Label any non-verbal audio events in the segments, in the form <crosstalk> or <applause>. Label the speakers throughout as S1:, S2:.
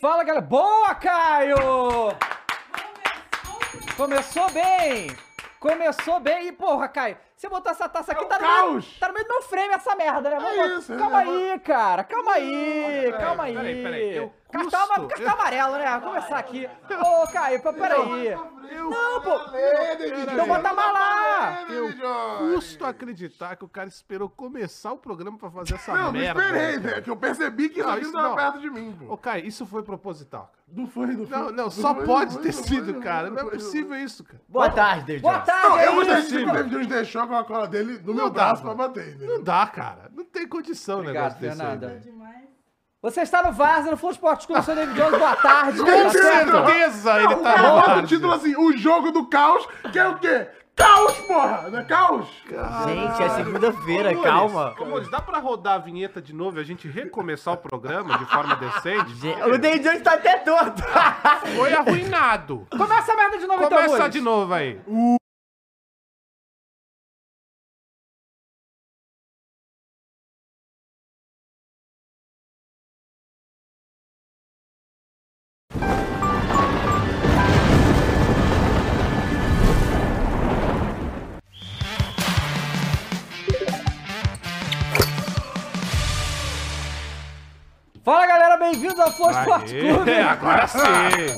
S1: Fala, galera. Boa, Caio! Começou bem! Começou bem. E, porra, Caio, você botou essa taça aqui,
S2: É o
S1: tá, no meio,
S2: caos.
S1: tá no meio do meu frame essa merda, né? Vamos
S2: É
S1: botar-
S2: isso,
S1: calma
S2: né?
S1: aí, cara. Calma aí,
S2: peraí,
S1: calma aí.
S2: peraí, peraí. Eu
S1: Cartão,
S2: custo.
S1: ama- cartão amarelo, né? Vamos começar aqui. Ô, Caio, pô,
S2: tá
S1: peraí. Não, pô. Então bota mais lá.
S3: Tá
S2: Eu
S3: Custo acreditar que o cara esperou começar o programa pra fazer essa
S2: Não, não
S3: merda.
S2: esperei,
S3: né, cara?
S2: velho, que eu percebi que
S3: Não,
S2: isso
S3: isso
S2: tava
S3: não.
S2: perto de mim, pô.
S3: Ô, Caio, isso foi proposital, cara.
S2: Não foi, não foi.
S3: Não, não, só
S2: foi,
S3: pode
S2: não foi,
S3: ter
S2: não foi,
S3: sido,
S2: não
S3: cara.
S2: foi,
S3: Não é
S2: foi,
S3: possível isso, cara.
S4: Boa tarde, David
S1: Boa
S4: Jones.
S1: tarde,
S2: Não, eu
S1: aí.
S2: deixei que o David Jones deixou com a cola dele no meu
S3: Não
S2: braço pra
S3: dá,
S2: bater, né?
S3: Não dá, cara. Não tem condição
S2: um
S3: o
S1: Obrigado,
S3: negócio desse aí,
S1: Fernanda.
S3: velho.
S1: Você está no Vaza, no Flow Esporte Clube, eu sou o David Jones, boa tarde. Tá
S3: Com
S1: certo?
S3: certeza ele
S2: O
S3: tá
S2: cara bota o
S3: tarde.
S2: título assim, o jogo do caos, que é o quê? Caos, porra! Não é caos?
S4: Gente, é segunda-feira,
S3: Ô, Lourdes,
S4: calma.
S3: ô, Lourdes, dá pra rodar a vinheta de novo e a gente recomeçar o programa de forma decente?
S4: Gente, O David Jones tá até torto.
S3: Foi arruinado.
S1: <laughs> Começa a merda de novo, então,
S3: Começa
S1: Lourdes.
S3: de novo aí.
S1: Fala, galera, bem-vindos ao Flow Esporte Clube.
S3: Aê, agora sim.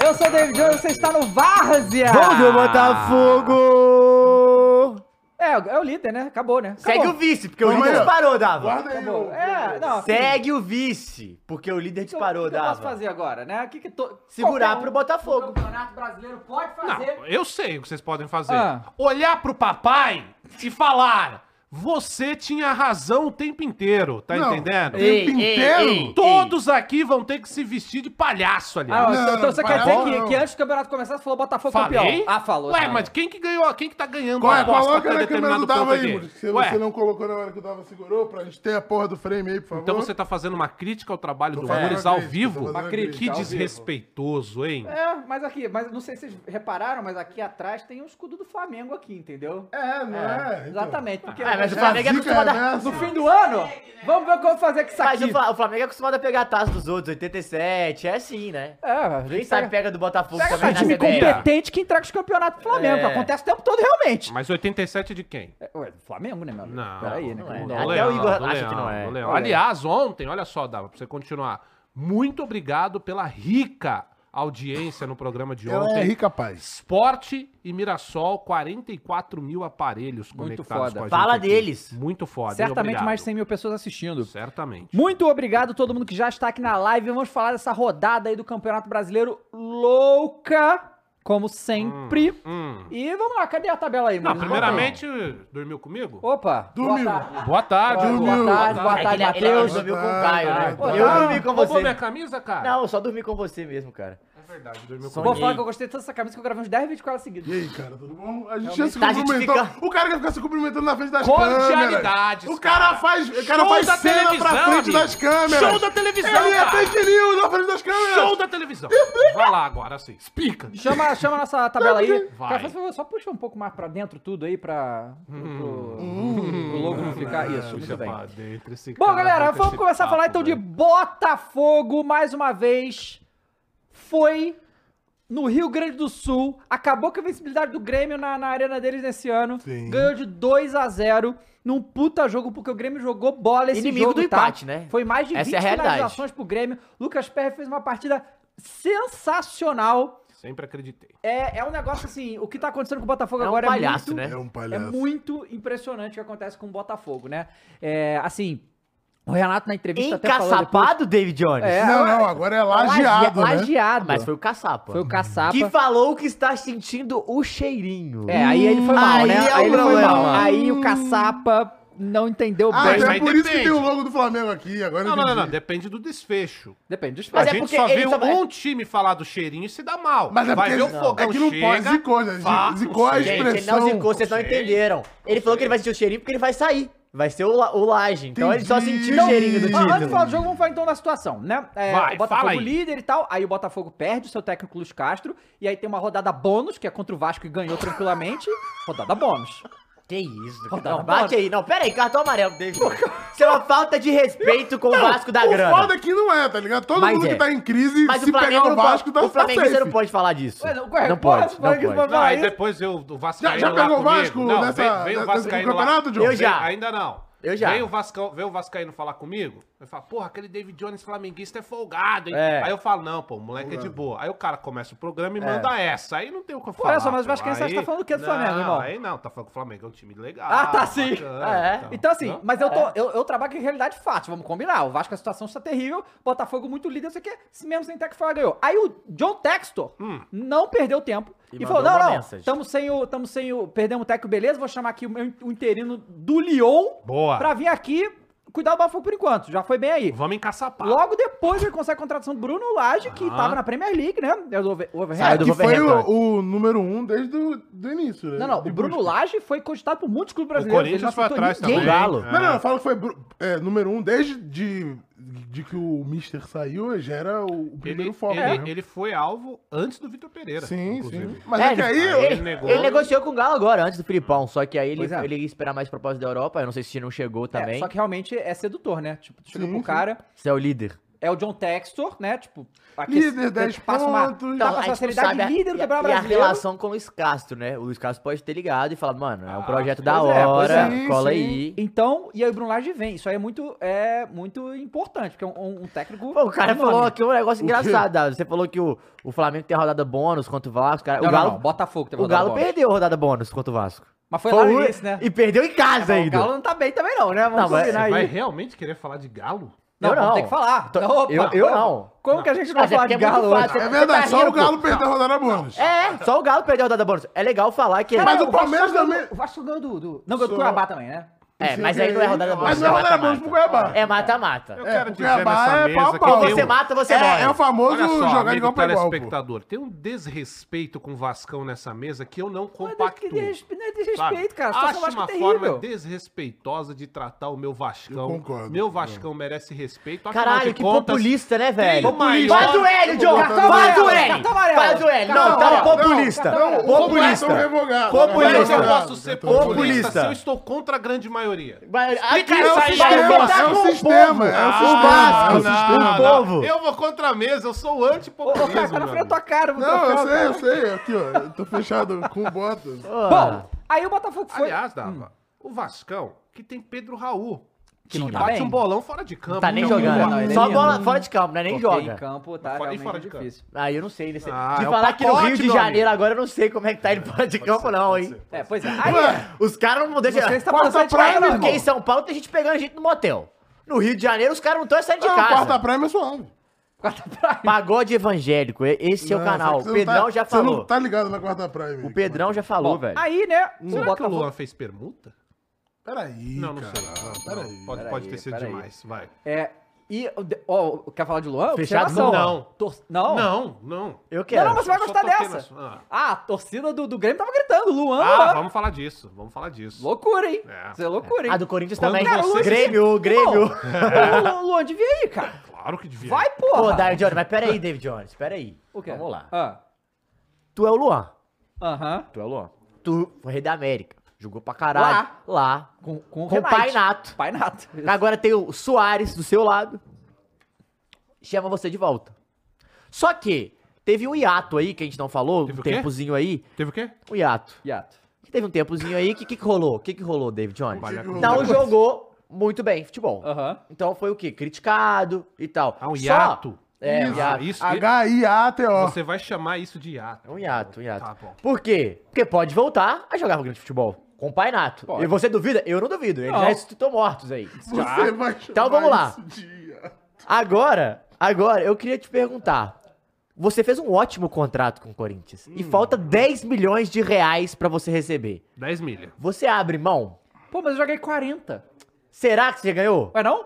S1: Eu sou o David Jones, você está no Várzea.
S4: Vamos do
S1: Ah.
S4: Botafogo.
S1: É, é o líder, né? Acabou, né? Acabou.
S4: Segue o vice, porque o
S2: Calma
S4: líder
S2: Tá aí, ó.
S4: disparou, Dava.
S2: Guarda aí,
S1: Acabou.
S2: ô.
S1: É, não.
S4: Segue o vice, porque o líder
S1: Então, o
S4: disparou,
S1: que que eu posso
S4: Dava.
S1: fazer agora, né? O que que to...
S4: Segurar
S1: qualquer um
S4: pro
S1: do
S4: Botafogo.
S1: Campeonato Brasileiro pode fazer.
S3: Não, eu sei o que vocês podem fazer.
S1: Ah.
S3: Olhar pro papai e falar: você tinha razão o tempo inteiro, tá
S2: Não.
S3: entendendo?
S2: Ei, inteiro?
S3: Todos aqui vão ter que se vestir de palhaço ali.
S1: Ah, ó,
S2: Não,
S1: então
S2: não,
S1: você
S2: não,
S1: quer
S2: não,
S1: dizer que,
S2: não.
S1: que antes do campeonato começar, você falou Botafogo
S3: Falei?
S1: campeão. Ah, falou.
S3: Ué,
S1: tá.
S3: mas quem que ganhou? Quem que tá ganhando
S2: Qual é?
S3: a aposta
S2: Coloca
S3: até
S2: na câmera do
S3: determinado ponto
S2: Dava aí,
S3: aqui?
S2: Muri. Se
S3: Ué,
S2: você não colocou na hora que o Dava segurou, pra gente ter a porra do frame aí, por favor.
S3: então você tá fazendo uma crítica ao trabalho do
S2: fazendo
S3: Mures
S2: uma
S3: ao
S2: crítica, tô
S3: vivo?
S2: fazendo
S1: uma crítica
S3: Que
S1: ao vivo.
S3: desrespeitoso, hein?
S1: É, mas aqui, mas não sei se vocês repararam, mas aqui atrás tem um escudo do Flamengo aqui, entendeu?
S2: É, não é? Então.
S1: Exatamente, porque
S4: Ah, mas o
S2: É,
S4: Flamengo é
S2: a zica
S4: acostumado
S2: é
S4: a...
S2: nessa.
S1: no fim do ano, vamos ver o que eu vou fazer com isso
S4: Mas
S1: aqui.
S4: o Fla- o Flamengo é acostumado a pegar a taça dos outros, 87, é assim, né?
S1: É, a gente
S4: Quem sabe pega do Botafogo
S1: pega
S4: também
S1: um
S4: na
S1: time
S4: CBF.
S1: competente que entrega os campeonatos do Flamengo.
S4: É.
S1: Acontece o tempo todo realmente.
S3: Mas 87 de quem?
S1: É, Ué, do Flamengo, né, meu?
S3: Não.
S1: Peraí, né?
S3: não
S1: cara?
S3: é, né?
S4: Até o
S3: Do Leão,
S4: Igor
S3: do
S4: acha que
S3: Leão,
S4: não é.
S3: do Leão.
S1: Olha.
S3: Aliás, ontem, olha só, Dava, pra você continuar. Muito obrigado pela rica audiência no programa de
S2: Ela é
S3: ontem.
S2: rica, paz.
S3: Esporte e Mirassol, 44 mil aparelhos
S1: Muito
S3: conectados
S1: foda.
S3: com a gente
S4: Fala
S3: aqui.
S4: deles.
S3: Muito foda. hein?
S1: Certamente
S3: Obrigado.
S1: mais de 100 mil pessoas assistindo.
S3: Certamente.
S1: Muito obrigado a todo mundo que já está aqui na live. Vamos falar dessa rodada aí do Campeonato Brasileiro louca, como sempre.
S3: Hum.
S1: E vamos lá, cadê a tabela aí,
S3: Não,
S1: Muniz?
S3: primeiramente, dormiu comigo?
S1: Opa!
S2: Dormiu.
S1: Boa tarde,
S3: Boa tarde,
S2: Dormiu.
S1: boa tarde, boa
S4: É que
S1: tarde,
S4: ele- ele
S1: Matheus.
S4: dormiu com o
S2: Boa
S4: Caio,
S2: tarde,
S4: né?
S1: boa
S4: Eu
S1: tarde.
S4: dormi com
S3: Roubou minha
S4: você.
S3: camisa, cara?
S4: Não, eu só dormi com você mesmo, cara.
S3: É verdade, dormiu
S4: Só
S3: comigo.
S1: Vou falar
S4: Ninguém.
S1: que eu gostei dessa camisa que eu gravei uns 10 vídeos com ela seguida.
S2: E aí, cara, tudo bom? A gente já se
S4: Tá, a gente
S2: cumprimentou.
S4: fica-
S2: O cara quer ficar se cumprimentando na frente das câmeras.
S3: Cordialidades,
S2: O cara é
S3: cara.
S2: faz, o cara
S3: Show
S2: faz
S3: da
S2: cena pra
S3: televisão,
S2: frente
S3: amigo.
S2: das câmeras.
S3: Show da televisão,
S2: Ele é
S3: cara.
S2: fake news na frente das câmeras.
S3: Show da televisão. Vai lá agora, assim. Explica.
S1: Chama, chama a nossa tabela aí.
S3: Vai.
S1: Cara, faz favor, só puxa um pouco mais pra dentro tudo aí pra. pro- pro, pro logo não ficar.
S3: Hum.
S1: Isso, muito bem. Bom, galera, vamos começar a falar então de Botafogo mais uma vez. Foi no Rio Grande do Sul, acabou com a invencibilidade do Grêmio na, na arena deles nesse ano.
S2: Sim.
S1: Ganhou de 2 a 0 num puta jogo, porque o Grêmio jogou bola esse
S4: Inimigo
S1: jogo,
S4: do
S1: tá?
S4: empate, né?
S1: Foi mais de
S4: Essa
S1: 20
S4: é a realidade.
S1: finalizações pro Grêmio. Lucas Perry fez uma partida sensacional.
S3: Sempre acreditei.
S1: É, é um negócio assim, o que tá acontecendo com o Botafogo
S4: É um
S1: agora
S4: palhaço,
S1: é muito,
S4: né?
S2: É um
S1: é
S2: palhaço.
S1: muito impressionante o que acontece com o Botafogo, né? É, assim, o Renato na entrevista até falou depois...
S4: Encaçapado, David Jones? Ah,
S1: É,
S2: Não, não, agora é lajeado, né?
S1: Lajeado.
S4: Mas foi o caçapa.
S1: Foi o caçapa.
S4: Que falou que está sentindo o cheirinho.
S1: É, aí ele foi mal,
S4: Aí
S1: né?
S4: é o
S1: aí ele foi
S4: problema.
S1: mal. Aí o caçapa não entendeu
S2: Ah,
S1: bem.
S2: então é
S3: mas
S2: por isso que
S3: depende.
S2: tem o logo do Flamengo aqui, agora eu
S3: Não, não, não, não,
S2: entendi.
S3: depende do desfecho.
S1: Depende dos
S4: Mas
S3: a
S4: é
S3: gente
S4: porque
S3: só
S4: ele
S3: vê
S4: só vai-
S3: um time falar do cheirinho e se dá mal.
S2: Mas é
S3: Vai
S2: porque
S3: ver o
S2: não.
S3: fogão
S2: É que não
S3: chega,
S2: pode, zicou, né?
S3: vá,
S2: Zicou a
S3: não
S2: expressão.
S3: sei.
S4: Gente, ele não zicou, vocês não
S3: Sei.
S4: entenderam. Ele falou que ele vai sentir o cheirinho porque ele vai sair. Vai ser o, la- o laje. Então ele só
S2: Entendi.
S4: sentiu o cheirinho do
S1: Ó, antes de
S4: título.
S1: falar do jogo, vamos falar então da situação, né? É,
S3: Vai,
S1: o Botafogo
S3: fala aí.
S1: líder e tal, aí o Botafogo perde o seu técnico Luiz Castro, e aí tem uma rodada bônus, que é contra o Vasco e ganhou tranquilamente. Rodada bônus.
S4: Que isso,
S1: Não,
S4: cara.
S1: não,
S4: Não, bate
S1: não.
S4: aí. Não, pera aí, cartão amarelo. David. Isso é uma falta de respeito com o Vasco
S3: tá
S4: da
S2: o
S4: Grana.
S2: foda é que não é, tá ligado? Todo
S4: Mas
S2: mundo
S4: é.
S2: que tá em crise,
S4: Mas
S2: se
S4: o Flamengo,
S2: pegar o
S4: não pode-
S2: Vasco, tá,
S4: o Flamengo
S2: tá
S4: você não
S2: safe.
S4: pode falar disso.
S1: Ué, não, ué,
S4: não
S1: porra,
S4: pode, não
S1: Flamengo
S4: pode.
S1: vai
S3: Não,
S1: falar
S3: aí
S1: isso.
S3: depois eu, o
S2: Já,
S3: Vascaíno
S2: já
S3: lá
S2: pegou o
S3: comigo.
S2: Vasco
S3: Não, vem-
S2: nessa,
S3: vem o
S2: nessa- no
S3: Vascaíno lá.
S2: campeonato, John?
S4: Eu já.
S3: Ainda não.
S4: Eu já.
S3: Vem o, Vascão, vem o Vascaíno falar comigo, eu falo, porra, aquele David Jones flamenguista é folgado, hein?
S4: É.
S3: Aí eu falo, não, pô, o moleque é de boa. Aí o cara começa o programa e manda essa. Aí não tem o que eu falar.
S1: olha só, É. mas o
S3: pô.
S1: Vascaíno sabe que tá falando o quê do Flamengo, irmão?
S3: Aí não, tá falando que o Flamengo é um time legal.
S1: Ah, tá sim.
S3: bacana,
S4: É.
S3: então.
S1: Então, assim,
S3: Não?
S1: mas eu, tô, eu, eu trabalho com realidade fácil, vamos combinar. O Vasco, a situação está terrível, Botafogo muito líder, não sei o quê, se mesmo sem Tecfora ganhou. Aí o John Textor
S3: Hum.
S1: não perdeu tempo
S4: E
S1: e, falou:
S4: mandou
S1: não,
S4: uma
S1: não,
S4: mensagem.
S1: estamos sem o. Tamo sem o. Perdemos o técnico, beleza, vou chamar aqui o, meu, o interino do Lyon
S3: Boa.
S1: pra vir aqui cuidar do Botafogo por enquanto. Já foi bem aí.
S3: Vamos encaçapar.
S1: Logo depois ele consegue a contratação do Bruno Lage, que
S3: Aham.
S1: tava na Premier League, né? É o over- overhead.
S4: Saiu do
S2: Que foi
S4: Wolverhampton.
S2: o, o número um desde o do início, né?
S1: Não, não,
S2: De
S1: o Bruno
S2: busca.
S1: Lage foi cogitado por muitos clubes
S3: O
S1: brasileiros. ele não
S3: Corinthians foi
S1: aceitou
S3: atrás
S1: ninguém.
S3: também.
S4: Galo.
S3: É.
S2: Não, não, eu falo que foi Bru- é, número um desde de, de que o Mister saiu, já era o, o primeiro
S3: Ele,
S2: foco.
S3: ele-
S2: né?
S3: ele foi alvo antes do Vitor Pereira.
S2: sim,
S3: inclusive.
S2: sim. Mas
S4: É,
S2: é, que aí...
S3: ele-
S2: eu-
S3: negou.
S4: Ele negociou com o Galo agora, antes do Filipão. Só que aí ele,
S1: Pois é.
S4: ele ia esperar mais proposta da Europa. Eu não sei se não chegou
S1: É,
S4: também.
S1: só que realmente é sedutor, né? Tipo, tu chega
S2: Sim,
S1: pro
S2: sim.
S1: cara,
S4: Você é o líder.
S1: é o John Textor, né? Tipo, aqui
S2: Líder,
S1: você
S2: 10
S1: passa uma,
S2: pontos.
S1: Tá
S2: Então,
S1: passando
S4: a gente
S1: a
S4: não
S1: seriedade
S4: sabe a-
S1: líder do
S4: e a-
S1: Campeonato
S4: E a
S1: Brasileiro.
S4: relação com o Luiz Castro, né? O Luiz Castro pode ter ligado e falado, mano, é um
S3: Ah,
S4: projeto da
S1: pois é, pois
S4: hora,
S2: é.
S4: cola
S2: Sim,
S4: aí.
S1: Então, e aí o Bruno Lage vem. Isso aí é muito, é, muito importante, porque é um, um técnico...
S4: Pô, o cara
S1: de nome.
S4: falou aqui um negócio
S2: O quê?
S4: engraçado, Davi. Você falou que o, o Flamengo tem rodada bônus contra o Vasco. Cara,
S1: Não,
S4: o Galo,
S1: não, não, Botafogo teve
S4: o
S1: rodada
S4: Galo
S1: boa.
S4: perdeu a rodada bônus contra o Vasco.
S1: Mas foi lá no
S4: o-
S1: início, né?
S4: E perdeu em casa
S1: É, mas o
S4: ainda.
S1: Galo não tá bem também não, né? Vamos
S4: Não, mas-
S1: combinar
S3: Você vai
S1: aí.
S3: realmente querer falar de Galo?
S1: Não,
S4: Eu
S1: não,
S4: não.
S1: tem que falar.
S4: Tô-
S1: Não,
S4: eu-
S1: pô,
S4: eu
S1: pô,
S4: não.
S1: Como que a gente não vai
S4: Mas é
S1: falar
S4: porque
S1: de
S4: é muito
S1: Galo
S4: fácil.
S1: hoje?
S2: É
S4: Você
S2: verdade,
S4: tá
S2: só o
S4: rindo, pô.
S2: Galo perdeu a rodada bônus.
S4: É, só o Galo perdeu a rodada bônus. É legal falar que...
S2: Mas
S1: Não,
S2: o Palmeiras
S1: Vasco ganhou-
S2: também-
S1: O Vasco ganhou do... do- Não, ganhou do
S2: Só-
S1: Cuiabá também, né?
S4: É, mas aí não é rodada bônus.
S2: Mas não é
S4: é
S2: rodada bônus pro
S4: mata-mata.
S2: Cuiabá.
S4: É mata-mata.
S3: Eu
S2: É,
S3: quero
S2: o
S3: dizer
S2: Cuiabá
S3: nessa
S2: é
S3: mesa
S2: pau a
S3: que
S2: pau.
S4: Ou
S3: tem
S4: você
S3: um-
S4: mata ou você morre.
S2: É, é o famoso
S3: Olha só,
S2: jogar de
S3: amigo
S2: igual pra igual. pô.
S3: telespectador, tem um desrespeito com o Vascão nessa mesa que eu não
S1: Não é des- que
S3: compactuo.
S1: desrespe- não é
S3: sabe?
S1: desrespeito, cara. Só
S3: Acho
S1: que o Vasco é
S3: uma
S1: terrível.
S3: forma desrespeitosa de tratar o meu Vascão.
S2: Eu concordo.
S3: meu Vascão merece respeito. afinal
S4: Caralho,
S3: de
S4: que
S3: contas,
S4: populista, né, velho?
S3: o maior-
S4: Faz o L, John!
S1: Cartão
S4: Faz
S1: amarelo,
S4: o L!
S1: cartão amarelo.
S4: Faz o L! Não,
S1: Cartão
S4: tá
S1: amarelo.
S4: populista!
S1: Não, não,
S2: Os populares
S4: Populista!
S2: são revogados.
S4: Populista.
S3: Como é que eu
S4: Populista.
S3: posso ser populista,
S4: Populista.
S3: se eu estou contra a grande maioria?
S4: Vai-
S3: Explica
S4: aqui
S2: É o
S3: essa
S4: vai-
S3: aí,
S4: vai-
S2: sistema,
S4: tá
S2: é
S4: com
S2: o
S4: o
S2: sistema,
S4: povo.
S2: é o
S3: Ah,
S4: O
S2: sistema.
S4: Vasco,
S2: é o sistema.
S4: o povo.
S3: Eu vou contra a mesa, eu sou
S1: Ô, ô, cara,
S3: anti-populismo.
S1: tá na
S3: meu
S1: frente da
S3: amigo.
S1: tua cara, meu
S2: Não, eu
S1: troféu, cara.
S2: sei, eu sei. Ah, Aqui, ó. Eu tô fechado com o bota.
S1: Bom, aí o Botafogo foi.
S3: Aliás, Dava, o Vascão, que tem Pedro Raul, que,
S1: Que não tá
S3: bate
S1: bem.
S3: um bolão fora de campo.
S4: Tá nem
S3: não
S4: jogando.
S3: joga.
S1: ele
S4: Só
S1: é
S4: bola
S1: lindo.
S4: fora de campo, né? Nem
S1: Porque
S4: joga.
S1: Em campo, tá
S3: Fora- e
S1: realmente
S3: fora de campo.
S1: difícil.
S4: Ah, eu não sei. Desse...
S3: Ah,
S4: de
S3: é o
S4: falar que no
S3: pacote,
S4: Rio de
S3: meu
S4: Janeiro agora eu não sei como é que tá ele fora de campo, não, hein?
S1: É, pois
S4: <laughs>
S1: é. Aí,
S4: Os caras não deixam.
S1: vocês estão
S2: Quarta
S1: passando de
S2: praia,
S1: praia,
S2: meu
S1: não,
S4: Porque em
S1: irmão.
S4: São Paulo tem gente pegando gente no motel. No Rio de Janeiro os caras não estão saindo de
S2: Não, quarta
S4: casa.
S2: prêmio é suave.
S1: Quarta praia.
S4: Pagode evangélico, e- esse é o
S2: Não,
S4: canal.
S2: só que
S4: O
S2: você não
S4: Pedrão
S2: tá-
S4: já
S2: Você não
S4: falou.
S2: tá ligado na quarta prime.
S4: O Pedrão já falou, velho.
S1: Aí, né,
S3: Será
S1: o
S3: que o
S1: Botafogo...
S3: Luan fez permuta?
S2: Peraí,
S3: Não, não
S2: cara.
S3: sei. Não, não,
S2: Peraí.
S3: Pode,
S1: Peraí,
S3: pode ter sido
S1: peraí.
S3: demais, vai.
S1: É, e... Ó, quer falar de Luan?
S4: Fechado
S1: Observação.
S4: no
S3: não.
S1: Tor-
S4: Oh.
S1: Não?
S3: Não, não.
S4: Eu
S1: Não,
S4: quero.
S1: não, você vai
S3: Eu só
S1: gostar
S3: toquei
S1: dessa.
S3: na sua-
S1: Ah, a torcida do, do Grêmio tava gritando, Luan,
S3: Ah,
S1: Luan.
S3: vamos falar disso, vamos falar disso.
S1: Loucura, hein?
S3: É.
S1: Isso é loucura, hein?
S4: A Ah, do Corinthians
S3: Quando
S4: também.
S3: você-
S4: Grêmio, Grêmio.
S1: Bom, o Luan, devia aí,
S3: <laughs>
S1: cara.
S3: Claro que devia.
S1: Vai, porra.
S4: Pô, David Jones, mas peraí, David Jones, peraí.
S1: O quê?
S4: Vamos lá.
S1: Ah,
S4: Tu é o Luan.
S1: Aham.
S4: Tu é o Luan. Tu foi rei da América. Jogou pra caralho. Lá.
S1: Com, com o
S4: Com o
S1: Renate.
S4: pai nato.
S1: Pai Nato. Isso.
S4: <laughs> Agora tem o Soares do seu lado. Chama você de volta. Só que teve um hiato aí que a gente não falou,
S3: Teve
S4: um
S3: o quê?
S4: tempozinho aí.
S3: Teve o quê?
S4: Um hiato.
S1: Iato.
S4: Que teve um tempozinho aí. O que, que que rolou? O que, que rolou, David Jones?
S3: Trabalhar com
S4: Não
S3: drogas.
S4: jogou muito bem futebol.
S1: Aham.
S4: Então foi o quê? Criticado e tal.
S3: Ah, um
S4: Só-
S3: hiato?
S4: É, um
S3: Isso,
S4: hiato.
S3: Ah, isso-
S2: H-I-A-T-O.
S3: Você vai chamar isso de hiato.
S4: É um hiato, um hiato.
S3: Tá bom.
S4: Por quê? Porque pode voltar a jogar programa de futebol. Com o pai nato.
S1: Pode.
S4: E você duvida? Eu não duvido. Eles
S1: Não.
S4: já ressuscitou mortos aí.
S2: Você vai
S4: Então vamos lá.
S2: chamar isso de-
S4: Agora, agora, eu queria te perguntar. Você fez um ótimo contrato com o Corinthians.
S3: Hum.
S4: E falta 10 milhões de reais pra você receber.
S3: 10 milha.
S4: Você abre mão?
S1: Pô, mas eu joguei 40.
S4: Será que você ganhou?
S1: Ué, não?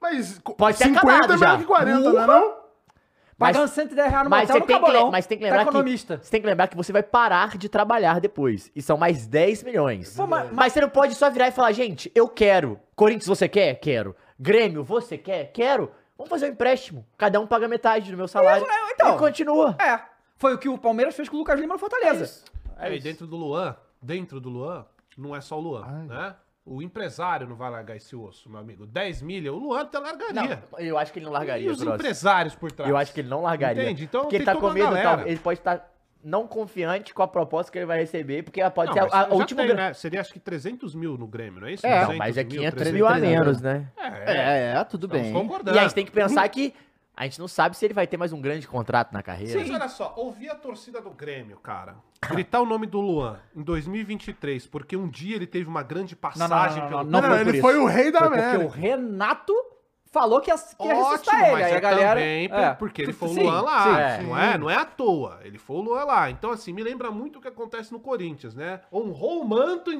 S2: Mas
S4: Pode ter
S2: 50 é
S4: acabado já.
S2: melhor que 40, não é não?
S4: Mas-
S1: Pagando 110 reais no
S4: Mas
S1: motel,
S4: você,
S1: não
S4: tem que,
S1: acabou,
S4: le-
S1: não.
S4: mas tem que lembrar
S1: Tá economista.
S4: que você tem que lembrar que você vai parar de trabalhar depois e são mais 10 milhões.
S1: Pô, ma-
S4: mas, você não pode só virar e falar, gente, eu quero. Corinthians, você quer? Quero. Grêmio, você quer? Quero. Vamos fazer um empréstimo. Cada um paga metade do meu salário.
S1: Isso, é, então.
S4: E continua.
S1: É. Foi o que o Palmeiras fez com o Lucas Lima no Fortaleza.
S3: Aí dentro do Luan, dentro do Luan, não é só o Luan, né? O empresário não vai largar esse osso, meu amigo. 10 milha, o Luan até largaria.
S4: Não, eu acho que ele não
S3: e
S4: largaria,
S3: os
S4: Grosso.
S3: empresários por trás?
S4: Eu acho que ele não largaria.
S3: Entende? Então
S4: porque
S3: tem
S4: ele tá
S3: toda
S4: com
S3: uma
S4: medo,
S3: galera.
S4: tá? ele pode estar não confiante com a proposta que ele vai receber, porque ela pode
S3: Não,
S4: ser a,
S3: mas
S4: a,
S3: já
S4: última...
S3: tem,
S4: gra-
S3: né? Seria acho que 300 mil no Grêmio, não é isso?
S5: É.
S4: Não, mas é 500
S3: 300
S4: mil a
S5: mil,
S4: menos, né?
S3: É, é.
S5: É, é, tudo
S3: Estamos
S5: bem.
S3: concordando.
S4: E aí você tem que pensar que a gente não sabe se ele vai ter mais um grande contrato na carreira.
S3: Mas olha só, ouvir a torcida do Grêmio, cara. Gritar o nome do Luan em 2023, porque um dia ele teve uma grande passagem pelo
S1: Não
S2: Não,
S1: foi por
S2: ele
S1: isso.
S2: foi o rei da
S3: Tá
S1: Foi porque
S2: América.
S1: o Renato falou que ia, que ia ressuscitar
S3: Ótimo,
S1: ele.
S3: mas
S1: Aí
S3: é
S1: a galera.
S3: também por-
S1: é.
S3: porque ele
S1: Sim,
S3: foi o
S1: sim,
S3: Luan lá,
S4: sim.
S3: não é? Não é à toa, ele foi o Luan lá. Então, assim, me lembra muito o que acontece no Corinthians, né? Honrou o manto em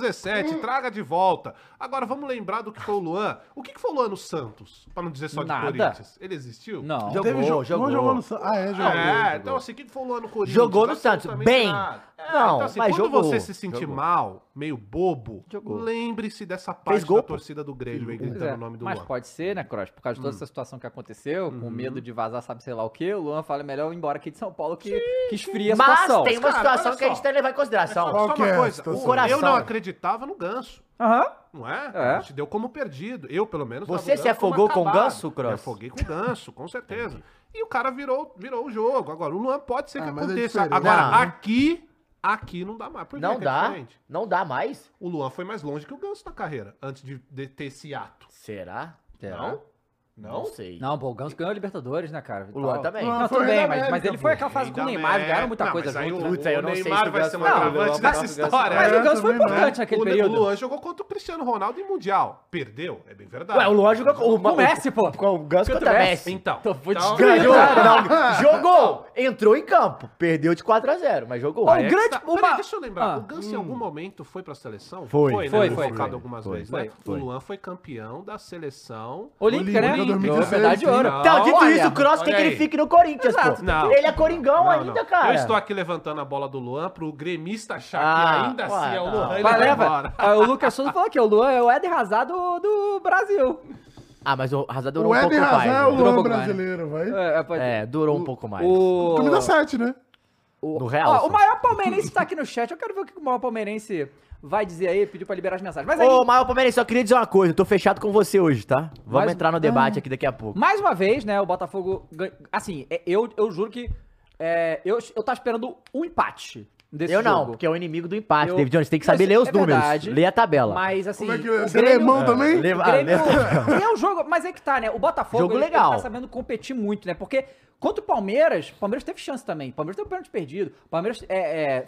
S3: 2017, traga de volta. Agora, vamos lembrar do que foi o Luan. O que, que foi o Luan no Santos, pra não dizer só
S1: Nada.
S3: de Corinthians? Ele existiu?
S1: Não.
S4: Jogou,
S2: Ah, Teve jo-
S4: jogou.
S2: Não jogou no Santos. Ah, é, jogou.
S3: É, então assim, o que que foi o Luan no Corinthians?
S4: Jogou no Santos,
S3: Absolutamente
S4: bem.
S3: nada. É,
S4: Não,
S3: então, assim,
S4: mas
S3: quando
S4: jogou,
S3: você se sentir
S4: jogou.
S3: mal, meio bobo,
S4: Jogou.
S3: lembre-se dessa parte
S4: gol,
S3: da
S4: pô.
S3: torcida do Grêmio aí
S1: Pois é,
S3: gritando o tá nome do
S1: Mas
S3: Luan. Hum. Uhum.
S1: pode ser, né, Cross? Por causa de toda essa situação que aconteceu, com medo de vazar, sabe, sei lá o quê, o Luan fala "É melhor eu ir embora aqui de São Paulo que, que esfria a situação.
S4: Mas tem uma
S3: Cara,
S4: situação
S3: olha
S4: que a gente
S3: só.
S4: tem que levar em consideração.
S2: Qual
S3: Só
S2: que
S3: uma
S2: é a
S3: coisa,
S2: situação?
S3: o- eu
S4: Coração.
S3: não acreditava no ganso,
S1: Aham.
S3: não é?
S1: É.
S3: A gente deu como perdido. Eu, pelo menos,
S4: Você
S3: dava o
S4: se
S3: Ganso como
S4: afogou com o
S3: acabado.
S4: Ganso, Cross?
S3: Me afoguei com o ganso, com certeza. E o cara virou, virou o jogo. Agora, o Luan pode ser que
S2: Ah, mas é
S3: aconteça.
S2: diferente.
S3: Agora,
S4: Não.
S3: aqui, aqui não dá mais. Por quê?
S4: Não
S3: que é
S4: dá,
S3: diferente?
S4: não dá mais.
S3: O Luan foi mais longe que o ganso na carreira, antes de, de ter esse ato.
S4: Será?
S3: Não? Não?
S4: É. Não sei.
S1: Não, pô, o Ganso ganhou a Libertadores, né, cara?
S4: O Luan
S1: Tal.
S4: também.
S1: Não,
S2: Não, foi
S1: tudo
S2: o
S1: bem,
S2: Rei da
S1: mas, mas
S2: América,
S1: ele foi aquela fase com o
S3: Ainda
S1: Neymar,
S3: bem.
S1: ganharam muita
S3: é. Não,
S1: coisa
S3: mas aí
S1: junto.
S3: o-
S1: né?
S4: Putz, aí eu
S3: o
S4: não sei se
S3: Neymar
S4: o
S3: vai
S4: Ganso
S3: ser um
S4: vai
S3: agravante
S4: jogar.
S3: dessa
S4: O Ganso vai
S3: história.
S1: Mas
S2: É,
S1: o Ganso foi
S2: também não.
S1: importante naquele
S3: o,
S1: período.
S3: o Luan jogou contra o Cristiano Ronaldo em Mundial. Perdeu, é bem verdade.
S4: Ué, o Luan jogou com o,
S1: Com o Messi, pô.
S4: Com o Ganso
S1: Contra o
S4: contra o
S1: Messi.
S4: Messi.
S3: Então,
S1: Então, vou
S3: então-
S1: desgra-
S4: Ganhou, não, <laughs> jogou, entrou em campo, perdeu de 4 a 0 mas jogou.
S1: Ó,
S3: Aí é que
S1: grande-
S3: está-
S1: uma-
S3: Peraí, deixa eu lembrar.
S1: Ah.
S3: O Ganso
S2: Hum.
S3: em algum momento foi pra seleção?
S4: Foi,
S3: né?
S1: foi,
S3: Foi,
S1: foi,
S3: focado
S1: foi.
S3: algumas
S4: Foi,
S3: vezes,
S1: foi,
S3: né?
S4: foi.
S3: O Luan foi campeão da seleção.
S1: Olímpica, né?
S2: Olímpica,
S1: Ganhou
S2: 2016,
S1: medalha de ouro. Tá,
S3: né?
S4: Então, dito
S1: Olha,
S4: isso, o Cross
S3: olha
S4: quer que ele
S3: aí.
S4: fique no Corinthians,
S1: Exato.
S4: pô.
S3: Não.
S4: Ele é coringão
S3: Não,
S4: ainda,
S3: não.
S4: cara.
S3: Eu estou aqui levantando a bola do Luan pro gremista achar
S4: Ah,
S3: que ainda
S4: ué,
S3: assim é o
S4: não.
S3: Luan. Ele
S1: Mas
S3: vai
S1: leva.
S3: embora.
S1: Ah, o Lucas Souza falou aqui, o Luan é o Eden Hazard do, do Brasil.
S4: Ah, mas o Hazard durou
S2: O
S4: um pouco
S2: Eden
S4: mais.
S2: Hazard é o
S4: né?
S1: Durou um
S2: Luan
S1: pouco mais,
S2: brasileiro, vai.
S1: É, é, pode-
S4: É, durou um pouco mais.
S1: O...
S2: Camisa 7, né?
S1: O,
S4: No Real,
S1: Ó, o
S4: só.
S1: maior palmeirense tá aqui no chat. Eu quero ver o que o maior palmeirense vai dizer aí. Pediu pra liberar as mensagens. Mas aí,
S4: Ô, Maior Palmeiras, só queria dizer uma coisa, eu tô fechado com você hoje, tá? Vamos
S1: Mas-
S4: entrar no debate aqui daqui a pouco.
S1: mais uma vez, né? O Botafogo. gan- Assim, é- eu, eu juro que. é, eu, eu tava esperando um empate desse
S4: Eu não,
S1: jogo.
S4: porque é o inimigo do empate,
S1: Eu-
S4: David Jones. Tem que
S1: Não,
S4: saber
S1: isso
S4: ler os
S1: é
S4: números,
S1: verdade.
S4: ler a tabela.
S1: Mas assim.
S2: Como é que
S1: o
S2: Você é alemão também?
S4: Leva-
S1: O
S4: ah,
S1: Grêmio-
S4: leva-
S1: E é um jogo, mas é que tá, né? O Botafogo
S4: Jogo
S1: ele-
S4: legal.
S1: ele tá sabendo competir muito, né? Porque contra o Palmeiras, o Palmeiras teve chance também. O Palmeiras teve o pênalti perdido. O Palmeiras é, é,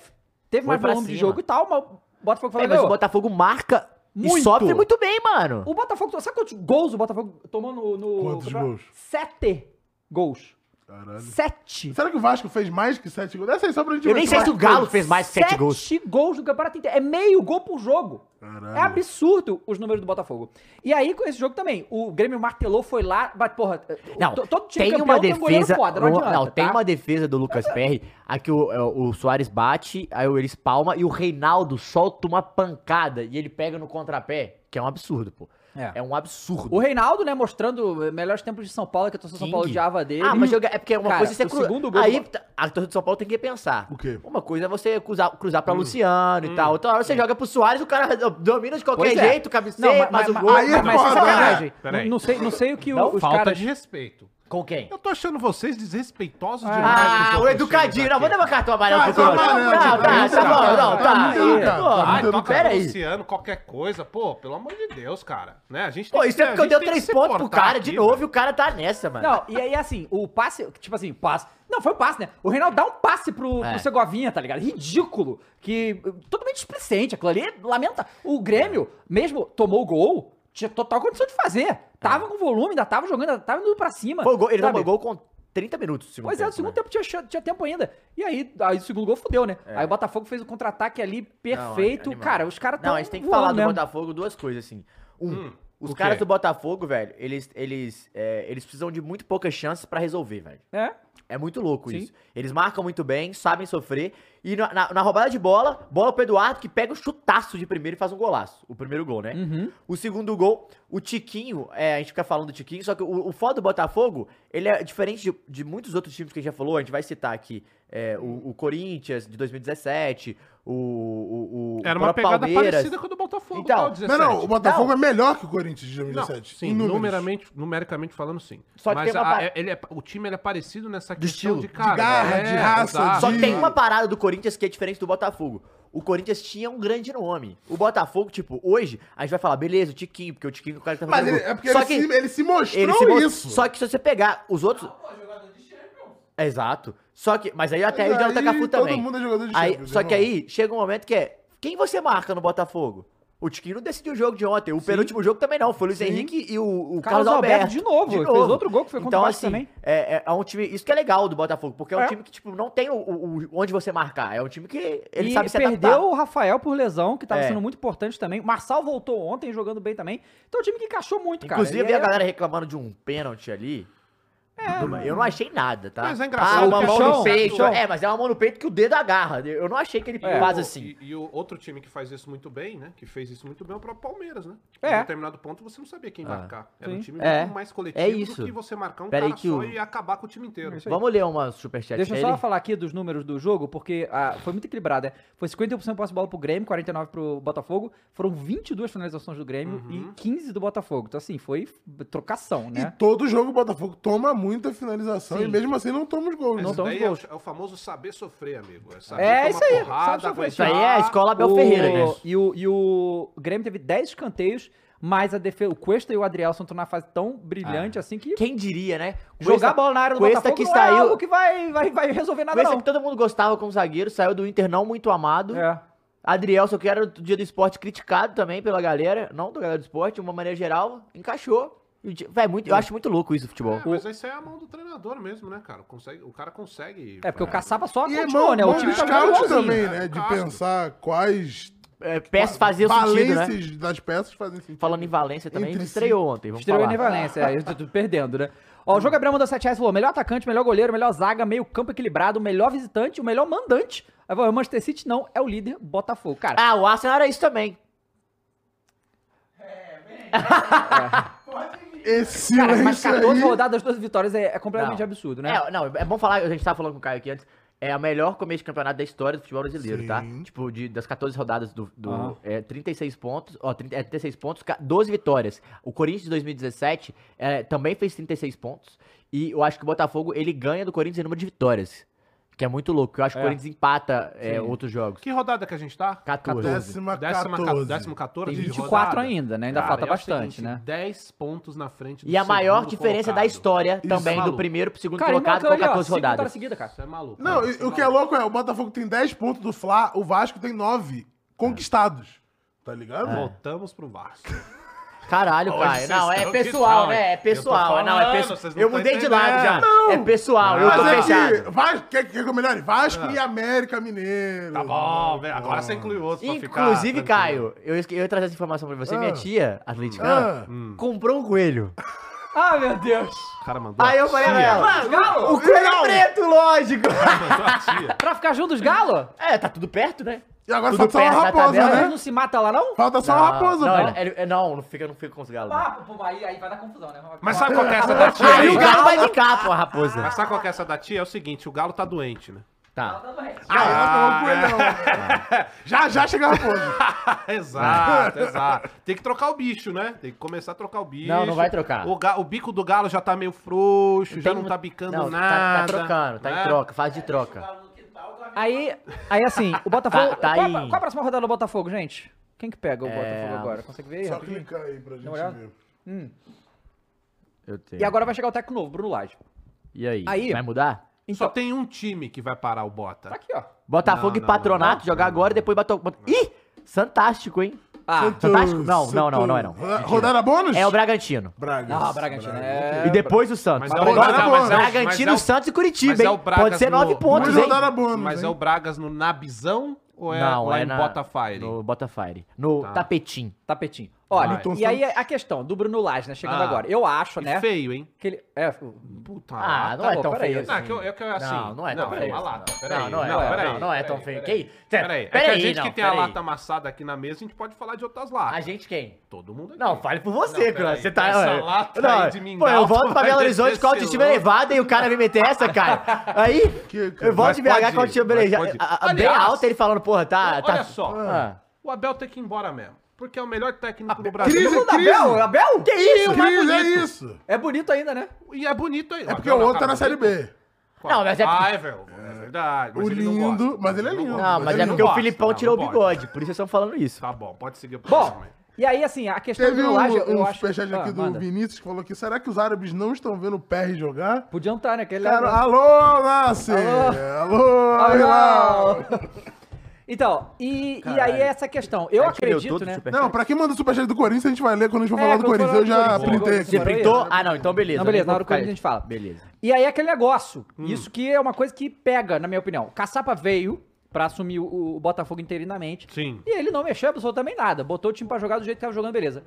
S1: teve
S4: Foi
S1: mais
S4: pra
S1: volume de
S4: cima.
S1: jogo e tal, mas o Botafogo falou,
S4: É, mas o
S1: "Meu,
S4: Botafogo marca
S1: Muito.
S4: e sofre muito bem, mano.
S1: O Botafogo. Sabe quantos gols o Botafogo tomou no. no
S2: Quantos
S1: campeonato?
S2: gols?
S1: Sete gols.
S2: Caralho.
S1: Sete.
S2: Será que o Vasco fez mais que 7 gols? Essa aí é só pra gente
S4: Eu nem
S2: ver
S4: sei se o
S2: vai-
S4: Galo fez mais que sete
S1: Sete
S4: gols.
S1: gols no campeonato inteiro. É meio gol por jogo.
S2: Caralho.
S1: É absurdo os números do Botafogo. E aí, com esse jogo também, o Grêmio martelou, foi lá, bate, porra,
S4: Não,
S1: to- todo time
S4: tem
S1: campeão
S4: uma
S1: tem um goleiro
S4: defesa.
S1: foda, não,
S4: não,
S1: adianta,
S4: não, tem
S1: tá?
S4: uma defesa do Lucas Perry. Aqui o, é, o Soares bate, aí o Elis palma e o Reinaldo solta uma pancada e ele pega no contrapé, que é um absurdo, pô.
S1: É.
S4: É, um absurdo.
S1: O Reinaldo, né, mostrando eh, melhores tempos de São Paulo, que a torcida de São
S4: King.
S1: Paulo odiava dele.
S4: Ah, mas eu- é porque uma
S1: Cara,
S4: coisa é você
S1: o
S4: cru...
S1: segundo gol
S4: Aí
S1: do-
S4: tá- a torcida de São Paulo tem que pensar.
S2: O quê?
S4: Uma coisa é você cruzar, cruzar
S1: Hum.
S4: pra Luciano e tal. Outra hora você joga pro Soares, o cara domina de qualquer
S1: Pois é.
S4: jeito, cabeceia,
S1: Não, mas-
S4: mas,
S1: mas-
S4: o gol.
S2: aí é
S1: Mas sem
S2: foda,
S1: sacanagem.
S3: né? Peraí.
S1: Não, não sei, não sei o que o-
S4: Não,
S1: os
S3: Falta
S1: caras...
S3: de respeito.
S4: Com quem?
S3: Eu tô achando vocês desrespeitosos demais. com os
S4: Ah, o
S1: é
S3: outros
S4: educadinho.
S3: times
S4: Não,
S3: aqui.
S4: vou dar uma cartão amarelo pro
S2: Cartão
S4: Cross. Não,
S2: amarelo,
S4: não, tá,
S2: tá
S4: tá bom,
S2: muito
S4: não, tá.
S2: educado,
S4: aí,
S2: cara.
S4: pô,
S3: Ai,
S2: Não,
S3: toca
S4: Pera
S3: pro
S4: aí.
S3: Luciano, qualquer coisa. Pô, pelo amor de Deus, cara. Né? A gente
S4: Pô,
S3: tem
S4: isso
S3: que-
S4: é porque
S3: a
S4: eu
S3: gente
S4: dei
S3: tem que
S4: três
S3: se
S4: pontos pro
S3: portar
S4: cara
S3: aqui,
S4: de novo e
S3: velho.
S4: o cara tá nessa, mano.
S1: Não, e aí assim, o passe, tipo assim, passe. Não, foi o passe, né? O Reinaldo dá um passe pro,
S4: É.
S1: pro Segovinha, tá ligado? Ridículo. Que. Totalmente displicente. Aquilo ali é lamenta. O Grêmio, mesmo tomou o gol, tinha total condição de fazer. Tava com volume, ainda tava jogando, ainda tava indo pra cima.
S4: É. Foi o gol- ele
S1: sabe?
S4: tomou gol com 30 minutos. no segundo
S1: Pois é, no
S4: tempo,
S1: segundo
S4: né?
S1: tempo tinha, chan- tinha tempo ainda. E aí, aí o segundo gol fudeu, né? Aí o Botafogo fez o contra-ataque ali perfeito.
S4: É. animal.
S1: cara, os caras Tá tão.
S4: Não, a gente tem que
S1: voando
S4: falar do
S1: mesmo.
S4: Botafogo duas coisas, assim. Um, os
S3: Hum. o
S4: caras
S3: quê?
S4: do Botafogo, velho, eles, eles, é, eles precisam de muito poucas chances pra resolver, velho.
S1: É.
S4: É muito louco
S1: Sim.
S4: isso. Eles marcam muito bem, sabem sofrer. E na, na- na roubada de bola, bola pro Eduardo que pega o chutaço de primeiro e faz um golaço. O primeiro gol, né?
S1: Uhum.
S4: O segundo gol, o Tiquinho, é, a gente fica falando do Tiquinho, só que o, o foda do Botafogo, ele é diferente de, de muitos outros times que a gente já falou, a gente vai citar aqui é, o, o Corinthians de 2017, o. o, o
S3: Era
S4: o
S3: uma
S4: próprio
S3: pegada
S4: Palmeiras.
S3: parecida com a do Botafogo, tá,
S4: Então,
S3: tal,
S2: Não,
S3: 17.
S2: não, o Botafogo
S4: Não.
S2: é melhor que o Corinthians de
S3: Não,
S2: 2017.
S3: sim,
S2: em números.
S3: numeramente, numericamente falando, sim.
S4: Só que
S3: Mas
S4: tem uma
S3: a-
S4: par-
S3: é- ele é- o time ele é parecido nessa questão
S4: estilo,
S3: de
S4: de
S3: cara.
S2: garra,
S3: é,
S2: de raça,
S3: exato.
S4: Só que tem
S2: Sim.
S4: uma parada do Corinthians que é diferente do Botafogo. O Corinthians tinha um grande nome. O Botafogo, tipo, hoje, a gente vai falar, beleza, o Tiquinho, porque o Tiquinho é o cara que tá
S2: Mas
S4: fazendo.
S2: ele,
S4: gol.
S2: é porque
S4: só
S2: ele,
S4: que
S2: se, ele se mostrou
S4: ele se mostra-
S2: isso.
S4: Só que se você pegar os outros. Exato. Só que. Mas aí até
S2: Mas
S4: o Jonathan
S2: aí
S4: Cafu também.
S2: Todo mundo é jogador de
S4: Aí,
S2: Champions,
S4: só
S2: irmão.
S4: que aí chega um momento que é. Quem você marca no Botafogo? O Tiquinho não decidiu o jogo de ontem. O penúltimo jogo também não. Foi o Luiz Henrique e o, o
S1: Carlos
S4: Carlos,
S1: Alberto
S4: Alberto.
S1: de novo, fez outro gol que foi contra o
S4: então,
S1: Vasco
S4: assim,
S1: também.
S4: É, é- é um time. Isso que é legal do Botafogo, porque é um
S1: É.
S4: time que, tipo, não tem o, o- o- onde você marcar. É um time que ele
S1: e
S4: sabe se
S1: perdeu
S4: adaptar.
S1: o Rafael por lesão, que tava
S4: É.
S1: sendo muito importante também. O Marçal voltou ontem jogando bem também. Então é um time que encaixou muito, cara.
S4: Inclusive, é
S1: E
S4: a
S1: aí- é
S4: galera reclamando de um pênalti ali. eu não achei nada, tá?
S3: Mas é engraçado,
S4: Ah, uma
S1: porque
S4: mão
S1: chão,
S4: no peito.
S1: chão.
S4: É, mas é uma mão no peito que o dedo agarra. Eu não achei que ele
S1: É.
S4: faz
S3: o-
S4: assim.
S3: E, e o outro time que faz isso muito bem, né? Que fez isso muito bem é o próprio Palmeiras, né?
S1: É.
S3: Em determinado ponto você não sabia quem
S4: Ah,
S3: marcar. Era um
S1: sim.
S3: time
S4: É,
S3: muito mais coletivo
S4: é isso.
S3: do que você marcar um
S4: Pera aí
S3: cara
S4: que
S3: só
S4: o-
S3: e acabar com o time inteiro.
S1: isso aí.
S4: Vamos ler uma superchat
S1: Deixa eu
S4: dele?
S1: só falar aqui dos números do jogo, porque ah, foi muito equilibrado, né? Foi 51% posse de bola pro Grêmio, 49% pro Botafogo. Foram 22 finalizações do Grêmio
S3: Uhum.
S1: e 15 do Botafogo. Então, assim, foi trocação,
S2: E
S1: né?
S2: todo jogo o Botafogo toma muita finalização
S1: Sim.
S2: e mesmo assim não toma os gols.
S1: Não
S2: né?
S3: Isso
S1: toma os
S3: daí é, o-
S1: gols.
S3: é o famoso saber sofrer, amigo. É, saber
S1: É,
S3: tomar
S1: isso aí, sabe
S3: Porrada,
S1: sofrer.
S4: Isso aí é a escola Abel Ferreira, né?
S1: E o, e o Grêmio teve 10 escanteios, mas a defesa, o Cuesta e o Adrielson estão na fase tão brilhante assim que
S4: Quem diria, né?
S1: jogar a bola na área do
S4: Ah. Cuesta
S1: Botafogo
S4: que
S1: não é
S4: saiu-
S1: algo que vai, vai, vai resolver nada,
S4: Pensa
S1: não.
S4: que todo mundo gostava como zagueiro, saiu do Inter não muito amado.
S1: É.
S4: Adriel, só que era do dia do esporte criticado também pela galera, não da galera do esporte, de uma maneira geral, encaixou. E o time- Véi, é muito, eu acho muito louco isso do futebol.
S3: É, mas isso aí é a mão do treinador mesmo, né, cara? Consegue, o cara consegue.
S1: É, porque o Caçapa só
S2: E é
S1: continuou,
S2: mão,
S1: né? O
S2: mão
S1: time
S2: de
S1: tá jogando
S2: scout
S1: igualzinho.
S2: também,
S3: É,
S2: né? De
S3: castro.
S2: pensar quais
S4: É, peças faziam sentido, né?
S2: valências das peças fazem sentido.
S4: Falando em Valência também,
S2: Entre si.
S4: estreou ontem, vamos
S1: Estreou
S4: falar.
S1: em Valência, é, eu tô- tô perdendo, né? Ó, o Jogo Gabriel mandou 7 reais e falou: melhor atacante, melhor goleiro, melhor zaga, meio campo equilibrado, melhor visitante, o melhor mandante. Aí falou, Manchester City não, é o líder, Botafogo. Cara,
S4: Ah, o Arsenal era isso também.
S2: Esse
S1: cara mas
S2: silêncio
S1: 14
S2: aí...
S1: rodadas, 12 vitórias é, é completamente
S4: Não.
S1: absurdo, né?
S4: É, não, é bom falar, a gente tava falando com o Caio aqui antes, é a melhor começo de campeonato da história do futebol brasileiro,
S2: Sim.
S4: tá? Tipo, de, das 14 rodadas do, do
S1: Aham.
S4: é, 36 pontos, ó, 30, é, 36 pontos, ca- 12 vitórias. O Corinthians de 2017 é, também fez 36 pontos e eu acho que o Botafogo, ele ganha do Corinthians em número de vitórias, que é muito louco, eu acho que
S1: É.
S4: o Corinthians empata é,
S1: Sim.
S4: outros jogos.
S3: Que rodada que a gente tá?
S4: 14.
S2: Décima
S3: 14.
S2: 14.
S3: Décima 14
S1: Tem
S3: de
S1: 24
S3: rodada.
S1: ainda, né? Ainda
S3: Cara,
S1: falta
S3: é o
S1: bastante,
S3: seguinte,
S1: né?
S3: 10 pontos na frente
S4: E a maior
S3: segundo
S4: diferença é
S3: colocado.
S4: da história
S2: Isso
S4: também,
S3: é
S4: do
S3: maluco.
S4: primeiro pro segundo
S1: Cara, ele
S4: colocado,
S1: marcou
S4: um
S1: ali,
S4: com
S1: ó,
S4: 14
S1: cinco
S4: rodadas.
S1: vitórias seguidas, cara.
S3: Isso é maluco.
S2: Não,
S3: cara,
S2: e-
S3: isso
S2: o que é
S3: maluco.
S2: louco é, o Botafogo tem 10 pontos do Fla, o Vasco tem 9 conquistados. Tá ligado?
S1: É.
S3: Voltamos
S2: <laughs>
S3: pro Vasco.
S4: Caralho,
S3: Hoje
S4: cara.
S3: vocês
S4: Não, é
S3: estão
S4: pessoal,
S3: que
S4: né? É
S3: tal.
S4: pessoal.
S3: Eu tô
S4: não, é
S3: falando,
S4: pessoal.
S3: vocês não
S4: Eu
S3: tão
S4: mudei de lado já.
S2: entendendo.
S4: É pessoal, eu
S3: Ah,
S4: tô
S2: Mas é que,
S4: fechado.
S2: Vasco, quer, quer que eu melhore? Vasco e América Mineiro.
S3: Tá bom, velho. Agora você inclui outro pra ficar
S4: Inclusive,
S3: tranquilo.
S4: Caio, eu, esque- eu ia trazer essa informação pra você.
S2: Ah.
S4: Minha tia, atleticana,
S2: Ah,
S4: comprou um coelho.
S1: Ah, meu Deus!
S3: O cara mandou
S4: Aí eu falei pra ela, o coelho é
S2: legal.
S4: preto, lógico.
S3: mandou a tia.
S1: Pra ficar junto dos galo?
S4: É, tá tudo perto, né?
S2: e agora
S4: Tudo
S2: falta só uma
S4: perto da
S2: raposa,
S4: tabela,
S1: Elas
S2: né?
S1: não se matam lá, não?
S2: Falta só
S3: Ah,
S4: Não,
S2: uma raposa,
S4: não,
S2: pô.
S4: ela- ela- é, não, não fica, não fica com os galos. não.
S1: Ah, pô, aí, aí vai dar confusão, né?
S3: Mas sabe qual que é essa da tia?
S4: Aí
S3: aí?
S4: o galo vai ficar, pô, a raposa.
S3: Mas sabe qual que é essa da tia? É o seguinte, o galo tá doente, né?
S4: Tá.
S2: Ah,
S3: Ah,
S2: ela pegou o
S3: <laughs>
S2: coelhão. Já, já chega a raposa.
S3: exato, exato. Tem que trocar o bicho, né? Tem que começar a trocar o bicho.
S4: Não, não vai trocar.
S3: O, ga- o bico do galo já tá meio frouxo, já
S4: Tem-
S3: não tá bicando
S4: não, tá-
S3: nada.
S4: Tá, trocando, tá
S3: né?
S4: em troca, faz de troca.
S1: Aí, aí assim, o Botafogo.
S4: Tá- tá
S1: qual, é
S4: aí. É.
S1: a- qual a próxima rodada do Botafogo, gente? Quem que pega o Botafogo agora? Consegue ver? aí,
S2: Só
S1: rapidinho?
S2: clicar aí pra gente
S1: uma olhada?
S2: ver.
S4: Eu tenho.
S1: E agora vai chegar o técnico novo, Bruno Lage.
S4: E aí?
S1: Aí-
S4: Vai mudar?
S3: Só
S1: Então,
S3: tem um time que vai parar o
S1: tá
S3: Bota.
S1: aqui, ó.
S4: Botafogo
S3: Não,
S4: e
S3: não,
S4: Patronato,
S3: não,
S4: jogar
S3: não,
S4: agora
S3: não.
S4: e depois Botafogo. Ih! Fantástico, hein?
S1: Ah,
S4: Fantástico? Não, não, não, não é não.
S2: Roda- Rodada bônus?
S4: É o Bragantino.
S2: Braga.
S1: ah, Bragantino. É...
S4: E depois o Santos.
S3: Mas é o
S4: Agora-
S2: Braga- mas é o-
S4: Bragantino,
S3: mas é o-
S4: Santos e
S3: mas
S4: Curitiba,
S3: é
S4: hein?
S3: o Bragas
S4: Pode ser
S3: no-
S4: nove pontos,
S2: Mas
S4: hein?
S2: rodada bônus,
S3: Mas
S2: hein?
S3: é o Bragas no Nabizão ou é lá em
S4: na-
S3: Botafire?
S4: No Botafire. No
S3: Tá.
S4: Tapetim.
S1: Tapetinho. Olha,
S2: Vai.
S1: e aí a questão do Bruno Lage, né? Chegando
S3: Ah.
S1: agora. Eu acho,
S3: E
S1: né?
S3: feio, hein?
S1: Que ele. É,
S3: Puta.
S4: Ah,
S3: lata.
S4: não
S1: tá
S4: é
S1: bom,
S4: tão
S1: peraí.
S4: feio.
S3: não, é
S4: assim.
S3: que eu, é que eu assim.
S4: Não, não é tão
S3: é
S4: feio.
S3: uma lata. Peraí,
S4: não, não é,
S1: não,
S4: não,
S1: peraí,
S4: não, não é tão feio. Quem?
S3: Peraí, é que a
S4: Peraí,
S3: gente
S4: não,
S3: que tem
S4: peraí.
S3: a lata amassada aqui na mesa, a gente pode falar de outras latas.
S4: A gente quem?
S3: Todo mundo aqui.
S4: Não, fale por você,
S3: Não,
S4: cara.
S3: peraí.
S4: Você tá.
S3: Essa
S4: olha,
S3: lata aí de mingau,
S4: Pô, eu volto pra
S3: vai
S4: Belo Horizonte com a
S3: descer
S4: autoestima
S3: louco.
S4: elevada e o cara me meter essa, cara. Aí,
S2: Que- que-
S4: eu volto de BH
S3: mas
S4: com a
S3: pode ir,
S4: autoestima
S3: mas
S4: beleja-
S3: pode ir.
S4: a- a- bem
S3: Aliás,
S4: alta ele falando, porra, tá.
S3: Olha
S4: tá-
S3: só.
S4: Ah.
S3: O Abel tem que ir embora mesmo. Porque é o melhor técnico do Brasil.
S2: Crise,
S1: Bruno da
S2: crise.
S1: Abel? Abel? Que isso?
S3: Não é
S2: Cris, é
S3: bonito.
S2: isso.
S1: É bonito ainda, né?
S3: E é bonito aí.
S2: É porque o outro tá na Série B.
S4: Não, mas é-
S3: Ah, é, velho. É verdade. Mas
S2: O
S3: ele não
S2: lindo,
S3: gosta.
S2: mas ele é
S3: não
S2: lindo.
S3: gosta.
S4: Não, mas
S2: Ele
S4: é
S2: não
S4: porque o
S3: gosta.
S4: Filipão
S3: Não,
S4: tirou o
S3: não pode.
S4: bigode, por isso vocês estão falando isso.
S3: Tá bom, pode seguir o próximo.
S1: Bom,
S3: aí.
S1: e aí, assim, a questão
S2: Teve
S1: do
S2: um,
S1: Laje, eu
S2: um
S1: acho...
S2: superchat aqui
S1: Ah,
S2: do
S1: manda.
S2: Vinícius que falou que será que os árabes não estão vendo o PR jogar?
S1: Podia entrar, né? Que ele
S2: Cara, ah,
S1: era-
S2: alô, Nasser! Alô,
S1: Ah,
S2: alô Hilal!
S1: Então, e, e aí
S4: Caralho.
S1: é essa questão. Eu
S4: A gente leu
S1: acredito,
S4: todo o
S1: né?
S4: superchat.
S2: Não, pra quem manda superchat do Corinthians, a gente vai ler quando a gente for
S1: É,
S2: falar do
S1: quando
S2: Corinthians.
S1: falar
S2: Eu
S1: do
S2: já
S1: Corinthians.
S2: printei
S1: Boa.
S2: aqui.
S4: Você
S1: Agora
S4: printou?
S1: eu-
S4: Ah, não, então beleza.
S1: Não, beleza,
S4: eu
S1: na
S4: vou
S1: hora que a
S4: ficar-
S1: gente fala.
S4: Beleza.
S1: E aí é aquele negócio.
S3: Hum.
S1: Isso que é uma coisa que pega, na minha opinião. Caçapa veio pra assumir o, o Botafogo interinamente.
S3: Sim.
S1: E ele não mexeu absolutamente nada. Botou o time pra jogar do jeito que tava jogando, beleza.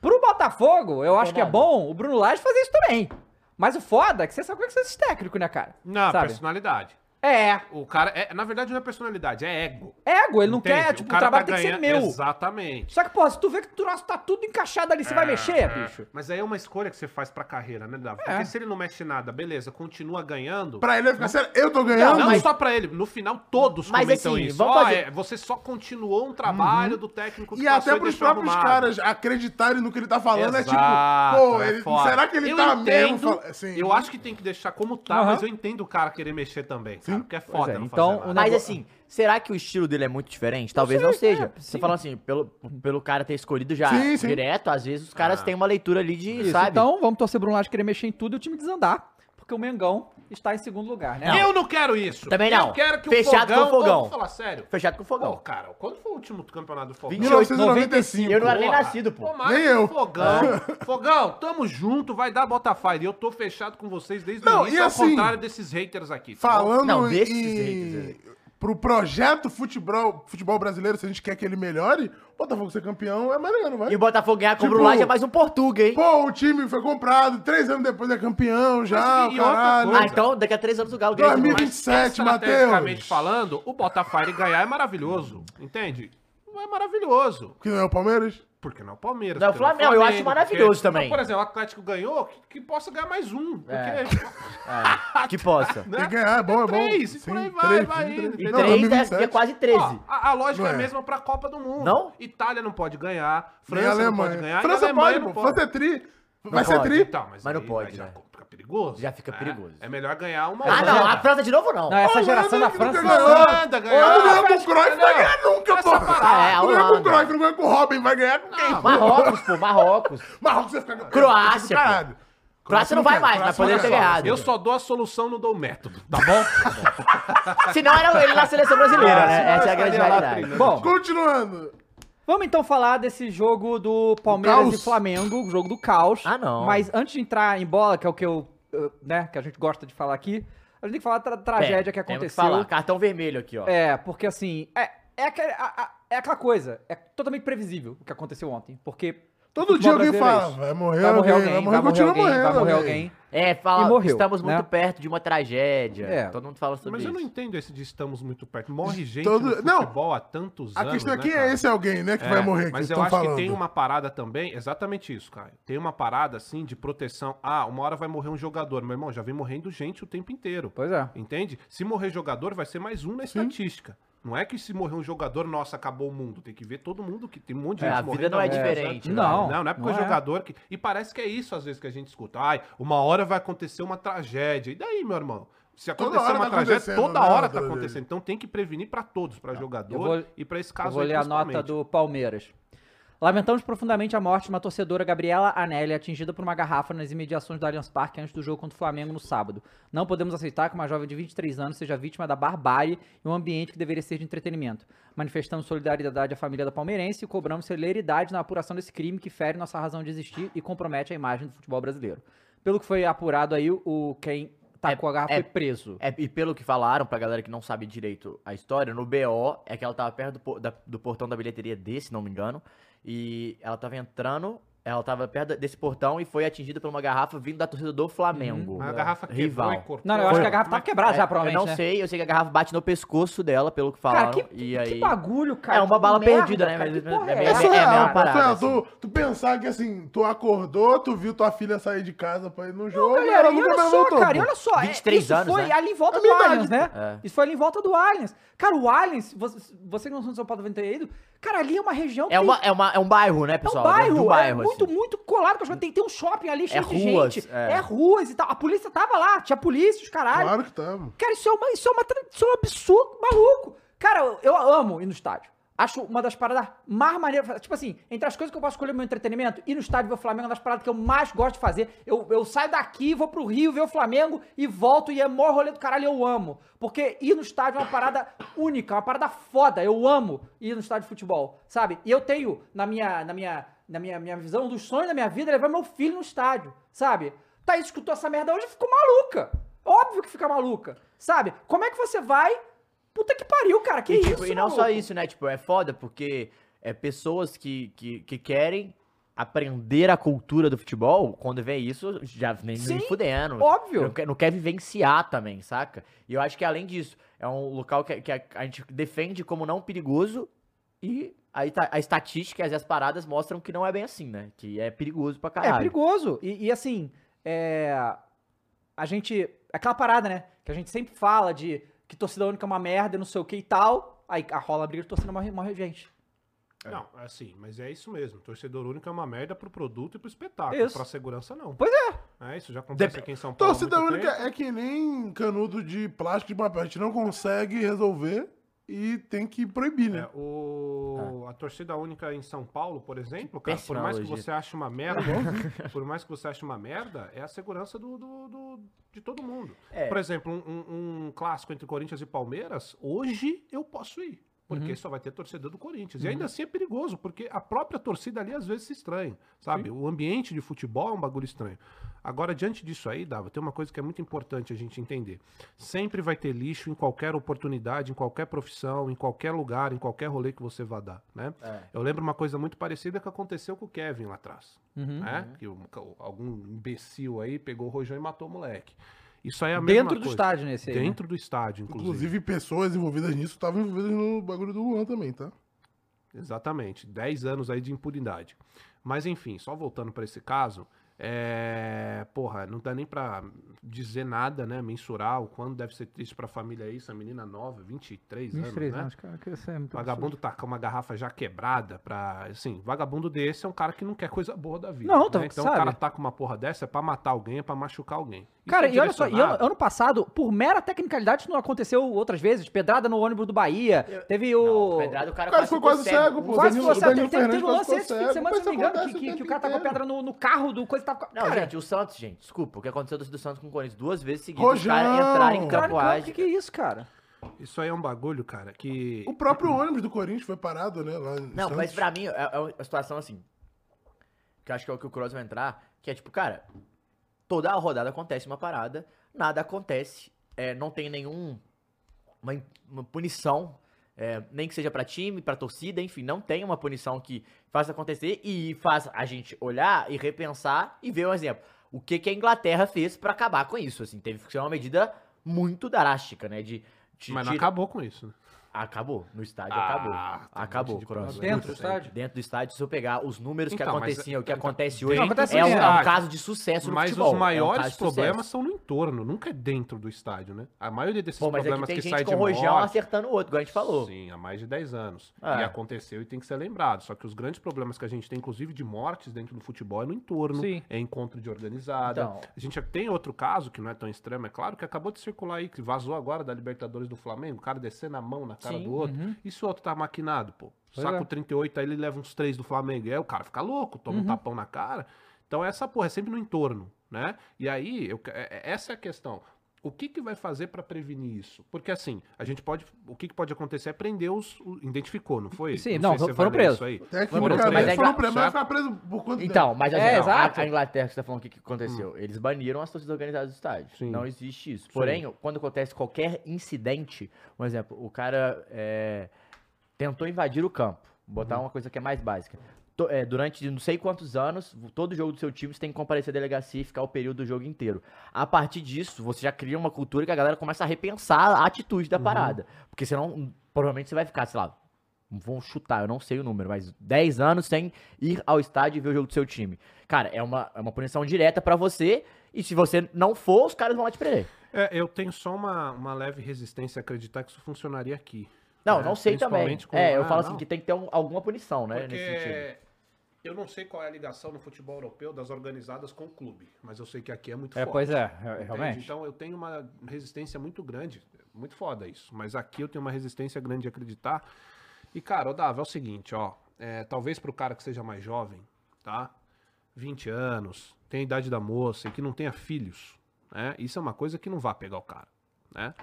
S1: Pro Botafogo, eu acho que é
S4: nada.
S1: bom o Bruno Lage fazer isso também. Mas o foda é que você sabe como é que são esses técnicos, né, cara?
S3: Não,
S1: sabe?
S3: personalidade.
S1: É.
S3: O cara, é, na verdade, não é personalidade, é ego.
S1: Ego, ele não
S3: Entende?
S4: é,
S1: quer, tipo, o,
S3: cara
S1: trabalho
S3: tá
S1: tem que ser
S3: ganhando-
S1: meu.
S3: Exatamente.
S1: Só que, porra, se tu vê que o troço tá tudo encaixado ali, você
S3: É.
S1: vai mexer, bicho?
S3: Mas aí é uma escolha que você faz pra carreira, né,
S4: É.
S3: Davi? Porque se ele não mexe nada, beleza, continua ganhando.
S2: Pra ele vai ficar sério, eu tô
S3: Não,
S2: ganhando?
S3: não
S4: mas-
S3: só pra ele. No final, todos
S4: Mas
S3: comentam
S4: assim,
S3: isso.
S4: vamos
S3: Ó,
S4: fazer-
S3: é, você só continuou um trabalho do técnico
S2: Uhum. E até
S3: passou
S2: pros
S3: deixou
S2: próprios
S3: arrumado.
S2: caras acreditarem no que ele tá falando, é
S3: Exato,
S2: tipo, pô,
S3: é
S2: ele-
S3: foda.
S2: será que ele
S3: eu
S2: tá
S3: entendo,
S2: mesmo? fal- assim,
S3: Eu acho que tem que deixar como tá,
S1: Aham.
S3: mas eu entendo o cara querer mexer também, cara, porque é foda
S1: é,
S3: não
S1: então,
S3: fazer
S1: o
S3: nada.
S4: Mas
S1: negócio-
S4: assim, será que o estilo dele é muito diferente? Talvez não
S1: sei,
S4: seja.
S1: é,
S4: Você fala assim, pelo, pelo cara ter escolhido já
S2: Sim, sim.
S4: direto, às vezes os caras
S3: Ah.
S4: têm uma leitura ali de,
S1: Isso,
S4: sabe?
S1: então vamos torcer Bruno Lage querer mexer em tudo e o time desandar. Porque o Mengão está em segundo lugar, né?
S3: Eu não quero isso.
S4: é Também não.
S3: Eu quero que
S4: Fechado
S3: o Fogão...
S4: com o Fogão.
S3: Ô, vou falar sério.
S4: Fechado com o
S3: Pô,
S4: fogão.
S3: cara, quando foi o último campeonato do Fogão?
S4: 28,
S2: 1995.
S4: eu não era nem
S3: Porra.
S4: nascido, pô.
S3: Tomara
S2: Nem
S3: que
S2: eu. É.
S3: o Fogão. Fogão, tamo junto, vai dar Botafire. Eu tô fechado com vocês desde
S2: Não,
S3: o início,
S2: e assim,
S3: ao contrário desses haters aqui. tá bom?
S2: Falando
S4: Não, desses
S2: em...
S4: haters
S2: Pro projeto futebol, futebol brasileiro, se a gente quer que ele melhore, o Botafogo ser campeão é maneiro, vai.
S4: E o Botafogo ganhar com o
S2: Tipo,
S4: Bruno Lage é mais um Portuga, hein?
S2: Pô, o time foi comprado, três anos depois é campeão já,
S3: Mas e-
S2: o
S3: e outra
S2: caralho.
S3: coisa.
S4: Ah, então daqui a três anos o Galo ganha. de novo.
S2: 2000.
S3: Mas
S2: 27, Matheus.
S3: falando, o Botafire ganhar é maravilhoso, entende? É maravilhoso.
S2: Que não é o Palmeiras?
S3: Porque não é o Palmeiras.
S4: Não é o
S3: porque
S4: Flamengo, eu acho maravilhoso
S3: porque-
S4: também.
S3: Por exemplo, o Atlético ganhou, que, que possa ganhar mais um. Porque,
S4: É. É, que possa.
S3: né?
S2: Tem que ganhar, é bom, é bom.
S3: Três, e por
S2: Sim,
S3: aí vai,
S2: três,
S3: vai
S2: sim,
S3: indo,
S2: três.
S4: E
S3: entendeu?
S2: Não,
S4: três
S2: 2027.
S4: é, é quase 13.
S3: Ó, a, a lógica
S2: Não
S3: é a
S2: é.
S3: mesma pra Copa do Mundo.
S4: Não?
S3: Itália não pode ganhar,
S2: Nem
S3: França não pode ganhar,
S2: França
S3: e a
S2: pode,
S3: Alemanha
S2: pô. França é tri. Vai ser
S4: pode.
S2: tri.
S3: Então, mas,
S4: Mas não
S3: aí-
S4: pode,
S3: aí já
S4: né?
S3: fica perigoso.
S4: Já fica
S3: né?
S4: perigoso.
S3: É melhor ganhar uma
S4: Ah, não, a
S3: Holanda.
S4: França de novo não.
S1: Não, é essa
S2: Holanda
S1: geração da
S2: nunca
S1: França
S2: ganhou.
S1: não. é
S3: Holanda ganhou.
S2: Não ganha com
S3: Mas-
S2: o Cruyff, não vai ganhar nunca,
S3: Essa
S2: pô.
S3: parada.
S4: É, a
S2: Não ganha com o
S4: Holanda.
S2: Cruyff, não ganha com o Robin, vai ganhar com quem?
S3: Não,
S4: Marrocos, pô, Marrocos. <laughs>
S2: Marrocos vai ficar...
S4: Croácia, pô.
S2: Caralho.
S4: Croácia não vai
S2: quer,
S4: mais, mas
S2: Croácia
S4: poderia
S2: não
S4: ter
S2: quer.
S4: ganhado.
S3: Eu só dou a solução, não dou o método, tá bom?
S4: Senão era ele na seleção
S1: Ah,
S4: brasileira, né?
S3: Senão
S4: Essa é a
S3: eu
S4: grande
S3: estaria lá
S4: realidade.
S3: treinando.
S1: Bom,
S2: Continuando.
S1: vamos então falar desse jogo do Palmeiras
S2: caos.
S1: e Flamengo, o jogo do caos.
S4: Ah, não.
S1: Mas antes de entrar em bola, que é o que eu, eh, né, que a gente gosta de falar aqui, a gente tem que falar da tra- tragédia que
S4: Pera, temos
S1: aconteceu.
S4: falar. Cartão vermelho aqui, ó.
S1: É, porque assim, é, é, aquela, a- a- é aquela coisa, é totalmente previsível o que aconteceu ontem, porque... o
S2: Todo
S1: futebol
S2: dia alguém
S1: brasileiro é
S2: fala,
S1: isso.
S2: vai morrer
S1: Vai morrer
S2: alguém,
S1: alguém,
S2: vai morrer, continua
S1: vai
S2: morrendo
S1: morrer
S2: alguém.
S1: alguém.
S4: É,
S1: E
S4: fala,
S1: morreu,
S4: estamos muito
S1: né?
S4: perto de uma tragédia.
S1: É.
S4: Todo mundo fala sobre
S3: Mas eu não
S4: isso.
S3: entendo esse de estamos muito perto. Morre gente
S2: Todo-
S3: no
S2: não.
S3: futebol há tantos
S2: A
S3: anos,
S2: questão é
S3: né,
S2: quem é
S3: cara?
S2: esse alguém, né, que
S3: É,
S2: vai morrer, que
S3: mas
S2: vocês estão
S3: eu acho
S2: falando.
S3: que tem uma parada também, exatamente isso, cara. Tem uma parada, assim, de proteção. Ah, uma hora vai morrer um jogador. Meu irmão, já vem morrendo gente o tempo inteiro.
S1: Pois é.
S3: Entende? Se morrer jogador, vai ser mais um na estatística. Não é que se morrer um jogador, nossa, acabou o mundo. Tem que ver todo mundo que tem um monte de
S4: É,
S3: gente
S4: a vida não é
S3: ao mesmo
S4: diferente,
S3: tempo.
S1: né? Não,
S3: não, não é porque
S1: não
S3: o
S1: é.
S3: jogador que e parece que é isso às vezes que a gente escuta. Ai, uma hora vai acontecer uma tragédia. E daí, meu irmão? Se
S2: Toda
S3: acontecer
S2: hora
S3: uma
S2: tá
S3: tragédia,
S2: acontecendo,
S3: toda
S2: né,
S3: hora tá
S2: tragédia.
S3: acontecendo. Então tem que prevenir pra todos, pra jogador
S1: Tá. vou-
S3: e pra esse
S1: Eu
S3: caso
S1: vou
S3: aí,
S1: ler a nota
S3: principalmente.
S1: do Palmeiras. Lamentamos profundamente a morte de uma torcedora, Gabriela Anelli, atingida por uma garrafa nas imediações do Allianz Parque antes do jogo contra o Flamengo no sábado. Não podemos aceitar que uma jovem de 23 anos seja vítima da barbárie em um ambiente que deveria ser de entretenimento. Manifestamos solidariedade à família da palmeirense e cobramos celeridade na apuração desse crime que fere nossa razão de existir e compromete a imagem do futebol brasileiro. Pelo que foi apurado aí, o quem tacou a garrafa
S4: é-
S1: foi preso.
S4: É, e pelo que falaram, pra galera que não sabe direito a história, no BO é que ela tava perto do, po- da- do portão da bilheteria D, se não me engano. E ela tava entrando, ela tava perto desse portão e foi atingida por uma garrafa vindo da torcida do Flamengo.
S1: Uhum.
S3: Mas a garrafa
S4: rival.
S3: quebrou e cortou.
S1: Não, eu acho que a garrafa tava quebrada já,
S4: é, eu
S1: provavelmente,
S4: não
S1: né?
S4: sei, eu sei que a garrafa bate no pescoço dela, pelo que
S1: Cara, que,
S4: falaram. e
S1: que
S4: aí...
S1: bagulho, cara.
S4: É uma
S1: que
S4: bala
S1: merda,
S4: perdida, né?
S1: cara,
S4: Mas-
S1: que porra
S4: é
S1: é
S4: meio-
S2: É
S1: essa?
S4: a
S2: surreal,
S4: mesma parada,
S2: tu,
S4: assim.
S2: tu, tu pensar que assim, tu acordou, tu viu tua filha sair de casa pra ir no jogo
S4: é
S2: e
S1: Galera,
S2: ela
S1: e
S2: nunca
S1: olha
S2: mais
S1: só,
S2: voltou.
S1: cara, e
S2: pô.
S1: olha só. é,
S4: 23
S1: isso
S4: anos,
S1: foi
S4: né?
S1: ali em volta
S2: A
S1: do
S2: minha
S1: Aliens, né?
S4: É.
S1: Isso foi ali em volta do Aliens. Cara, o Aliens, você, você que não são de São Paulo deve ter ido, cara, ali é uma região que
S4: É,
S1: tem-
S4: uma, é, uma, é um bairro, né,
S1: É um
S4: pessoal?
S1: bairro,
S4: é
S1: é
S4: um bairro, assim.
S1: muito, muito colado com as coisas. Tem, tem um shopping ali cheio de
S4: ruas,
S1: gente.
S4: é.
S1: É. ruas e tal. A polícia tava lá, tinha polícia, os caralho.
S2: Claro que tamo.
S1: Cara, isso é, uma, isso, é uma, tra- isso é um absurdo, maluco. Cara, eu, eu amo ir no estádio. Acho uma das paradas mais maneiras. Tipo assim, entre as coisas que eu posso escolher no meu entretenimento, ir no estádio ver o Flamengo é uma das paradas que eu mais gosto de fazer. Eu, eu saio daqui, vou pro Rio ver o Flamengo e volto e é mó rolê do caralho. Eu amo. Porque ir no estádio é uma parada única, é uma parada foda. Eu amo ir no estádio de futebol, sabe? E eu tenho, na minha, na minha, na minha, minha visão dos sonhos da minha vida, levar meu filho no estádio, sabe? Thaís escutou essa merda hoje e ficou maluca. Óbvio que fica maluca. Sabe? Como é que você vai? Puta que pariu, cara. Que
S4: e,
S1: isso,
S4: tipo, e não
S1: maluco?
S4: só isso, né? Tipo, é foda porque é pessoas que, que, que querem aprender a cultura do futebol, quando vem isso, já vem
S1: Sim,
S4: me fudendo.
S1: óbvio.
S4: Não quer, não quer vivenciar também, saca? E eu acho que além disso, é um local que, que a, a gente defende como não perigoso e aí tá- a estatística e as paradas mostram que não é bem assim, né? Que é perigoso pra caralho.
S1: É perigoso. E, e assim, é... a gente. é Aquela parada, né? Que a gente sempre fala de que torcida única é uma merda, não sei o que e tal. Aí a rola a briga de torcida morre, morre gente.
S3: Não, assim, mas é isso mesmo. Torcedor único é uma merda pro produto e pro espetáculo.
S1: Isso.
S3: Pra segurança, não.
S1: Pois
S3: é. É, isso já acontece aqui em São Paulo. há
S2: Torcida
S3: muito
S2: única
S3: tempo.
S2: é que nem canudo de plástico de papel. A gente não consegue resolver e tem que proibir, né?
S3: É,
S1: É.
S3: o... A torcida única em São Paulo, por exemplo, cara, por
S4: péssima
S3: mais que
S4: analogia.
S3: você ache uma merda, por mais que você ache uma merda, é a segurança do, do- do- de todo mundo.
S4: É.
S3: Por exemplo, um, um- um clássico entre Corinthians e Palmeiras, hoje eu posso ir. Porque só vai ter torcedor do Corinthians. E ainda assim é perigoso, porque a própria torcida ali às vezes se estranha. Sabe? O ambiente de futebol é um bagulho estranho. Agora, diante disso aí, Dava, tem uma coisa que é muito importante a gente entender. Sempre vai ter lixo em qualquer oportunidade, em qualquer profissão, em qualquer lugar, em qualquer rolê que você vá dar, né?
S4: É.
S3: Eu lembro uma coisa muito parecida que aconteceu com o Kevin lá atrás,
S1: Uhum.
S3: né? Que um- algum imbecil aí pegou o rojão e matou o moleque. Isso aí é a mesma
S1: Dentro do
S3: coisa.
S1: estádio nesse aí. né?
S3: Dentro do estádio, inclusive.
S2: Inclusive, pessoas envolvidas nisso estavam envolvidas no bagulho do Luan também, tá?
S3: Exatamente. 10 anos aí de impunidade. Mas enfim, só voltando pra esse caso, é... porra, não dá nem pra dizer nada, né? Mensurar o quanto deve ser triste pra família isso, a menina nova, 23, anos, né?
S1: cara. Que isso é muito
S3: Vagabundo tá com uma garrafa já quebrada pra. Assim, vagabundo desse é um cara que não quer coisa boa da vida.
S1: Não, tá-
S3: Então
S1: sabe?
S3: o cara tá com uma porra dessa é pra matar alguém, é pra machucar alguém. Isso
S1: Cara,
S3: é
S1: e olha só, e ano,
S3: direcionado.
S1: ano passado, por mera tecnicalidade, isso não aconteceu outras vezes. Pedrada no ônibus do Bahia. Teve o.
S4: Não, pedrada, o cara,
S2: O cara ficou quase cego, pô.
S1: Quase ficou
S2: Danilo-
S1: certo.
S2: Danilo
S1: Teve, teve, teve um
S2: Fernandes
S1: lance
S2: quase
S1: esse
S2: ficou
S1: fim de
S2: cego,
S1: semana,
S2: mas
S1: se não me
S2: isso
S1: engano, que,
S2: acontece o
S1: que- que o
S2: tempo
S1: cara tava com a
S2: inteiro.
S1: pedra no, no carro do coisa. Tava...
S4: Não,
S1: cara,
S4: gente, o Santos, gente, desculpa, o que aconteceu do do Santos com o Corinthians duas vezes seguidas,
S2: Rojão!
S4: o cara entrar
S1: Caralho,
S4: em campo
S1: cara, o que,
S4: ágil.
S1: que é isso, cara?
S3: Isso aí é um bagulho, cara, que.
S2: O próprio ônibus do Corinthians foi parado, né? Lá em
S4: Não,
S2: Santos.
S4: mas pra mim é, é uma situação assim, que eu acho que é o que o Cross vai entrar, que é tipo, cara, toda a rodada acontece uma parada, nada acontece, é, não tem nenhum, uma, im- uma punição, é, nem que seja pra time, pra torcida, enfim, não tem uma punição que faça acontecer e faça a gente olhar e repensar e ver um exemplo. O que, que a Inglaterra fez pra acabar com isso, assim, teve que ser uma medida muito drástica, né, de... de
S3: Mas não
S4: de-
S3: acabou com isso, né?
S4: Acabou, no estádio
S3: Ah,
S4: acabou.
S3: tá um
S4: acabou,
S3: monte de
S4: Cross.
S3: problema.
S1: Dentro do estádio?
S4: Dentro do estádio, se eu pegar os números que
S3: Então, mas-
S4: aconteciam, o que acontece hoje,
S1: Não, acontece
S4: é, um,
S1: mesmo.
S4: é um caso de sucesso no
S3: Mas
S4: futebol.
S3: os
S4: é um
S3: maiores
S4: caso de
S3: problemas
S4: sucesso.
S3: são no entorno, nunca é dentro do estádio, né? A maioria desses
S4: Pô, mas é que
S3: problemas
S4: tem
S3: que
S4: gente
S3: sai
S4: com
S3: de
S4: o Rojão
S3: morte,
S4: acertando o outro, igual a gente falou.
S3: Sim, há mais de 10 anos.
S4: É.
S3: E aconteceu e tem que ser lembrado. Só que os grandes problemas que a gente tem, inclusive de mortes dentro do futebol, é no entorno.
S1: Sim.
S3: É encontro de organizada.
S4: Então.
S3: A gente tem outro caso, que não é tão extremo, é claro, que acabou de circular aí, que vazou agora da Libertadores do Flamengo, o cara descendo a mão na cara
S4: Sim,
S3: do outro.
S1: Uhum.
S3: E se o outro tá maquinado, pô?
S1: Pois
S3: Saca
S1: é.
S3: o 38, aí ele leva uns três do Flamengo. E aí o cara fica louco, toma
S1: Uhum.
S3: um tapão na cara. Então essa porra é sempre no entorno, né? E aí, eu que- é- é- essa é a questão. O que, que vai fazer pra prevenir isso? Porque assim, a gente pode. O que, que pode acontecer é prender os. o- identificou, não foi?
S1: Sim,
S3: sei
S1: não,
S3: se você
S1: foram
S3: vai ler
S1: presos.
S3: isso aí.
S4: Mas é
S2: Tecnicamente,
S4: que-
S2: foi no prêmio,
S3: Certo?
S2: vai ficar preso por quanto
S4: Então, mas a,
S1: É,
S4: a-
S1: exato.
S4: a Inglaterra, que você tá falando, o que, que aconteceu? Eles baniram as torcidas organizadas do estádio.
S3: Hum. Sim.
S4: Não existe isso. Porém, quando acontece qualquer incidente, um
S3: Uhum.
S4: exemplo, o cara é, tentou invadir o campo, botar uma coisa que é mais básica. to- é, durante não sei quantos anos, todo jogo do seu time você tem que comparecer à delegacia e ficar o período do jogo inteiro. A partir disso, você já cria uma cultura que a galera começa a repensar a atitude
S3: Uhum.
S4: da parada. Porque senão, provavelmente você vai ficar, sei lá, vão chutar, eu não sei o número, mas 10 anos sem ir ao estádio e ver o jogo do seu time. Cara, é uma, é uma punição direta pra você, e se você não for, os caras vão lá te prender.
S3: É, eu tenho só uma, uma leve resistência a acreditar que isso funcionaria aqui.
S4: Não,
S3: É,
S4: não sei também.
S3: principalmente com-
S4: É, eu
S3: ah,
S4: falo assim,
S3: não.
S4: que tem que ter um- alguma punição,
S1: É,
S4: né, nesse sentido.
S3: Porque eu não sei qual é a ligação no futebol europeu das organizadas com o clube, mas eu sei que aqui é muito
S1: É,
S3: forte.
S1: pois é,
S3: entende?
S1: realmente.
S3: Então eu tenho uma resistência muito grande, muito foda isso, mas aqui eu tenho uma resistência grande de acreditar. E cara, o Dava é o seguinte, ó, é, talvez pro cara que seja mais jovem, tá? 20 anos, tem a idade da moça e que não tenha filhos, né? Isso é uma coisa que não vai pegar o cara, né?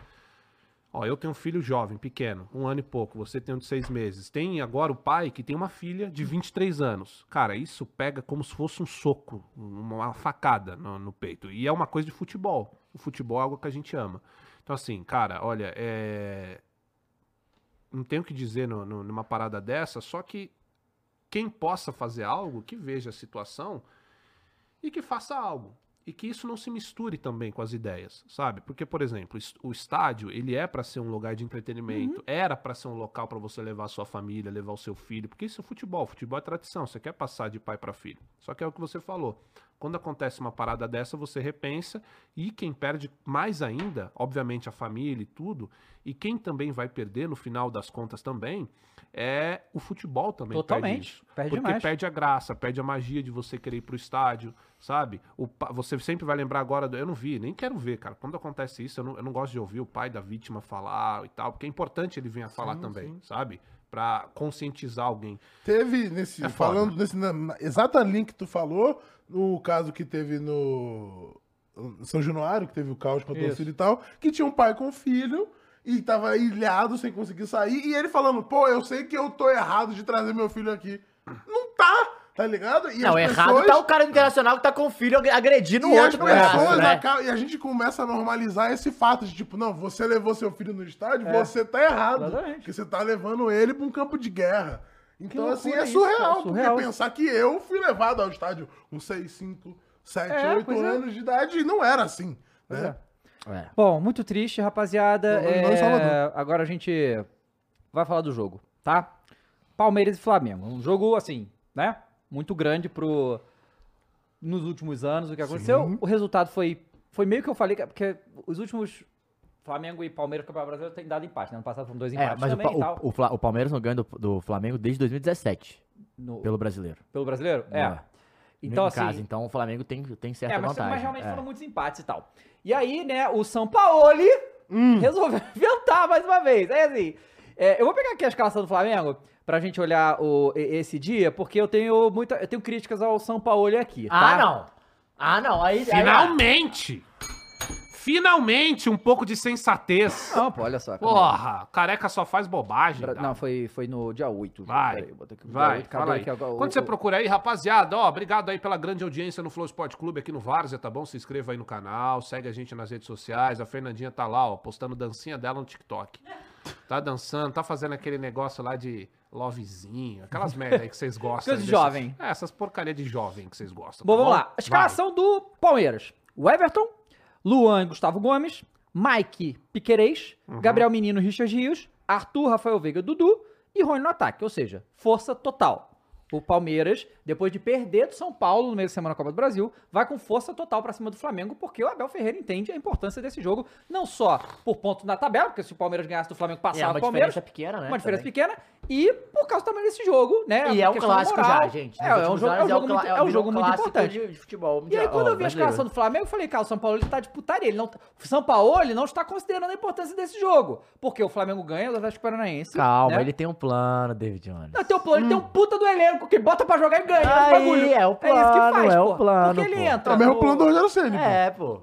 S3: Ó, eu tenho um filho jovem, pequeno, um ano e pouco, você tem um de seis meses. Tem agora o pai que tem uma filha de 23 anos. Cara, isso pega como se fosse um soco, uma facada no, no peito. E é uma coisa de futebol. O futebol é algo que a gente ama. Então, assim, cara, olha, é... não tenho o que dizer no- no- numa parada dessa, só que quem possa fazer algo, que veja a situação e que faça algo. E que isso não se misture também com as ideias, sabe? Porque, por exemplo, es- o estádio, ele é pra ser um lugar de entretenimento, era pra ser um local pra você levar a sua família, levar o seu filho, porque isso é futebol, futebol é tradição, você quer passar de pai pra filho. Só que é o que você falou. Quando acontece uma parada dessa, você repensa, e quem perde mais ainda, obviamente a família e tudo, e quem também vai perder no final das contas também, é o futebol também. perde
S1: Totalmente.
S3: isso.
S1: Perde
S3: porque
S1: É demais.
S3: perde a graça, perde a magia de você querer ir pro estádio, sabe? O pa- você sempre vai lembrar agora. do- eu não vi, nem quero ver, cara. Quando acontece isso, eu não, eu não gosto de ouvir o pai da vítima falar e tal, porque é importante ele vir a falar também, sabe? Pra conscientizar alguém.
S2: Teve nesse.
S3: É foda.
S2: falando nesse. Na, na exata linha que tu falou, no caso que teve no. no São Januário, que teve o caos com a torcida e tal, que tinha um pai com um filho e tava ilhado sem conseguir sair, e ele falando, pô, eu sei que eu tô errado de trazer meu filho aqui. Não tá, tá ligado? E as
S4: Não, errado
S2: pessoas-
S4: tá o cara do internacional que tá com o filho ag- agredindo o
S2: e as
S4: outro. por errado,
S2: pessoas
S4: né?
S2: acabam- e a gente começa a normalizar esse fato de tipo, não, você levou seu filho no estádio, você tá errado.
S1: É. Exatamente.
S2: Porque você tá levando ele pra um campo de guerra. Então,
S1: loucura
S2: assim, é
S1: isso, cara,
S2: surreal,
S1: surreal.
S2: porque pensar que eu fui levado ao estádio com 6, 5, 7,
S1: É,
S2: 8
S1: pois é.
S2: anos de idade e não era assim,
S1: Pois
S2: né?
S4: É.
S1: Bom, muito triste, rapaziada.
S2: Não, não
S1: É,
S2: em Salvador.
S1: Agora a gente vai falar do jogo, tá? Palmeiras e Flamengo. Um jogo, assim, né? Muito grande pro... Nos últimos anos, o que aconteceu. O resultado foi... Foi meio que eu falei, que- é porque os últimos... Flamengo e Palmeiras Campeonato Brasileiro tem dado empate, né? No passado foram dois
S4: É,
S1: empates
S4: mas o,
S1: também
S4: Pa-
S1: e tal.
S4: o, o Fla- o Palmeiras não ganha do, do Flamengo desde 2017,
S1: No-
S4: pelo brasileiro.
S1: Pelo brasileiro? É.
S4: É.
S1: Então,
S4: em
S1: assim...
S4: casa, então o Flamengo tem, tem certa
S1: É, mas,
S4: vantagem.
S1: mas realmente
S4: é.
S1: foram muitos empates e tal. E aí, né, o São Paulo
S3: Hum.
S1: resolveu <laughs> inventar mais uma vez. É assim, é, eu vou pegar aqui a escalação do Flamengo pra gente olhar o, e- esse dia, porque eu tenho muita, eu tenho críticas ao São Paulo aqui, tá?
S4: Ah, não. Ah, não. Aí, aí-
S3: Finalmente! Finalmente um pouco de sensatez.
S1: Não, pô, olha só. calma
S3: Porra, careca só faz
S1: aí.
S3: bobagem.
S1: Pra-
S3: tá?
S1: Não, foi, foi no dia 8.
S3: Vai,
S1: Peraí, eu botei aqui no dia
S3: Vai,
S1: 8, cadê
S3: fala aí.
S1: aqui agora o-
S3: Quando você
S1: o-
S3: procura aí, rapaziada, ó, obrigado aí pela grande audiência no Flow Sport Clube aqui no Várzea, tá bom? Se inscreva aí no canal, segue a gente nas redes sociais. A Fernandinha tá lá, ó, postando dancinha dela no TikTok. Tá dançando, tá fazendo aquele negócio lá de lovezinho, aquelas merda aí que vocês gostam.
S1: Coisa de
S3: desses-
S1: jovem.
S3: É, essas porcaria de jovem que vocês gostam.
S1: Bom,
S3: tá
S1: vamos lá. A
S3: Escalação.
S1: escalação do Palmeiras. O Everton, Luan e Gustavo Gomes, Mike Piquerez,
S4: Uhum.
S1: Gabriel Menino, Richard Rios, Arthur, Rafael Veiga, Dudu e Rony no ataque. Ou seja, força total. O Palmeiras, depois de perder do São Paulo no meio da semana da Copa do Brasil, vai com força total pra cima do Flamengo, porque o Abel Ferreira entende a importância desse jogo, não só por ponto na tabela, porque se o Palmeiras ganhasse do Flamengo,
S4: É
S1: passava
S4: uma
S1: o Palmeiras.
S4: diferença pequena, né?
S1: Uma diferença
S4: também.
S1: pequena. E por causa também desse jogo, né?
S4: E é um
S1: questão
S4: clássico
S1: moral.
S4: já, gente. né?
S1: É,
S4: Nos
S1: é um
S4: últimos
S1: jogo, é um
S4: anos
S1: jogo
S4: cla-
S1: muito, é um
S4: virou
S1: jogo muito
S4: clássico
S1: importante.
S4: De, né, de futebol
S1: E aí,
S4: mundial,
S1: quando
S4: ó,
S1: eu vi a
S4: brasileiro.
S1: escalação do Flamengo, eu falei, cara, o São Paulo ele tá de putaria. Ele não, tá- o São Paulo ele não está considerando a importância desse jogo. Porque o Flamengo ganha do Atlético Paranaense.
S4: Calma,
S1: né?
S4: ele tem um plano, David Jones.
S1: Não, tem um plano, ele tem um puta do elenco que bota pra jogar e ganha. olha
S4: hum.
S1: o
S4: Aí,
S1: bagulho.
S4: é o plano, é o plano,
S1: Porque ele
S4: pô.
S2: É
S1: entra.
S2: o mesmo
S1: no-
S2: plano do Rogério Ceni. pô.
S4: É, pô.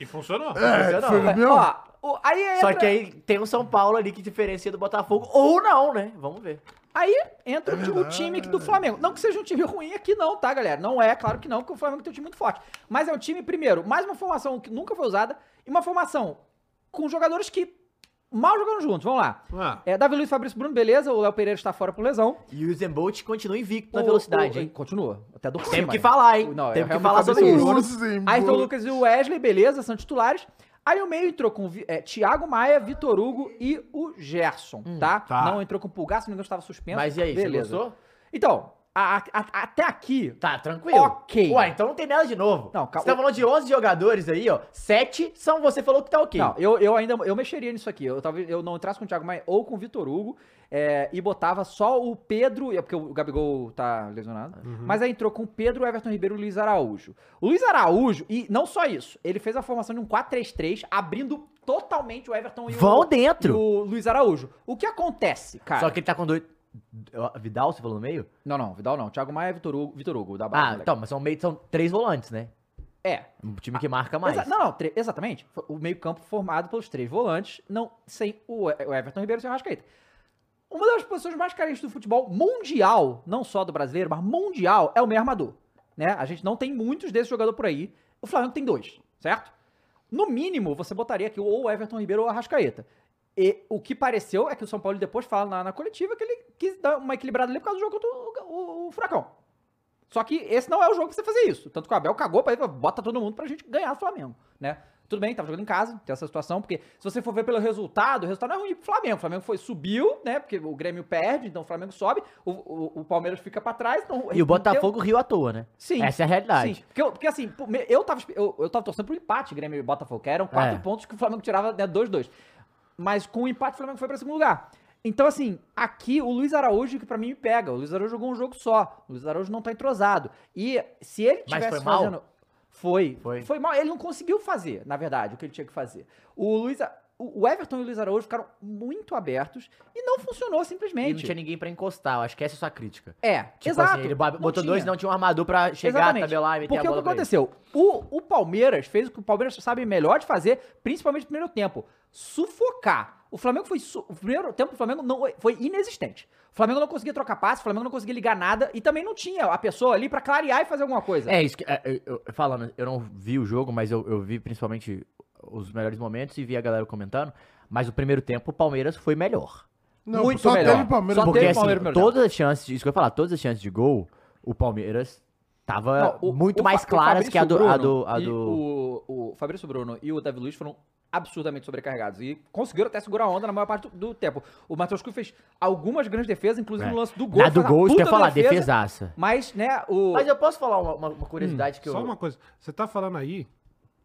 S3: E funcionou.
S2: É,
S4: não,
S2: foi
S4: é-
S2: o mesmo.
S1: Ó, o- aí entra,
S4: Só que aí tem o São Paulo ali que diferencia do Botafogo, ou não, né? Vamos ver.
S1: aí entra o ti- o time do Flamengo. Não que seja um time ruim aqui, não, tá, galera? Não é, claro que não, porque o Flamengo tem um time muito forte. Mas é um time, primeiro, mais uma formação que nunca foi usada e uma formação com jogadores que mal jogando juntos, vamos lá.
S3: Ah,
S1: É, Davi Luiz, Fabrício Bruno, beleza. O Léo Pereira está fora por lesão.
S4: E o Zembolt continua invicto na
S1: O-
S4: velocidade,
S1: o-
S4: hein?
S1: Continua. Até do
S4: Temos que falar, hein?
S1: Não, é
S4: Temos que
S1: realmente
S4: falar sobre
S1: absurdo.
S4: isso.
S2: assim,
S1: Ayrton Lucas e o Wesley, beleza, são titulares. Aí o meio entrou com Vi- é, Thiago Maia, Vitor Hugo e o Gerson, tá?
S3: tá.
S1: Não entrou com o Pulgar, se não me engano, estava suspenso.
S4: Hum, Mas e aí,
S1: beleza.
S4: você gostou?
S1: Então, a- a- a- até aqui,
S4: Tá, tranquilo.
S1: Ok.
S4: Ué, então não tem nada de novo.
S1: Não, calma.
S4: Você tá falando de 11 jogadores aí, ó. 7 são você falou que tá ok.
S1: Não, eu, eu ainda eu mexeria nisso aqui. Eu talvez eu não entrasse com o Thiago Maia ou com o Vitor Hugo é, e botava só o Pedro, é porque o Gabigol tá lesionado.
S4: Uhum.
S1: Mas aí entrou com o Pedro, o Everton Ribeiro e o Luiz Araújo. O Luiz Araújo, e não só isso, ele fez a formação de um 4-3-3, abrindo totalmente o Everton e o-
S4: Vão
S1: e
S4: dentro.
S1: o Luiz Araújo. O que acontece, cara?
S4: Só que ele tá com dois... Vidal, você falou no meio?
S1: Não, não, Vidal não. Thiago Maia, Vitor Hugo, Vitor Hugo da
S4: Ah,
S1: base. moleque.
S4: então, mas são meio... São três volantes, né?
S1: É,
S4: Um time que marca mais.
S1: Exa- não, não, tre- exatamente. Foi O meio-campo formado pelos três volantes, não sem o, E- o Everton Ribeiro e o seu Arrascaeta. Uma das posições mais carentes do futebol mundial, não só do brasileiro, mas mundial, é o meio armador. Né? A gente não tem muitos desses jogadores por aí. O Flamengo tem dois, certo? No mínimo, você botaria aqui ou o Everton Ribeiro ou o Arrascaeta. E o que pareceu é que o São Paulo depois fala na, na coletiva que ele quis dar uma equilibrada ali por causa do jogo contra o, o- o Furacão. Só que esse não é o jogo pra você fazer isso. Tanto que o Abel cagou pra ele, falou, bota todo mundo pra gente ganhar o Flamengo, né? Tudo bem, tava jogando em casa, tem essa situação, porque se você for ver pelo resultado, o resultado não é ruim pro Flamengo. O Flamengo foi, subiu, né? Porque o Grêmio perde, então o Flamengo sobe, o, o- o Palmeiras fica pra trás. Então,
S4: E o Botafogo riu à toa, né?
S1: Sim.
S4: Essa é a realidade.
S1: Sim, porque, eu- porque assim, pô, me- eu tava, espe- eu, eu tava torcendo pro empate Grêmio e Botafogo, que eram quatro
S4: É.
S1: pontos que o Flamengo tirava, né, 2-2. Mas com o empate, o Flamengo foi pra segundo lugar. Então, assim, aqui o Luiz Araújo, que pra mim me pega. O Luiz Araújo jogou um jogo só. O Luiz Araújo não tá entrosado. E se ele
S4: Mas
S1: tivesse
S4: foi mal?
S1: fazendo. Foi,
S4: Foi.
S1: foi. mal. Ele não conseguiu fazer, na verdade, o que ele tinha que fazer. O Luiz. A- O o Everton e o Luiz Araújo ficaram muito abertos e não funcionou
S4: E
S1: simplesmente.
S4: não tinha ninguém pra encostar. Eu acho que essa é a sua crítica.
S1: É,
S4: Tipo
S1: exato.
S4: assim, ele ba-
S1: Não
S4: botou dois
S1: tinha.
S4: não tinha um armador pra chegar,
S1: Exatamente.
S4: tabelar e meter
S1: Porque é
S4: a bola
S1: o que
S4: pra ele.
S1: aconteceu? O, o Palmeiras fez o que o Palmeiras sabe melhor de fazer, principalmente no primeiro tempo: sufocar. O Flamengo foi. su- O primeiro tempo do Flamengo não, foi inexistente. O Flamengo não conseguia trocar passe, o Flamengo não conseguia ligar nada e também não tinha a pessoa ali pra clarear e fazer alguma coisa.
S4: É, isso que. é, eu- eu- falando, eu não vi o jogo, mas eu, eu vi principalmente os melhores momentos e vi a galera comentando. Mas o primeiro tempo, o Palmeiras foi melhor.
S2: Não,
S1: muito
S2: só
S1: melhor.
S2: teve Palmeiras.
S1: Só
S4: Porque
S1: teve
S4: assim,
S1: Palmeiras no primeiro
S4: todas as chances, de- isso que eu ia falar, todas as chances de gol, o Palmeiras tava
S1: Não, o-
S4: é muito
S1: o
S4: mais
S1: Fa- o
S4: claras que a do.
S1: Fabrício
S4: A do, a
S1: Bruno e
S4: do...
S1: O, o Fabrício Bruno e o Davi Luiz foram absurdamente sobrecarregados e conseguiram até segurar a onda na maior parte do, do tempo. O Matheus Cruz fez algumas grandes defesas, inclusive
S4: É.
S1: no lance do gol.
S4: Na do
S1: fez a
S4: gol, isso que eu ia
S1: puta
S4: falar, defesaça.
S1: Mas, né, o.
S4: Mas eu posso falar uma, uma- uma
S1: Hum,
S4: curiosidade que eu.
S3: Só uma coisa. Você tá falando aí,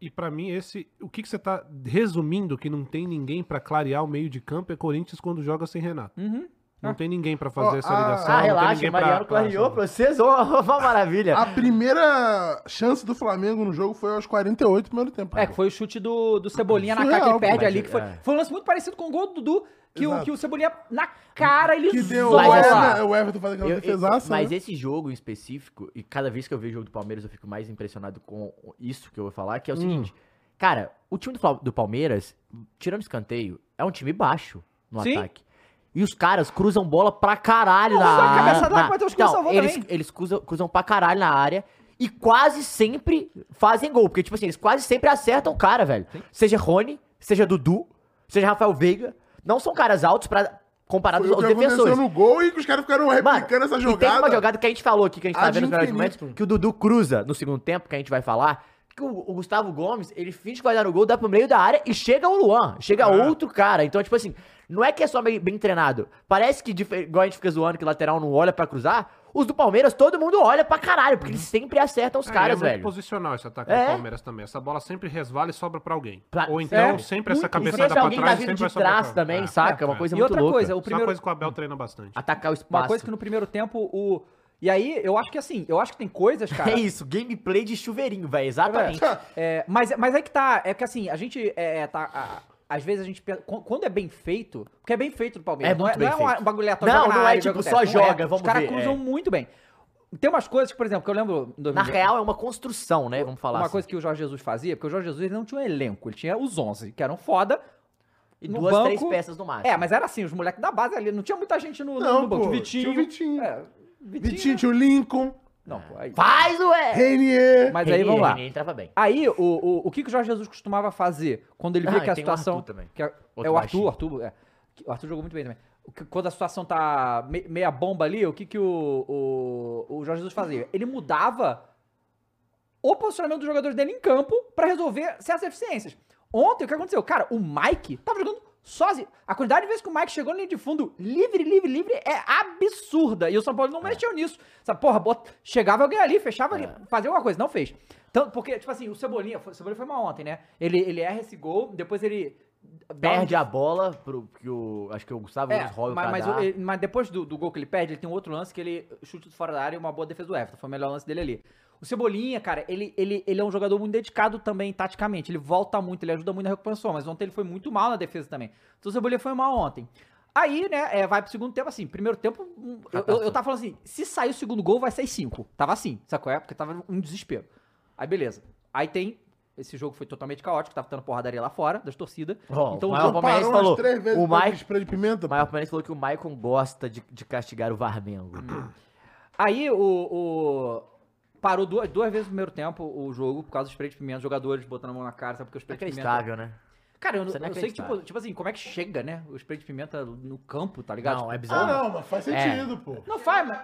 S3: e pra mim esse... O que, que você tá resumindo que não tem ninguém pra clarear o meio de campo é Corinthians quando joga sem Renato.
S1: Uhum.
S3: Não
S1: Ah.
S3: tem ninguém pra
S2: Ó,
S3: fazer essa
S2: ah,
S3: ligação.
S4: Ah,
S3: não tem
S4: relaxa,
S3: ninguém
S4: o Mariano
S3: pra-
S4: clareou pra vocês, uma, <laughs> uma maravilha.
S2: A primeira chance do Flamengo no jogo foi aos 48 do primeiro tempo.
S1: É, que foi o chute do, do Cebolinha na
S2: Surreal,
S1: cara que ele
S2: pô,
S1: perde
S4: mas
S1: ali.
S4: é-
S1: Que foi,
S4: é.
S1: foi um lance muito parecido com o gol do Dudu, que, o,
S2: Exato.
S1: que o Cebolinha na cara ele
S2: que deu
S1: zoa
S2: o
S4: Mas
S1: lá.
S4: essa-
S2: Everton, o Everton faz aquela
S4: Eu- eu-
S2: defesaça.
S4: mas
S2: né?
S4: esse jogo em específico, e cada vez que eu vejo o jogo do Palmeiras, eu fico mais impressionado com isso que eu vou falar, que é o seguinte. Cara, o time do, Fal- do Palmeiras, tirando escanteio, é um time baixo no
S1: Sim.
S4: ataque. E os caras cruzam bola pra caralho na
S1: mas a
S4: área.
S1: cabeçada
S4: na...
S1: que o Matheus Cruz
S4: Então,
S1: salvou
S4: eles,
S1: também.
S4: eles cruzam, cruzam pra caralho na área e quase sempre fazem gol. Porque, tipo assim, eles quase sempre acertam o cara, velho. Seja Rony, seja Dudu, seja Rafael Veiga. Não são caras altos pra comparados
S2: Foi o
S4: aos
S2: que aconteceu
S4: defensores.
S2: no gol e que os caras
S1: É
S2: ficaram replicando essa
S4: E teve uma
S2: jogada.
S4: jogada que a gente falou aqui, que a gente tá
S2: Ah, de
S4: vendo nos melhores
S2: infinito.
S4: momentos, que o Dudu cruza no segundo tempo, que a gente vai falar, que o, o Gustavo Gomes, ele finge que vai dar o gol, dá pro meio da área e chega o Luan,
S1: Ah.
S4: chega outro cara. Então, tipo assim, não é que é só bem, bem treinado. Parece que, dife- igual a gente fica zoando que lateral não olha pra cruzar, os do Palmeiras, todo mundo olha pra caralho, porque eles sempre acertam os
S3: É, é
S4: caras,
S3: muito
S4: velho.
S3: posicional esse ataque
S4: É.
S3: do Palmeiras também. Essa bola sempre resvala e sobra pra alguém.
S4: Pra-
S3: Ou então,
S1: É,
S3: sempre essa
S1: muito.
S3: cabeçada
S4: Sempre
S3: pra
S4: alguém tá
S3: trás e
S4: vindo
S3: sempre
S4: de
S3: vai sobrar pra
S4: trás também,
S3: É.
S4: saca?
S3: É.
S4: Uma coisa
S1: E
S4: muito
S1: outra
S4: louca.
S1: coisa, o
S3: Isso é uma
S1: primeiro.
S3: coisa que o Abel treina bastante.
S4: Atacar o espaço.
S1: Uma coisa que no primeiro tempo o. E aí, eu acho que assim, eu acho que tem coisas, cara.
S4: <laughs> É isso, gameplay de chuveirinho, velho, exatamente.
S1: É, mas, mas é que tá. É que assim, a gente é, tá. a- às vezes a gente pensa. qu- Quando é bem feito. Porque é bem feito do Palmeiras.
S4: É
S1: não
S4: muito
S1: é,
S4: bem
S1: não é
S4: feito.
S1: um bagulho aleatório.
S4: Não,
S1: joga na
S4: não é
S1: área,
S4: tipo,
S1: joga no
S4: só
S1: teto, não é.
S4: joga, vamos
S1: Os caras
S4: ver,
S1: cruzam
S4: é.
S1: muito bem. Tem umas coisas que, por exemplo, que eu lembro. em
S4: Na
S1: 2010,
S4: real, é uma construção, né? Vamos falar
S1: Uma
S4: assim.
S1: coisa que o Jorge Jesus fazia, porque o Jorge Jesus ele não tinha um elenco, ele tinha os 11, que eram foda.
S4: E
S1: no
S4: duas, três
S1: banco-
S4: peças no máximo.
S1: É, mas era assim, os moleques da base ali, não tinha muita gente no, no-
S2: Não,
S1: no banco.
S2: pô,
S1: Vitinho.
S2: tinha o Vitinho.
S1: É, Vitinho,
S2: Vitinho, tinha o Lincoln.
S1: Não, pô. Aí...
S4: Faz, ué!
S2: Renier!
S1: Mas aí vamos lá.
S4: Ele entrava bem.
S1: Aí, o, o, o que, que o Jorge Jesus costumava fazer quando ele via
S4: Ah,
S1: que a
S4: e tem o
S1: situação.
S4: Arthur também.
S1: que a- é
S4: Outro
S1: o Arthur,
S4: baixinho.
S1: Arthur. é. O Arthur jogou muito bem também. O que- Quando a situação tá me- meia bomba ali, o que, que o, o, o Jorge Jesus fazia? Ele mudava o posicionamento dos jogadores dele em campo pra resolver certas deficiências. Ontem, o que aconteceu? Cara, o Mike tava jogando sozinho. A quantidade de vezes que o Mike chegou na linha de fundo livre, livre, livre é absurda. E o São Paulo não mexeu nisso. Sabe, porra, bota- chegava alguém ali, fechava ali, fazia alguma coisa. Não fez. Tanto, porque, tipo assim, o Cebolinha, o Cebolinha foi mal ontem, né? Ele, ele erra esse gol, depois ele... dá um-
S4: Perde a bola pro que o. Acho que o Gustavo
S1: é,
S4: Gomes rouba
S1: mas,
S4: pra
S1: mas
S4: dar.
S1: o- ele- mas depois do, do gol que ele perde, ele tem um outro lance que ele chute fora da área e uma boa defesa do Everton. Foi o melhor lance dele ali. O Cebolinha, cara, ele, ele, ele é um jogador muito dedicado também, taticamente. Ele volta muito, ele ajuda muito na recuperação, mas ontem ele foi muito mal na defesa também. Então o Cebolinha foi mal ontem. Aí, né, é, vai pro segundo tempo assim. Primeiro tempo, um, eu, eu, eu tava falando assim: se sair o segundo gol, vai sair cinco. Tava assim, sacou? É, porque tava um desespero. Aí, beleza. Aí tem. Esse jogo foi totalmente caótico, tava tendo porradaria lá fora, das torcidas.
S4: Ó,
S1: então,
S4: mas
S1: o
S4: o
S1: jogo-
S4: Palmeiras
S2: Parou
S4: falou,
S2: umas três vezes
S4: o
S2: pra
S4: Mike-
S2: spray de pimenta.
S4: O Maior Palmeiras falou que o Maicon gosta de, de castigar o Varmengo.
S1: Hum, Aí o. o- Parou duas, duas vezes no primeiro tempo o jogo, por causa do spray de pimenta, os jogadores botando a mão na cara, sabe? Porque o spray de pimenta.
S4: Inacreditável, né?
S1: Cara, eu, não-
S4: Isso é
S1: eu sei que, tipo,
S4: inacreditável.
S1: tipo assim, como é que chega, né? O spray de pimenta no campo, tá ligado?
S4: Não, é
S2: Ah,
S4: bizarro.
S2: não, mas faz sentido, pô.
S1: Não faz, mas.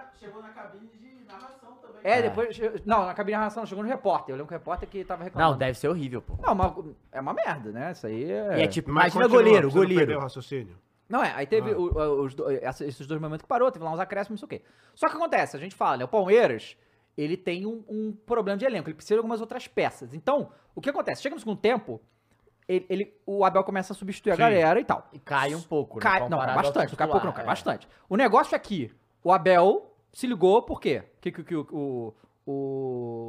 S4: Ah.
S1: É, depois. Não, na cabine de narração chegou no repórter. Eu lembro que o repórter que tava reclamando.
S4: Não, deve ser horrível, pô.
S1: Não, mas é uma merda, né? Isso aí é.
S4: E é tipo,
S3: Mas
S4: imagina
S3: continua,
S4: goleiro,
S3: você não perdeu o
S4: goleiro.
S3: raciocínio.
S1: Não, é, aí teve
S3: Ah.
S1: o- o- os do- essa- esses dois momentos que parou, teve lá uns acréscimos, não sei o quê. Só que acontece, a gente fala, né, o Palmeiras, ele tem um, um problema de elenco, ele precisa de algumas outras peças. Então, o que acontece? Chega no segundo tempo, ele, ele- o Abel começa a substituir
S3: Sim.
S1: a galera e tal.
S4: E cai um pouco, né?
S1: Cai, não,
S4: comparado ao
S1: bastante, daqui a
S4: titular,
S1: pouco não, cai
S4: é.
S1: bastante. O negócio é que o Abel se ligou por quê? O que, que, que o, o,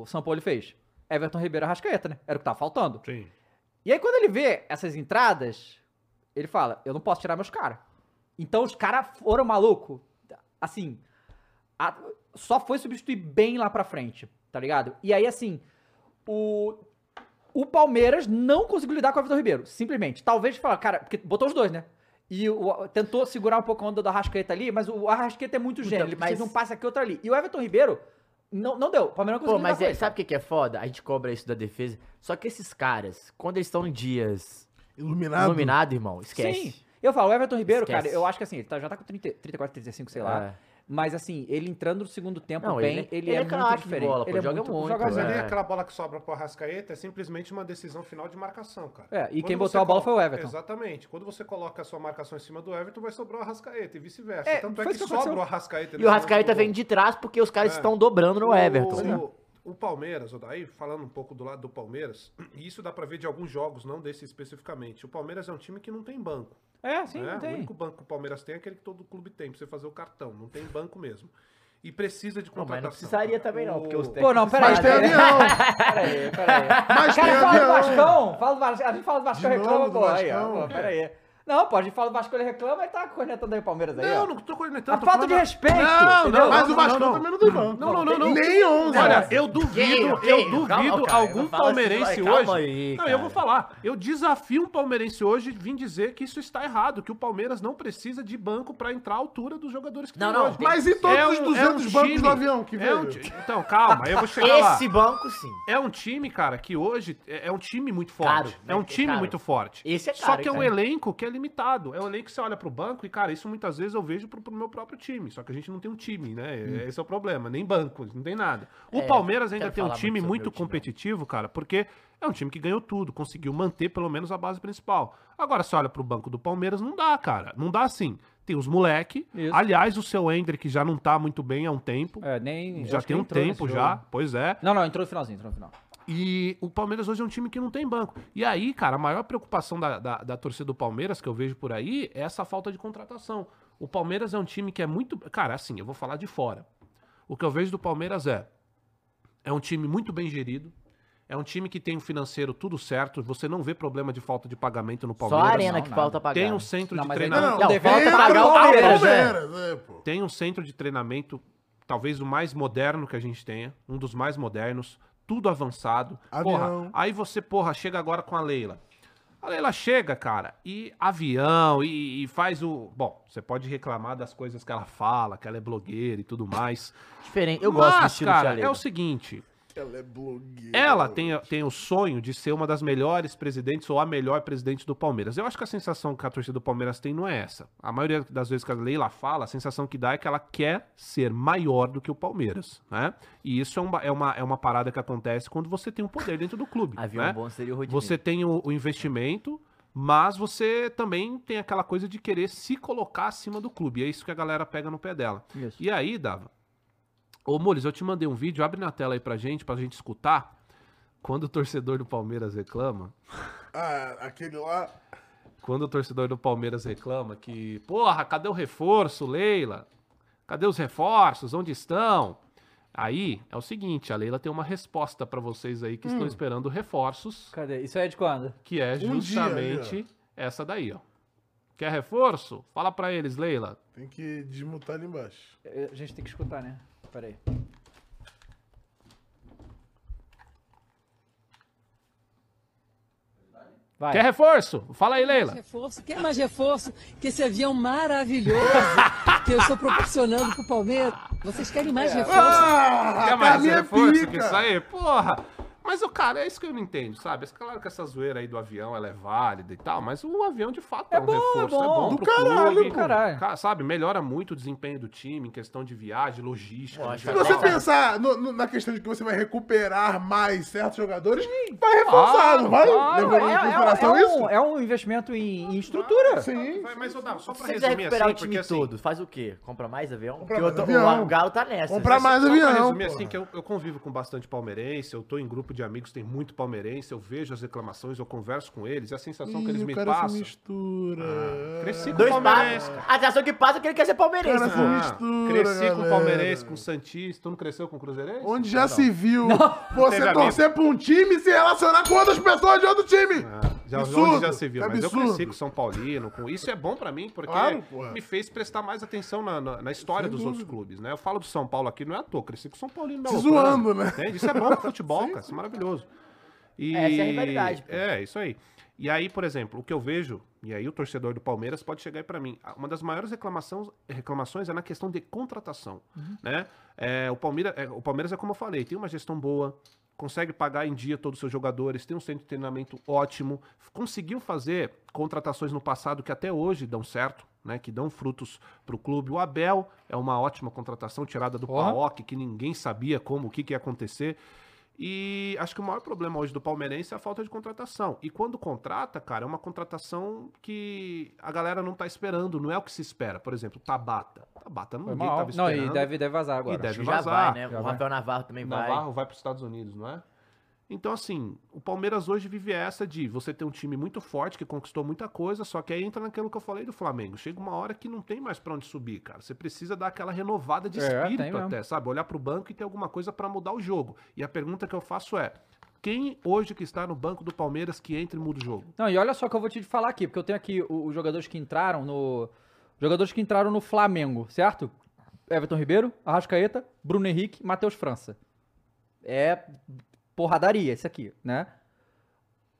S1: o São Paulo fez? Everton Ribeiro Arrascaeta, né? Era o que tava faltando.
S3: Sim.
S1: E aí, quando ele vê essas entradas, ele fala: Eu não posso tirar meus caras. Então, os caras foram maluco. Assim, a- só foi substituir bem lá pra frente, tá ligado? E aí, assim, o, o Palmeiras não conseguiu lidar com o Vitor Ribeiro, simplesmente. Talvez falar, cara, porque botou os dois, né? E o- tentou segurar um pouco a onda do Arrascaeta ali, mas o Arrascaeta é muito gênio. Ele precisa
S4: mas-
S1: de um passe aqui, outro ali. E o Everton Ribeiro não, não deu. O Palmeiras não
S4: Pô,
S1: conseguiu lidar
S4: mas
S1: com
S4: é-
S1: ele.
S4: sabe o que, que é foda? A gente cobra isso da defesa. Só que esses caras, quando eles estão em dias
S2: Iluminado.
S4: iluminados, irmão, esquece.
S1: Sim. Eu falo, o Everton Ribeiro,
S4: Esquece.
S1: cara, eu acho que assim, ele tá- já tá com 30, 34, 35, sei lá.
S4: É.
S1: Mas assim, ele entrando no segundo tempo
S4: Não,
S1: bem,
S4: ele-
S1: ele,
S4: ele
S1: é,
S4: é
S1: muito
S4: craque de
S1: diferente.
S4: bola, pô,
S1: ele é
S4: joga muito,
S1: joga
S3: Mas
S4: É.
S3: é. nem
S1: muito.
S3: aquela bola que sobra pro Arrascaeta, é simplesmente uma decisão final de marcação, cara.
S1: É, e quem
S3: Quando
S1: botou
S3: você
S1: a bola
S3: colo-
S1: foi o Everton.
S3: Exatamente. Quando você coloca a sua marcação em cima do Everton, vai sobrar o Arrascaeta e vice-versa.
S1: É,
S3: Tanto é
S1: foi
S3: que
S1: isso que
S3: sobra
S1: aconteceu.
S3: o Arrascaeta.
S4: E
S3: nesse
S4: o Rascaeta
S3: lance do
S4: vem
S3: gol.
S4: de trás porque os caras
S3: É.
S4: estão dobrando no Everton.
S3: O, o Palmeiras, Odaí, falando um pouco do lado do Palmeiras, e isso dá pra ver de alguns jogos, não desse especificamente. O Palmeiras é um time que não tem banco.
S1: É, sim,
S3: né?
S1: não
S3: O
S1: tem.
S3: único banco que o Palmeiras tem é aquele que todo clube tem, pra você fazer o cartão. Não tem banco mesmo. E precisa de
S4: Não,
S3: contratação.
S4: mas não precisaria
S3: cara.
S4: também não, porque os
S3: O-
S1: Pô, não, peraí.
S2: Mas tem
S1: peraí.
S2: avião.
S1: <laughs> Peraí, peraí.
S2: Mas tem
S1: Cara, fala do
S2: avião.
S1: Vascão. Fala do Vascão. A gente fala do Vascão
S2: De
S1: reclama,
S2: novo do
S1: pô. Aí,
S2: Vascão,
S1: ó, pô,
S2: cara.
S1: peraí. Não, pô, a gente fala do Vascão, ele reclama e tá cornetando aí o Palmeiras aí. ó.
S3: Não, não tô cornetando.
S1: A
S3: tô
S1: falta
S3: falando
S1: de
S3: da-
S1: respeito,
S3: Não,
S1: entendeu?
S3: não,
S2: Mas o
S3: não, não,
S2: Vascão
S3: não.
S2: também não tem banco.
S3: Não, não, não, não.
S2: Nem 11.
S3: Olha, eu duvido,
S4: Ok,
S3: eu
S4: ok,
S3: duvido
S4: calma, cara,
S3: algum
S4: não fala assim,
S3: palmeirense
S4: vai, calma
S3: hoje.
S4: aí,
S3: não,
S4: cara.
S3: eu vou falar. Eu desafio um palmeirense hoje vir dizer que isso está errado, que o Palmeiras não precisa de banco pra entrar à altura dos jogadores que
S4: Não,
S3: tem
S4: não,
S3: hoje.
S4: tem-
S2: Mas e todos
S3: É
S2: os
S3: um-
S2: 200
S3: é um
S2: bancos
S3: time.
S2: do avião que
S3: É
S2: veio?
S3: um ti- então, calma, eu vou chegar lá.
S4: Esse banco, sim.
S3: É um time, cara, que hoje é é um time muito
S4: Caro,
S3: forte.
S4: né?
S3: é um time
S4: Caro.
S3: muito forte.
S4: Esse é
S3: Só
S4: caro,
S3: que é um
S4: cara.
S3: elenco que é limitado. É um elenco que você olha pro banco e, cara, isso muitas vezes eu vejo pro, pro meu próprio time. Só que a gente não tem um time, né? Esse é o problema. Nem banco, não tem nada. O
S4: Hum. É,
S3: Palmeiras ainda
S4: quero
S3: tem um
S4: falar
S3: time
S4: muito sobre
S3: muito
S4: o time, né?
S3: competitivo, cara, porque é um time que ganhou tudo, conseguiu manter pelo menos a base principal. Agora, se olha pro banco do Palmeiras, não dá, cara. Não dá assim. Tem os moleque.
S1: Isso.
S3: Aliás, o seu Hendrick já não tá muito bem há um tempo.
S1: É, nem.
S3: Já
S1: acho que
S3: tem um
S1: entrou nesse
S3: tempo
S1: jogo.
S3: já, pois é.
S1: Não, não, entrou no finalzinho, entrou no final.
S3: E o Palmeiras hoje é um time que não tem banco. E aí, cara, a maior preocupação da, da, da torcida do Palmeiras, que eu vejo por aí, é essa falta de contratação. O Palmeiras é um time que é muito. Cara, assim, eu vou falar de fora. O que eu vejo do Palmeiras é. É um time muito bem gerido. É um time que tem o financeiro tudo certo. Você não vê problema de falta de pagamento no
S4: Só a
S3: Palmeiras.
S4: arena
S1: não,
S4: que
S1: nada.
S4: falta pagar.
S3: Tem um centro
S1: Não,
S3: de
S1: mas aí
S2: Não,
S3: treinamento.
S2: não,
S4: Não,
S2: tem
S4: volta
S2: que
S4: pra
S2: pagar o
S4: Palmeiras,
S2: Palmeiras, é, pô.
S3: tem um centro de treinamento, talvez o mais moderno que a gente tenha, um dos mais modernos, tudo avançado.
S2: Avião.
S3: Porra, aí você, porra, chega agora com a Leila. A Leila chega, cara, e avião, e, e faz o. Bom, você pode reclamar das coisas que ela fala, que ela é blogueira e tudo mais.
S4: Diferente. Eu gosto do
S3: Mas,
S4: estilo de
S3: cara,
S4: Aleida.
S3: é o seguinte:
S2: Ela é blogueira.
S3: ela tem, tem o sonho de ser uma das melhores presidentes ou a melhor presidente do Palmeiras. Eu acho que a sensação que a torcida do Palmeiras tem não é essa. A maioria das vezes que a Leila fala, a sensação que dá é que ela quer ser maior do que o Palmeiras, né? E isso é uma, é uma, é uma parada que acontece quando você tem um poder dentro do clube.
S4: Avião
S3: né?
S4: bom seria o Rodinei.
S3: Você tem o, o investimento, mas você também tem aquela coisa de querer se colocar acima do clube. E é isso que a galera pega no pé dela.
S1: Isso.
S3: E aí, Dava, ô Mules, eu te mandei um vídeo, abre na tela aí pra gente, pra gente escutar. Quando o torcedor do Palmeiras reclama,
S2: Ah, aquele lá.
S3: quando o torcedor do Palmeiras reclama que, porra, cadê o reforço, Leila? Cadê os reforços? Onde estão? Aí é o seguinte, a Leila tem uma resposta pra vocês aí que estão esperando reforços
S1: Cadê? Isso aí é de quando?
S3: que é
S2: Hum. Um dia,
S3: justamente essa daí, ó. Quer reforço? Fala pra eles, Leila.
S2: Tem que desmutar ali embaixo.
S1: Eh, A gente tem que escutar, né? Peraí. Vai.
S3: Quer reforço? Fala aí,
S5: mais
S3: Leila.
S5: reforço, quer mais reforço que esse avião maravilhoso que eu estou proporcionando pro Palmeiras? Vocês querem mais reforço?
S2: Ah,
S3: Quer
S2: a
S3: mais
S2: minha
S3: reforço que
S2: pica.
S3: isso aí? Porra! Mas o cara, é isso que eu não entendo, sabe? É Claro que essa zoeira aí do avião, ela é válida e tal, mas o avião de fato é,
S1: É
S3: um
S1: bom, é
S3: reforço.
S1: bom.
S2: Do caralho,
S1: do caralho.
S3: Ca- Sabe, melhora muito o desempenho do time em questão de viagem, logística.
S4: Eu
S3: de
S4: acho
S2: Se
S3: cada-
S2: você
S4: Nossa.
S2: pensar no- no- na questão de que você vai recuperar mais certos jogadores, vai reforçar, não vai?
S3: claro,
S2: Levando em
S1: É- é-
S2: consideração
S1: é um,
S2: isso?
S1: é um investimento em, em estrutura.
S3: um-
S2: Sim.
S3: Vai, mas, ô, Dava, só
S4: Se
S3: pra
S4: você quiser
S3: resumir
S4: recuperar
S3: assim,
S4: o time
S3: porque assim,
S4: todo, faz o quê? Compra mais avião?
S2: Compra
S4: Porque
S2: mais
S4: eu tô-
S2: avião.
S4: O Galo tá nessa.
S2: Compra
S4: Vocês-
S2: mais
S3: Só pra
S2: avião.
S3: resumir,
S2: porra.
S3: assim, que eu, eu convivo com bastante palmeirense, eu tô em grupo de amigos, tem muito palmeirense, eu vejo as reclamações, eu converso com eles, e a sensação que
S2: Ih,
S3: eles
S2: o
S3: me
S2: cara se
S3: passam. Ah,
S2: mistura.
S3: Cresci com
S4: Dois
S3: palmeirense.
S4: passos. A atração que passa é que ele quer ser palmeirense.
S2: Cara,
S4: pô.
S2: se mistura,
S3: Ah, cresci com
S2: galera.
S3: palmeirense, com santista, tu não cresceu com é cruzeirense?
S2: Onde já se viu você
S3: Teve
S2: torcer pra um time e se relacionar com outras pessoas de outro time.
S3: Ah, já,
S2: Absurdo,
S3: onde já se viu,
S2: é
S3: mas eu
S2: absurdo.
S3: cresci com São Paulino, com... isso é bom pra mim, porque
S2: Claro, porra.
S3: me fez prestar mais atenção na, na- na história
S2: Sem
S3: dos outros
S2: dúvida.
S3: clubes, né? Eu falo do São Paulo aqui, não é à toa, cresci com São Paulino. da
S2: Se
S3: loucura,
S2: zoando, né?
S3: entende? Isso é bom
S2: <laughs>
S3: pro futebol, cara, isso é maravilhoso. E...
S4: Essa é a rivalidade, pô.
S3: É, isso aí. E aí, por exemplo, o que eu vejo, e aí o torcedor do Palmeiras pode chegar aí pra mim, uma das maiores reclamações, reclamações é na questão de contratação,
S2: Uhum.
S3: né? É, o, Palmeira, é, o Palmeiras é como eu falei, tem uma gestão boa, consegue pagar em dia todos os seus jogadores, tem um centro de treinamento ótimo, f- conseguiu fazer contratações no passado que até hoje dão certo, né? Que dão frutos pro clube. O Abel é uma ótima contratação tirada do
S1: Porra.
S3: PAOC, que ninguém sabia como, o que, que ia acontecer. E acho que o maior problema hoje do palmeirense é a falta de contratação. E quando contrata, cara, é uma contratação que a galera não tá esperando, não é o que se espera. Por exemplo, Tabata. Tabata
S1: Foi
S3: ninguém
S1: mal.
S3: tava
S1: Não,
S3: esperando.
S1: e deve, deve vazar agora.
S3: E deve
S4: Já
S3: vazar.
S4: vai, né?
S1: Já
S4: o
S1: vai.
S4: Rafael Navarro também vai.
S3: Navarro vai para os Estados Unidos, não é? Então, assim, o Palmeiras hoje vive essa de você ter um time muito forte que conquistou muita coisa, só que aí entra naquilo que eu falei do Flamengo. Chega uma hora que não tem mais pra onde subir, cara. Você precisa dar aquela renovada de
S1: É,
S3: espírito
S1: tem mesmo.
S3: até, sabe? Olhar pro banco e ter alguma coisa pra mudar o jogo. E a pergunta que eu faço é: quem hoje que está no banco do Palmeiras que entra e muda o jogo?
S1: Não, e olha só o que eu vou te falar aqui, porque eu tenho aqui o- os jogadores que entraram no. Jogadores que entraram no Flamengo, certo? Everton Ribeiro, Arrascaeta, Bruno Henrique, Matheus França. É porradaria esse aqui, né?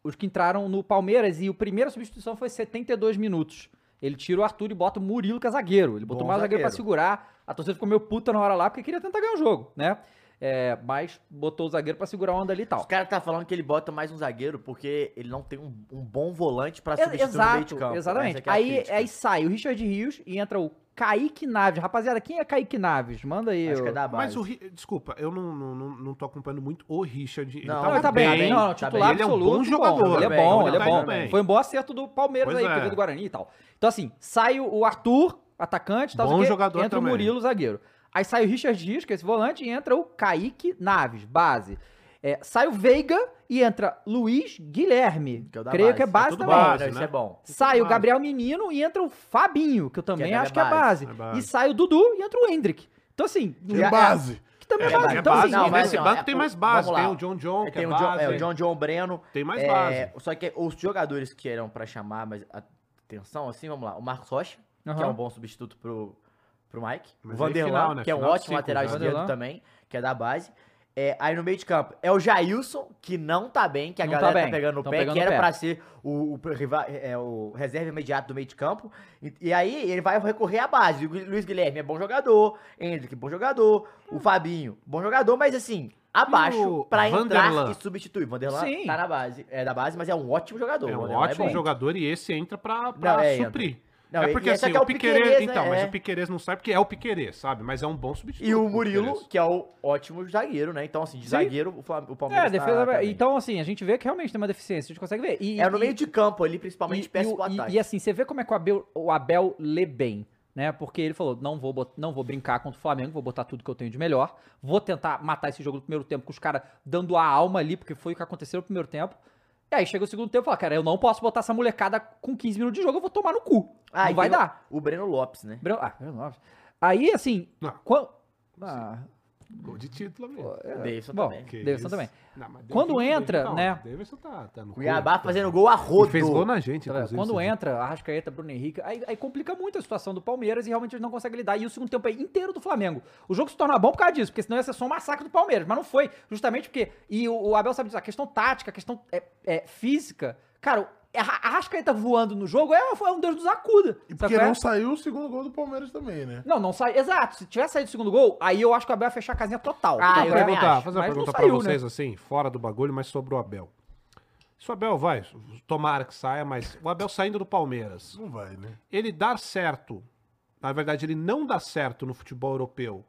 S1: Os que entraram no Palmeiras e o primeira substituição foi 72 minutos. Ele tira o Arthur e bota o Murilo, que é zagueiro. Ele botou
S4: Bom
S1: mais zagueiro pra
S4: zagueiro.
S1: segurar. A torcida ficou meio puta na hora lá, porque queria tentar ganhar o jogo, né? É, mas botou o zagueiro pra segurar a onda ali e
S4: Os
S1: tal.
S4: caras tá falando que ele bota mais um zagueiro porque ele não tem um, um bom volante pra
S1: Ex-
S4: substituir o meio de campo. Essa
S1: Exatamente.
S4: que é a
S1: aí,
S4: crítica.
S1: aí sai o Richard Rios e entra o Kaique Naves. Rapaziada, quem é Kaique Naves? Manda aí.
S4: Acho que é
S1: o-
S4: da
S3: Mas
S4: base.
S3: o. Ri- Desculpa, eu não, não, não, não tô acompanhando muito o Richard. Ele
S4: Não,
S1: Não,
S3: tava
S1: ele tá bem,
S4: bem,
S1: não, não,
S4: tá
S1: titular
S4: bem.
S3: Ele é um
S1: absoluto.
S3: bom jogador.
S1: Ele é
S4: Tá
S1: bom,
S4: bem,
S1: ele é
S4: tá
S1: bom.
S4: indo bem.
S1: Foi um bom acerto do Palmeiras
S3: Pois
S1: aí, que
S3: é.
S1: veio do Guarani e tal. Então, assim, sai o Arthur, atacante, tal,
S3: Bom
S1: sei o quê,
S3: jogador
S1: entra
S3: também.
S1: o Murilo, zagueiro. Aí sai o Richard Dias, que é esse volante, e entra o Kaique Naves, base. É, sai o Veiga e entra Luiz Guilherme.
S4: Que é o da
S1: creio
S4: base.
S1: que é
S4: É
S1: base
S3: tudo
S1: também.
S3: base,
S4: Não, Isso
S3: né?
S4: é bom.
S1: Sai o
S3: base.
S1: Gabriel Menino e entra o Fabinho, que eu também
S4: Que é da
S1: acho que é base.
S4: base.
S3: É base.
S1: E sai o Dudu e entra o Hendrick. Então, assim,
S2: Tem base.
S1: que também é,
S3: É,
S1: base.
S3: é
S1: Então,
S3: base,
S1: assim,
S4: não,
S3: e
S4: mas
S3: nesse
S4: não,
S3: banco
S4: é
S3: tem
S4: por-
S3: mais base.
S4: vamos lá.
S3: Tem o John John, que
S4: tem
S3: é
S4: o John,
S3: base.
S4: é, o John, John Breno.
S3: Tem mais
S4: É,
S3: base.
S4: só que os jogadores que eram pra chamar mais atenção, assim, vamos lá. O Marcos Rocha, que é
S1: Aham.
S4: um bom substituto pro, pro Mike.
S3: Mas
S4: O
S3: aí final,
S4: Vanderlan,
S3: né?
S4: que é um
S3: Final de
S4: ótimo
S3: ciclo né?
S4: lateral
S3: já.
S4: esquerdo
S1: Vanderlan.
S4: também, que é da base. É, aí no meio de campo é o Jailson, que não tá bem, que a
S1: Não tá
S4: galera tá,
S1: bem,
S4: pegando o
S1: tão
S4: pé,
S1: pegando
S4: que era
S1: o pé.
S4: pra ser o, o, rival- é, o reserva imediato do meio de campo. E, e aí ele vai recorrer à base. O Gui- Luiz Guilherme é bom jogador, Hendrick, bom jogador, o Fabinho, bom jogador, mas assim, abaixo
S3: o
S4: pra entrar
S3: Vanderlan?
S4: e substituir. Vanderlan
S1: Sim.
S4: tá na base, é da base, mas é um ótimo jogador.
S3: É um
S4: Vanderlan
S3: ótimo
S4: bom.
S3: jogador e esse entra pra, pra
S4: Não, é, entra.
S3: suprir.
S4: Não,
S3: é
S4: e-
S3: porque
S4: e esse
S3: assim,
S4: aqui é
S3: o Piquerez,
S4: Piquerez, né?
S3: então, mas
S4: É.
S3: o Piquerez não sai porque é o Piquerez, sabe? Mas é um bom substituto.
S4: E o
S3: pro
S4: Murilo,
S3: Piquerez.
S4: que é o ótimo zagueiro, né? Então, assim, de
S1: Sim.
S4: zagueiro, o, Flam- o
S1: É,
S4: Palmeiras.
S1: a defesa.
S4: tá, tá bem.
S1: então, assim, a gente vê que realmente tem uma deficiência, a gente consegue ver. E,
S4: é no
S1: e-
S4: meio de campo ali,
S1: e,
S4: principalmente,
S1: e,
S4: péssimo
S1: o- e-
S4: ataque.
S1: e assim, você vê como é que o Abel, o Abel lê bem, né? Porque ele falou: não vou, bot- não vou brincar contra o Flamengo, vou botar tudo que eu tenho de melhor, vou tentar matar esse jogo do primeiro tempo com os caras dando a alma ali, porque foi o que aconteceu no primeiro tempo. E aí chega o segundo tempo e fala: cara, eu não posso botar essa molecada com 15 minutos de jogo, eu vou tomar no cu.
S4: Ah, e
S1: não vai
S4: tem o-
S1: dar.
S4: O Breno Lopes, né?
S1: Breno- Ah, Breno Lopes. Aí, assim.
S3: Não.
S1: Quando... Ah,
S3: Gol de título mesmo.
S1: é,
S4: Davidson
S1: bom,
S4: também.
S3: Que
S1: Davidson
S3: isso.
S1: também.
S3: Não, mas
S1: Quando
S3: Davidson-
S1: entra,
S3: Davidson tá
S1: né?
S3: onde? Davidson tá, tá no
S4: Cuiabá
S3: cu.
S4: fazendo gol a rodo.
S3: E fez gol na gente,
S1: Tá vendo?
S3: inclusive.
S1: Quando
S2: né?
S3: vocês
S1: entra Arrascaeta, Bruno Henrique, aí, aí complica muito a situação do Palmeiras e realmente eles não conseguem lidar. E o segundo tempo é inteiro do Flamengo. O jogo se torna bom por causa disso, porque senão ia ser só um massacre do Palmeiras. Mas não foi, justamente porque. E o, o Abel sabe disso, a questão tática, a questão é, é, física. Cara, a Arrascaeta voando no jogo é, é um Deus nos acuda.
S2: E
S1: sabe
S2: porque
S1: qual é?
S2: não saiu o segundo gol do Palmeiras também, né?
S1: Não, não sai. Exato, se tivesse saído o segundo gol, aí eu acho que o Abel ia fechar a casinha total.
S4: Ah,
S1: Sabe qual
S4: eu
S1: é?
S4: também
S3: perguntar,
S4: acho,
S3: fazer uma
S1: mas não
S3: pergunta pra
S1: saiu, né?
S3: vocês, assim, fora do bagulho, mas sobre o Abel. Se o Abel vai, tomara que saia, mas o Abel saindo do Palmeiras,
S2: Não vai, né?
S3: ele dar certo, na verdade ele não dá certo no futebol europeu,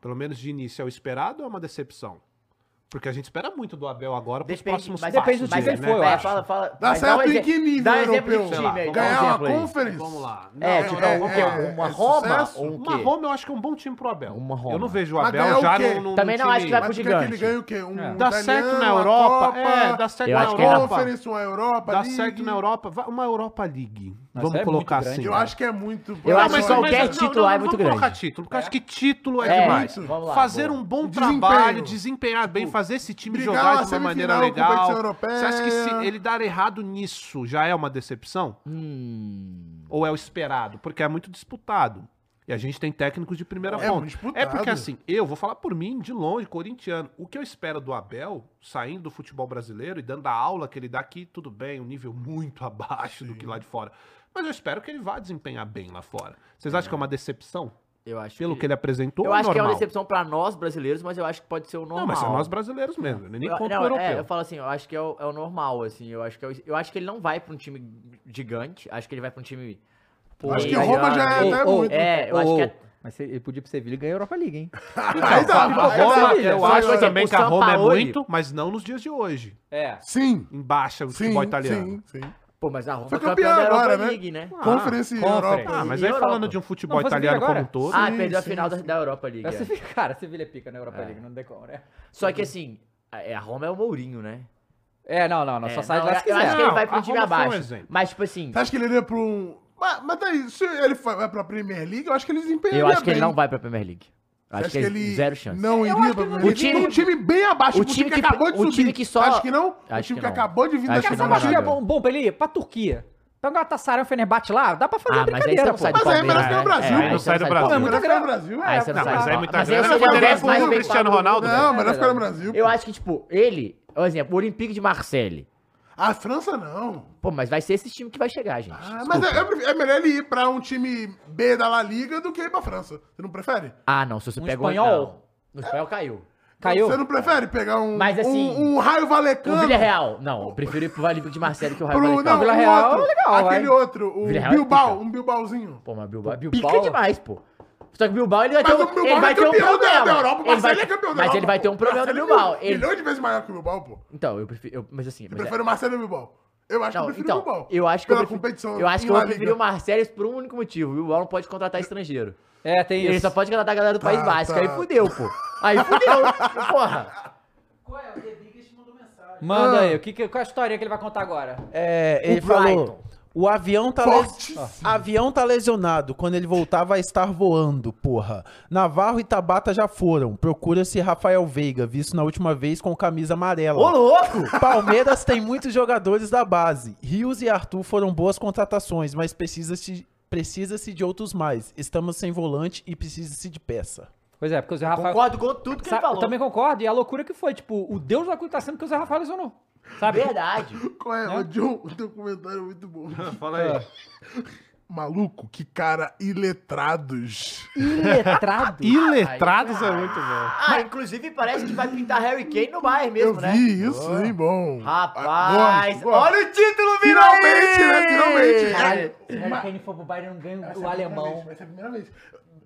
S3: pelo menos de início, é o esperado ou é uma decepção? Porque a gente espera muito do Abel agora pros
S4: Depende,
S3: próximos
S4: mas
S3: passos
S4: depende do time
S1: dele,
S4: que ele
S1: né?
S4: foi,
S1: eu
S4: é,
S1: acho.
S4: fala, fala.
S2: Dá
S4: mas
S2: certo
S4: um
S2: em
S4: exe-
S2: que nível
S4: Dá exemplo de
S2: europeu?
S4: time aí, dá um
S2: Ganhar
S4: exemplo
S2: uma
S4: aí.
S2: conference.
S3: Vamos lá. Não,
S4: É, tipo,
S2: é,
S4: o quê?
S2: é,
S4: Uma
S2: é
S4: Roma?
S2: sucesso.
S4: Ou um
S3: Uma
S4: quê?
S3: Roma eu acho que é um bom time pro Abel.
S4: Uma Roma.
S3: Eu não vejo o
S2: Mas
S3: Abel
S2: ganhar o
S3: já
S2: quê?
S3: num, num
S4: Também não
S3: time-
S4: acho que vai pro
S2: Mas tu quer que ele
S4: gigante.
S2: ganhe o quê? Um
S1: É.
S3: Dá
S2: italiano,
S3: certo na
S2: uma
S3: Europa.
S2: Copa,
S3: é, dá certo
S4: Eu
S3: na
S4: acho que é na
S3: Europa.
S2: Conference, uma Europa
S3: Dá
S2: League.
S3: certo na Europa. vai- Uma Europa League.
S1: Mas
S3: vamos
S1: é muito
S3: colocar
S1: grande,
S3: assim.
S4: né?
S2: Eu acho que é muito.
S4: Eu acho que
S2: Mas-
S4: qualquer
S2: mas-
S4: título lá é muito
S3: vamos colocar
S4: grande.
S3: título, porque eu acho que título é,
S4: É,
S3: demais.
S2: isso.
S4: Vamos lá,
S3: fazer
S4: boa.
S3: um bom
S2: Desempenho.
S3: trabalho, desempenhar bem, fazer esse time
S2: Brigar
S3: jogar
S2: uma
S3: de uma
S2: semifinal
S3: maneira
S2: com
S3: legal.
S2: competição europeia.
S3: Você acha que se ele dar errado nisso já é uma decepção?
S4: Hum.
S3: Ou é o esperado? Porque é muito disputado. E a gente tem técnicos de primeira
S2: É
S3: ponta.
S2: muito disputado.
S3: É porque assim, eu vou falar por mim, de longe, corintiano. O que eu espero do Abel, saindo do futebol brasileiro e dando a aula que ele dá aqui, tudo bem, um nível muito <laughs> abaixo do que lá de fora. Mas eu espero que ele vá desempenhar bem lá fora. Vocês acham que é uma decepção?
S4: Eu acho
S3: Pelo que ele apresentou?
S4: Eu
S3: ou
S4: acho que é uma
S3: normal?
S4: decepção pra nós brasileiros, mas eu acho que pode ser o normal.
S3: Não, mas são nós brasileiros mesmo. Eu nem
S4: Eu-
S3: conto
S4: não,
S3: o europeu.
S4: É, eu falo assim, eu acho que é o, é o normal, assim. Eu acho, que é o- eu acho que ele não vai pra um time gigante. Acho que ele vai pra um time. pô,
S2: Acho que
S4: italiano.
S2: Roma já é
S1: Ou-
S2: até
S1: ou-
S2: muito.
S4: É, eu acho que é.
S1: Mas se- ele podia ir pro Sevilha e ganhar a Europa League, hein?
S2: Aí dá,
S3: Sabe,
S2: aí
S3: a
S2: dá.
S3: Roma,
S1: Sevilha.
S3: eu
S4: Sabe
S3: acho
S4: coisa?
S3: também
S4: O
S3: que a Roma é
S4: Sampaoli-
S3: muito, mas não nos dias de hoje.
S1: É.
S2: Sim.
S3: Em baixa o
S2: Sim,
S3: futebol italiano.
S2: sim, sim.
S4: Pô, mas a Roma
S2: Foi
S4: é campeã
S2: campeão
S4: da Europa
S2: agora, né?
S4: League, né?
S3: Ah,
S2: Conference
S1: conference.
S2: Europa.
S3: Ah, mas
S4: E
S3: aí
S4: Europa?
S3: falando de um futebol
S1: Não, faz
S3: italiano
S1: agora.
S3: como um todo.
S4: ah,
S2: Sim,
S4: perdeu a
S2: sim,
S4: final da-
S2: sim.
S4: da Europa League.
S1: É
S4: é.
S1: Sevilha- Cara, Sevilha é pica na Europa League, não tem como, né?
S4: Só que assim, a é, a Roma é o Mourinho, né?
S1: É, não, não, não.
S4: É,
S1: só sai
S4: não,
S1: de lá se
S4: eu, eu acho
S1: quiser.
S4: que ele
S3: Não,
S4: vai pra um
S3: a
S4: time
S3: Roma foi um
S4: abaixo.
S3: exemplo.
S4: mas, tipo assim,
S2: Você acha que ele iria pra um. Mas, mas daí, se ele fa- vai pra Premier League, eu acho que ele desempenharia.
S4: eu acho que ele
S2: bem.
S4: não vai pra Premier League. Eu
S2: Você
S4: Acho
S2: acha
S4: que ele zero chance.
S2: Não
S1: Eu
S2: iria
S1: acho que
S2: pra
S1: não.
S2: Premier League.
S4: O time-
S2: um time bem abaixo
S4: o
S2: do
S4: time que-
S2: acabou de
S4: o
S2: subir.
S4: time que só-
S2: Acho que não. o
S4: Acho
S2: time
S4: que
S2: que,
S4: não.
S2: acabou de vir
S4: Acho
S2: da
S4: que
S1: Quer
S4: não
S1: saber
S4: vai
S1: um
S4: dar
S1: time é
S4: nada.
S1: bom, bom pra ele ir? Pra Turquia. Então, Pega o Galatasaray, o Fenerbahçe lá, dá pra fazer
S4: Ah,
S1: uma
S4: mas aí você
S1: brincadeira.
S4: não sai do
S2: Mas aí
S4: Palmeiras.
S2: merece ganhar o Brasil,
S4: né? É,
S2: não
S4: aí você
S3: sai do
S2: Pô,
S3: Brasil.
S2: é
S1: muita
S2: muita
S1: grana.
S2: grana. Brasil.
S4: Aí você
S3: Não,
S4: sai
S3: mas
S4: do
S3: aí
S4: Palmeiras.
S3: muita
S4: é. Mas aí
S3: grana
S4: você
S2: vai
S4: merece
S2: dar
S4: mais
S2: pro
S4: bem
S3: Cristiano
S4: pago.
S3: Ronaldo.
S2: Não, mas
S1: É
S2: nós ficamos no
S1: verdade.
S2: Brasil.
S4: Eu acho que, tipo, ele, por exemplo, o Olympique de Marseille.
S2: A França não.
S4: Pô, mas vai ser esse time que vai chegar, gente.
S2: Ah, mas é, eu prefiro- é melhor ele ir pra um time B da La Liga do que ir pra França. Você não prefere?
S4: Ah, não, se você
S1: Um
S4: pega
S1: espanhol.
S4: o. No espanhol caiu.
S1: Caiu?
S2: Você não prefere pegar um,
S4: Mas, assim,
S2: um, um raio
S4: O
S2: valecano?
S4: Vila Real. Não, eu prefiro ir pro Olympique de Marseille que o Raio
S2: Pro,
S4: Vallecano.
S2: não,
S1: Vila
S2: um
S1: Real é
S2: outro,
S1: legal,
S2: aquele
S1: vai.
S2: outro, o
S4: Vila Real é
S2: Bilbao,
S4: pica.
S2: um Bilbauzinho.
S4: Pô, mas Bilbao,
S1: Bilbao-
S4: pica demais, pô. Só que o Bilbao ele vai
S2: Mas
S4: ter
S2: o
S4: um,
S2: Bilbao
S4: ele vai
S2: é
S4: ter um
S2: campeão da-
S4: problema.
S2: da Europa, o
S4: Ele vai-
S2: Marcelo é campeão da
S4: mas ele
S2: Europa,
S4: vai ter
S2: pô.
S4: um problema no
S2: Marcelo é
S4: Bilbao.
S2: mil-
S4: Ele-
S2: Milhões de vezes maior que o Bilbao, pô.
S4: Então, eu prefiro. eu- Mas assim.
S2: Você
S4: mas é-
S2: prefere o Marcelo ou o Bilbao? Eu acho
S4: Não,
S2: que eu prefiro o
S4: então,
S2: Bilbao.
S4: eu acho que eu
S2: pela
S4: prefiro,
S2: competição
S4: eu acho que
S2: em
S4: eu
S2: La
S4: vou preferir
S2: Liga.
S4: o Marcelo por um único motivo. O Bilbao não pode contratar estrangeiro.
S1: É, tem
S4: Ele
S1: isso.
S4: só pode contratar a galera do País
S2: Tá,
S4: Basco.
S2: tá.
S4: Aí fudeu, pô. Aí
S1: <laughs>
S4: fudeu. porra. Ah.
S1: Manda aí, o que, que- qual é a história que ele vai contar agora?
S6: É, ele
S4: Brighton.
S6: falou. O avião tá, les...
S2: Fortíssimo.
S6: avião tá lesionado. Quando ele voltar, vai estar voando, porra. Navarro e Tabata já foram. Procura-se Rafael Veiga, visto na última vez com camisa amarela.
S4: Ô, louco!
S6: Palmeiras tem muitos jogadores da base. Rios e Arthur foram boas contratações, mas precisa-se precisa-se de outros mais. Estamos sem volante e precisa-se de peça.
S1: Pois é, porque o Zé Rafael.
S4: Concordo com tudo que ele
S1: Sa- eu
S4: falou.
S1: também concordo, e a loucura que foi, tipo, o Deus da loucura tá sendo que o Zé Rafael lesionou. Sabe?
S4: Verdade.
S2: Qual é? Ô, John, o teu comentário é muito bom.
S3: Ah, Fala aí.
S2: Maluco, que cara iletrados.
S1: <laughs> Iletrado.
S3: Iletrados é muito bom.
S4: Ah, inclusive parece que vai pintar Harry Kane no Bayern
S2: Eu
S4: mesmo,
S2: vi
S4: né?
S2: isso, hein, bom.
S4: Rapaz,
S2: Ah, gosto, gosto.
S4: olha o título, um vindo
S2: Finalmente,
S4: aí!
S2: né? Finalmente.
S1: Caralho, se o Harry Kane for pro Bayern, não ganha o
S2: Essa é a primeira
S1: alemão.
S2: vez, Vai ser a primeira vez.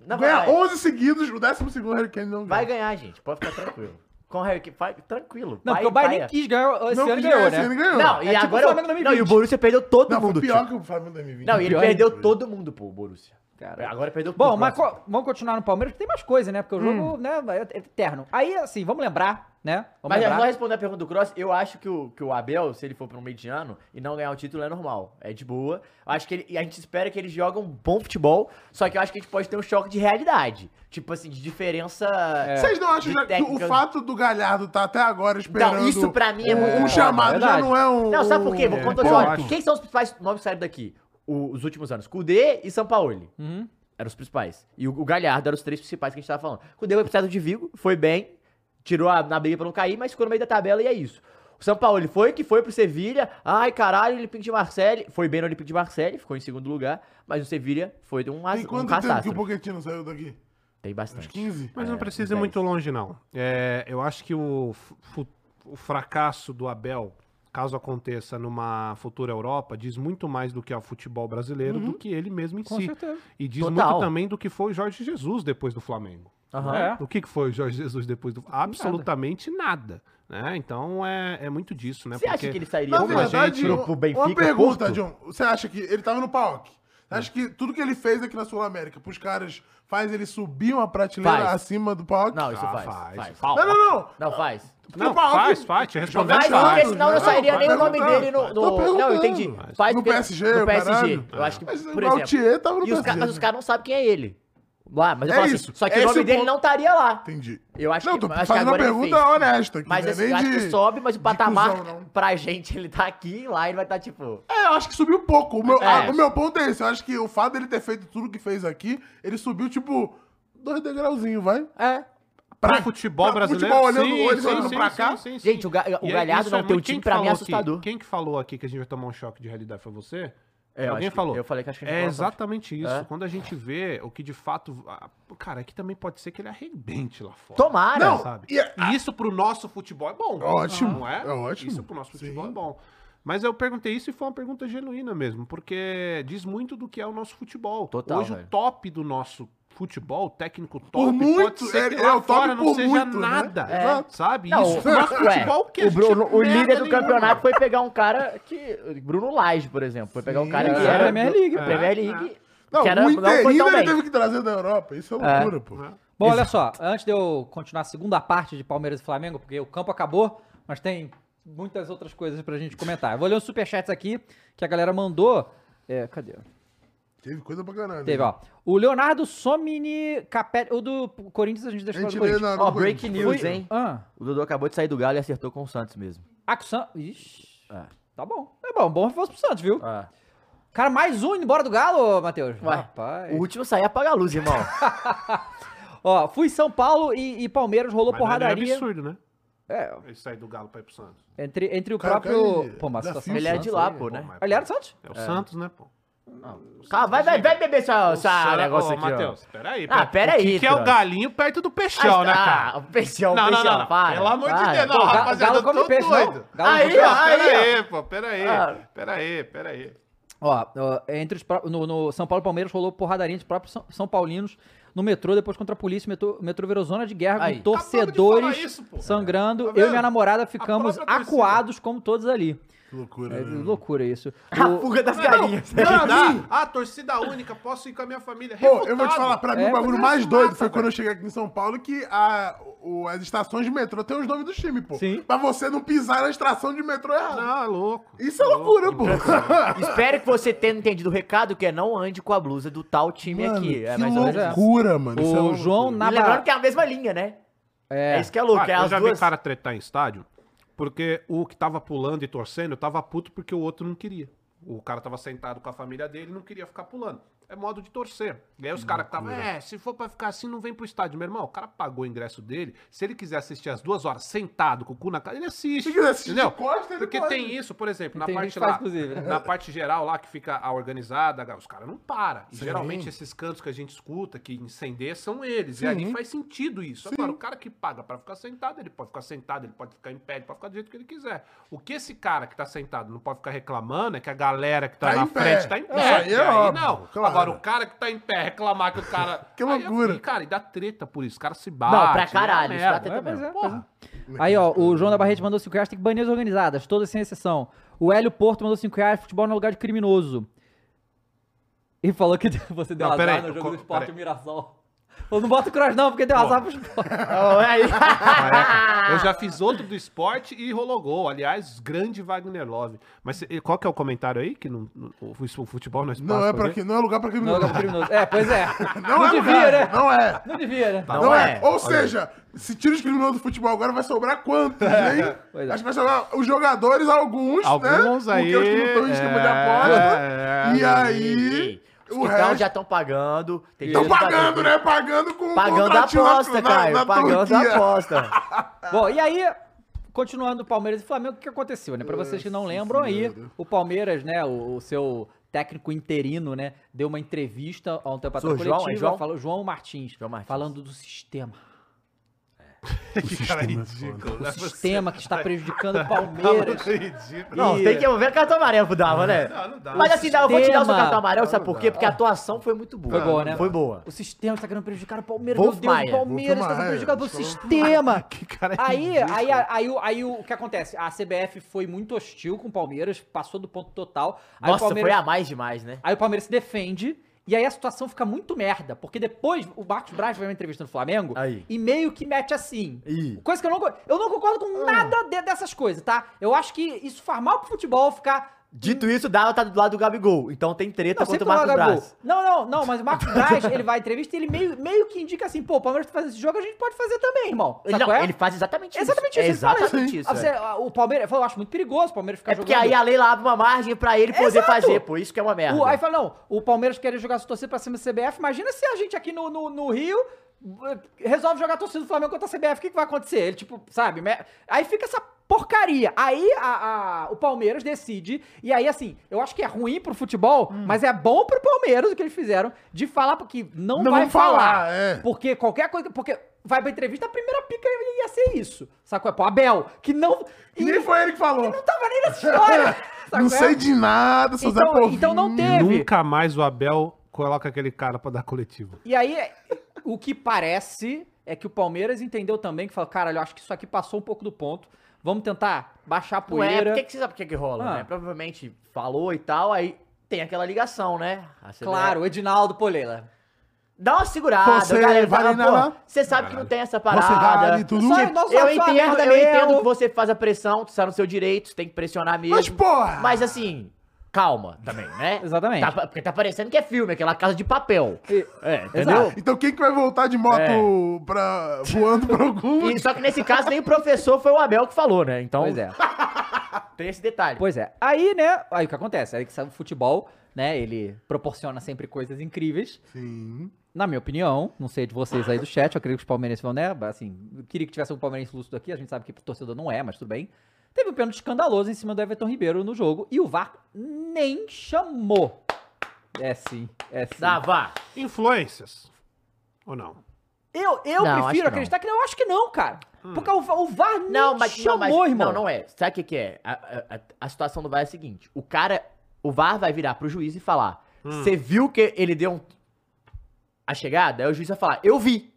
S4: Não,
S2: Ganha
S1: um.
S4: vai.
S2: 11 seguidos, o 12 segundo Harry Kane não
S4: Vai
S2: ganha.
S4: ganhar, gente. Pode ficar tranquilo. Com o Harry Kane, vai- tranquilo.
S1: Não,
S4: vai,
S1: porque o Bayern nem
S4: vai.
S1: quis ganhar esse
S2: Não,
S1: ano
S2: que
S1: e ganhou,
S2: esse ano
S1: né?
S2: ganhou.
S4: Não,
S1: É
S4: e
S1: tipo o
S4: agora.
S1: Flamengo 2020.
S4: não, e o Borussia perdeu todo
S2: Não,
S4: mundo.
S2: foi pior
S4: tio.
S2: que o Flamengo 2020.
S4: Não, e ele
S1: Pior
S4: perdeu
S1: ainda.
S4: todo mundo, pô, o Borussia.
S1: Cara.
S4: Agora perdeu
S1: Bom,
S4: pro
S1: mas
S4: próximo.
S1: co- vamos continuar no Palmeiras, porque tem mais coisa, né? Porque o
S2: Hum.
S1: jogo, né, é eterno. Aí, assim, vamos lembrar, né? Vamos
S4: Mas é
S1: lembrar.
S4: só responder a pergunta do Cross, eu acho que o, que o Abel, se ele for para um mediano e não ganhar o título, é normal. É de boa. Eu acho que ele, e a gente espera que ele jogue um bom futebol, só que eu acho que a gente pode ter um choque de realidade. Tipo assim, de diferença.
S2: Vocês não acham
S4: De
S2: já que o
S4: técnica-
S2: fato do Galhardo tá até agora esperando
S4: Não, isso pra mim é, muito
S2: um
S4: foda.
S2: chamado já
S1: verdade.
S2: não é um...
S4: Não, sabe por quê? Vou
S2: um
S4: contar
S2: ponto.
S4: olha,
S3: acho.
S4: Quem são os principais nomes que saíram daqui? O- os últimos anos? Cudê e Sampaoli.
S1: Uhum.
S4: Eram os principais. E o, o Galhardo eram os três principais que a gente tava falando. Cudê foi pro Celta de Vigo, foi bem, tirou a, na briga pra não cair, mas ficou no meio da tabela e é isso. O Sampaoli foi que foi pro Sevilha. Ai, caralho, Olympique de Marseille. Foi bem no Olympique de Marseille, ficou em segundo lugar, mas o Sevilha foi de um, as-
S2: Tem
S4: um
S2: quanto tempo que
S4: caçastro.
S2: o Pochettino saiu daqui?
S4: Tem
S2: Uns
S4: bastante.
S2: 15?
S3: Mas
S4: É,
S3: não precisa ir
S4: dez.
S3: muito longe, não. É, eu acho que o, fu- o fracasso do Abel, caso aconteça numa futura Europa, diz muito mais do que ao futebol brasileiro do que ele mesmo em
S1: Com
S3: si.
S1: certeza.
S3: E diz
S4: Total.
S3: muito também do que foi o Jorge Jesus depois do Flamengo.
S4: Aham.
S1: É.
S3: O que, que foi o Jorge Jesus depois do Absolutamente nada. né? Então é, é muito disso, né?
S4: Você acha que ele sairia
S2: Na
S3: Como a
S2: verdade,
S3: gente-
S4: pro- pro Benfica,
S2: uma pergunta,
S4: Porto?
S2: John. Você acha que ele tava no PAOK? Você acha que tudo que ele fez aqui na Sul-América pros caras faz ele subir uma prateleira
S4: Faz.
S2: acima do PAOK?
S4: Não, isso
S3: Ah,
S4: faz.
S3: faz.
S4: Faz.
S2: não,
S3: Não,
S2: não, não.
S4: Não, faz.
S2: Porque
S3: Não,
S2: o PAOK
S3: faz, faz. Te respondendo,
S4: Faz,
S2: Claro,
S4: porque senão não
S2: claro,
S4: sairia nem o nome
S2: perguntando,
S4: dele
S2: tô
S4: no. no- não, eu
S2: perguntando.
S4: entendi. Faz
S2: No
S4: porque-
S2: PSG,
S4: no
S2: o
S4: PSG.
S2: caralho.
S4: Eu acho que.
S2: Mas
S4: Por
S2: o
S4: exemplo.
S2: Gautier tava no
S4: E os ca-
S2: PSG.
S4: mas os caras não sabem quem é ele. Lá, mas eu
S2: É
S4: falo assim,
S2: isso,
S4: só que o
S2: esse
S4: nome
S2: é o
S4: dele
S2: ponto.
S4: não estaria lá.
S2: Entendi.
S4: Eu acho
S2: não,
S4: que,
S2: tô
S4: eu acho que
S2: fazendo uma
S4: agora ele
S2: pergunta
S4: fez.
S2: honesta. aqui,
S4: Mas
S2: não é
S4: assim, eu
S2: nem
S4: acho que
S2: de-
S4: sobe, mas o
S2: de
S4: patamar
S2: cuzão, não.
S4: pra gente, ele tá aqui, lá ele vai estar tipo.
S2: É, eu acho que subiu pouco. O meu,
S4: É.
S2: ah, o meu ponto é esse. Eu acho que o fato dele ter feito tudo que fez aqui, ele subiu, tipo, dois degrauzinhos, vai.
S4: É.
S3: Pra
S2: Pra-
S3: futebol
S2: pra
S3: brasileiro,
S2: futebol, olhando
S3: sim,
S2: o olho,
S3: sim,
S2: olhando
S3: sim,
S2: pra
S3: sim,
S2: cá.
S3: sim, sim.
S4: Gente, o, Ga- o
S3: E é-
S4: Galhardo
S3: isso é
S4: não tem um
S3: muito-
S4: time
S3: quem que
S4: pra mim é
S3: falou aqui?
S4: assustador.
S3: Quem que falou aqui que a gente vai tomar um choque de realidade foi você?
S4: É, eu
S3: Alguém
S4: acho que-
S3: falou?
S4: eu falei que acho que a gente
S3: É
S4: falou
S3: exatamente isso.
S4: É?
S3: Quando a gente vê o que de fato. ah, Cara, aqui também pode ser que ele arrebente lá fora.
S4: Tomara!
S2: Não,
S3: sabe?
S2: e é,
S4: Ah.
S2: a-
S3: E isso pro nosso futebol é bom.
S2: Ótimo,
S3: Não é?
S2: é ótimo.
S3: Isso pro nosso futebol
S2: Sim.
S3: é bom. Mas eu perguntei isso e foi uma pergunta genuína mesmo, porque diz muito do que é o nosso futebol.
S4: Total,
S3: Hoje
S4: velho.
S3: o top do nosso futebol, o técnico top,
S2: muito,
S3: pode ser que
S2: é-
S3: lá
S2: é o top
S3: fora não
S2: por
S3: seja
S2: muito, né?
S3: nada,
S2: É. Exato.
S3: sabe?
S4: Não,
S3: isso,
S4: o-
S3: o nosso
S4: ué,
S3: futebol que
S4: o, Bruno,
S3: gente
S4: o líder do
S3: merda
S4: campeonato
S3: nenhuma.
S4: foi pegar um cara que. Bruno Lage, por exemplo. Foi pegar um cara
S2: Sim,
S4: que
S2: é.
S4: era.
S1: Premier League,
S4: do-
S3: pô.
S4: Premier League.
S2: Não,
S4: que era,
S2: o
S4: não foi
S2: Interino
S4: tão
S2: ele
S4: bem.
S2: teve que trazer da Europa. Isso é loucura,
S3: né?
S2: pô.
S1: Bom, olha só, antes de eu continuar a segunda parte de Palmeiras e Flamengo, porque o campo acabou, mas tem muitas outras coisas pra gente comentar. Eu vou ler os superchats aqui que a galera mandou. É, cadê?
S2: Teve coisa pra caralho. né?
S1: Teve, ó. O Leonardo Somini Capelli. O do Corinthians a gente
S2: A
S1: deixou
S2: gente
S1: do
S2: lê
S1: Corinthians.
S2: na...
S4: Ó,
S2: no-
S4: break news, hein?
S1: Ah,
S4: O Dudu acabou de sair do Galo e acertou com o Santos mesmo.
S1: Axan. Ixi.
S4: É.
S1: Tá bom. É bom, bom reforço pro Santos, viu?
S4: Ah.
S1: Cara, mais um indo embora do Galo, Matheus.
S4: Ué,
S1: Rapaz.
S4: O último sair apaga a luz, irmão.
S1: Ó, fui São Paulo e, e Palmeiras, rolou
S3: Mas É
S1: porradaria.
S3: absurdo, né?
S1: É,
S3: Ele sair do Galo pra ir pro Santos.
S1: entre, entre o
S2: Cara,
S1: próprio.
S2: cara, ele-
S1: Pô, mas a
S2: desafio
S1: situação do
S4: Ele era de
S1: Santos
S4: lá,
S1: aí,
S4: pô,
S3: Pô,
S4: né?
S3: mas, pô,
S1: Ele era do Santos?
S3: É o Santos, né, pô?
S4: Ah, vai, vai, vai beber essa, essa
S3: Sa-
S4: negócio
S3: Ô,
S4: aqui, ó.
S3: Matheus, peraí.
S4: Ah, peraí,
S3: O que, que é o
S4: troço.
S3: galinho perto do
S4: Ah,
S3: peixão, né,
S4: ah,
S3: cara?
S4: <laughs> o Peixão,
S3: não, não,
S4: Peixão,
S3: não, não.
S4: para,
S3: Pelo amor de
S4: para.
S3: Deus, não,
S1: Pô, ga-
S3: rapaziada,
S1: galo
S3: eu
S1: come
S3: tô
S1: peixe, não.
S3: doido.
S1: Galo
S4: Aí,
S1: come peixe.
S4: ó.
S3: Não,
S4: aí,
S3: peraí, pô, peraí.
S4: Ah.
S3: Peraí, peraí.
S1: Ó, ó, entre os pró- no, no São Paulo e Palmeiras rolou porradaria entre os próprios São, São Paulinos no metrô, depois contra a polícia, o metrô, o metrô virou zona de guerra
S4: Aí.
S1: com
S3: Acabamos de falar
S1: torcedores
S3: isso, pô.
S1: sangrando.
S2: Tá
S1: eu e
S2: vendo?
S1: minha namorada ficamos
S3: própria torcida. Hum.
S1: acuados como todos ali.
S2: Que loucura.
S1: É,
S2: né?
S1: loucura isso.
S4: A
S1: O-
S4: <laughs> fuga das galinhas.
S2: Pra
S3: Dá.
S2: mim-
S3: Ah, torcida única, posso ir com a minha família.
S2: Pô, eu vou
S3: Refutado.
S2: te falar, pra mim
S1: É,
S2: o bagulho
S3: mas é
S2: mais
S3: isso,
S2: doido
S3: mata,
S2: foi quando
S3: velho.
S2: eu cheguei aqui em São Paulo que a, o- as estações de metrô tem os nomes dos times, pô.
S1: Sim.
S2: Pra você não pisar na estação de metrô errado.
S3: Não, é louco.
S2: Isso é loucura, pô. <laughs>
S4: Espero que você tenha entendido o recado, que é não ande com a blusa do tal time
S2: Mano, um
S4: aqui. É
S2: que
S4: mais ou menos isso.
S2: loucura, mano. Isso é
S1: O
S2: loucura.
S1: João
S4: E lembrando
S1: Naba...
S4: que é a mesma linha, né? É,
S1: É,
S4: isso que é louco.
S3: Cara,
S4: é
S3: Ah, eu
S4: as
S3: já
S4: duas...
S3: vi
S4: <laughs>
S3: cara tretar em estádio, porque o que tava pulando e torcendo tava puto porque o outro não queria. O cara tava sentado com a família dele e não queria ficar pulando. É modo de torcer. E aí os caras que estavam, é, se for pra ficar assim, não vem pro estádio, meu irmão. O cara pagou o ingresso dele. Se ele quiser assistir as duas horas sentado, com o cu na cara, ele assiste.
S2: Se quiser assistir de costas, ele
S3: Porque
S2: pode.
S3: tem isso, por exemplo, na
S1: Tem
S3: parte
S1: gente que faz,
S3: lá,
S1: inclusive, né?
S3: na parte geral lá que fica a organizada, os caras não param. E geralmente esses cantos que a gente escuta, que incendeia, são eles. E ali faz sentido isso. Agora, o cara que paga pra ficar sentado, ele pode ficar sentado, ele pode ficar em pé, ele pode ficar do jeito que ele quiser. O que esse cara que tá sentado não pode ficar reclamando é que a galera que tá,
S2: Tá
S3: na
S2: em pé.
S3: frente tá em pé.
S2: Isso aí é
S3: E aí
S2: óbvio,
S3: não.
S2: claro.
S3: Agora, o cara que tá em pé reclamar que o cara.
S2: <laughs> Que
S3: Aí é
S2: loucura.
S3: ruim, cara, e dá treta por isso. O cara se bate.
S4: pra
S3: é uma
S4: caralho, isso dá
S3: merda.
S4: treta
S3: É, mas
S4: mesmo.
S3: é, porra.
S1: Aí, ó, o João da Barrete mandou 5 reais, tem que banir as organizadas, todas sem exceção. O Hélio Porto mandou 5 reais, futebol no lugar de criminoso. E falou que <laughs> você deu
S3: Não,
S1: azar
S3: peraí,
S1: no
S3: eu
S1: jogo
S3: co-
S1: do esporte
S3: peraí.
S1: Mirassol. Falou, não bota o cross não, porque deu azar pro esporte.
S3: <laughs>
S4: Ó, é aí.
S3: Eu
S1: <laughs>
S3: já fiz outro do esporte e rolou gol. Aliás, grande Wagner Love. Mas cê- qual que é o comentário aí? Que não, não- o fu- o futebol não é espaço
S2: Não é, pra que, não é lugar pra quem
S1: Não,
S2: não,
S1: lugar pro criminoso. É, pois
S3: <laughs>
S1: é.
S2: não é
S1: devia,
S2: lugar.
S1: né?
S2: Não é.
S1: Não devia, né?
S2: Não,
S4: Não
S2: é.
S4: é.
S2: Ou seja, se tira os criminosos do futebol agora, vai sobrar quantos, hein?
S1: Pois é.
S2: Acho que vai sobrar os jogadores, alguns,
S3: Alguns
S2: né?
S3: aí,
S2: Porque os que não estão em cima da
S3: é,
S2: bola.
S3: é,
S2: e aí,
S4: Os
S2: o
S4: que
S2: resto...
S4: tão, já estão pagando. tem
S2: Estão
S4: gente que tá
S2: pagando,
S4: dentro.
S2: né? Pagando com
S4: Pagando a
S2: contratinho na-
S4: aposta,
S2: na-
S4: Caio.
S2: na
S4: pagando
S2: Turquia.
S4: a aposta.
S3: Tá.
S1: Bom, e aí, continuando o Palmeiras e Flamengo, o que aconteceu, né? Pra vocês que não lembram aí, o Palmeiras, né, o, o seu técnico interino, né, deu uma entrevista há um tempo atrás
S4: Sou João, é
S1: coletiva,
S4: João?
S1: falou João Martins,
S4: João Martins.
S1: falando do sistema.
S3: <laughs> Que
S2: é
S3: cara ridículo.
S1: O
S3: né?
S1: sistema que está prejudicando
S4: <laughs>
S1: o
S3: Tá
S1: Palmeiras.
S3: muito ridículo.
S4: Não,
S1: E-
S4: tem que ver cartão amarelo pro Dava, né?
S3: Não, não dá.
S4: Mas assim, Dava, eu vou tirar o seu
S1: Sistema.
S4: cartão amarelo, sabe por quê? Porque a atuação foi muito boa.
S1: Foi boa, né?
S4: Foi boa.
S1: O sistema está querendo prejudicar o Palmeiras.
S4: Wolf
S1: Meu Deus,
S4: Maia.
S1: o Palmeiras está
S2: Wolf
S1: sendo
S2: Maia.
S4: é,
S1: prejudicado pelo
S2: Wolf
S4: <laughs>
S1: sistema.
S3: Que cara é
S1: Aí,
S3: ridículo.
S1: aí, aí, o- aí o que acontece? A CBF foi muito hostil com o Palmeiras, passou do ponto total. Aí o
S4: Nossa,
S1: Palmeiras,
S4: foi a mais demais, né?
S1: Aí o Palmeiras se defende. E aí a situação fica muito merda, porque depois o Marcos Braz vai uma entrevista no Flamengo
S4: Aí.
S1: e meio que mete assim.
S4: Ih. Ah.
S1: Coisa que eu não, go- eu não concordo com nada de- dessas coisas, tá? Eu acho que isso faz mal pro futebol ficar.
S4: Dito isso, o Dava tá do lado do Gabigol. Então tem treta
S1: Hum. Não,
S4: contra
S1: sempre
S4: o Marcos
S1: não, Gabigol.
S4: Braz.
S1: não, não, não, mas o Marcos Braz, ele vai à entrevista e ele meio, meio que indica assim, pô, o Palmeiras tá fazendo esse jogo, a gente pode fazer também, irmão.
S4: Ele,
S1: Sabe
S4: não,
S1: qual é?
S4: ele faz exatamente
S1: É
S4: isso.
S1: Exatamente
S4: É
S1: isso. ele fala
S4: exatamente isso.
S1: Ah, você-
S4: é.
S1: ah, O Palmeiras, eu acho muito perigoso o Palmeiras ficar
S4: É
S1: jogando.
S4: porque aí a lei lá abre uma margem pra ele poder
S1: Exato.
S4: fazer, pô. Isso que é uma merda.
S1: O, aí fala, não, o Palmeiras queria jogar sua torcida pra cima do CBF. Imagina se a gente aqui no, no, no Rio eh, resolve jogar a torcida do Flamengo contra a CBF. O que, que vai acontecer? Ele, tipo, sabe? me- Aí fica essa porcaria. Aí a- a- o Palmeiras decide. E aí, assim, eu acho que é ruim pro futebol, mas é bom pro Palmeiras o que eles fizeram de falar porque não,
S2: Não
S1: vai
S2: vão falar,
S1: falar.
S2: é.
S1: Porque qualquer coisa. Porque vai pra entrevista, a primeira pica ia ser isso. Sabe qual é? Pô, Abel, que não.
S2: E nem foi ele que falou.
S1: Não tava nem nessa história. sabe
S2: <laughs> Não
S1: qual é?
S2: sei de nada, seu Zé
S1: Então,
S2: Povinho.
S1: então não teve.
S3: Nunca mais o Abel coloca aquele cara pra dar coletivo.
S1: E aí, o que parece é que o Palmeiras entendeu também, que falou, caralho, eu acho que isso aqui passou um pouco do ponto. Vamos tentar baixar a
S4: Pô, é,
S1: poeira.
S4: porque que você sabe por que que rola,
S1: Ah.
S4: né? Provavelmente falou e tal, aí tem aquela ligação, né? A CBF.
S1: Claro, o Edinaldo Polela.
S4: Dá uma segurada,
S2: Você
S4: galera.
S2: vale
S4: Fala,
S2: nada.
S4: pô, você sabe que não tem essa
S2: Você
S4: parada.
S2: vale tudo.
S1: Só eu não-
S4: Eu
S1: Só- só
S4: entendo,
S1: merda
S4: eu entendo
S1: mesmo.
S4: que você faz a pressão, tu tá no seu direito, você tem que pressionar mesmo.
S2: Mas, porra!
S4: Mas assim, calma também,
S1: <laughs>
S4: né?
S1: Exatamente.
S4: Tá pa- porque tá parecendo que é filme, aquela casa de papel.
S1: E-
S4: É,
S1: Exato.
S4: entendeu?
S2: Então quem que vai voltar de moto pra, voando pra algum?
S4: E- só que nesse caso nem o professor foi o Abel que falou, né? Então
S1: Pois é.
S4: tem esse detalhe.
S1: Pois é. Aí, né? Aí o que acontece? Aí que sabe o futebol, né? Ele proporciona sempre coisas incríveis.
S2: Sim.
S1: Na minha opinião, não sei de vocês aí do chat, eu acredito que os palmeirenses vão, né? Assim, eu queria que tivesse um palmeirense lúcido aqui, a gente sabe que torcedor não é, mas tudo bem. Teve um pênalti escandaloso em cima do Everton Ribeiro no jogo e o VAR nem chamou. É sim, é sim.
S4: Dá, Tá, vá.
S3: Influências. Ou não?
S1: Eu, eu
S4: Não, acho que
S1: prefiro
S4: não. Hum.
S1: acreditar que não. Eu acho que não, cara. Porque o, Va- o VAR nem
S4: Não, mas
S1: chamou,
S4: não, mas,
S1: irmão.
S4: não, não é. Sabe o que, que é? A, a- a- a situação do VAR é a seguinte: o cara, o VAR vai virar pro juiz e falar: Você viu que ele deu um- a chegada? Aí o juiz vai falar: Eu vi.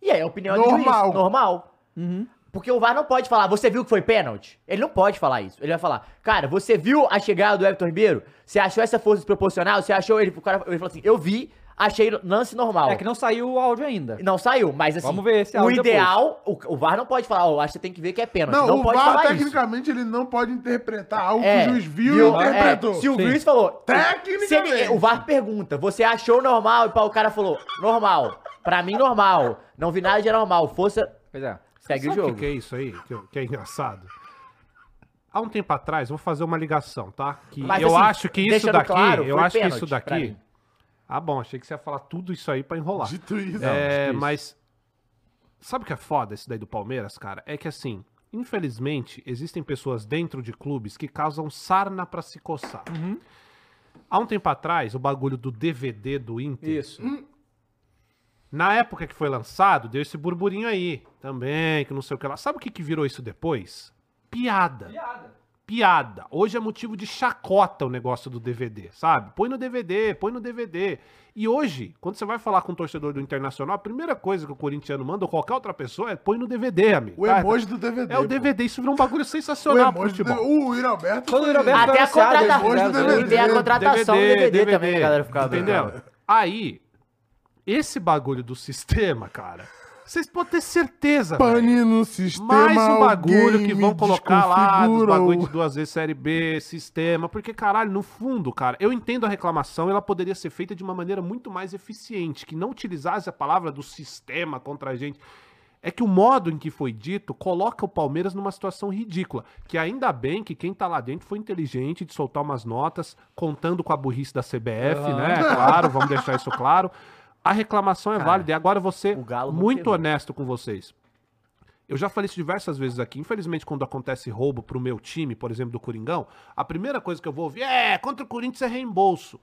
S4: E aí a opinião é do
S2: Normal.
S4: juiz. Normal.
S1: Uhum.
S4: Porque o VAR não pode falar: Você viu que foi pênalti? Ele não pode falar isso. Ele vai falar: Cara, você viu a chegada do Everton Ribeiro? Você achou essa força desproporcional? Você achou ele? O cara ele falou assim: Eu vi, achei lance normal.
S1: É que não saiu o áudio ainda.
S4: Não saiu, mas assim,
S1: Vamos ver esse
S4: o
S1: áudio
S4: ideal, o, o VAR não pode falar, ó, acho que você tem que ver que é pênalti.
S2: Não,
S4: Não,
S2: o
S4: pode
S2: VAR,
S4: falar isso.
S2: tecnicamente, ele não pode interpretar algo
S4: É,
S2: que o juiz viu
S4: viu,
S2: e interpretou.
S4: é, se o
S1: Sim.
S4: juiz falou,
S2: Tecnicamente.
S4: se ele- o VAR pergunta, você achou normal? E pá, o cara falou, normal. Pra mim, normal. Não vi nada de anormal. Força,
S1: Pois é.
S4: segue
S3: Sabe
S4: o jogo.
S3: que, que é isso aí? Que, que é engraçado? Há um tempo atrás, eu vou fazer uma ligação, tá? Que
S4: Mas,
S3: eu
S4: assim,
S3: acho que isso
S4: deixando
S3: daqui.
S4: claro,
S3: eu
S4: foi
S3: acho que
S4: pênalti
S3: isso
S4: pra
S3: daqui.
S4: mim.
S3: Ah, bom, achei que você ia falar tudo isso aí pra enrolar.
S2: <laughs> Dito isso.
S3: É,
S6: isso.
S3: mas. Sabe o que é foda esse daí do Palmeiras, cara? É que assim, infelizmente, existem pessoas dentro de clubes que causam sarna pra se coçar. Há um tempo atrás, o bagulho do DVD do Inter.
S1: Isso.
S3: Na época que foi lançado, deu esse burburinho aí. Também, que não sei o que lá. Sabe o que, que virou isso depois? Piada.
S1: Piada.
S3: Piada. Hoje é motivo de chacota o negócio do DVD, sabe? Põe no DVD, põe no DVD. E hoje, quando você vai falar com um torcedor do Internacional, a primeira coisa que o corintiano manda ou qualquer outra pessoa é põe no DVD, amigo.
S2: O
S3: tá?
S2: emoji do DVD.
S3: É o
S2: pô.
S3: DVD, isso virou um bagulho
S2: O
S3: sensacional pro
S2: emoji do
S3: futebol.
S2: DVD. O Yuri Alberto.
S1: Quando o
S2: foi-
S1: Yuri Alberto-
S4: Até a,
S1: Financiado,
S4: contrata...
S1: eles gostam do
S4: Até a
S2: DVD,
S4: contratação do DVD, também, a galera ficava
S3: Entendeu?
S4: brincando.
S3: Aí, esse bagulho do sistema, cara, vocês podem ter certeza, velho.
S2: Pane no sistema.
S3: Mais um bagulho
S2: alguém
S3: que
S2: me
S3: vão colocar lá dos
S2: desconfigurou.
S3: bagulho de duas vezes série B, sistema, porque caralho, no fundo, cara, eu entendo a reclamação, ela poderia ser feita de uma maneira muito mais eficiente, que não utilizasse a palavra do sistema contra a gente. É que o modo em que foi dito coloca o Palmeiras numa situação ridícula. Que ainda bem que quem tá lá dentro foi inteligente de soltar umas notas, contando com a burrice da CBF, né?
S2: Ah.
S3: Claro, vamos deixar isso claro. A reclamação é
S4: Cara,
S3: válida. E agora você,
S4: o Galo não
S3: muito
S4: quebrou.
S3: honesto com vocês. Eu já falei isso diversas vezes aqui. Infelizmente, quando acontece roubo pro meu time, por exemplo, do Coringão, a primeira coisa que eu vou ouvir é contra o Corinthians é reembolso.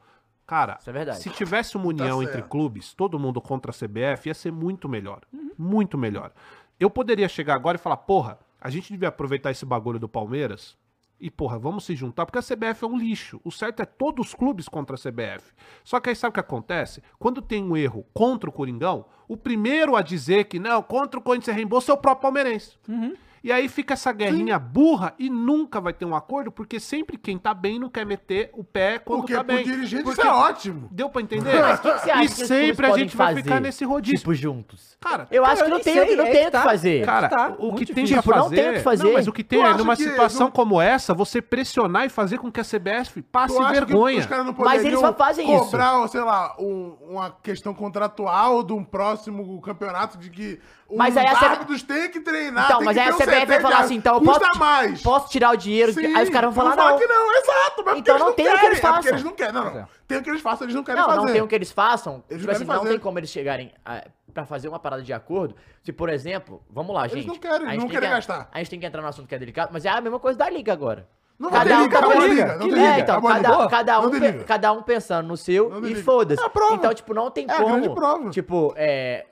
S3: Cara,
S4: Isso é verdade.
S3: se tivesse uma
S2: Tá
S3: união
S2: certo.
S3: entre clubes, todo mundo contra a CBF, ia ser muito melhor.
S2: Uhum.
S3: Muito melhor. Eu poderia chegar agora e falar, porra, a gente devia aproveitar esse bagulho do Palmeiras e, porra, vamos se juntar, porque a CBF é um lixo. O certo é todos os clubes contra a CBF. Só que aí sabe o que acontece? Quando tem um erro contra o Coringão, o primeiro a dizer que não, contra o Corinthians é reembolso é o próprio palmeirense.
S2: Uhum.
S3: E aí fica essa guerrinha burra e nunca vai ter um acordo, porque sempre quem tá bem não quer meter o pé quando
S2: Porque
S3: tá bem.
S2: pro dirigente
S3: Porque-
S2: isso é ótimo.
S3: Deu pra entender?
S4: Mas o que, que você acha
S3: e
S4: que os
S3: sempre
S4: clubes
S3: a
S4: podem
S3: gente vai
S4: fazer?
S3: ficar nesse rodízio.
S4: Tipo, juntos.
S3: Cara,
S4: Eu acho que
S1: eu
S4: não
S1: nem
S4: tem,
S1: sei,
S4: não
S1: é
S4: tem
S1: que
S4: o que
S1: tá.
S4: fazer.
S2: Ah,
S1: Cara,
S3: cara,
S1: tá
S3: o que
S1: muito
S3: tem
S1: difícil.
S3: pra
S4: Tipo,
S3: fazer...
S4: não tem o que fazer.
S3: mas o que tem
S2: Tu
S3: é,
S2: acha
S3: numa
S2: que
S3: situação
S2: não-
S3: como essa, você pressionar e fazer com que a CBF passe
S2: Tu acha que
S3: vergonha.
S2: os caras não
S4: Mas eles só
S2: poderiam
S4: fazem
S2: cobrar, sei lá, um- uma questão contratual de um próximo campeonato de que os
S4: Mas aí a CB
S2: árbitros têm que treinar.
S4: Então,
S2: tem
S4: mas
S2: que
S4: aí a
S2: ter um
S4: CBF vai
S2: CT
S4: falar
S2: de-
S4: assim, então eu
S2: custa
S4: posso,
S2: mais.
S4: posso tirar o dinheiro?
S2: Sim,
S4: aí os caras vão falar,
S2: vão
S4: não.
S2: que não, exato. Mas é porque
S4: Então não tem o que
S2: querem,
S4: eles
S2: é porque
S4: façam.
S2: eles não querem, não, não. Tem o que eles façam, eles não querem
S4: Não,
S2: fazer.
S4: não tem o que eles façam.
S2: Eles
S4: tipo assim,
S2: querem
S4: não
S2: fazer.
S4: tem como eles chegarem a, pra fazer uma parada de acordo. Se, por exemplo, vamos lá,
S2: Eles
S4: gente.
S2: não querem,
S4: a gente
S2: não
S4: tem
S2: querem
S4: que-
S2: gastar.
S4: A gente tem que entrar no assunto que é delicado, mas é a mesma coisa da liga agora.
S2: Não
S4: Cada
S2: tem
S4: um,
S2: liga,
S4: cada
S2: acabou a
S1: um.
S2: liga, não
S1: Que
S2: tem
S1: liga,
S2: liga,
S4: é, então,
S2: acabou a liga.
S4: cada, cada, um,
S2: Não tem
S4: pe-
S2: liga.
S4: cada um pensando no
S2: Não
S4: seu
S2: tem
S4: e
S2: liga.
S4: foda-se.
S2: É a prova.
S4: Então, tipo, não tem
S2: É a
S4: como.
S2: grande prova.
S4: Tipo, é.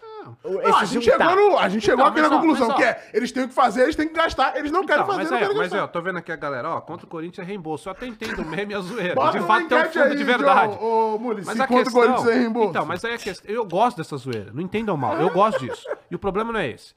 S4: o-
S2: Não, a
S4: esse tá.
S2: gente
S4: juntar.
S2: chegou, no, a gente chegou
S3: Então,
S2: aqui na
S3: mas ó,
S2: conclusão,
S3: mas ó.
S2: que é, eles têm o que fazer, eles têm que gastar, eles não querem
S3: Não,
S2: fazer,
S3: mas
S2: não
S3: é,
S2: querem
S3: mas é,
S2: gastar.
S3: eu tô vendo aqui a galera, ó, contra o Corinthians é reembolso. Eu até entendo o meme e a zoeira.
S2: Bota
S3: de
S2: uma
S3: fato, tem um
S2: enquete
S3: fundo
S2: aí,
S3: de verdade.
S2: João, Ô, Muli,
S3: Mas
S2: se
S3: a
S2: contra
S3: questão...
S2: o Corinthians é reembolso.
S3: Então, mas aí a questão... Eu gosto dessa zoeira, não entendam mal. Eu gosto disso. E o problema não é esse.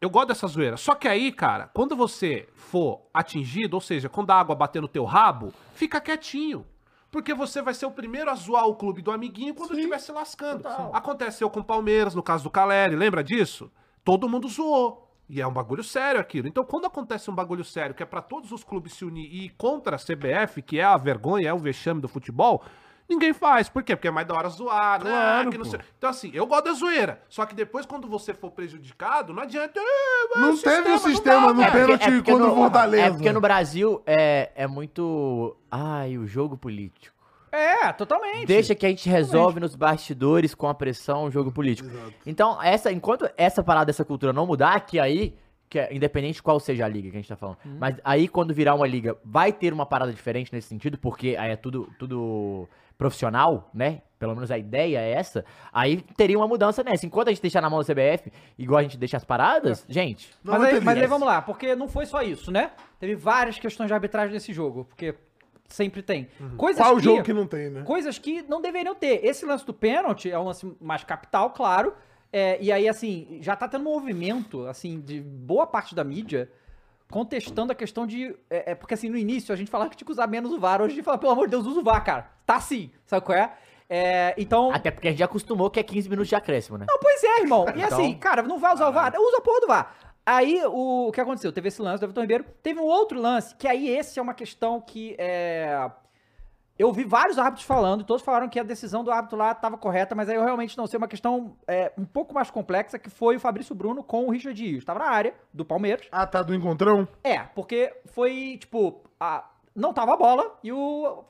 S3: Eu gosto dessa zoeira. Só que aí, cara, quando você for atingido, ou seja, quando a água bater no teu rabo, fica quietinho. Porque você vai ser o primeiro a zoar o clube do amiguinho quando estiver se lascando. Aconteceu com o Palmeiras, no caso do Caleri, lembra disso? Todo mundo zoou. E é um bagulho sério aquilo. Então, quando acontece um bagulho sério, que é pra todos os clubes se unir e ir contra a CBF, que é a vergonha, é o vexame do futebol, ninguém faz. Por quê? Porque é mais da hora zoar, né? Que não sei- Então, assim, eu gosto da zoeira. Só que depois, quando você for prejudicado, não adianta. "Ah, mas
S2: Não
S3: o
S2: teve o
S3: não
S2: sistema
S3: dá,
S2: no
S3: velho."
S2: pênalti
S4: É, porque
S2: contra o
S4: no-
S2: Fortaleza.
S4: É porque no Brasil é, é muito. Ai, o jogo político.
S1: É, totalmente.
S4: Deixa que a gente resolve nos bastidores com a pressão o jogo político. Então, essa, enquanto essa parada, essa cultura não mudar, que aí, que é, independente de qual seja a liga que a gente tá falando,
S2: Uhum.
S4: mas aí quando virar uma liga, vai ter uma parada diferente nesse sentido, porque aí é tudo, tudo profissional, né? Pelo menos a ideia é essa. Aí teria uma mudança nessa. Enquanto a gente deixar na mão do CBF, igual a gente deixa as paradas,
S2: É.
S4: gente.
S2: Não
S1: mas,
S2: vai
S1: aí,
S2: ter
S1: mas aí
S2: liga.
S1: vamos lá, porque não foi só isso, né? Teve várias questões de arbitragem nesse jogo, porque sempre tem. Coisas
S2: Uhum. Qual
S1: que,
S2: jogo que não tem, né?
S1: Coisas que não deveriam ter. Esse lance do pênalti é um lance mais capital, claro. é, e aí, assim, já tá tendo um movimento, assim, de boa parte da mídia contestando a questão de. É, é porque, assim, no início a gente falava que tinha que usar menos o VAR. Hoje a gente fala, pelo amor de Deus, usa o VAR, cara. Tá sim, sabe qual é? É, então.
S4: Até porque a gente já acostumou que é 15 minutos de acréscimo, né?
S1: Não, pois é, irmão. E
S4: Então-
S1: assim, cara, não vai usar o VAR, usa a porra do VAR. Aí, o, o que aconteceu? Teve esse lance do Everton Ribeiro, teve um outro lance, que aí esse é uma questão que é... Eu vi vários árbitros falando, e todos falaram que a decisão do árbitro lá estava correta, mas aí eu realmente não sei uma questão é, um pouco mais complexa, que foi o Fabrício Bruno com o Richard Rios. Estava na área do Palmeiras.
S2: Ah, tá do encontrão?
S1: É, porque foi, tipo, a... não tava a bola e o,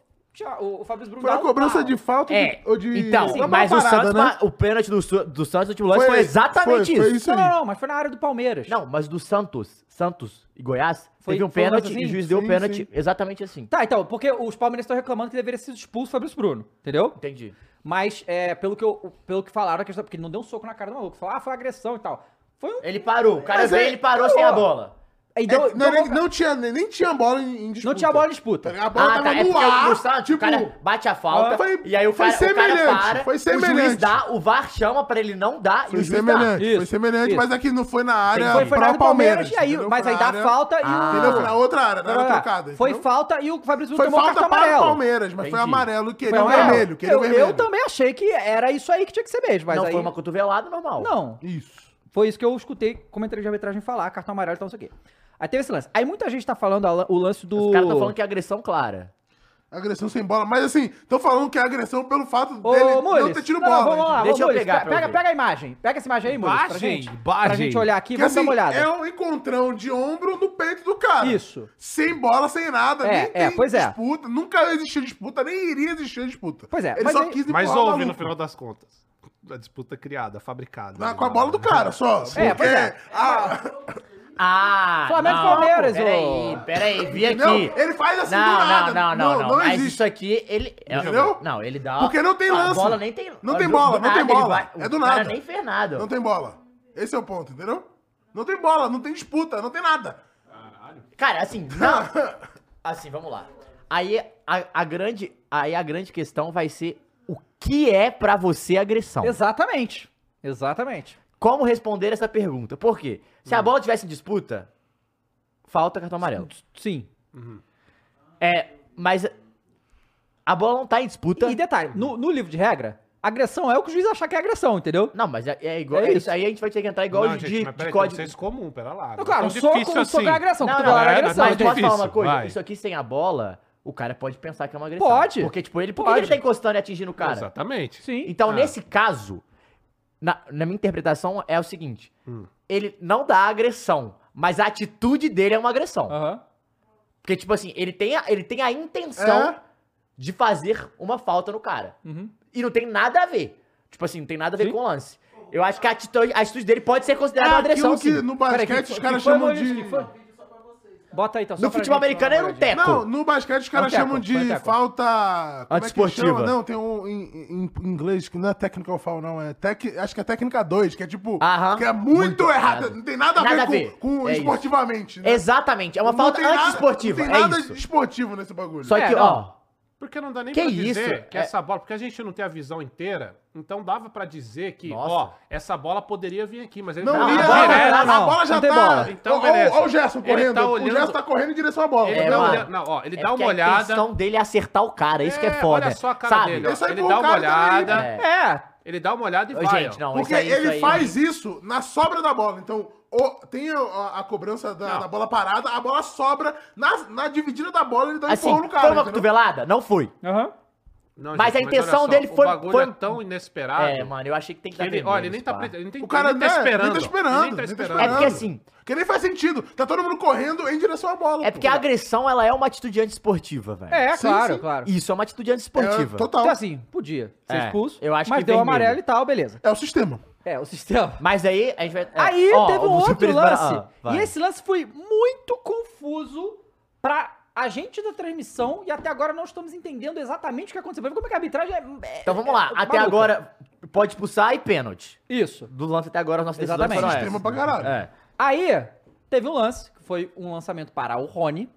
S1: o Fabrício Bruno
S2: Foi a
S1: dá um
S2: cobrança
S1: pau.
S2: de falta
S4: É,
S2: ou de...
S4: então,
S2: Foi uma
S4: mas o
S2: parada,
S4: Santos,
S2: né?
S4: o pênalti do, Su- do Santos no último lance foi,
S2: Foi-
S4: exatamente
S2: foi- foi
S4: isso.
S2: isso
S1: Não, não,
S2: aí.
S1: não, mas foi na área do Palmeiras.
S4: Não, mas do Santos, Santos e Goiás,
S1: Foi-
S4: teve um
S1: foi um
S4: pênalti
S1: lance
S4: e o
S1: assim?
S4: juiz deu o
S2: Sim,
S4: pênalti
S2: sim.
S4: exatamente assim.
S1: Tá, então, porque os palmeirenses estão reclamando que deveria ser expulso o Fabrício Bruno, entendeu?
S4: Entendi.
S1: Mas, é, pelo, que eu, pelo que falaram, a questão, porque ele não deu um soco na cara do maluco. Falaram, ah, foi agressão e tal. Foi um.
S4: Ele parou, o cara
S2: Mas
S4: veio,
S2: é-
S4: ele parou sem a bola.
S1: Aí
S2: É,
S1: deu- deu-
S2: não, nem, não tinha, nem, nem tinha bola em, em disputa.
S1: não tinha bola de disputa.
S2: A bola tava
S4: Ah, tá, é
S2: no
S4: porque
S2: ar,
S4: o Santos,
S2: tipo...
S4: o cara bate a falta,
S2: foi-
S4: e aí o
S2: foi
S4: cara, o cara
S2: semelhante,
S4: para,
S2: foi
S4: o juiz
S2: semelhante.
S4: dá, o VAR chama pra ele não dar, e
S2: Foi
S4: o juiz dá.
S2: semelhante,
S1: Isso,
S2: foi semelhante,
S1: isso.
S2: mas aqui não foi na área
S1: foi, foi na área
S2: É,
S1: do
S2: pra
S1: Palmeiras,
S2: Palmeiras.
S1: e aí,
S2: entendeu?
S1: mas
S2: Foi
S1: aí
S2: na
S1: dá
S2: área-
S1: falta e
S4: Ah.
S1: o. É,
S2: Entendeu? Foi na outra área, na área trocada.
S1: foi
S2: entendeu?
S1: falta e o Fabrício Bruno
S2: Foi
S1: tomou
S2: falta
S1: cartão
S2: para o
S1: amarelo.
S2: Palmeiras, mas foi
S4: Entendi.
S2: amarelo,
S1: Foi um
S2: queria o
S1: amarelo.
S2: vermelho, queria o
S1: eu,
S2: um vermelho.
S1: eu também achei que era isso aí que tinha que ser mesmo, mas
S4: Não
S1: aí...
S4: foi uma cotovelada normal.
S1: Não,
S2: Isso.
S1: Foi isso que eu escutei comentário de arbitragem falar, cartão amarelo e tal, não sei o quê. Aí teve esse lance. Aí muita gente tá falando a lan- o lance do.
S4: Os caras estão falando que é agressão clara.
S2: Agressão sem bola, mas assim, estão falando que é agressão pelo fato
S1: Ô,
S2: dele
S1: Mules,
S2: não ter tido
S1: não,
S2: bola. né?
S1: vamos lá,
S4: Deixa
S1: vamos,
S4: eu
S1: Mules, pe-
S4: pegar pra eu
S1: Pega,
S4: ver.
S1: pega a imagem. Pega essa imagem aí, Mules, pra
S3: Imagem,
S1: gente. Pra
S3: imagem.
S1: gente olhar aqui,
S2: Porque,
S1: vamos dar uma olhada.
S2: é um encontrão de ombro no peito do cara.
S1: Isso.
S2: Sem bola, sem nada,
S1: É,
S2: nem
S1: é,
S2: tem
S1: pois é.
S2: disputa, nunca existiu disputa, nem iria existir disputa.
S1: Pois é,
S2: ele
S1: mas
S2: só
S1: aí-
S2: quis empurrar
S3: Mas
S2: o
S3: houve, no
S2: maluco.
S3: final das contas. A disputa criada, fabricada.
S2: Ah, com a bola do cara, só.
S1: É, pois é.
S2: Porque <laughs> a-
S4: Ah,
S1: Flamengo e
S4: não,
S1: Palmeiras,
S4: pô, Peraí,
S1: ô.
S4: peraí, vi aqui.
S2: Não, ele faz assim do
S4: não,
S2: nada.
S4: Não, não, não,
S2: Não,
S4: não.
S2: não
S4: Mas
S2: existe.
S4: isso aqui, ele. é,
S2: Entendeu?
S4: Não, ele dá.
S2: Porque não tem
S4: a
S2: lance.
S4: bola nem tem.
S2: Não
S4: do-
S2: tem
S4: do
S2: bola, não
S4: nada
S2: tem
S4: ele
S2: bola.
S4: vai-
S2: É do
S4: o cara
S2: nada.
S4: nem fez nada.
S2: Não tem bola. Esse é o ponto, entendeu? Não tem bola, não tem disputa, não tem nada.
S4: Cara, assim, não. assim, vamos lá. Aí a, a grande, aí a grande questão vai ser o que é pra você agressão?
S1: Exatamente. Exatamente.
S4: Como responder essa pergunta? Por quê? Se
S2: Hum.
S4: a bola tivesse em disputa, falta cartão amarelo.
S1: Sim.
S4: É, mas a bola não tá em disputa.
S1: E detalhe, no, no livro de regra, agressão é o que o juiz achar que é agressão, entendeu?
S4: Não, mas é, é igual.
S1: É
S4: é isso.
S1: isso.
S4: aí a gente vai ter que entrar igual
S3: Igual
S4: de,
S3: não, gente, mas
S4: de
S3: peraí,
S4: código.
S3: tem um senso comum, pera lá.
S1: Não, Então, claro,
S3: é
S1: o
S3: tão
S1: soco,
S3: difícil
S1: o soco é agressão,
S4: Não,
S1: cotovelada
S4: não,
S1: é
S3: é,
S1: agressão.
S3: mas
S4: mas posso falar
S3: difícil,
S4: uma coisa?
S3: vai.
S4: Isso aqui sem a bola, o cara pode pensar que é uma agressão.
S1: Pode.
S4: Porque, tipo, ele, por que
S1: Pode.
S4: ele tá encostando e atingindo o cara?
S3: Exatamente.
S1: Sim.
S4: Então,
S3: Ah.
S4: nesse caso, na, na minha interpretação, é o seguinte:
S3: Hum.
S4: ele não dá agressão, mas a atitude dele é uma agressão.
S1: Aham.
S4: Porque, tipo assim, ele tem a, ele tem a intenção
S2: É.
S4: de fazer uma falta no cara.
S1: Uhum.
S4: E não tem nada a ver. Tipo assim, não tem nada a ver
S1: Sim.
S4: com o lance. Eu acho que a atitude, a atitude dele pode ser
S2: É
S4: considerada uma agressão.
S2: aquilo É que
S4: sim.
S2: no
S1: Peraí, que
S2: basquete
S1: foi-
S2: os caras
S1: que foi,
S2: chamam
S1: Mules,
S2: de.
S1: que foi? Bota aí, então. só
S4: No
S1: pra
S4: futebol
S1: gente dar
S4: americano
S1: uma
S2: é
S4: era um
S1: olhadinha.
S4: teco.
S2: Não, no basquete os caras
S1: É um teco,
S2: chamam
S1: foi um
S2: de
S1: teco.
S2: falta. Como é que
S4: Antidesportiva.
S2: chama? Não, tem um em, em- em inglês que não é technical foul, não. É tec, acho que é técnica 2, que é tipo.
S4: Aham.
S2: Que é muito,
S4: Muito
S2: errada.
S4: errado.
S2: Não tem nada a
S4: Nada
S2: ver,
S4: a ver.
S2: com, com
S4: É isso.
S2: esportivamente. né?
S4: Exatamente, é uma
S2: Não
S4: falta
S2: tem nada-
S4: antiesportiva.
S2: Não tem nada
S4: é isso.
S2: de esportivo nesse bagulho.
S4: Só
S1: É,
S4: que,
S1: não.
S4: ó,
S3: Porque não dá nem
S4: Que
S3: pra
S4: isso?
S3: dizer que
S4: É.
S3: essa bola, porque a gente não tem a visão inteira, então dava pra dizer que,
S4: Nossa.
S3: ó, essa bola poderia vir aqui, mas ele
S2: Não,
S3: tá
S2: não,
S1: ia-
S3: lá
S1: não,
S3: direto.
S1: não, não,
S2: a bola já
S1: não tem
S2: tá.
S1: bola.
S3: Então,
S2: olha
S3: beleza.
S2: o Gerson
S3: Ele
S2: correndo.
S3: tá
S2: o
S3: olhando-
S2: Gerson tá correndo em direção à bola.
S3: Ele
S4: É,
S3: dá
S4: mano.
S3: olha- não, ó, ele dá
S4: porque
S3: uma
S4: A
S3: olhada.
S4: intenção dele é acertar o cara, isso que é
S3: É,
S4: foda.
S3: olha só a cara
S4: sabe?
S3: dele, ó.
S2: Esse aí
S3: Ele
S2: foi
S3: dá
S2: o
S3: uma
S2: cara também,
S3: olhada,
S2: né?
S1: É,
S3: ele dá uma olhada e
S4: um Ô,
S3: vai.
S4: Gente,
S3: ó.
S4: não,
S2: Porque
S4: isso aí,
S2: ele
S4: isso aí-
S2: faz isso na sobra da bola. Então, o- tem a, a cobrança da,
S3: Não.
S2: da bola parada, a bola sobra. Na, na dividida da bola, ele dá um
S4: Assim,
S2: empurrão no cara.
S4: foi uma
S2: entendeu?
S4: cotovelada? Não foi.
S1: aham.
S3: Não,
S4: Mas a
S3: olha
S4: intenção
S3: só,
S4: dele foi-
S3: O bagulho
S4: foi-
S3: é tão inesperado.
S4: É, mano, eu achei que tem que
S3: que
S4: dar
S3: ele,
S4: vergonha
S3: olha, ele nem
S4: nesse
S3: tá,
S4: pá.
S3: pre- ele nem,
S2: O cara
S3: ele nem tá
S2: né,
S3: esperando.
S2: Nem tá esperando.
S3: Ele nem tá esperando.
S4: É porque assim-
S2: Porque nem faz sentido. Tá todo mundo correndo em direção à bola.
S4: É porque a agressão, ela é uma atitude antiesportiva, velho.
S1: É,
S2: Sim,
S1: claro,
S2: sim.
S1: claro.
S4: Isso é uma atitude
S2: esportiva.
S4: antiesportiva.
S2: É,
S1: Então,
S2: total.
S1: assim, podia ser
S4: É,
S1: expulso,
S4: eu acho
S1: mas
S4: que
S1: deu
S4: vermelho.
S1: amarelo e tal, beleza.
S2: É o sistema.
S1: É, o sistema.
S4: Mas aí, a gente vai... é.
S1: <laughs> Aí
S4: Ó,
S1: teve um
S4: o
S1: outro
S4: Felipe-
S1: lance,
S4: Ah, vai.
S1: e esse lance foi muito confuso pra gente da transmissão, e até agora não estamos entendendo exatamente o que aconteceu. Vamos ver Como é que a arbitragem é... é-
S4: Então vamos lá,
S1: é- é
S4: até
S1: maluca.
S4: agora, pode expulsar e pênalti.
S1: Isso.
S4: Do lance até agora, as nossas decisões
S1: Exatamente.
S4: foram
S2: Sistema
S4: essas.
S2: pra caralho.
S4: É.
S1: Aí, teve um lance, que foi um lançamento para o Rony,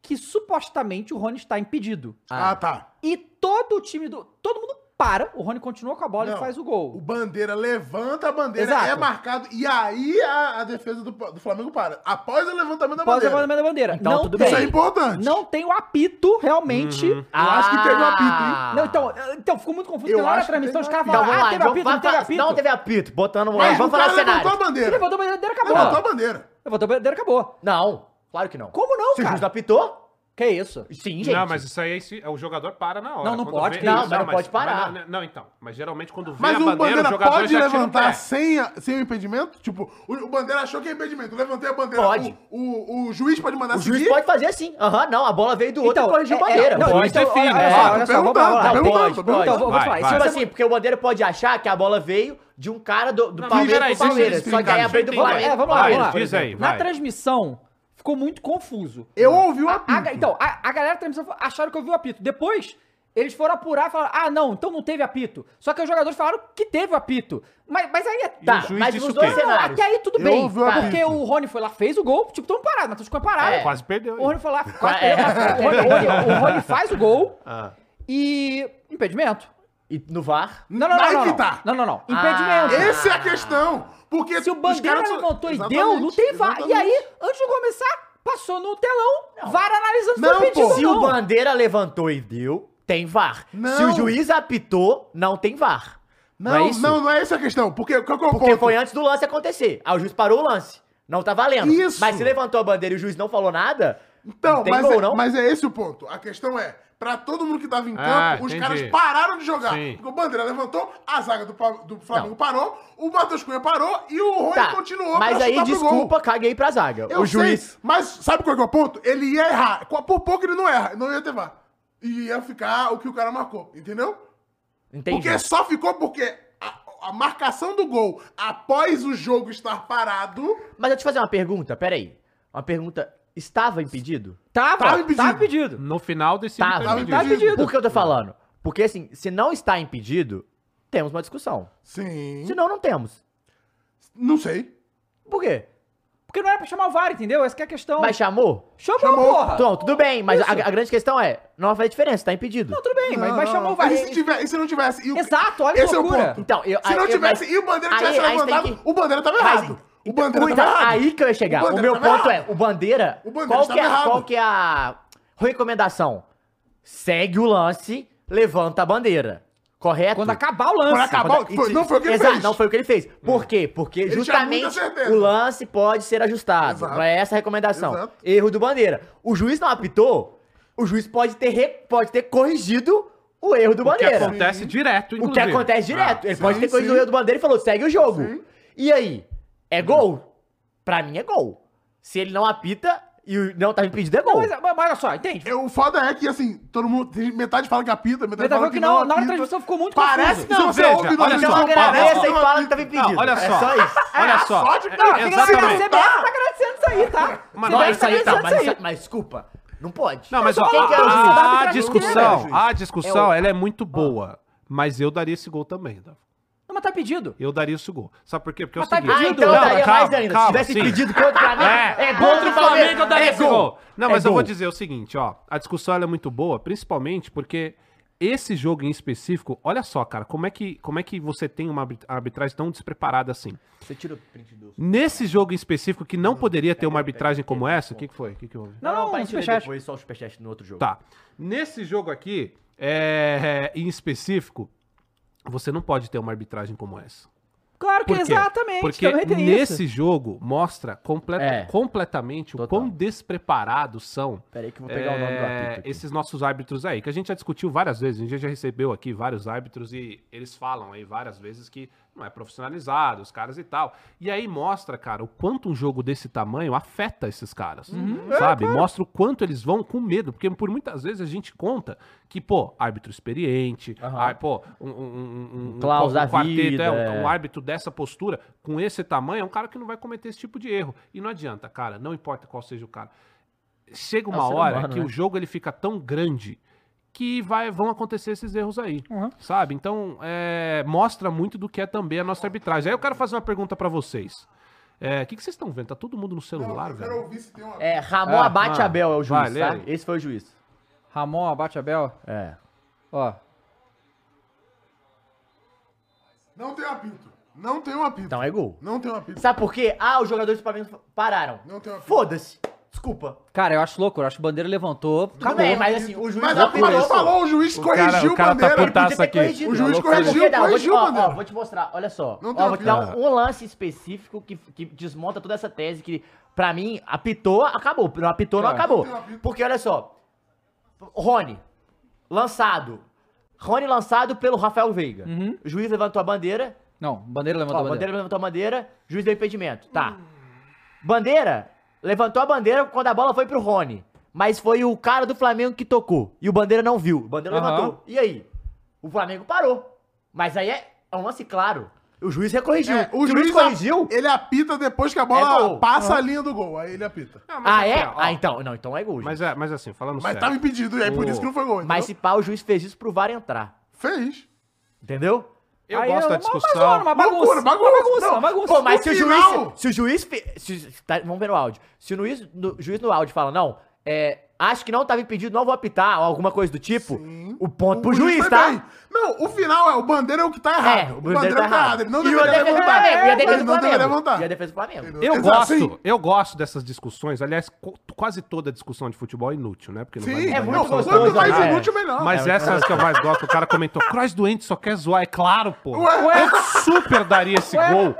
S1: que supostamente o Rony está impedido.
S2: Ah,
S4: Ah,
S2: tá.
S1: E todo o time do... Todo mundo para, o Rony continua com a bola e
S2: Não.
S1: faz o gol.
S2: O bandeira levanta a bandeira,
S1: Exato.
S2: é marcado. E aí a, a defesa do, do Flamengo para. Após o levantamento da
S1: Após o
S2: bandeira.
S1: levantamento da bandeira.
S4: Então,
S1: não
S4: tudo Uhum.
S1: tem,
S2: Isso é importante.
S1: Não tem o apito, realmente.
S2: acho que teve um apito, hein?
S4: Ah.
S1: Não, então, então, ficou muito confuso,
S2: Eu
S1: porque lá na
S2: acho que
S1: transmissão os
S2: teve
S1: caras
S2: apito.
S4: Então
S1: falaram,
S4: vamos lá,
S1: ah, teve apito, não
S4: vamos
S1: teve
S4: falar-
S1: apito.
S4: não teve apito, botando...
S2: Mas
S4: vamos
S2: o
S4: falar
S2: cara
S4: o
S2: levantou a
S4: cenário.
S1: Ele
S2: bandeira.
S1: levantou a bandeira, acabou.
S2: Levantou a bandeira.
S1: Levantou a bandeira, acabou.
S4: Não, claro que não.
S1: Como não,
S4: Se o juiz
S1: cara?
S4: apitou,
S1: Que isso?
S4: Sim, gente.
S3: Não, mas isso aí é esse- é o jogador para na hora.
S1: Não, não
S3: Quando
S1: pode, que
S3: isso-
S4: isso. Não, mas não pode parar.
S3: mas não- não, então. Mas geralmente quando vê
S2: Mas
S3: a
S2: o
S3: bandeira, o
S2: Bandeira
S3: jogador
S2: pode
S3: já tira o
S2: levantar
S3: pé.
S2: sem, a- sem o impedimento? Tipo, o, o Bandeira achou que é impedimento. eu Levantei a bandeira.
S4: Pode.
S2: O, o, o juiz pode mandar
S4: O juiz pode fazer assim. Aham, não, a bola veio do outro
S1: Então,
S4: e corrigiu
S1: é-
S4: a bandeira.
S1: é- não,
S4: Pode.
S3: juiz
S1: então,
S3: define,
S1: olha-
S3: né?
S1: olha só, olha só, vamos
S2: Perguntando,
S1: lá.
S2: tá
S1: Não,
S4: perguntando,
S1: pode, pode.
S2: tá perguntando.
S1: Então, vou vou
S3: Vai,
S1: falar. E
S3: vai.
S1: se
S4: Tipo
S1: você-
S4: assim, porque o Bandeira pode achar que a bola veio de um cara do, do
S3: Não,
S4: Palmeiras
S3: peraí,
S4: pro
S3: deixa eu
S4: Palmeiras. Só que aí
S3: explicar,
S4: a veio do
S3: deixa eu
S1: Vamos lá,
S4: Flamengo.
S1: é, vamos lá,
S3: Vai,
S1: vamos lá.
S3: diz aí,
S1: Na
S3: vai.
S1: transmissão, ficou muito confuso.
S2: Eu ouvi o
S1: A-
S2: apito.
S1: a- então, a, a galera da transmissão fa- acharam que eu vi o apito. Depois, eles foram apurar e falaram: ah, não, então não teve apito. Só que os jogadores falaram que teve o apito. Mas, mas aí é.
S4: Tá,
S3: o juiz
S4: mas
S3: disse
S4: nos
S3: o
S4: dois
S3: quê?
S1: Não,
S4: cenários.
S1: até aí tudo
S2: Eu
S1: bem. tá?
S2: ouvi o
S1: Porque
S2: apito.
S1: o Rony foi lá, fez o gol, tipo, tão parado, mas tu ficou parado.
S4: É.
S3: Quase perdeu.
S1: O Rony foi lá, quase
S4: É.
S1: perdeu, mas o, Rony, o Rony- o Rony faz o gol
S3: Ah.
S1: e. Impedimento.
S4: E no VAR.
S1: Não, não, não.
S2: Aí
S1: não,
S2: que
S1: não.
S2: tá.
S1: Não, não, não.
S4: Ah.
S1: Impedimento.
S2: Essa é a questão. Porque
S1: Se o
S2: os
S1: Bandeira
S2: caras só-
S1: levantou e deu,
S2: Exatamente,
S1: não tem VAR. E aí,
S2: exatamente.
S1: antes de começar, passou no telão, VAR analisando
S2: Não,
S1: se impediu
S2: pô.
S1: ou
S4: Se o
S1: não.
S4: Bandeira levantou e deu, tem VAR. Se
S2: Não.
S4: o juiz apitou, não tem VAR.
S2: Não,
S4: é
S2: não,
S4: isso?
S2: não, é essa a questão. Porque qual que é o
S4: Porque
S2: ponto?
S4: foi antes do lance acontecer. Aí o juiz parou o lance. Não tá valendo.
S2: Isso.
S4: Mas se levantou a bandeira e o juiz não falou nada,
S2: Então,
S4: não tem
S2: mas,
S4: gol,
S2: é,
S4: não.
S2: mas é esse o ponto. A questão é, pra todo mundo que tava em campo,
S3: Ah,
S2: os
S3: entendi.
S2: caras pararam de jogar.
S3: Sim.
S2: Porque o Bandeira levantou, a zaga do, Pa- do Flamengo parou, o Matheus Cunha parou e o Rony
S4: Tá,
S2: continuou
S4: mas
S2: pra
S4: aí,
S2: chutar pro gol.
S4: desculpa, caguei pra zaga.
S2: Eu
S4: o juiz.
S2: sei, mas sabe qual que é o ponto? Ele ia errar. Co- Por pouco ele não erra, não ia ter vá. E ia ficar o que o cara marcou, entendeu?
S4: Entendi.
S2: Porque só ficou porque a, a marcação do gol após o jogo estar parado...
S4: Mas eu te fazer uma pergunta, peraí. Uma pergunta. Estava impedido?
S1: Tava,
S2: Tava
S1: tava,
S2: impedido.
S1: impedido.
S3: No final desse
S4: Tava.
S2: Tava
S1: Tá
S2: impedido.
S1: impedido.
S4: Por que eu tô falando? Porque assim, se não está impedido, temos uma discussão.
S2: Sim.
S4: Se não, não temos.
S2: Não sei.
S4: Por quê?
S1: Porque não era pra chamar o VAR, entendeu? Essa que é a questão.
S4: Mas chamou?
S1: chamou,
S2: chamou.
S1: porra.
S4: Então, tudo bem, mas a, a grande questão é, não vai fazer diferença, tá impedido.
S1: Não, tudo bem, mas, mas
S2: Não,
S1: chamou
S2: não.
S1: o VAR.
S2: Mas e se, tiver, e se não tivesse? E o-
S1: Exato, olha que
S2: Esse é o
S1: loucura.
S2: ponto.
S4: Então, eu,
S2: Se não
S4: eu-
S2: tivesse,
S4: mas-
S2: e o Bandeira
S4: aí-
S2: tivesse
S4: aí você tem
S2: levantado,
S4: que-
S2: o Bandeira tava
S4: Mas-
S2: errado. O Bandeira
S4: Então,
S2: tava errado.
S4: Aí que eu ia chegar.
S2: O
S4: O,
S2: Bandeira
S4: meu
S2: tava
S4: ponto
S2: errado.
S4: é, o Bandeira,
S2: O Bandeira
S4: qual, que é,
S2: tava errado.
S4: qual que é a recomendação? Segue o lance, levanta a bandeira. Correto?
S1: Quando acabar o lance.
S2: Quando acabar,
S4: Quando-
S2: foi- não foi o que ele
S4: Exato,
S2: fez. Hum.
S4: não foi o que ele fez. Por quê? Porque
S2: tinha
S4: justamente
S2: muita certeza.
S4: o lance pode ser ajustado.
S2: Exato.
S4: Não é essa a recomendação.
S2: Exato.
S4: Erro do Bandeira. O juiz não apitou, o juiz pode ter, re- pode ter corrigido o erro do
S3: O que
S2: é
S4: Bandeira.
S3: acontece direto,
S4: O que
S3: inclusive.
S4: acontece
S3: Ah.
S4: direto. Ele pode
S2: Sim,
S4: ter corrigido o
S2: sim.
S4: erro do Bandeira e falou, segue o jogo. E aí? É gol? Pra mim é gol. Se ele não apita e o- não tá impedido, é
S1: Não,
S4: gol.
S1: mas, mas olha só, entende?
S2: Eu- O foda é que, assim, todo mundo. tem- Metade fala que apita, metade
S1: Metade
S2: fala que, não.
S1: na hora da
S2: apita.
S1: transmissão ficou muito
S2: Parece
S1: confuso.
S2: que
S3: Não,
S2: você
S3: veja,
S2: ouve no
S3: olha
S4: Então
S3: só,
S4: agradeça
S2: parece
S4: e
S2: que
S4: fala
S2: não
S4: que
S2: apita.
S4: tava impedido.
S3: Não, olha
S4: É
S3: só.
S4: só isso.
S3: Olha só.
S2: sorte que
S3: É-
S2: tá.
S1: Não, tem que agradecer, a
S3: exatamente.
S1: CBF tá agradecendo isso aí, tá?
S3: Mas
S1: CBF
S4: Não,
S1: tá
S4: isso aí, tá,
S1: agradecendo
S4: mas, isso- mas desculpa. Não pode.
S3: Ah. Não, mas ó,
S4: é
S1: Quem que era o juiz?
S3: a, a
S1: Árbitro
S2: era o
S3: é discussão,
S2: juiz.
S4: Ah,
S3: a discussão, ela é muito boa. Mas eu daria esse gol também, Davi.
S1: Não, mas tá pedido.
S3: Eu daria esse gol. Sabe por quê? Porque é o
S1: Mas tá
S3: seguinte...
S4: Ah,
S1: impedido,
S4: então eu
S1: Não,
S4: daria
S3: calma,
S4: mais ainda.
S3: calma,
S4: Se tivesse
S3: sim.
S4: pedido contra pra mim,
S3: É,
S4: é,
S3: é
S4: gol
S3: contra o
S4: do
S3: Flamengo, eu daria
S4: é
S3: esse gol. Não, mas
S4: É
S3: eu vou
S4: gol.
S3: dizer o seguinte, ó. A discussão ela é muito boa, principalmente porque esse jogo em específico, olha só, cara, como é que, como é que você tem uma arbit- arbitragem tão despreparada assim?
S4: Você tira o print do...
S3: Nesse jogo em específico, que não poderia ter uma arbitragem como essa, o que, que foi? O que, que houve?
S1: Não, não,
S4: pra gente ler
S1: superchat.
S4: depois só o superchat no outro jogo.
S3: Tá. Nesse jogo aqui, é, em específico, você não pode ter uma arbitragem como essa.
S1: Claro que
S3: Por quê?
S1: exatamente.
S3: Porque
S1: também tem isso.
S3: nesse jogo mostra completa-
S4: É.
S3: completamente
S4: Total.
S3: o quão despreparados são
S4: Peraí que eu vou pegar o nome do
S3: é,
S4: apito aqui.
S3: esses nossos árbitros aí, que a gente já discutiu várias vezes, a gente já recebeu aqui vários árbitros e eles falam aí várias vezes que não é profissionalizado, os caras e tal. E aí mostra, cara, o quanto um jogo desse tamanho afeta esses caras,
S4: Uhum. É,
S3: sabe? Mostra o quanto eles vão com medo, porque por muitas vezes a gente conta que, pô, árbitro experiente,
S4: Aham.
S3: ah, pô, um, um, um, um- um-
S4: Klaus da vida,
S3: é, um,
S4: é.
S3: um árbitro dessa postura, com esse tamanho, é um cara que não vai cometer esse tipo de erro. E não adianta, cara, não importa qual seja o cara. Chega
S4: É
S3: uma
S4: o ser
S3: hora
S4: humano,
S3: que
S4: né?
S3: o jogo ele fica tão grande que vai, vão acontecer esses erros aí,
S1: Uhum.
S3: sabe? Então, é, mostra muito do que é também a nossa arbitragem. Aí eu quero fazer uma pergunta pra vocês. É, O que, que vocês estão vendo? Tá todo mundo no celular,
S2: Eu quero
S3: velho?
S2: ouvir se tem uma.
S4: É, Ramon
S3: Ah,
S4: Abate
S3: ah,
S4: Abel é o juiz,
S3: vai, lê
S4: tá?
S3: aí.
S4: Esse foi o juiz.
S1: Ramon abate Abel,
S4: É.
S1: ó.
S2: Não tem um apito. Não tem um apito.
S4: Então é gol.
S2: Não tem um apito.
S4: Sabe por quê? Ah, os jogadores do Flamengo pararam.
S2: Não tem apito.
S4: Foda-se. Desculpa.
S1: Cara, eu acho louco, eu acho que o bandeira levantou.
S4: Tudo bem, mas assim, o juiz
S2: Mas
S4: não
S2: a falou,
S4: apitou.
S2: falou, o juiz corrigiu
S3: o cara
S2: a bandeira.
S3: tá putaço
S4: ter
S3: aqui.
S4: corrigido.
S2: O juiz
S4: Sabe por
S2: corrigiu,
S4: quê? Não, vou te-
S2: corrigiu,
S4: ó, ó,
S2: Bandeira.
S4: vou te mostrar, olha só.
S2: Não tem
S4: Ó, vou te dar
S2: apito.
S4: um, um lance específico que, que desmonta toda essa tese que, pra mim, apitou, acabou. Não apitou, não
S1: Claro.
S3: É.
S4: acabou.
S2: Não tem apito.
S4: Porque, olha só, Rony, lançado. Rony lançado pelo Rafael Veiga.
S3: Uhum.
S4: O juiz levantou a bandeira.
S1: Não, bandeira
S4: Ó,
S1: levantou a
S4: bandeira.
S1: bandeira.
S4: levantou a bandeira, juiz deu impedimento. Tá. Bandeira levantou a bandeira quando a bola foi pro Rony. Mas foi o cara do Flamengo que tocou. E o Bandeira não viu. O Bandeira
S1: Aham.
S4: levantou. E aí? O Flamengo parou. Mas aí é, é um lance claro. O juiz recorrigiu.
S2: É, o
S4: Se
S2: juiz
S4: corrigiu?
S2: ele apita depois que a
S4: É
S2: bola
S4: gol.
S2: passa a linha do gol. Aí ele apita.
S4: Ah, é?
S3: ó,
S4: Ah, então. Não, então é gol.
S3: Mas,
S4: Mas,
S3: é, mas assim, falando
S2: Mas tá
S3: sério.
S2: tava impedido, e aí por
S3: O-
S2: isso que não foi gol. entendeu?
S4: mas se pá, o juiz fez isso pro VAR entrar.
S2: Fez.
S4: Entendeu?
S3: Eu
S1: Aí
S3: gosto da
S1: uma- uma
S3: discussão.
S1: zona, Uma bagunça,
S2: Loucura,
S1: uma bagunça, uma bagunça.
S4: Pô, mas se o
S2: final-
S4: juiz. Se o juiz. fe- se- tá, vamos ver no áudio. Se o juiz no, juiz no áudio fala, não, é, acho que não tava impedido, não vou apitar, ou alguma coisa do tipo, o ponto pro
S2: O
S4: juiz,
S2: foi
S4: tá?
S2: bem. Não, o final é o bandeira é o que tá errado.
S4: É, o Bandeira tá errado.
S2: Ele não
S4: e a
S2: deveria
S4: defesa do
S2: levantar.
S4: Flamengo, e a
S2: Ele
S4: defesa do
S2: não deveria
S4: Flamengo.
S2: levantar.
S4: E a defesa do Flamengo.
S3: Eu
S2: Exato,
S3: gosto,
S2: sim.
S3: eu gosto dessas discussões. Aliás, co- quase toda discussão de futebol é inútil, né? Porque não vai
S2: Sim,
S3: mudar
S4: É
S2: não,
S4: muito
S3: nada.
S4: gostoso,
S2: Quanto mais
S4: né?
S2: inútil, melhor.
S3: é, Mas essas que eu mais gosto, o cara comentou, Cross doente só quer zoar, é claro, pô.
S2: Ué.
S3: Eu super daria esse gol.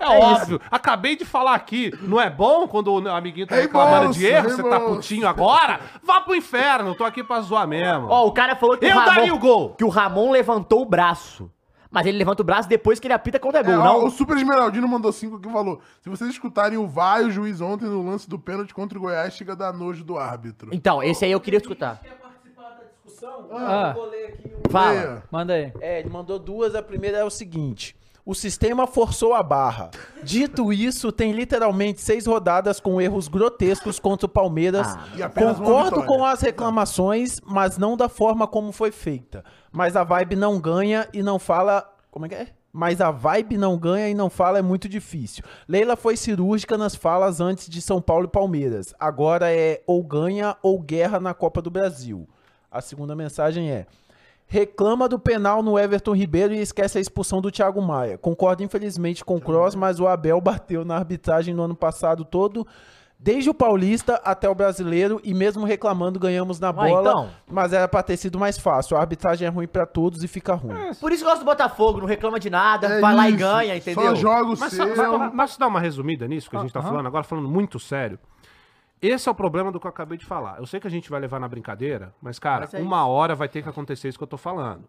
S3: É, óbvio. Acabei de falar aqui, não é bom quando o amiguinho tá reclamando
S2: Reembolso,
S3: de erro, você tá
S2: reembolso.
S3: putinho agora? Vá pro inferno, eu tô aqui pra zoar mesmo.
S4: Ó, o cara falou que
S3: Eu
S4: o Ramon,
S3: daria o gol.
S4: Que o Ramon levantou o braço. Mas ele levanta o braço depois que ele apita contra gol,
S2: É, ó,
S4: não?
S2: O Super Esmeraldino mandou cinco que falou: se vocês escutarem o vai, o juiz ontem no lance do pênalti contra o Goiás, chega a dar nojo do árbitro.
S4: Então, esse aí eu queria escutar.
S7: quer participar da discussão?
S1: Ah.
S7: Eu vou ler aqui o
S4: Fala.
S1: Manda aí.
S6: É, ele mandou duas. A primeira é o seguinte. O sistema forçou a barra. Dito isso, tem literalmente seis rodadas com erros grotescos contra o Palmeiras.
S2: Ah, E apenas uma
S6: Concordo
S2: vitória.
S6: com as reclamações, mas não da forma como foi feita. Mas a vibe não ganha e não fala. Como é que é? Mas a vibe não ganha e não fala é muito difícil. Leila foi cirúrgica nas falas antes de São Paulo e Palmeiras. Agora é ou ganha ou guerra na Copa do Brasil. A segunda mensagem é: reclama do penal no Everton Ribeiro e esquece a expulsão do Thiago Maia. Concordo, infelizmente, com o Cross, mas o Abel bateu na arbitragem no ano passado todo, desde o Paulista até o Brasileiro, e mesmo reclamando, ganhamos na
S4: Ué,
S6: bola.
S4: então.
S6: Mas era pra ter sido mais fácil. A arbitragem é ruim pra todos e fica ruim.
S1: É,
S4: Por isso que eu gosto do Botafogo, não reclama de nada, vai lá e ganha, entendeu?
S2: É Só joga o
S3: Mas,
S2: seu.
S3: só- só- mas dar uma resumida nisso que a gente tá
S1: Aham.
S3: falando agora, falando muito sério. Esse é o problema do que eu acabei de falar. Eu sei que a gente vai levar na brincadeira, mas, cara,
S4: Mas é
S3: uma hora vai ter que acontecer isso que eu tô falando.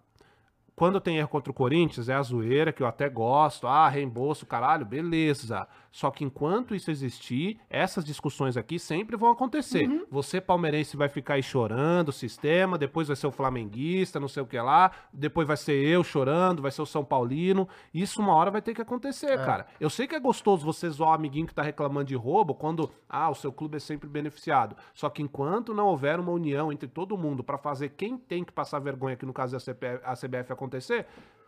S3: Quando tem erro contra o Corinthians, é a zoeira, que eu até gosto. Ah, reembolso, caralho, beleza. Só que enquanto isso existir, essas discussões aqui sempre vão acontecer. Você, palmeirense, vai ficar aí chorando, sistema, depois vai ser o flamenguista, não sei o que lá, depois vai ser eu chorando, vai ser o São Paulino. Isso uma hora vai ter que acontecer, cara. Eu sei que é gostoso você zoar o amiguinho que tá reclamando de roubo quando, ah, o seu clube é sempre beneficiado. Só que enquanto não houver uma união entre todo mundo pra fazer quem tem que passar vergonha, que no caso é a CPF a CBF acontecer,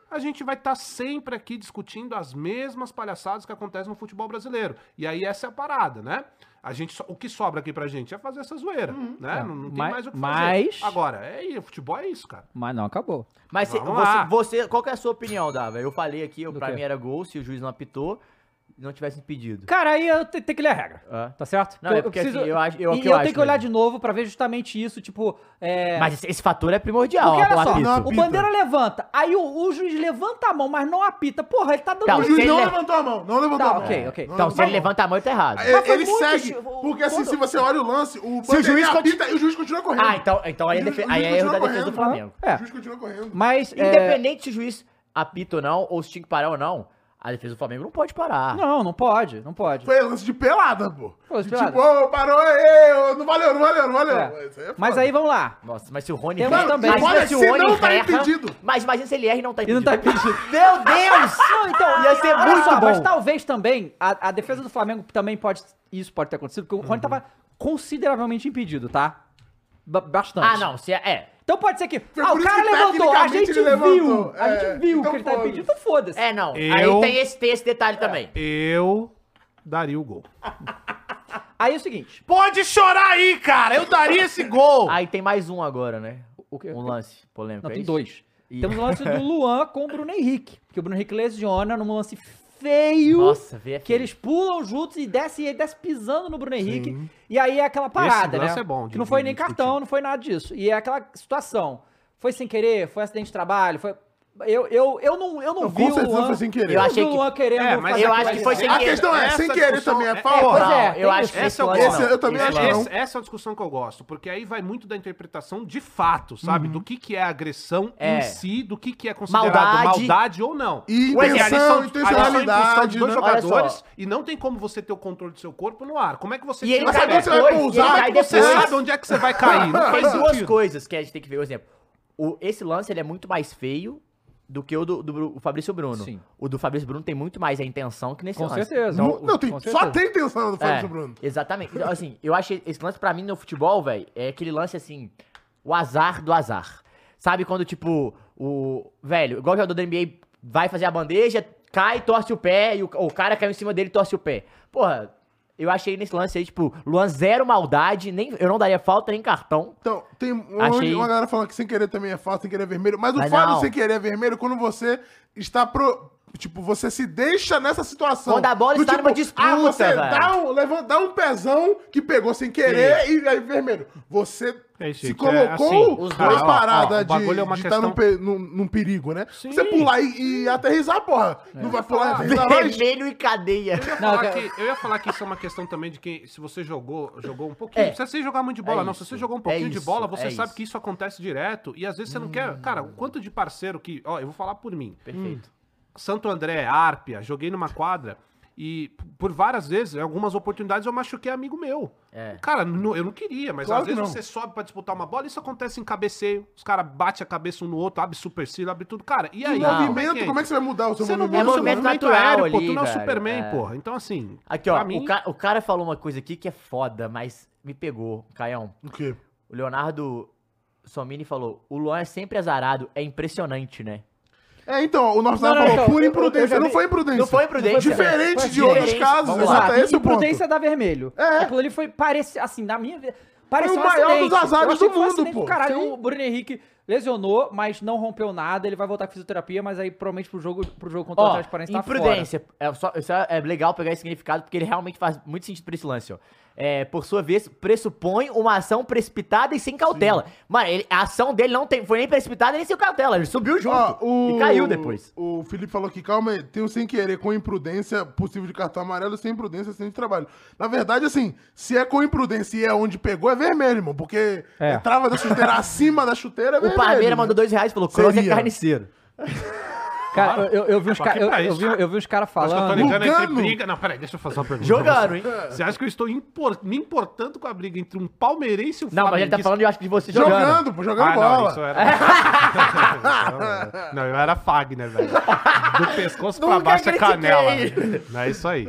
S3: a gente vai estar sempre aqui discutindo as mesmas palhaçadas que acontecem no futebol brasileiro. E aí essa é a parada, né? A gente só- o que sobra aqui pra gente é fazer essa zoeira, né?
S1: É,
S3: Não, não tem
S1: mas-
S3: mais o que
S1: mas-
S3: fazer. Agora, é, aí, o futebol é isso, cara.
S1: Mas não acabou.
S4: Mas se-
S3: Vamos
S4: você,
S3: lá.
S4: você- qual que é a sua opinião, Dava? Eu falei aqui, eu,
S1: Do
S4: pra
S1: quê?
S4: mim era gol se o juiz não apitou e não tivesse impedido.
S1: Cara, aí eu te- tenho que ler a regra.
S4: Ah.
S1: Tá certo?
S4: Não, é porque, assim, eu acho- eu-
S1: e
S4: o que
S1: eu, tenho
S4: eu acho
S1: que olhar
S4: mesmo.
S1: de novo pra ver justamente isso, tipo. É...
S4: Mas esse, esse fator é primordial,
S1: Porque
S4: ó, pro
S1: olha só,
S4: apito.
S2: não-
S1: o bandeira levanta, aí o, o juiz levanta a mão, mas não apita. Porra, ele tá dando.
S4: Tá,
S2: O
S1: um-
S4: se
S2: juiz
S4: ele
S2: não
S4: le-
S2: levantou a mão, não levantou
S1: Tá,
S2: a mão.
S1: ok, ok.
S2: Não é
S4: Então, se
S2: levantou a
S4: ele levantar a mão, ele tá errado.
S2: mão. Ele, ele
S1: muito
S2: segue,
S1: chi- o-
S2: porque assim,
S1: quando-
S2: se você olha o lance, o
S4: Se o juiz
S2: apita
S4: continua-
S2: e o juiz continua correndo.
S4: Ah, então, então aí, é
S2: O
S4: defe-
S2: juiz- o
S4: aí
S2: juiz
S4: é erro da
S2: continua
S4: defesa do
S2: correndo.
S4: Flamengo.
S1: É.
S2: O juiz continua correndo.
S1: Mas. é,
S4: Independente se o juiz apita ou não, ou se tinha que parar ou não, a defesa do Flamengo não pode parar.
S1: Não, não pode, não pode.
S2: Foi lance de pelada, pô.
S1: Foi de
S2: tipo,
S1: pelada.
S2: ô, parou aí, ô, não valeu, não valeu, não valeu.
S1: É.
S2: Isso é
S1: Mas
S2: foda.
S1: aí vamos lá.
S4: Nossa, mas se o Rony...
S1: Temos também.
S4: Mas
S2: Olha,
S4: se o
S2: se
S4: Rony
S2: não tá
S4: erra-
S2: impedido.
S4: Mas imagina se ele erra e não tá
S1: E não
S4: impedido.
S1: tá impedido.
S4: Meu Deus!
S1: <laughs> Não, então,
S4: Ia ser
S1: olha
S4: muito
S1: só,
S4: bom.
S1: Mas talvez também, a, a defesa do Flamengo também pode, isso pode ter acontecido, porque o Rony tava consideravelmente impedido, tá? Ba- bastante.
S4: Ah, não, se é... é.
S1: Então pode ser que,
S2: Foi
S1: ah,
S2: por
S1: o
S2: isso
S1: cara
S2: que
S1: levantou, a
S2: tecnicamente
S1: gente
S2: ele levantou.
S1: viu, a
S2: É,
S1: gente viu
S2: então
S1: que ele tá
S2: foda-se.
S1: impedido, então foda-se.
S4: É, não.
S3: Eu-
S4: Aí tem esse, tem esse
S1: É.
S4: detalhe também.
S3: Eu daria o gol.
S1: Aí é o seguinte,
S3: Pode chorar aí, cara. Eu daria esse gol.
S4: Aí tem mais um agora, né?
S1: o que,
S4: Um lance polêmico.
S1: não,
S4: é
S1: tem
S4: isso?
S1: dois.
S4: Ih.
S1: Temos o lance do Luan com o Bruno Henrique, que o Bruno Henrique lesiona num lance feio.
S4: Nossa, vê aqui.
S1: Que eles pulam juntos e descem, e ele desce pisando no Bruno Henrique. E aí é aquela parada,
S3: lance
S1: né?
S3: é bom de-
S1: que não foi
S3: de
S1: nem
S3: discutir.
S1: cartão, não foi nada disso. E é aquela situação. Foi sem querer, foi acidente de trabalho, foi. Eu, eu, eu não, eu não,
S2: Não,
S1: vi
S2: com
S1: o
S2: certeza
S1: Luan,
S2: foi sem querer.
S1: eu
S4: Eu
S1: achei
S4: achei
S1: o
S4: que-
S1: Luan querendo
S3: É, mas
S1: fazer
S3: eu
S1: a
S4: acho que
S1: coisa
S4: foi
S1: errada.
S4: sem
S2: A
S4: querer.
S2: questão é,
S3: Essa
S2: sem querer
S3: discussão
S2: também é
S3: é-
S2: falta.
S1: Pois é, tem
S4: eu acho
S1: isso.
S4: que
S3: Essa eu
S4: foi-
S3: gosto.
S2: Esse eu também
S3: Esse-
S2: acho que não.
S3: esse- Essa é a discussão que eu gosto, porque aí vai muito da interpretação de fato, sabe? Do que, que é agressão
S4: É.
S3: em si, do que, que é considerado
S4: Maldade.
S3: maldade, ou não.
S2: E
S3: Ué, ali
S2: intenção,
S3: são- ali são impulsão de
S2: intencionalidade.
S3: dois
S2: né?
S4: Olha
S3: jogadores
S4: só.
S3: e não tem como você ter o controle do seu corpo no ar. Como é que você
S4: E ele
S3: tira
S2: Mas
S4: cai
S2: agora
S3: essa-
S2: você vai
S4: depois,
S2: pousar,
S4: ele
S2: como
S4: cai
S2: é que
S3: Você
S4: depois.
S3: sabe onde é que você vai cair. Não faz
S4: Tem duas
S3: sentido.
S4: coisas que é. a gente tem que ver, por exemplo. O, esse lance ele é muito mais feio do que o do, do Bru- o Fabrício Bruno.
S1: Sim.
S4: O do Fabrício Bruno tem muito mais a intenção que nesse
S1: Com
S4: lance.
S1: certeza.
S2: Não, não, tem,
S1: com
S2: só
S1: certeza.
S2: tem intenção do Fábio
S4: É,
S2: Bruno.
S4: Exatamente. Então, assim, eu acho esse lance pra mim no futebol, velho, é aquele lance assim, o azar do azar. Sabe quando, tipo, o. Velho, igual o jogador da NBA vai fazer a bandeja, cai, torce o pé, e o, o cara caiu em cima dele e torce o pé. Porra, eu achei nesse lance aí, tipo, Luan zero maldade, nem, eu não daria falta nem cartão.
S2: Então, tem um-
S4: Achei-
S2: uma galera falando que sem querer também é falta, sem querer é vermelho. Mas, o
S4: Mas
S2: fato
S4: não.
S2: de sem querer é vermelho é quando você está pro. Tipo, você se deixa nessa situação.
S4: Quando a bola
S2: Do
S4: está numa disputa,
S2: Ah, você
S4: velho.
S2: dá um, levanta, dá um pezão que pegou sem querer e aí é vermelho. Você
S3: É,
S2: se
S3: gente,
S2: colocou
S3: é assim,
S2: na
S3: cara, ó, ó,
S2: parada
S3: o bagulho é uma
S2: de estar num,
S3: questão-
S2: pe- num, num perigo, né?
S3: Sim. É. Ah,
S2: Você pular e, e aterrissar, porra. <laughs> Não vai pular e aterrissar mais?
S4: <laughs> Vermelho e cadeia.
S3: Eu ia,
S1: Não,
S3: falar
S1: cara.
S3: que, eu ia falar que isso é uma questão também de quem. Se você jogou, jogou um pouquinho.
S4: É.
S3: Não precisa você jogar muito de bola,
S4: É
S3: não.
S4: isso.
S3: Se você jogou um
S4: É
S3: pouquinho de
S4: isso.
S3: bola, você
S4: É
S3: sabe
S4: isso. Hum.
S3: que isso acontece direto. E às vezes você não quer. Cara, o quanto de parceiro que. Ó, eu vou falar por mim.
S4: Perfeito.
S3: Santo André, Árpia, joguei numa quadra. E p- por várias vezes, em algumas oportunidades, eu machuquei amigo meu.
S4: É.
S3: Cara, não- eu não queria, mas
S2: Claro
S3: às
S2: que
S3: vezes
S2: não.
S3: você sobe pra disputar uma bola, isso acontece em cabeceio. Os caras batem a cabeça um no outro, abre supercílio, abre tudo. Cara, e aí?
S2: O
S4: Não.
S2: movimento, como é que você vai mudar o seu
S3: Você não
S2: movimento?
S3: muda o
S4: um movimento
S3: movimento
S4: natural
S3: aéreo, pô.
S4: ali,
S3: Tu não é o
S4: velho,
S3: Superman,
S4: é.
S3: porra. Então, assim.
S4: Aqui, ó,
S3: pra
S4: o,
S3: mim-
S4: ca- o cara falou uma coisa aqui que é foda, mas me pegou, Caião.
S2: O quê?
S4: O Leonardo Somini falou: o Luan é sempre azarado, é impressionante, né?
S2: É, então, o nosso
S1: Não,
S2: tava
S1: não,
S2: falou
S1: então, eu-
S2: pura
S1: eu já
S2: imprudência.
S1: vi-
S2: Não foi imprudência.
S4: Não foi imprudência.
S2: Diferente
S4: Foi
S2: de outros
S4: diferente.
S2: casos,
S4: Vamos
S2: exato,
S4: lá.
S1: Exato,
S2: é esse o ponto.
S1: imprudência dá vermelho.
S2: É.
S1: Aquilo ali foi, parece, assim, na minha... vi- Pareceu
S2: o
S1: um
S2: maior
S1: acidente.
S2: dos azares
S1: Eu achei que
S2: do
S1: foi um
S2: mundo,
S1: acidente do
S2: pô.
S1: Caralho,
S2: Sim.
S1: o Bruno Henrique lesionou, mas não rompeu nada. Ele vai voltar com fisioterapia, mas aí provavelmente pro jogo, pro jogo contra o
S4: Ó,
S1: Transparência tá fora.
S4: imprudência. É, só, isso é é legal pegar esse significado, porque ele realmente faz muito sentido pra esse lance, ó. É, por sua vez, pressupõe uma ação precipitada e sem cautela. Mano, ele- a ação dele não tem, foi nem precipitada nem sem cautela. Ele subiu junto
S2: Ó,
S4: e caiu depois.
S2: Ah, O Felipe falou que, calma, aí, tem um sem querer, com imprudência, possível de cartão amarelo, sem imprudência, sem trabalho. Na verdade, assim, se é com imprudência e é onde pegou, é vermelho, irmão, porque
S1: É.
S2: a trava da chuteira acima da chuteira é
S4: O
S2: vermelho.
S4: Parmeira
S2: né?
S4: mandou dois reais e falou: Cross é
S2: Seria.
S4: carniceiro.
S1: Cara, eu, eu vi uns
S3: Tô
S1: caras
S3: aqui pra
S1: eu,
S3: isso,
S1: vi-
S3: cara.
S1: eu vi uns caras
S3: Acho que eu tô
S1: falando...
S3: ligando entre
S2: Lugano.
S3: briga. Não, peraí, deixa eu fazer uma pergunta.
S4: Jogando, hein?
S3: Você acha que eu estou impor- me importando com a briga entre um palmeirense e um
S4: Não, mas ele tá
S3: flamenguista?
S4: falando, eu acho que de você jogando.
S2: Jogando, pô, jogando
S3: Ah, não, isso
S2: bola.
S3: era. <laughs> não, eu era Fagner, velho. Do pescoço pra
S4: <laughs> Nunca
S3: baixo é
S4: critiquei.
S3: canela. Não é isso
S4: <laughs>
S3: aí.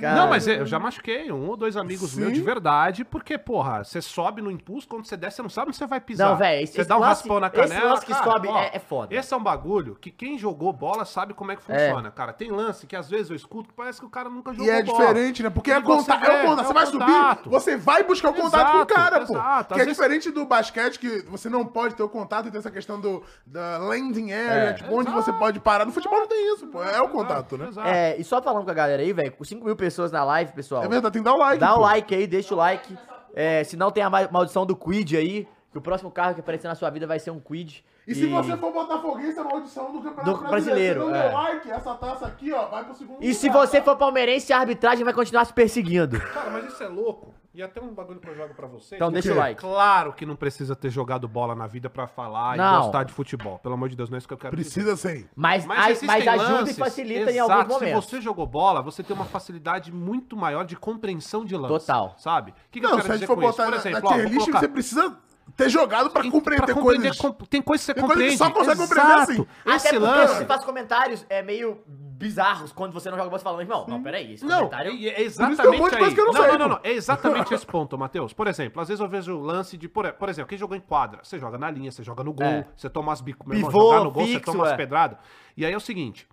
S4: Cara.
S3: Não, mas é, eu já machuquei um ou dois amigos
S2: Sim.
S3: meus de verdade, porque, porra, você sobe no impulso, quando você desce, você não sabe onde você vai pisar.
S4: Não, velho, esse-
S3: Você dá um
S4: esse lance-
S3: raspão na
S4: esse
S3: canela.
S4: lance que sobe
S3: ó,
S4: é- é foda.
S3: Esse é um bagulho que quem jogou bola sabe como é que funciona, cara. Tem lance que às vezes eu escuto que parece que o cara nunca jogou
S2: E é
S3: bola.
S2: diferente, né? Porque é,
S3: E você
S2: conta,
S3: vê,
S2: é o contato.
S3: é
S2: Você
S3: o
S2: vai
S3: contato.
S2: subir, você vai buscar o contato com o
S3: Exato,
S2: cara, pô.
S3: exato.
S2: Que é
S3: Às vezes-
S2: diferente do basquete, que você não pode ter o contato e tem essa questão do, da landing area, tipo, onde você pode parar. No futebol não tem isso, pô. É o contato, né?
S3: É. Exato.
S4: É, e só falando com a galera aí, velho, com 5 mil pessoas na live, pessoal.
S2: É verdade, tem que dar o like,
S4: Dá
S3: tipo,
S4: o
S2: pô.
S4: like aí, deixa o like. É, se não tem a ma- maldição do Quid aí, que o próximo carro que aparecer na sua vida vai ser um Quid.
S2: E se você for botafoguista, é maldição do Campeonato
S4: Do brasileiro,
S2: Se não deu um
S4: é.
S2: like, essa taça aqui, ó, vai pro segundo
S4: E se
S2: lugar,
S4: você
S2: tá?
S4: for palmeirense, a arbitragem vai continuar
S3: <laughs>
S4: se perseguindo.
S3: Cara, mas isso é louco. E até um bagulho que eu jogo pra vocês.
S4: Então deixa o
S3: Porque,
S4: like.
S3: Claro que não precisa ter jogado bola na vida pra falar
S4: Não.
S3: e gostar de futebol. Pelo amor de Deus, não é isso que eu quero dizer.
S2: Precisa sim.
S4: Mas, mas, mas
S3: existem
S4: ajuda
S3: lances-
S4: e facilita em
S3: Exato,
S4: alguns momentos.
S3: Se você jogou bola, você tem uma facilidade muito maior de compreensão de lance.
S4: Total.
S3: Sabe? O que, que eu
S2: Não,
S3: quero
S2: se a gente
S3: dizer
S2: for
S3: com isso?
S2: botar
S3: Por
S2: na, na
S3: exemplo, ó,
S2: tier
S3: vou
S2: list,
S3: colocar-
S2: você precisa ter jogado pra compreender
S3: pra
S2: coisas.
S3: compreender, com- Tem coisas que você
S2: Tem coisas que
S3: compreende.
S2: só consegue compreender
S3: Exato.
S2: assim.
S4: Até
S3: Esse
S4: porque
S3: lance...
S4: você faz comentários é, meio bizarros quando você não joga bola, você fala, irmão, não, peraí, esse
S3: Não,
S4: comentário...
S3: é- é
S2: tem um
S3: exatamente
S2: monte de
S3: aí.
S2: coisa que eu não
S3: não,
S2: sei,
S3: não, não,
S2: pô.
S3: não, É exatamente esse ponto, Matheus. Por exemplo, às vezes eu vejo o lance de... Por, por exemplo, quem jogou em quadra? Você joga na linha, você joga no gol,
S4: É.
S3: você toma as bicos. Meu irmão,
S4: Pivô,
S3: jogar no gol,
S4: fixo,
S3: você toma
S4: é.
S3: as pedradas. E aí é o seguinte...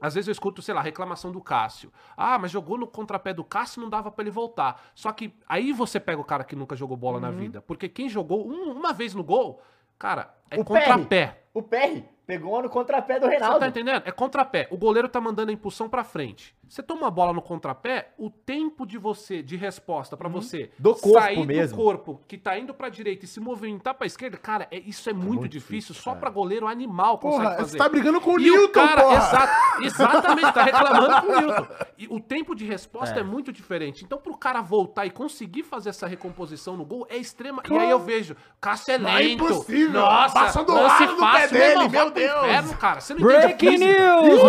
S3: Às vezes eu escuto, sei lá, reclamação do Cássio. Ah, mas jogou no contrapé do Cássio, não dava pra ele voltar. Só que aí você pega o cara que nunca jogou bola na vida. Porque quem jogou um- uma vez no gol, cara, é
S4: O Perry.
S3: contrapé.
S4: O PR pegou no contrapé do
S3: Você
S4: Reinaldo.
S3: tá entendendo? É contrapé. O goleiro tá mandando a tá impulsão pra frente. Você toma a bola no contrapé, o tempo de você, de resposta
S2: Uhum.
S3: pra você
S4: Do corpo
S3: sair
S4: mesmo.
S3: do corpo que tá indo pra direita e se movimentar pra esquerda, cara, é- isso é muito, difícil. só pra goleiro animal consegue
S2: Porra,
S3: fazer.
S2: você tá brigando com o
S3: E
S2: Newton,
S3: o cara,
S2: porra!
S3: exa- exatamente, tá reclamando com o Newton. E o tempo de resposta é. muito diferente. Então, pro cara voltar e conseguir fazer essa recomposição no gol, é extrema. E aí eu vejo, Cássio é
S2: Não é
S3: lento.
S2: impossível.
S3: Nossa,
S2: Passa do lado do pé
S3: meu
S2: dele,
S3: irmão,
S2: meu
S3: vai pro
S2: Deus.
S3: Inferno, cara. Você não
S1: Breaking
S3: entende a física.
S1: News!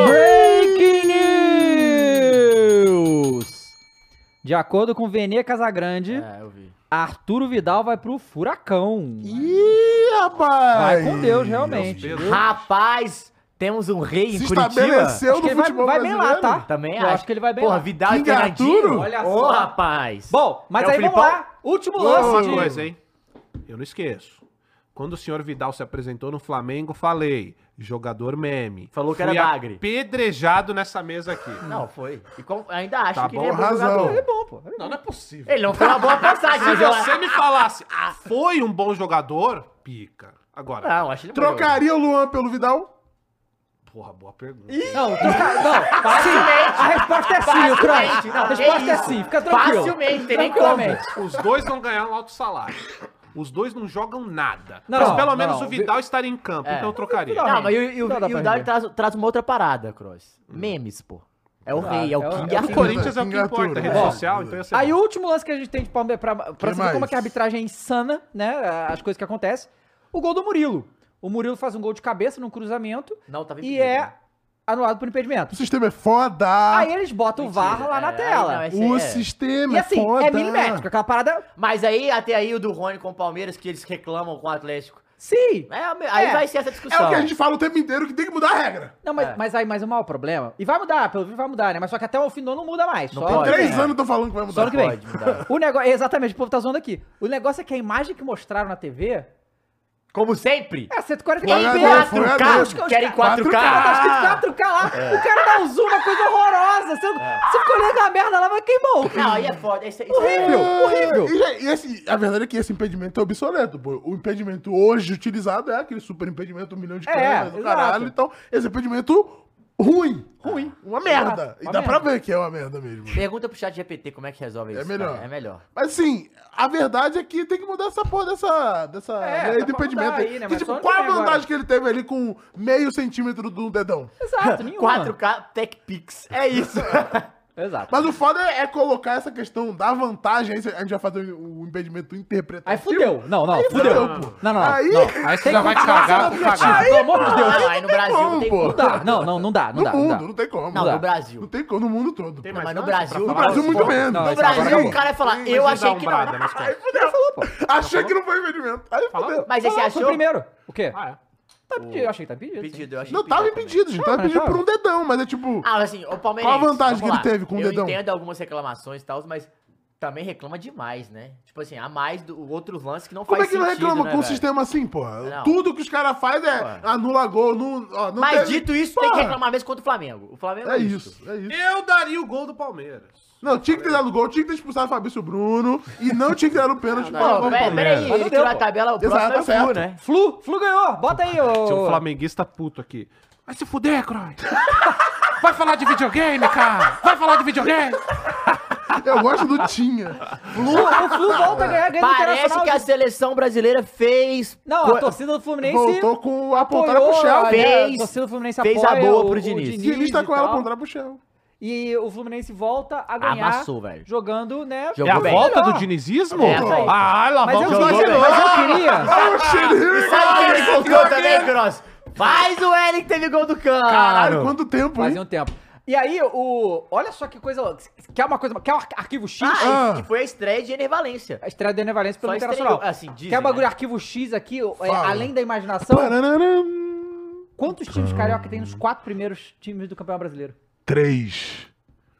S1: Breaking News! De acordo com Venê Casagrande,
S4: É, eu vi.
S1: Arturo Vidal vai pro Furacão.
S2: Ih, rapaz!
S1: Vai com Deus, realmente.
S3: Deus,
S4: Rapaz, temos um rei
S2: Se
S4: em Curitiba.
S2: estabeleceu
S1: Acho que
S2: no
S1: ele vai,
S2: futebol
S1: vai bem
S2: brasileiro.
S1: lá, tá?
S4: Também
S1: Eu acho que ele vai bem
S4: Porra,
S1: lá.
S4: Vidal e
S2: King Arturo?
S4: Fernandinho.
S1: Olha
S4: Ô,
S1: só.
S4: rapaz.
S1: Bom, mas
S4: É o
S1: aí vamos
S4: Filipão?
S1: lá. Último lance
S3: Uma
S1: de...
S3: coisa, hein? Eu não esqueço. Quando o senhor Vidal se apresentou no Flamengo, falei, jogador meme.
S4: Falou que era
S3: Fui
S4: bagre.
S3: apedrejão nessa mesa aqui.
S4: Não, foi. E com- ainda acho
S3: Tá
S4: que
S2: bom,
S4: ele é bom
S2: razão.
S4: jogador.
S1: Ele é bom, pô.
S3: Não, não é possível.
S4: Ele não foi uma boa passagem,
S3: Se
S4: mas eu acho.
S3: você me falasse, ah, foi um bom jogador, pica. Agora,
S4: Não, acho ele bom jogador.
S2: Trocaria o Luan pelo Vidal?
S4: Ah.
S3: porra, boa pergunta.
S1: Não, tu ca- <laughs> não,
S4: tá- Facilmente.
S1: A resposta é sim, o
S4: Facilmente.
S1: Crunch.
S4: Não,
S1: A
S4: que
S1: resposta é
S4: isso.
S1: sim, fica tranquilo.
S4: Facilmente, tem nem como.
S1: Tranquilamente.
S3: Os dois vão ganhar um alto salário. Os dois não jogam nada.
S1: Não,
S3: mas
S1: não,
S3: pelo
S1: não,
S3: menos
S1: não.
S3: o Vidal estaria em campo,
S4: É.
S3: então eu trocaria.
S1: Não,
S4: Não, mas e o- e
S1: Não
S4: o
S1: dá
S4: e
S1: pra
S4: o Dali
S1: render.
S4: traz, traz uma outra parada, Cross.
S2: Hum.
S4: Memes, pô. É o rei, é o
S1: é o-
S4: King
S1: é o
S3: O
S4: Arthur.
S3: Corinthians é o que
S2: Pinga
S3: importa,
S2: tudo.
S3: é rede
S1: Ó,
S3: social, então ia ser
S1: Aí
S3: bom.
S1: o último lance que a gente tem de Palmeiras pra, pra você ver
S2: mais?
S1: como é que a arbitragem é insana, né? A- As coisas que acontecem. O gol do Murilo. O Murilo faz um gol de cabeça num cruzamento
S4: Não, tava
S1: e
S4: impedido,
S1: é
S4: né?
S1: anulado por impedimento.
S2: O sistema é foda!
S1: Aí eles botam o VAR lá
S4: É,
S1: na
S4: aí não,
S1: tela.
S4: esse
S2: o
S4: é-
S2: sistema
S1: E
S2: é
S1: assim,
S2: foda!
S1: é milimétrico. Aquela parada.
S4: Mas aí, até aí, o do Rony com o Palmeiras, que eles reclamam com o Atlético.
S1: Sim!
S4: É, aí
S1: É.
S4: vai ser essa
S2: É o
S4: discussão.
S2: que a gente fala o tempo inteiro, que tem que mudar a regra.
S1: Não, mas,
S4: É.
S1: mas aí, mas o maior problema. E vai mudar, pelo visto vai mudar, né? Mas só que até o fim do ano não muda mais.
S4: Não
S1: só
S4: pode.
S2: Três
S4: é.
S2: anos eu tô falando que vai né? mudar.
S1: Só ano que vem.
S4: Pode mudar.
S1: O negócio. Exatamente, o povo tá zoando aqui. O negócio é que a imagem que mostraram na TV
S4: Como sempre.
S1: é 144p.
S4: Em
S2: Foi a mesma.
S4: 4K. Querem
S1: O cara tá
S4: 4K.
S1: escrito 4K lá, o cara dá um zoom, uma coisa horrorosa. Você, você ficou olhando a merda lá, mas queimou.
S4: Não, aí é foda. Isso, isso é
S1: Horrível, horrível.
S2: E, já- e esse- a verdade é que esse impedimento é obsoleto, pô. O impedimento hoje utilizado é aquele super impedimento, um milhão de
S1: É,
S2: câmeras,
S1: exato.
S2: do caralho. Então, esse impedimento ruim. Ruim. Uma merda.
S1: Exato,
S2: E
S1: uma
S2: dá pra
S1: merda.
S2: ver que é uma merda mesmo.
S4: Pergunta pro chat GPT como é que resolve isso.
S2: melhor.
S4: cara. É melhor.
S2: Mas assim, a verdade é que tem que mudar essa porra dessa, dessa
S1: É,
S2: lei
S1: dá
S2: do
S1: pra
S2: impedimento.
S1: mudar aí, né? Mas
S2: Que,
S1: só
S2: tipo,
S1: ano
S2: qual
S1: que
S2: a
S1: vem
S2: vantagem
S1: agora.
S2: que ele teve ali com meio centímetro do dedão?
S4: é
S1: Exato, nenhuma.
S4: 4K Tech Pix.
S2: <laughs>
S4: É isso.
S1: Exato.
S2: Mas o foda é, é colocar essa questão da vantagem, aí a gente vai fazer o impedimento interpretativo.
S1: Aí fudeu. Não, não, fudeu.
S2: fudeu,
S1: Não,
S2: pô.
S1: não, não.
S2: Aí-
S1: não. aí você já vai cagar com cagar. Pelo amor de Deus.
S4: Não, aí no Brasil
S2: como,
S4: não tem
S2: pô.
S4: como.
S1: Não dá, não, não, não dá, não
S2: No
S1: dá.
S2: mundo,
S1: não dá.
S2: não tem como.
S4: Não, no Brasil.
S2: Não tem como, no mundo todo.
S3: Tem
S4: Não,
S3: mais
S4: mas no
S3: lance pra falar?
S4: Brasil-
S2: No Brasil, muito
S3: Pô,
S2: menos.
S1: não,
S2: No
S1: esse
S2: Brasil,
S4: Brasil, o cara ia falar,
S3: Ih,
S4: eu
S3: mas
S4: achei
S3: dá um
S4: que não.
S3: brada
S4: <laughs>
S3: nas costas.
S1: Ele falou, pô.
S2: achei que não foi impedimento. Aí fudeu.
S4: Mas esse
S1: Não, foi o
S4: achou?
S1: primeiro. O quê?
S3: Ah, é.
S1: Tá pedido, eu achei que tá pedido. sim.
S4: Pedido, eu achei
S2: Não tava
S4: pedido também.
S2: impedido, gente. Tava
S1: mas
S2: impedido
S1: tava.
S2: por um dedão, mas é tipo.
S4: Ah, assim, o Palmeiras.
S2: Qual a vantagem que ele teve com o dedão?
S4: Eu entendo algumas reclamações e tal, mas também reclama demais, né? Tipo assim, a mais do outro lance que não
S2: Como é
S4: faz
S2: que
S4: sentido,
S2: não reclama
S4: né,
S2: com um
S4: velho?
S2: sistema assim, porra?
S4: Não.
S2: Tudo que os caras fazem é
S4: Ué.
S2: anula gol, não. ó, não
S4: Mas
S2: teve-
S4: dito isso, tem
S2: Porra.
S4: que reclamar mesmo contra o Flamengo. O Flamengo
S2: É isso, é isso.
S3: Eu daria o gol do Palmeiras.
S2: Não, tinha que ter dado gol, tinha que ter expulsado o Fabrício Bruno e não tinha que ter dado o pênalti. pra
S4: Pô,
S2: favor,
S4: pera-
S2: Palmeiras.
S1: Mas
S4: peraí, ele
S1: não
S4: tirou
S1: deu,
S4: a
S1: pô.
S4: tabela, o
S2: Exato,
S4: próximo é o
S2: tá
S4: Flu,
S2: certo.
S4: né?
S1: Flu, Flu ganhou. Bota aí,
S3: Tinha um
S1: ô.
S3: flamenguista puto aqui. Vai se fuder, Croy. Vai falar de videogame, cara. Vai falar de videogame.
S2: Eu gosto do Tinha.
S1: Flu, o Flu volta a ganhar, ganha É do
S4: Parece
S1: Internacional.
S4: que a seleção brasileira fez...
S1: Não, a torcida do Fluminense.
S2: Voltou com a pontada pro
S1: apoiou,
S2: Shell.
S1: né?
S4: Fez-
S1: a torcida do Fluminense
S4: fez a
S1: apoia
S4: boa
S1: o-
S4: pro
S1: o
S4: Diniz.
S2: O Diniz tá
S1: e
S2: com ela
S1: tal.
S2: apontada pro Shell.
S1: E o Fluminense volta a ganhar.
S4: Amassou, velho.
S1: Jogando, né?
S4: Jogou É a bem.
S1: melhor.
S3: dinizismo?
S4: É, tá aí.
S3: ah, lá
S1: Mas eu,
S3: vamos
S1: mas, eu, mas eu queria.
S2: Oh, shit, here we go!
S4: Sabe quem escutou também, Cross? Faz o Eric teve gol do Cano.
S2: Caralho, quanto tempo, hein?
S1: Fazia um tempo. E aí, o. Olha só que coisa. Quer uma coisa. Quer um ar- arquivo X?
S4: Ah, e foi a estreia de Ener Valência.
S1: A estreia É do Enem Valência pelo
S4: Só
S1: Internacional.
S4: estreou, assim, dizem,
S1: Quer um bagulho
S4: né?
S1: arquivo X aqui, é,
S2: Fala.
S1: além da imaginação?
S2: Paranaram.
S1: Quantos times carioca tem nos quatro primeiros times do Campeonato Brasileiro?
S2: Três.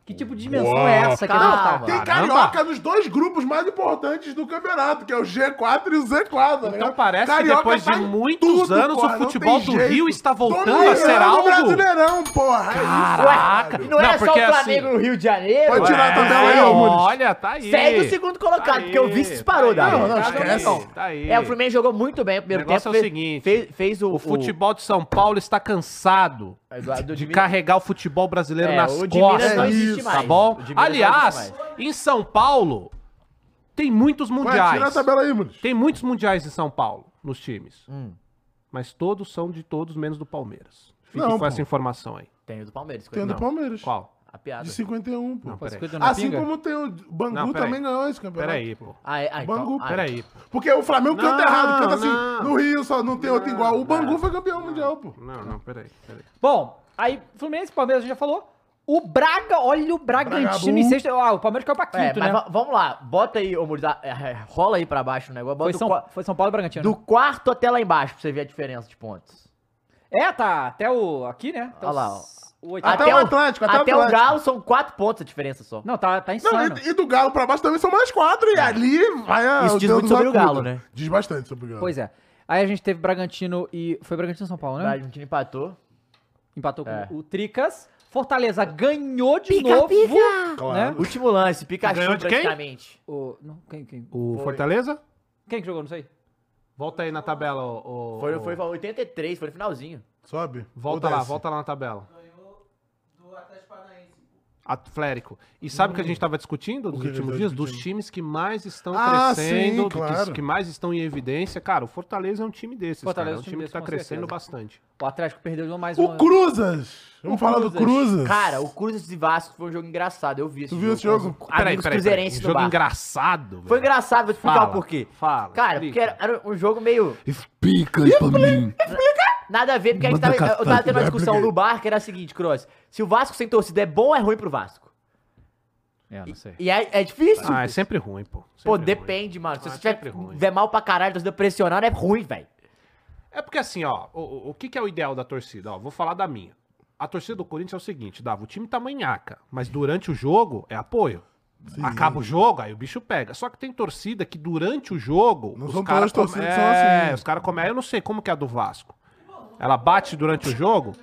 S1: Que Que tipo de dimensão é essa que a gente tá?
S4: Calma.
S2: Tem
S3: Caramba.
S2: carioca nos dois grupos mais importantes do campeonato, que é o G4 e o Z4. né?
S3: Então parece
S2: Carioca
S3: que depois de
S2: tá em
S3: muitos
S2: tudo,
S3: anos
S2: porra,
S3: o
S2: não
S3: futebol
S2: tem
S3: do
S2: jeito.
S3: Rio está voltando
S2: Dominando
S3: a ser
S2: o
S3: algo.
S2: Brasileirão, porra. é
S4: Caraca! Não,
S3: Não,
S4: era só o
S3: porque é
S4: Flamengo
S3: assim-
S4: no Rio de Janeiro?
S2: Pode tirar a tabela aí,
S3: é,
S2: Almunes.
S3: olha, tá aí.
S4: Segue o segundo colocado, porque o vice disparou,
S3: tá aí,
S4: Davi.
S2: Não, não,
S3: tá
S2: esquece.
S3: aí, Tá aí.
S4: É, o Fluminense jogou muito bem o
S3: O
S4: primeiro
S3: negócio é o
S4: tempo. fez-
S3: seguinte.
S4: Fez, fez o,
S3: O futebol de São Paulo está cansado
S4: o-
S3: de
S4: Eduardo Dimi-
S3: carregar o futebol brasileiro
S4: É,
S3: nas
S4: o de
S3: costas.
S4: Minas não existe
S2: Isso,
S4: mais.
S3: Tá bom?
S4: O de Minas não
S3: Aliás,
S4: existe
S3: em São Paulo, tem muitos
S2: Ué,
S3: mundiais.
S2: tira a tabela aí, Muniz.
S3: Tem muitos mundiais em São Paulo, nos times.
S4: Hum.
S3: Mas todos são de todos, menos do Palmeiras. Fique
S2: Não,
S3: com
S2: pô.
S3: essa informação aí.
S4: Tem o do Palmeiras,
S2: Tem o do
S4: coitado.
S2: Palmeiras.
S3: Qual?
S4: A piada.
S2: De 51, pô.
S3: Não,
S1: Pô, esse
S3: peraí.
S1: cuido na
S2: Assim
S1: pinga?
S2: como tem o Bangu
S3: Não, peraí.
S2: também ganhou esse campeonato.
S3: Peraí, pô.
S4: Ah, é- ah, então-
S2: Bangu,
S4: ah,
S3: Peraí, pô.
S2: Porque o Flamengo canta
S3: Não, É.
S2: errado, canta assim,
S3: não.
S2: no Rio só não tem outro igual. O Bangu foi campeão mundial, pô.
S3: Não, não, peraí. peraí.
S1: Bom, aí Fluminense, Palmeiras a gente já falou. O Braga, olha o Bragantino em
S2: Bragabu.
S1: sexto. Ah, o Palmeiras caiu pra quinto,
S4: É, mas
S1: né?
S4: va- vamos lá, bota aí, ô Murilo, dá- é, é, rola aí pra baixo o negócio. Bota
S1: Foi
S4: do,
S1: São,
S4: qua-
S1: foi São Paulo e Bragantino.
S4: do
S1: né?
S4: quarto até lá embaixo pra você ver a diferença de pontos.
S1: É, tá até o. Aqui, né? Até
S4: Olha lá, ó.
S1: os- o oitavo.
S2: Até o Atlético, até o
S4: até o
S2: Atlético.
S4: Galo são quatro pontos a diferença
S3: é?
S4: só.
S1: Não, tá, tá insano.
S2: Não, e, e do Galo pra baixo também são mais quatro, e ali vai a.
S4: É. Isso
S2: o
S4: diz
S2: dedo
S4: muito
S2: na
S4: sobre o
S2: cuda.
S4: Galo, né?
S2: Diz bastante sobre o Galo.
S1: Pois é. Aí a gente teve Bragantino e. Foi Bragantino e São Paulo,
S4: O
S1: né?
S4: Bragantino empatou.
S1: Empatou com
S4: É.
S1: o Tricas. Fortaleza ganhou de novo.
S2: Claro.
S1: Né?
S4: Último lance,
S3: Ganhou
S4: Pikachu
S3: de quem?
S4: praticamente.
S1: O, não, quem, quem,
S3: O Fortaleza?
S1: quem que jogou? Não sei.
S3: Volta aí na tabela, ô. ô-
S4: Foi,
S3: ô-
S4: foi pra 83, foi no finalzinho.
S2: Sobe.
S3: Volta
S2: Ou
S3: lá,
S2: desce?
S3: volta lá na tabela.
S7: do Atlético Paranaense.
S3: Atlético. E sabe o que a gente estava discutindo nos
S2: que a gente
S3: últimos
S2: tava
S3: dias?
S2: discutindo?
S3: Dos times que mais estão
S2: Ah,
S3: crescendo,
S2: sim,
S3: que-
S2: claro.
S3: que mais estão em evidência. Cara, o Fortaleza é um time desses,
S1: Fortaleza
S3: cara. É um time
S1: desse,
S3: que tá
S1: com
S3: crescendo
S1: certeza.
S3: bastante.
S1: O Atlético perdeu de mais
S2: O
S1: uma.
S2: Cruzas! Vamos falar do Cruzas.
S4: Cara, o Cruzas e Vasco foi um jogo engraçado, eu vi esse
S2: Tu viu esse jogo?
S4: Com os Amigos cruzeirenses
S3: Um
S4: no
S3: jogo
S4: bar.
S3: engraçado. velho.
S4: Foi engraçado, vou te explicar
S3: Fala,
S4: o porquê.
S3: Fala.
S4: Cara, porque
S3: explica.
S4: era, era um jogo meio
S8: Explica aí pra mim.
S4: nada a ver, porque a gente tava, eu tava tendo uma discussão
S2: Replica.
S4: no bar que era a seguinte, Cross. Se o Vasco sem torcida é bom ou é ruim pro Vasco?
S1: É, não sei.
S4: E é, é difícil.
S3: Ah, é sempre ruim, pô. Sempre
S4: Pô,
S3: ruim.
S4: depende, mano. Se
S3: Ah,
S4: você tiver,
S3: sempre ruim.
S4: tiver mal pra caralho, torcida pressionando, é ruim, velho.
S3: É porque assim, ó, o- o, o que, que é o ideal da torcida? Ó, vou falar da minha. A torcida do Corinthians é o seguinte, Dava, o time tá manhaca, mas durante o jogo é apoio. Acaba o jogo, aí o bicho pega. Só que tem torcida que durante o jogo.
S2: Não
S3: os
S2: são
S3: cara
S2: todas as torcidas que são
S3: é,
S2: assim.
S3: Os caras comem. Eu não sei como que é a do Vasco. Ela bate durante o jogo.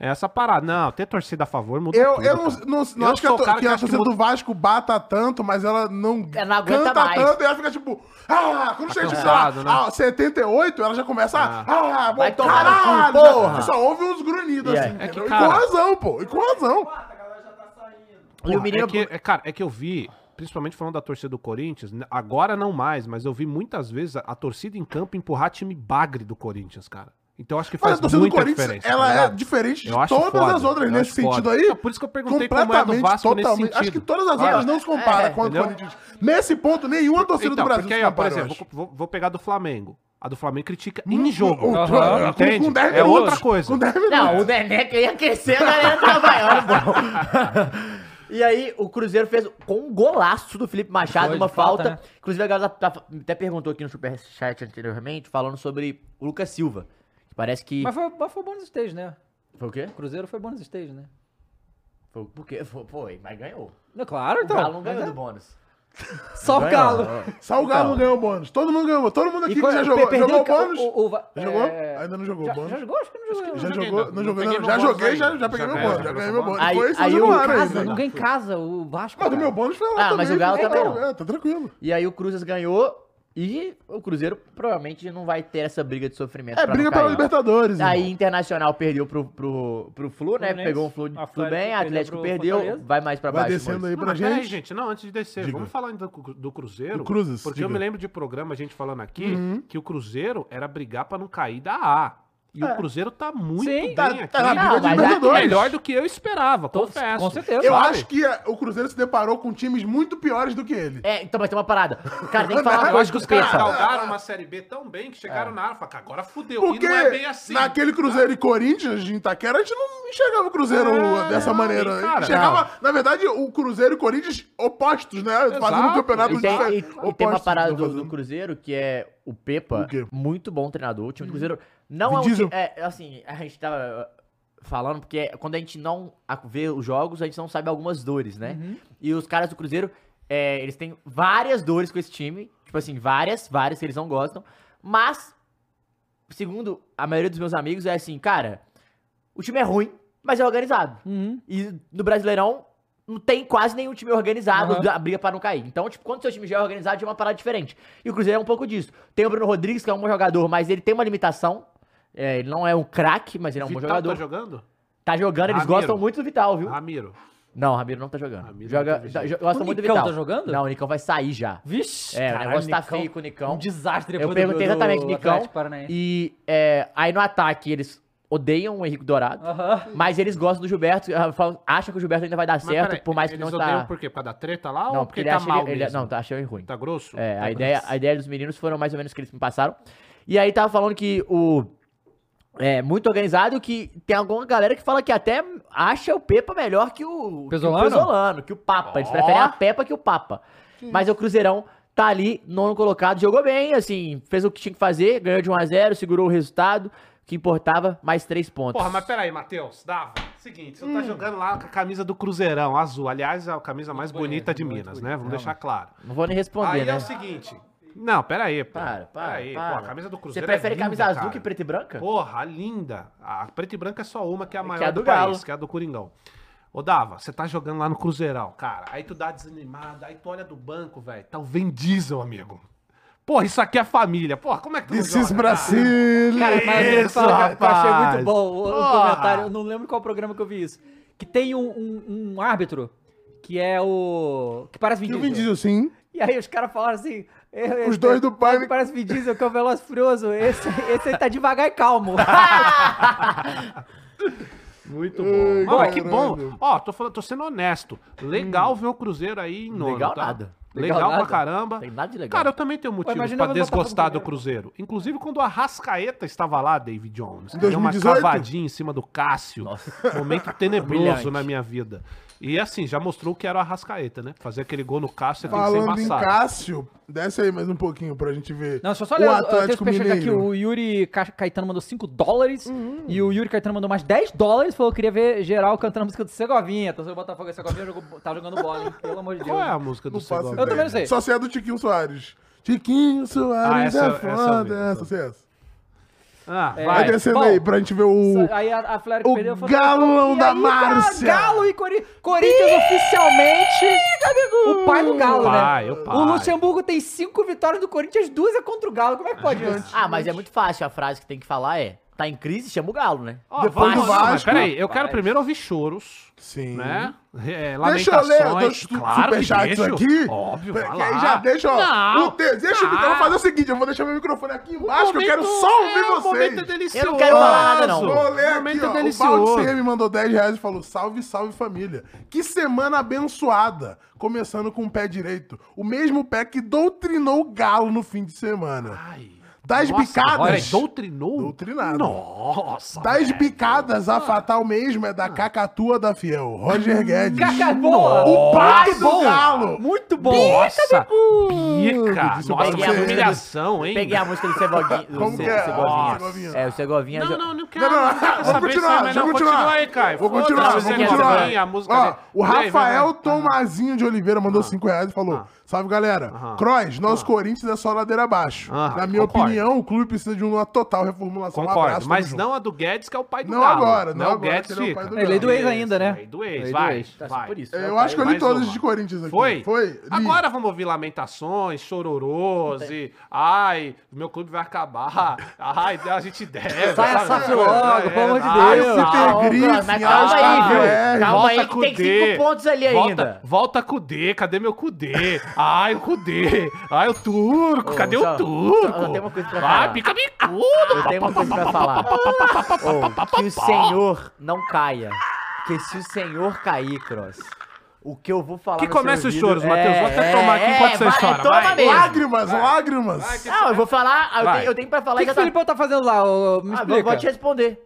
S3: É essa parada. Não, ter torcida a favor muda.
S2: Eu,
S3: tudo,
S2: eu não,
S3: cara.
S2: não- não
S3: Eu
S2: acho que a,
S3: sou o
S2: to-
S3: cara
S2: que
S3: que
S2: a
S3: acha que
S2: torcida
S3: muda-
S2: do Vasco bata tanto, mas ela não,
S4: Ela não aguenta
S2: canta
S4: mais.
S2: tanto e ela fica tipo, ah, quando chega tipo, sei
S3: cansado,
S2: lá,
S3: né?
S2: ah, 78, ela já começa, ah, ah, bom,
S4: Vai tomar no cu,
S2: caralho, já-
S4: porra.
S2: só ouve uns grunhidos
S4: E é.
S2: assim,
S3: É que,
S2: entendeu? e
S3: cara-
S2: com razão, pô, e com razão.
S4: E o
S3: Porra,
S4: menino
S3: é que, é, cara, é que eu vi, principalmente falando da torcida do Corinthians, né, agora não mais, mas eu vi muitas vezes a, a torcida em campo empurrar time bagre do Corinthians, cara. Então eu acho que
S2: Mas
S3: faz
S2: a torcida do
S3: muita
S2: Corinthians,
S3: diferença.
S2: ela
S3: tá
S2: é
S3: ligado?
S2: diferente de
S3: Eu acho
S2: todas
S3: foda,
S2: as outras
S3: eu
S2: nesse
S3: acho foda.
S2: sentido aí.
S3: Então, por isso que eu perguntei como é a do Vasco nesse sentido.
S2: Acho que todas as outras não se comparam com a do
S3: entendeu?
S2: Corinthians. Nesse ponto, nenhuma torcida
S3: Então,
S2: do Brasil
S3: porque
S2: se
S3: aí, ó, por
S2: compara, eu
S3: exemplo,
S2: acho. Uhum.
S3: vou, vou- vou pegar do Flamengo. A do Flamengo critica em jogo.
S2: Com-
S1: Aham,
S2: com-
S3: entende?
S2: com 10
S3: É outra
S2: minutos,
S3: coisa.
S2: Com 10 minutos.
S4: Não, o Neneca ia crescer, a galera <laughs> trabalhando, pô. <laughs> E aí, o Cruzeiro fez com um golaço do Felipe Machado,
S1: Foi,
S4: uma
S1: de falta,
S4: falta. Inclusive, a galera tá- até perguntou aqui no Superchat anteriormente, falando sobre o Lucas Silva. Que parece que.
S1: Mas foi, mas foi bônus stage, né?
S4: Foi o quê?
S1: O Cruzeiro foi bônus stage, né?
S4: Foi, por quê? Foi, foi, mas ganhou.
S1: Não, claro,
S4: O
S1: então.
S4: Galo não
S1: Mas
S4: ganhou né?
S1: é
S4: do bônus.
S1: Só o Galo.
S2: Só o Galo ganhou o bônus. Todo mundo ganhou. Todo mundo aqui que
S1: qual-
S2: já jogou.
S1: perdeu
S2: Jogou o
S1: o ca-
S2: bônus?
S1: o- o va-
S2: Jogou?
S1: é,
S2: Ainda não jogou o
S1: já,
S2: bônus.
S1: já jogou? Acho que não jogou.
S2: Já
S1: né?
S3: não joguei,
S2: jogou,
S3: não.
S2: não
S3: Não
S2: jogou, não.
S3: peguei meu
S2: Já
S3: bônus
S2: joguei, já,
S3: ainda.
S2: já peguei
S3: Já
S2: meu
S3: ganhei,
S2: bônus.
S3: já
S2: Já ganhei
S3: peguei
S2: meu
S3: meu
S2: bônus.
S4: Aí,
S2: Foi isso
S4: aí
S2: de
S4: o
S2: Januário
S4: Lucas
S2: ainda.
S1: Casa, não ganha em casa o Vasco. né?
S2: né? Mas do
S1: cara.
S2: meu bônus foi
S4: Ah,
S2: lá
S4: mas
S2: também.
S4: o Galo
S2: então,
S4: também não.
S2: É, tá tranquilo.
S4: E aí o Cruzes ganhou. E o Cruzeiro provavelmente não vai ter essa briga de sofrimento.
S2: É,
S4: pra não
S2: briga pela
S4: cair.
S2: Libertadores.
S4: Aí
S2: irmão.
S4: Internacional perdeu pro, pro, pro Flu, né?
S1: Fluminense.
S4: Pegou um Flu,
S1: A
S4: Flu bem,
S1: Atlético
S4: Atlético
S1: perdeu
S4: perdeu,
S1: pro Fortaleza.
S4: vai mais pra
S2: Vai
S4: baixo.
S2: descendo
S4: Maurício.
S2: aí
S3: Não,
S2: pra
S3: mas peraí,
S2: gente.
S3: gente. Não, antes de descer,
S2: Diga.
S3: vamos falar ainda do, do Cruzeiro.
S2: Do Cruzes,
S3: porque eu
S2: diga.
S3: me lembro de programa, a gente falando aqui,
S4: Uhum.
S3: que o Cruzeiro era brigar pra não cair da A. E
S4: É.
S3: o Cruzeiro tá muito
S1: Sim.
S3: bem
S2: Tá
S3: aqui. é
S2: tá na
S4: Não,
S2: briga de
S4: mas
S2: Libertadores.
S3: Melhor do que eu esperava,
S1: Tô-
S3: confesso.
S1: Com certeza.
S2: Eu
S1: sabe?
S2: acho que é, o Cruzeiro se deparou com times muito piores do que ele.
S4: É, então, mas tem uma parada.
S2: <laughs>
S4: Cara, tem que falar uma
S3: Eu acho
S4: coisa
S3: que
S4: do
S3: os caras
S4: Pepa.
S3: galgaram uma Série B tão bem que chegaram na área e falaram, "Cara, agora fudeu.
S2: É. Porque
S3: e não é bem assim.
S2: naquele Cruzeiro e Corinthians de Itaquera, a gente não enxergava o Cruzeiro
S3: É,
S2: dessa
S3: não,
S2: maneira.
S3: e, cara,
S2: enxergava, na verdade, o Cruzeiro e Corinthians opostos, né? Fazendo um
S3: Exato.
S2: campeonato
S4: E tem,
S2: diferente.
S4: e- e tem uma
S2: Opostos,
S4: parada
S2: não
S4: do,
S2: tá fazendo. um
S4: do Cruzeiro que é o Pepa,
S2: O quê? Uhum.
S4: muito bom treinador. O time do Cruzeiro não
S2: Vin
S4: é um
S2: Diesel.
S4: time, é, assim, a gente tava falando, porque quando a gente não a- vê os jogos, a gente não sabe algumas dores, né?
S2: Uhum.
S4: E os caras do Cruzeiro, é, eles têm várias dores com esse time. Tipo assim, várias, várias que eles não gostam. Mas, segundo a maioria dos meus amigos, é assim, cara, o time é ruim, mas é organizado.
S1: Uhum.
S4: E no Brasileirão não tem quase nenhum time organizado
S1: Aham.
S4: da briga pra não cair. Então, tipo, quando seu time já é organizado, já é uma parada diferente. E o Cruzeiro é um pouco disso. Tem o Bruno Rodrigues, que é um bom jogador, mas ele tem uma limitação. É, ele não é um craque, mas ele é um bom
S3: Vital
S4: jogador.
S3: tá jogando?
S4: Tá jogando, eles
S3: Ramiro.
S4: gostam muito do Vital, viu?
S3: Ramiro.
S4: Não, Ramiro não tá jogando.
S3: Ramiro
S4: Joga,
S3: não tá
S4: tá-
S3: jogando.
S4: jo- gostam
S1: O
S4: muito do
S1: Nicão
S4: Vital.
S1: tá jogando?
S4: Não, o Nicão vai sair já.
S1: Vixe!
S4: É, o
S1: caralho,
S4: negócio tá
S1: Nicão.
S4: feio com o Nicão.
S1: Um desastre
S4: Eu perguntei exatamente, Nicão.
S1: Atlético Paranaense.
S4: E é, aí no ataque eles odeiam o Henrique Dourado,
S1: Aham.
S4: mas eles gostam do Gilberto, ah, falam- acham que o Gilberto ainda vai dar certo,
S3: peraí,
S4: por mais que
S3: eles
S4: não
S3: odeiam
S4: tá...
S3: por quê? Por causa da treta lá
S4: Não,
S3: ou
S4: porque
S3: porque,
S4: ele
S3: tá
S4: acha
S3: mal
S4: ele, ele-
S3: mesmo?
S4: Não, tá, achei ele ruim.
S3: Tá grosso?
S4: É,
S3: Tá
S4: a ideia, a ideia dos meninos foram mais ou menos o que eles me passaram. E aí tava falando que o. É muito organizado que tem alguma galera que fala que até acha o Pepa melhor que o
S1: Pesolano?
S4: que, o Pesolano, que o Papa. Eles
S3: Ó.
S4: preferem a Pepa que o Papa. Mas o Cruzeirão tá ali, nono colocado, jogou bem, assim, fez o que tinha que fazer, ganhou de 1 a 0 segurou o resultado, que importava, mais três pontos.
S3: Porra, mas peraí, Matheus, dava. Seguinte, você tá
S2: Hum.
S3: jogando lá com a camisa do Cruzeirão, azul. Aliás, é a camisa mais bonita de Minas, né? Vamos deixar claro.
S4: Não vou nem responder,
S3: Aí
S4: né?
S3: é o seguinte. Não, peraí, pô.
S4: Para, para,
S3: Peraí,
S4: para.
S3: pô, a camisa do
S4: Você
S3: Cruzeiro. é
S4: prefere
S3: linda,
S4: camisa azul
S3: cara.
S4: que preta e branca?
S3: Porra, linda. A preta e branca é só uma, que é a maior
S4: a do
S3: do,
S4: Galo.
S3: país, que é a do Coringão. Ô, Dava, você tá jogando lá no Cruzeirão, cara. Aí tu dá desanimado, aí tu olha do banco, velho. Tá o Vin Diesel, amigo. Porra, isso aqui é família. Porra, como é que tu não
S2: This is
S3: joga,
S2: Brasil!
S1: Cara,
S4: é
S1: mas eu tenho que
S3: Isso,
S1: falar, cara, que eu achei
S3: rapaz.
S1: muito bom o, o
S3: Porra.
S1: comentário. Eu não lembro qual programa que eu vi isso. Que tem um, um- um árbitro que é o. que parece Vin
S2: E o
S1: Diesel.
S2: Vin Diesel, sim.
S1: E aí os caras falaram assim. eh,
S2: Os
S1: eh,
S2: dois do
S1: parece-
S2: Pânico.
S1: Parece Vin Diesel, que é o Veloz e Furioso. Esse, esse aí tá devagar e calmo.
S3: Muito bom. Não,
S2: Ai,
S3: mas que bom.
S2: caralho. Hum.
S3: Ó, tô, falando, tô sendo honesto. Legal ver o Cruzeiro aí em nono,
S4: Legal
S3: tá?
S4: nada.
S3: Legal,
S1: Legal
S3: pra
S1: nada.
S3: caramba.
S4: Tem nada de legal.
S3: Cara, eu também tenho motivos
S1: imagina
S3: pra
S1: ver o Botafogo
S3: desgostar do
S1: primeiro.
S3: Cruzeiro. Inclusive quando a Rascaeta estava lá, David Jones.
S2: Em
S3: Deu uma
S2: 2018?
S3: cavadinha em cima do Cássio. Momento tenebroso na minha vida. E assim, já mostrou que era o Arrascaeta, né? Fazer aquele gol no Cássio, você tem que ser
S2: Falando em
S3: embaçado.
S2: Cássio, desce aí mais um pouquinho pra gente ver.
S1: <laughs> Não, deixa eu só
S2: o
S1: ler o
S2: Atlético
S1: Atlético Mineiro. aqui.
S2: Mineiro.
S1: O Yuri Ca- Caetano mandou 5 dólares. E o Yuri Caetano mandou mais 10 dólares. Falou que queria ver geral cantando a música do Segovinha. Então, se o Botafogo é Segovinha, jogou- tá jogando bola, hein? Pelo amor de Deus.
S3: Qual é a música do
S2: Não faço
S3: Segovia?
S1: Eu também não sei.
S2: Só se é do Tiquinho Soares. Tiquinho Soares
S3: Ah, essa-
S2: é
S3: essa eu vi,
S2: foda.
S3: essa eu
S2: Essa, é
S3: vi.
S2: essa, essa.
S3: Ah,
S1: É,
S3: vai.
S2: Vai descendo
S1: Bom,
S2: aí pra gente ver o.
S1: Aí a, a Flare
S2: o
S1: perdeu.
S2: galão
S1: e
S2: da
S1: aí, cara,
S2: Márcia."
S1: Galo e Cori Corinthians oficialmente o pai do Galo,
S3: Pai,
S1: né?
S3: o pai.
S1: O Luxemburgo tem cinco vitórias do Corinthians, duas é contra o Galo. Como é que pode isso?
S4: Ah, mas é muito fácil. A frase que tem que falar é: tá em crise, chama o galo, né?
S3: Ó,
S2: Depois
S3: vamos-
S2: do
S3: não, mas
S2: Vasco.
S3: Peraí, eu quero primeiro ouvir choros.
S2: Sim.
S3: né? É,
S2: Deixa eu ler
S3: lamentações,
S2: os
S3: claro que
S2: superchats
S3: deixo.
S2: aqui.
S3: Óbvio,
S2: Porque
S3: vai
S2: Aí
S3: lá.
S2: já deixa, ó.
S3: Não,
S2: o te- deixa, eu vou
S3: não.
S2: fazer o seguinte: eu vou deixar meu microfone aqui embaixo, que eu quero
S3: momento-
S2: só ouvir
S3: é, o
S2: vocês.
S3: momento é
S4: Eu não quero falar nada, não.
S3: delicioso.
S2: Vou ler
S3: O momento
S2: aqui,
S3: é
S2: ó. O
S3: delicioso.
S2: Balde CM mandou 10 reais e falou: salve, salve família. Que semana abençoada. Começando com o pé direito. O mesmo pé que doutrinou o galo no fim de semana.
S3: Ai,
S2: Das
S3: nossa, olha,
S2: bicadas.
S3: doutrinou?
S2: Doutrinado.
S3: Nossa.
S2: Das
S3: velho.
S2: bicadas, a fatal mesmo é
S4: Ah.
S2: da cacatua da fiel. Roger Guedes.
S1: Cacá, boa!
S2: O pai
S1: Muito
S2: do
S1: bom.
S2: galo.
S1: Muito bom!
S3: Nossa, pica.
S2: Isso
S3: Nossa,
S4: pra
S3: que
S4: você.
S3: humilhação, hein?
S4: Peguei a música do Ceboguinha. do
S2: Como
S4: Ce-
S2: que é?
S4: Cegovinha.
S2: Cegovinha.
S4: É, o Cegovinha.
S3: Não,
S4: já-
S3: não, não quero.
S2: Não, não, não.
S3: quero
S2: Vamos
S3: saber se é
S2: continuar,
S3: melhor.
S2: vamos continuar.
S3: Continua aí, Caio.
S2: Vou continuar,
S3: Foda-se,
S2: vou
S3: você
S2: continuar.
S3: também, A música
S2: Ó,
S3: dele.
S2: o
S3: Vem, vem,
S2: Rafael
S3: vem.
S2: Tomazinho de Oliveira mandou
S3: Ah.
S2: 5 reais e falou: Salve galera, Cross, nosso Corinthians é só ladeira abaixo.
S3: Ah,
S2: Na minha
S3: concordo.
S2: opinião, o clube precisa de uma total reformulação. Um
S3: Concordo,
S2: abraço,
S3: mas
S2: tamo junto.
S3: não a do Guedes, que é o pai do
S2: Não
S3: Galo.
S2: agora, não
S3: o
S2: agora,
S3: Guedes
S2: que ele é o
S3: fica.
S2: pai do
S1: Ele é do ex ainda, né?
S3: Lei do ex,
S1: Lei do
S3: vai.
S1: ex,
S4: Tá,
S3: vai.
S4: por isso.
S2: É, Eu acho que eu li
S3: Mais
S2: todas
S3: uma.
S2: de Corinthians aqui.
S3: Foi?
S2: Foi? Li.
S3: Agora vamos ouvir lamentações, chororôs e. Ai, meu clube vai acabar. Ai, a gente deve.
S1: Sai essa
S3: sabe?
S1: logo, pelo amor de
S3: ai,
S1: Deus.
S3: sai.
S2: Peter
S4: Calma,
S2: Griffin,
S4: mas calma
S2: Oscar
S4: aí,
S3: Ah,
S4: viu?
S2: Pierre,
S4: Calma aí,
S3: com
S4: que tem
S3: o
S4: cinco
S3: D.
S4: pontos ali
S3: é, volta,
S4: ainda.
S3: Volta com o D, cadê meu Cudê? Ai, o Cudê. Ai, o turco,
S4: Ô,
S3: cadê
S4: só-
S3: o turco?
S4: só- eu tenho uma coisa pra falar.
S3: Ai, pica bicudo.
S4: Eu tenho uma coisa um pra falar. Ô, que o senhor não caia. Porque se o senhor cair, Cross, o que eu vou falar
S3: Que
S4: no seu
S3: comece os
S4: ouvido
S3: choros, Matheus.
S4: é-
S3: Vou até tomar aqui
S4: é,
S3: enquanto você
S4: vai,
S3: chora.
S4: Toma
S3: vai.
S4: mesmo.
S2: Lágrimas, lágrimas.
S4: Não, eu vou falar. Eu,
S3: Vai.
S4: tenho, eu tenho pra
S1: O
S4: falar
S1: que, que o
S4: já tá-
S1: Filipão tá fazendo lá? ô, Me
S4: Ah, vou,
S1: explica.
S4: vou te responder.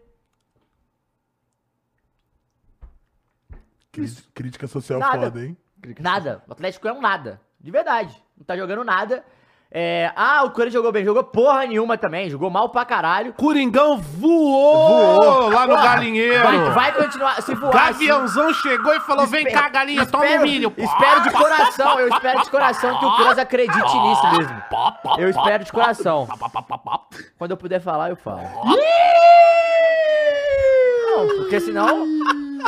S2: Cri- Crítica social
S4: Nada.
S2: foda, hein?
S4: Nada. O Atlético é um nada. De verdade. Não tá jogando nada. É, ah, o Corinthians jogou bem. Jogou porra nenhuma também. Jogou mal pra caralho.
S3: Coringão voou, lá no galinheiro.
S4: Vai, vai continuar. Se voar. assim,
S3: Gaviãozão chegou e falou: vem cá, galinha, toma o milho.
S4: Espero de coração, eu espero de coração que o Cruz acredite nisso mesmo. Eu espero de coração. Quando eu puder falar, eu falo. Não, porque senão.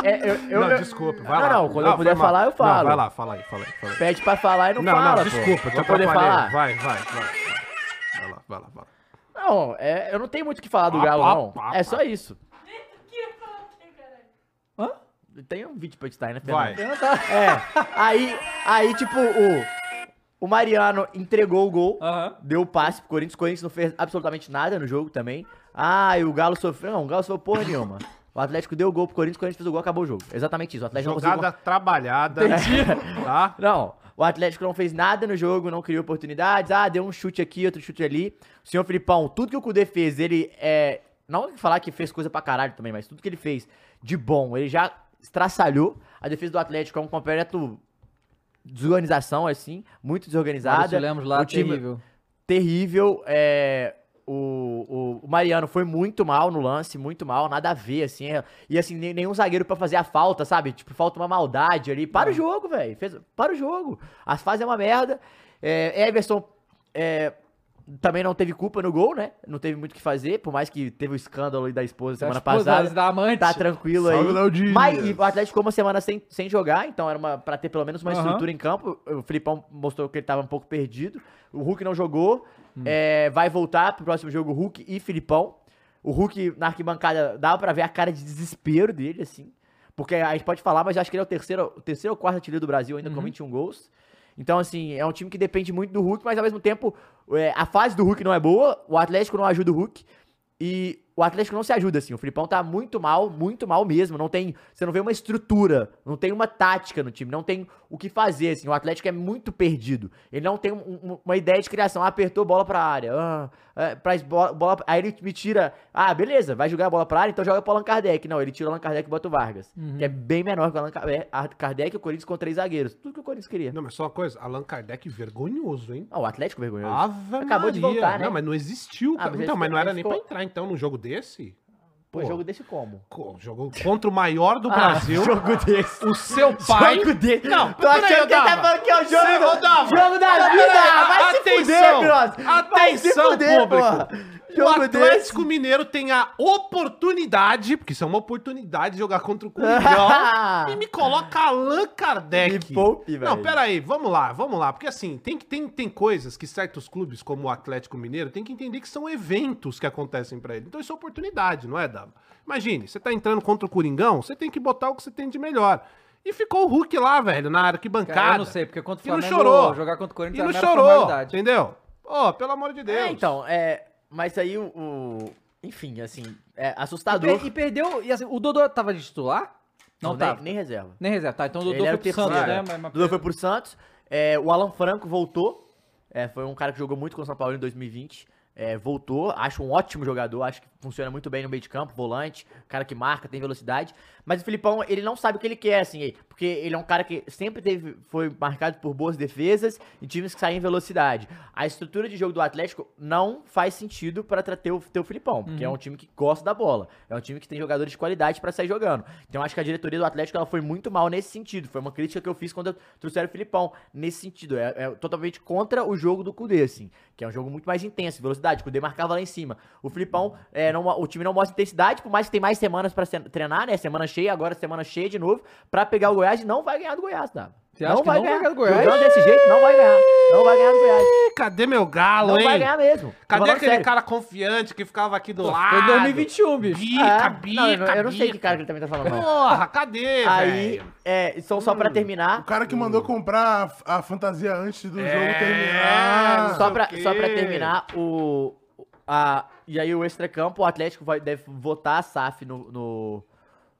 S4: é, eu, eu-
S3: não,
S4: eu-
S3: desculpa, vai
S4: não,
S3: lá.
S4: Não, quando eu
S3: foi
S4: puder
S3: mal.
S4: falar, eu
S3: Não,
S4: falo.
S3: vai lá, fala aí, fala aí. Fala aí.
S4: Pede pra falar e não,
S3: Não,
S4: fala.
S3: não,
S4: pô.
S3: desculpa, te
S4: Pra poder
S3: atrapalhei.
S4: falar.
S3: Vai, vai, vai. Vai lá, vai lá, vai lá.
S4: Não, é, eu não tenho muito o que falar do
S3: Pá,
S4: Galo,
S3: pá,
S4: não.
S3: pá,
S4: É só isso.
S1: Hã?
S4: Tem um vídeo pra editar, né,
S3: Vai.
S4: Fernando? É. Aí, aí tipo, o, o Mariano entregou o gol.
S1: Aham.
S4: Deu o passe pro Corinthians. O Corinthians não fez absolutamente nada no jogo também. Ah, e o Galo sofreu. Não, o Galo sofreu porra nenhuma. O Atlético deu o gol pro Corinthians, o Corinthians fez o gol, acabou o jogo. Exatamente isso. O Atlético não conseguiu...
S3: Jogada trabalhada. Tá?
S4: Não, o Atlético não fez nada no jogo, não criou oportunidades. Ah, deu um chute aqui, outro chute ali. O senhor Filipão, tudo que o Cudê fez, ele é. Não falar que fez coisa pra caralho também, mas tudo que ele fez de bom, ele já estraçalhou. A defesa do Atlético é um completo desorganização, assim, muito desorganizada.
S1: Maurício Lemos lá,
S4: o time
S1: terrível.
S4: terrível. É, o, o, o Mariano foi muito mal no lance, muito mal, nada a ver, assim. é- e assim, nem- nenhum zagueiro pra fazer a falta, sabe? Tipo, falta uma maldade ali. Para o jogo, velho. fez- Para o jogo. As fases é uma merda. É, Everson é, também não teve culpa no gol, né? Não teve muito o que fazer, por mais que teve o escândalo aí da esposa semana
S1: Da esposa,
S4: passada.
S1: Da amante.
S4: Tá tranquilo
S2: Salve, Léo
S4: aí.
S2: Dias.
S4: Mas e o Atlético ficou uma semana sem, sem jogar, então era uma, pra ter pelo menos uma
S1: Aham.
S4: estrutura em campo. O Filipão mostrou que ele tava um pouco perdido. O Hulk não jogou. É, vai voltar pro próximo jogo Hulk e Filipão. O Hulk na arquibancada dá pra ver a cara de desespero dele, assim. Porque a gente pode falar, mas eu acho que ele é o terceiro, o terceiro ou quarto artilheiro do Brasil ainda com 21 gols. Então, assim, é um time que depende muito do Hulk, mas ao mesmo tempo é, a fase do Hulk não é boa, o Atlético não ajuda o Hulk. E o Atlético não se ajuda, assim. O Filipão tá muito mal, muito mal mesmo. Não tem. Você não vê uma estrutura, não tem uma tática no time, não tem o que fazer, assim. O Atlético é muito perdido. Ele não tem um- um- uma ideia de criação. Ah, apertou bola pra área. Ah, é, pra es- bola, bola, aí ele me tira. Ah, beleza, vai jogar a bola pra área, então joga pro Allan Kardec. Não, ele tira o Allan Kardec e bota o Vargas. Que é bem menor que o Allan Kardec, Allan Kardec e o Corinthians com três zagueiros. Tudo que o Corinthians queria. Não,
S3: Não, mas só uma coisa, Allan Kardec vergonhoso, hein?
S4: Ah, o Atlético vergonhoso.
S3: Ave
S4: Acabou de
S3: Maria.
S4: voltar, né?
S3: Não, mas não existiu.
S4: Ah,
S3: cara.
S4: mas
S3: então,
S4: ele
S3: mas não era nem
S4: ficou-
S3: pra entrar, então, num jogo desse.
S4: Pô, jogo desse como?
S3: Co- Jogou contra o maior do
S4: Ah,
S3: Brasil.
S4: <laughs> jogo desse.
S3: O seu pai.
S4: Jogo desse.
S3: Não,
S4: tô achando que ele tá falando que é o jogo,
S3: Cê,
S4: do-
S3: Rodava.
S4: jogo da
S3: Peraí,
S4: vida.
S3: a-
S4: vai se fuder,
S3: atenção.
S4: Gross. Vai se
S3: Atenção,
S4: fuder,
S3: público.
S4: porra.
S3: o
S4: Jogo desse.
S3: Atlético Mineiro tem a oportunidade, porque isso é uma oportunidade de jogar contra o Coringão,
S4: <laughs>
S3: e me coloca Allan <laughs> Kardec.
S4: Me poupe, velho.
S3: Não, peraí, vamos lá, vamos lá. Porque assim, tem, que- tem, tem coisas que certos clubes, como o Atlético Mineiro, tem que entender que são eventos que acontecem pra ele. Então isso é oportunidade, não é, Dava? Imagine, você tá entrando contra o Coringão, você tem que botar o que você tem de melhor. E ficou o Hulk lá, velho, na arquibancada.
S1: Cara, eu não sei, porque contra o
S3: E não
S1: Flamengo,
S3: chorou.
S1: jogar contra o
S3: E
S1: Corinthians
S3: não
S1: era mera
S3: chorou,
S1: formalidade.
S3: entendeu? Ó, pelo amor de Deus.
S4: É, então, é... Mas aí o... o- Enfim, assim, é
S1: E,
S4: assustador.
S1: per- e perdeu, e assim, o Dodô tava de titular? Tá Não, tá.
S4: nem-
S1: tava. Nem,
S4: Nem reserva.
S1: reserva, tá, então o Dodô
S4: Ele
S1: foi
S4: era o
S1: pro Santos,
S4: terceiro.
S1: né?
S4: é.
S1: mas- mas-
S4: Dudu foi pro Santos. É, o Alan Franco voltou. É, foi um cara que jogou muito com o São Paulo em 2020. É, voltou, acho um ótimo jogador, acho que funciona muito bem no meio de campo, volante, cara que marca, tem velocidade. Mas o Filipão, ele não sabe o que ele quer, assim, porque ele é um cara que sempre teve, foi marcado por boas defesas e times que saem em velocidade. A estrutura de jogo do Atlético não faz sentido para ter o, ter o Filipão, porque é um time que gosta da bola, é um time que tem jogadores de qualidade para sair jogando. Então acho que a diretoria do Atlético ela foi muito mal nesse sentido. Foi uma crítica que eu fiz quando eu trouxeram o Filipão. Nesse sentido, é, é totalmente contra o jogo do Kudê, assim. Que é um jogo muito mais intenso, velocidade. O Kudê marcava lá em cima. O Filipão, é, não- o time não mostra intensidade, por mais que tem mais semanas pra se- treinar, né? Semana cheia, agora semana cheia de novo, pra pegar o Goiás e não vai ganhar do Goiás, tá?
S1: Você acha que não vai ganhar do Goiás?
S4: Jogando desse jeito, não vai ganhar. Não vai ganhar do Goiás.
S3: Ih, cadê meu galo,
S4: Não
S3: hein?
S4: vai ganhar mesmo. Tô
S3: Cadê
S4: falando
S3: aquele
S4: sério.
S3: cara confiante que ficava aqui do lado?
S1: Foi em 2021, bicho.
S3: Bica,
S4: Ah,
S3: bica,
S4: não, eu, não- eu não sei
S3: bica.
S4: que cara que ele também tá falando. não.
S3: Porra, cadê,
S4: Aí,
S3: velho?
S4: é, só, só
S1: Hum.
S4: pra terminar,
S2: O cara que mandou comprar a, a fantasia antes do
S3: É,
S2: jogo
S3: não
S2: terminar.
S4: só, pra,
S3: sei o
S4: só pra
S3: quê.
S4: terminar, o. A, e aí o extracampo, o Atlético vai, deve votar a SAF no, no,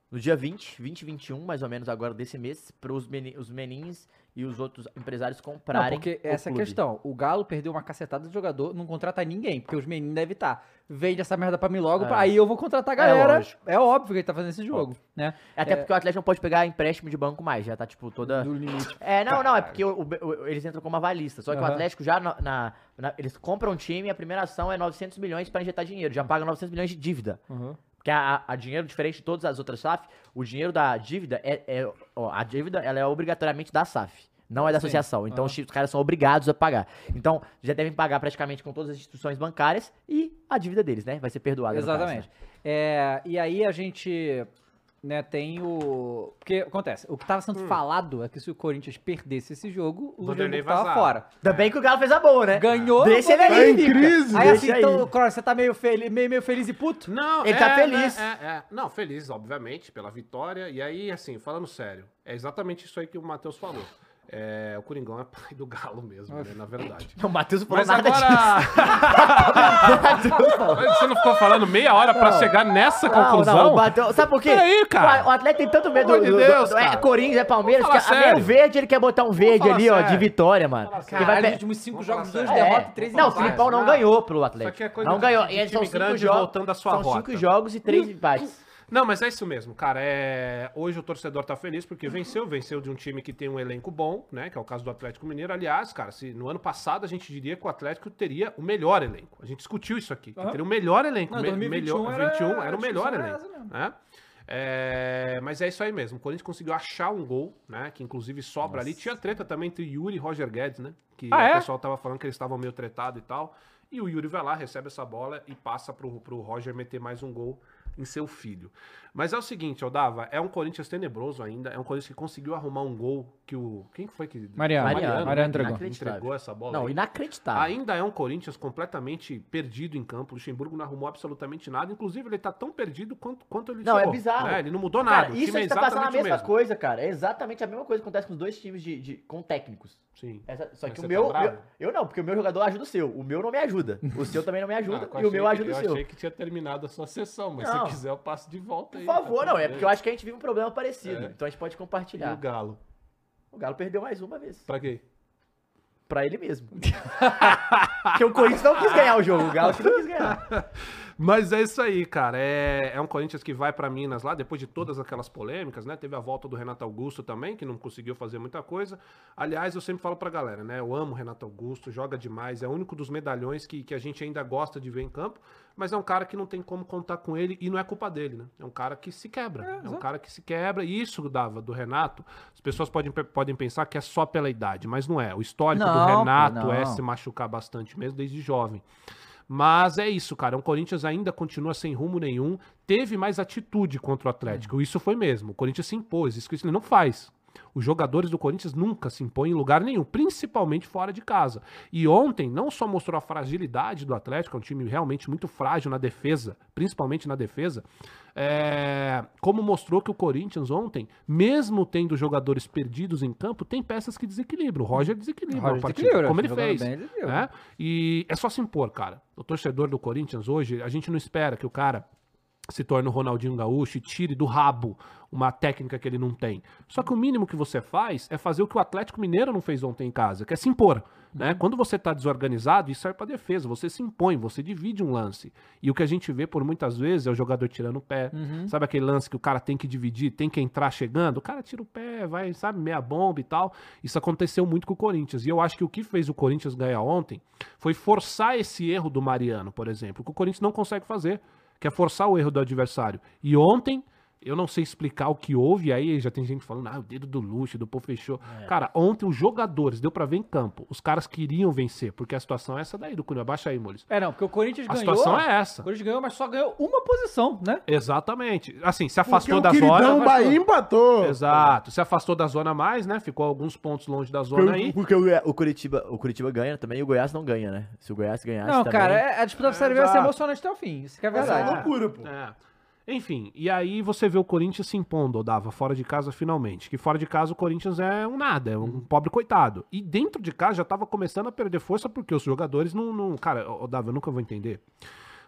S4: no dia 20, 20 e 21, mais ou menos agora desse mês, para os, meni, os menins e os outros empresários
S1: Não,
S4: comprarem.
S1: porque
S4: o
S1: essa é a
S4: clube.
S1: questão. O Galo perdeu uma cacetada de jogador, não contrata ninguém, porque os meninos devem estar. Vende essa merda pra mim logo,
S4: É.
S1: aí eu vou contratar a galera.
S4: lógico.
S1: É, óbvio que ele tá fazendo esse jogo, né?
S4: Até
S1: É.
S4: porque o Atlético não pode pegar empréstimo de banco mais, já tá, tipo, toda.
S1: Do limite.
S4: É, não, não, é porque o- o- o- eles entram como avalista. Só que
S1: Aham.
S4: o Atlético já na, na- na- Eles compram um time e a primeira ação é 900 milhões pra injetar dinheiro. Já pagam 900 milhões de dívida.
S1: Uhum.
S4: Porque a, a- a dinheiro, diferente de todas as outras SAF, o dinheiro da dívida é. é- ó, a dívida ela é obrigatoriamente da SAF. Não é da associação. Então os, ti- os caras são obrigados a pagar. Então, já devem pagar praticamente com todas as instituições bancárias e a dívida deles, né? Vai ser perdoada. no caso, né?
S1: Exatamente. É, e aí a gente né, tem o. Porque acontece, o que tava
S3: Hum.
S1: sendo falado é que se o Corinthians perdesse esse jogo, o
S3: Vanderlei
S1: Luxemburgo tava
S3: vazava.
S1: fora.
S4: Ainda bem que o Galo fez a boa, né?
S1: Ganhou,
S4: Deixa ele
S1: Vanderlei
S2: aí. Tá em
S1: fica.
S2: crise,
S1: Aí assim,
S4: deixa
S1: então,
S4: aí.
S1: Cross, você tá meio, fel meio, meio feliz e puto?
S3: Não,
S4: Ele tá
S3: né,
S4: feliz.
S3: é, é. Não, feliz, obviamente, pela vitória. E aí, assim, falando sério, é exatamente isso aí que o Matheus falou. É, o Coringão é pai do Galo mesmo, né, na verdade.
S4: O Matheus não falou
S3: Mas <laughs>
S4: nada
S3: agora. Mas <laughs> Você não ficou falando meia hora pra chegar nessa
S4: Não,
S3: conclusão?
S4: não, o Matheus- sabe por quê?
S3: Peraí, cara.
S4: O, o atleta tem tanto medo
S3: Pelo amor de Deus,
S4: é
S3: cara.
S4: Corinthians, é Palmeiras, que
S3: Vamos falar
S4: a- meio
S3: sério.
S4: verde ele quer botar um verde
S3: falar
S4: ali, ó, de
S3: sério.
S4: vitório, mano. Que vai
S1: Caralho,
S4: pe-
S1: os últimos cinco
S3: Vamos É,
S1: jogos,
S3: falar
S1: duas
S3: sério.
S1: derrotas e três
S4: É. Não, o
S1: empates.
S4: Filipão não ganhou pelo Atlético.
S3: Isso aqui Ah, é coisa
S4: não ganhou.
S3: de
S4: E eles são
S3: time
S4: cinco
S3: grande
S4: jogos.
S3: voltando à sua
S4: são
S3: rota.
S4: cinco jogos e três empates.
S3: Não, mas é isso mesmo, cara. É, Hoje o torcedor tá feliz porque venceu, venceu de um time que tem um elenco bom, né? Que é o caso do Atlético Mineiro. Aliás, cara, se no ano passado a gente diria que o Atlético teria o melhor elenco. A gente discutiu isso aqui. que
S1: Aham.
S3: teria o melhor elenco.
S1: Não,
S3: Me-
S1: 2021
S3: melhor-
S1: era-
S3: 21 era o
S1: a
S3: melhor
S1: discussão era
S3: elenco.
S1: essa mesmo.
S3: né? É, mas é isso aí mesmo. O Corinthians conseguiu achar um gol, né? Que inclusive sobra ali. Tinha treta também entre Yuri e Roger Guedes, né? Que
S1: Ah, é?
S3: o pessoal tava falando que eles estavam meio tretado e tal. E o Yuri vai lá, recebe essa bola e passa pro, pro Roger meter mais um gol em seu filho. Mas é o seguinte, Aldava, é um Corinthians tenebroso ainda. É um Corinthians que conseguiu arrumar um gol que o. Quem que foi que.
S1: Mariano.
S4: Mariano.
S1: Mariano entregou.
S3: entregou. entregou essa bola.
S4: Não,
S3: aí.
S4: inacreditável.
S3: Ainda é um Corinthians completamente perdido em campo. O Luxemburgo não arrumou absolutamente nada. Inclusive, ele tá tão perdido quanto, quanto ele
S4: Não, é
S3: chegou,
S4: bizarro.
S3: né? Ele não mudou nada. o
S4: Cara, isso
S3: time
S4: aí
S3: é
S4: que tá passando a
S3: exatamente o
S4: mesma
S3: mesmo.
S4: coisa, cara. É exatamente a mesma coisa que acontece com os dois times de, de- com técnicos.
S3: Sim.
S4: Essa- só
S3: Mas
S4: que
S3: você
S4: o meu,
S3: tá bravo?
S4: meu- Eu não, porque o meu jogador ajuda o seu. O meu não me ajuda. O seu também não me ajuda.
S3: Ah, eu
S4: e o meu
S3: achei que-
S4: ajuda o
S3: eu
S4: seu.
S3: achei que tinha terminado a sua sessão, mas
S4: Não.
S3: se quiser eu passo de volta
S4: Por
S3: aí.
S4: favor,
S3: tá
S4: não, é
S3: tudo
S4: porque eu acho que a gente vive um problema parecido.
S3: É.
S4: Então a gente pode
S3: bem. E o
S4: compartilhar.
S3: Galo?
S4: O Galo perdeu mais
S3: <laughs>
S4: uma vez.
S3: Pra quê?
S4: Pra ele mesmo. <laughs> Porque o Corinthians não
S3: <laughs>
S4: quis ganhar o jogo, o Galo que não quis ganhar.
S3: Mas é isso aí, cara. É, é um Corinthians que vai pra Minas lá, depois de todas aquelas polêmicas, né? Teve a volta do Renato Augusto também, que não conseguiu fazer muita coisa. Aliás, eu sempre falo pra galera, né? Eu amo o Renato Augusto, joga demais, é o único dos medalhões que, que a gente ainda gosta de ver em campo, mas é um cara que não tem como contar com ele e não é culpa dele, né? É um cara que se quebra. É, um cara que se quebra. E isso dava do Renato. As pessoas podem, pe- podem pensar que é só pela idade, mas não é. O histórico
S1: Não, pô,
S3: do Renato é
S1: não.
S3: se machucar bastante mesmo desde jovem. Mas é isso, cara. O Corinthians ainda continua sem rumo nenhum. Teve mais atitude contra o Atlético. Isso foi mesmo. O Corinthians se impôs. Isso que ele não faz. Os jogadores do Corinthians nunca se impõem em lugar nenhum, principalmente fora de casa. E ontem não só mostrou a fragilidade do Atlético, é um time realmente muito frágil na defesa, principalmente na defesa, é, como mostrou que o Corinthians ontem, mesmo tendo jogadores perdidos em campo, tem peças que desequilibram. O Roger desequilibra,
S1: Roger
S3: a partida,
S1: desequilibra,
S3: como ele
S1: jogando
S3: fez.
S1: bem, desequilibra.
S3: né? E é só se impor, cara. O torcedor do Corinthians hoje, a gente não espera que o cara se torne o Ronaldinho Gaúcho e tire do rabo uma técnica que ele não tem. Só que o mínimo que você faz é fazer o que o Atlético Mineiro não fez ontem em casa, que é se impor. Né? Quando você está desorganizado, isso serve para defesa. Você se impõe, você divide um lance. E o que a gente vê por muitas vezes é o jogador tirando o pé. Sabe aquele lance que o cara tem que dividir, tem que entrar chegando? O cara tira o pé, vai, sabe, meia bomba e tal. Isso aconteceu muito com o Corinthians. E eu acho que o que fez o Corinthians ganhar ontem foi forçar esse erro do Mariano, por exemplo, que o Corinthians não consegue fazer que é forçar o erro do adversário. E ontem, eu não sei explicar o que houve, aí já tem gente falando, ah, o dedo do luxo, do pô fechou. Cara, ontem os jogadores, deu pra ver em campo, os caras queriam vencer, porque a situação é essa daí do Cunha. Baixa aí, Molis.
S1: É, não, porque o Corinthians
S3: A
S1: ganhou.
S3: situação é essa.
S1: O Corinthians ganhou, mas só ganhou uma posição, né?
S3: Exatamente. Assim, se
S2: Porque
S3: afastou
S2: o
S3: da zona.
S2: queridão é Bahia empatou.
S3: Exato. Se afastou da zona mais, né? Ficou alguns pontos longe da zona aí.
S4: Porque o, Goi- o Curitiba, o Curitiba ganha também e o Goiás não ganha, né? Se o Goiás ganhasse
S1: não,
S4: também...
S1: cara, é- a disputa da Série B vai ser
S3: exato.
S1: emocionante até o fim. Isso que é
S2: Essa é
S1: verdade.
S2: uma loucura, pô.
S3: É. Enfim, e aí você vê o Corinthians se impondo, Odava, fora de casa finalmente. Que fora de casa o Corinthians é um nada, é um pobre coitado. E dentro de casa já tava começando a perder força porque os jogadores não. não... Cara, Odava, eu nunca vou entender.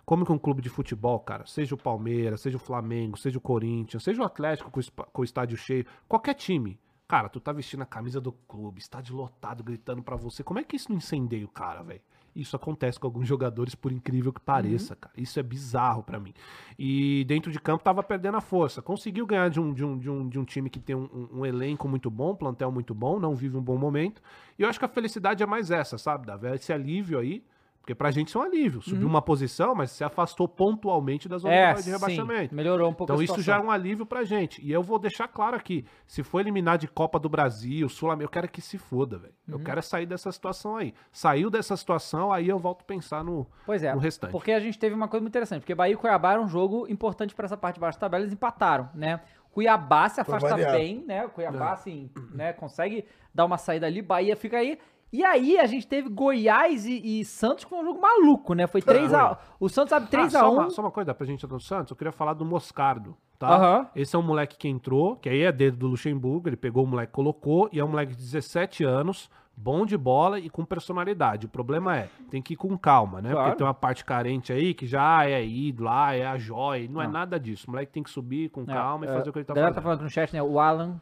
S3: Como que um clube de futebol, cara, seja o Palmeiras, seja o Flamengo, seja o Corinthians, seja o Atlético com o espa- com o estádio cheio, qualquer time. Cara, tu tá vestindo a camisa do clube, estádio lotado, gritando pra você. Como é que isso não incendeia o cara, velho? Isso acontece com alguns jogadores, por incrível que pareça, cara. Isso é bizarro pra mim. E dentro de campo tava perdendo a força. Conseguiu ganhar de um, de um, de um, de um time que tem um, um- um elenco muito bom, um plantel muito bom, não vive um bom momento. E eu acho que a felicidade é mais essa, sabe, Davi? Esse alívio aí. Porque pra gente isso é um alívio. Subiu uma posição, mas se afastou pontualmente da zona
S1: Uhum. É,
S3: de
S1: sim,
S3: rebaixamento.
S1: melhorou um pouco
S3: Então
S1: a
S3: isso já é
S1: situação.
S3: um alívio pra gente. E eu vou deixar claro aqui, se for eliminar de Copa do Brasil, Sul-América, eu quero é que se foda, velho. Eu
S1: Uhum.
S3: quero é sair dessa situação aí. Saiu dessa situação, aí eu volto a pensar no,
S1: Pois é,
S3: no restante.
S1: porque a gente teve uma coisa muito interessante, porque Bahia e Cuiabá era um jogo importante pra essa parte de baixo da tabela, eles empataram, né? Cuiabá se afasta
S2: variado.
S1: bem, né? O Cuiabá,
S3: É.
S1: assim, né, consegue dar uma saída ali, Bahia fica aí. E aí a gente teve Goiás e, e Santos, que foi um jogo maluco, né? Foi 3x1. O Santos abre
S3: Ah, só,
S1: 3x1.
S3: uma, só uma coisa, dá pra gente entrar no Santos, eu queria falar do Moscardo, tá?
S1: Aham.
S3: Esse é um moleque que entrou, que aí é dedo do Luxemburgo, ele pegou o moleque, colocou, e é um moleque de 17 anos, bom de bola e com personalidade. O problema é, tem que ir com calma, né?
S1: Claro.
S3: Porque tem uma parte carente aí que já é ídolo, ah, é a joia, e não, é
S1: Não.
S3: nada disso. O moleque tem que subir com
S1: É,
S3: calma e
S1: é,
S3: fazer o que ele tá
S1: galera
S3: fazendo.
S1: tá falando aqui no chat, né? O Alan,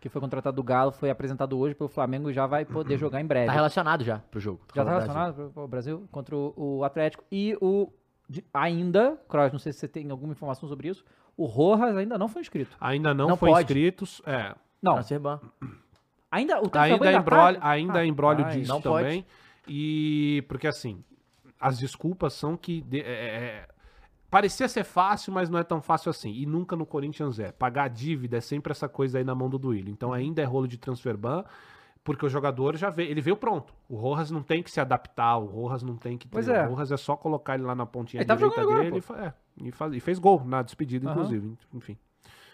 S1: que foi contratado do Galo, foi apresentado hoje pelo Flamengo e já vai poder
S3: <clears throat>
S1: jogar em breve.
S4: Tá relacionado já pro jogo.
S1: Já tá relacionado pro- pro Brasil contra o, o Atlético. E o. de- ainda, Cross, não sei se você tem alguma informação sobre isso. O Rojas ainda não foi inscrito.
S3: Ainda não,
S4: Não
S3: foi
S4: pode.
S3: inscritos, é.
S1: Não,
S4: Transferban.
S1: ainda o
S3: ainda é
S1: ainda
S3: embrólio,
S1: tá-
S3: ainda é embrólio
S1: Rapaz,
S3: disso
S4: não pode.
S3: também. E porque assim, as desculpas são que de- é- é- é- parecia ser fácil, mas não é tão fácil assim. E nunca no Corinthians é. Pagar dívida é sempre essa coisa aí na mão do Duílio.
S1: Uhum.
S3: Então ainda é rolo de transfer ban. Porque o jogador já veio, ele veio pronto. O Rojas não tem que se adaptar, o Rojas não tem que.
S1: Pois é.
S3: O Rojas é só colocar ele lá na pontinha
S1: Ele tava
S3: direita
S1: jogando agora,
S3: dele e fa- é, e, faz- e fez gol na despedida,
S1: Aham.
S3: inclusive. Enfim.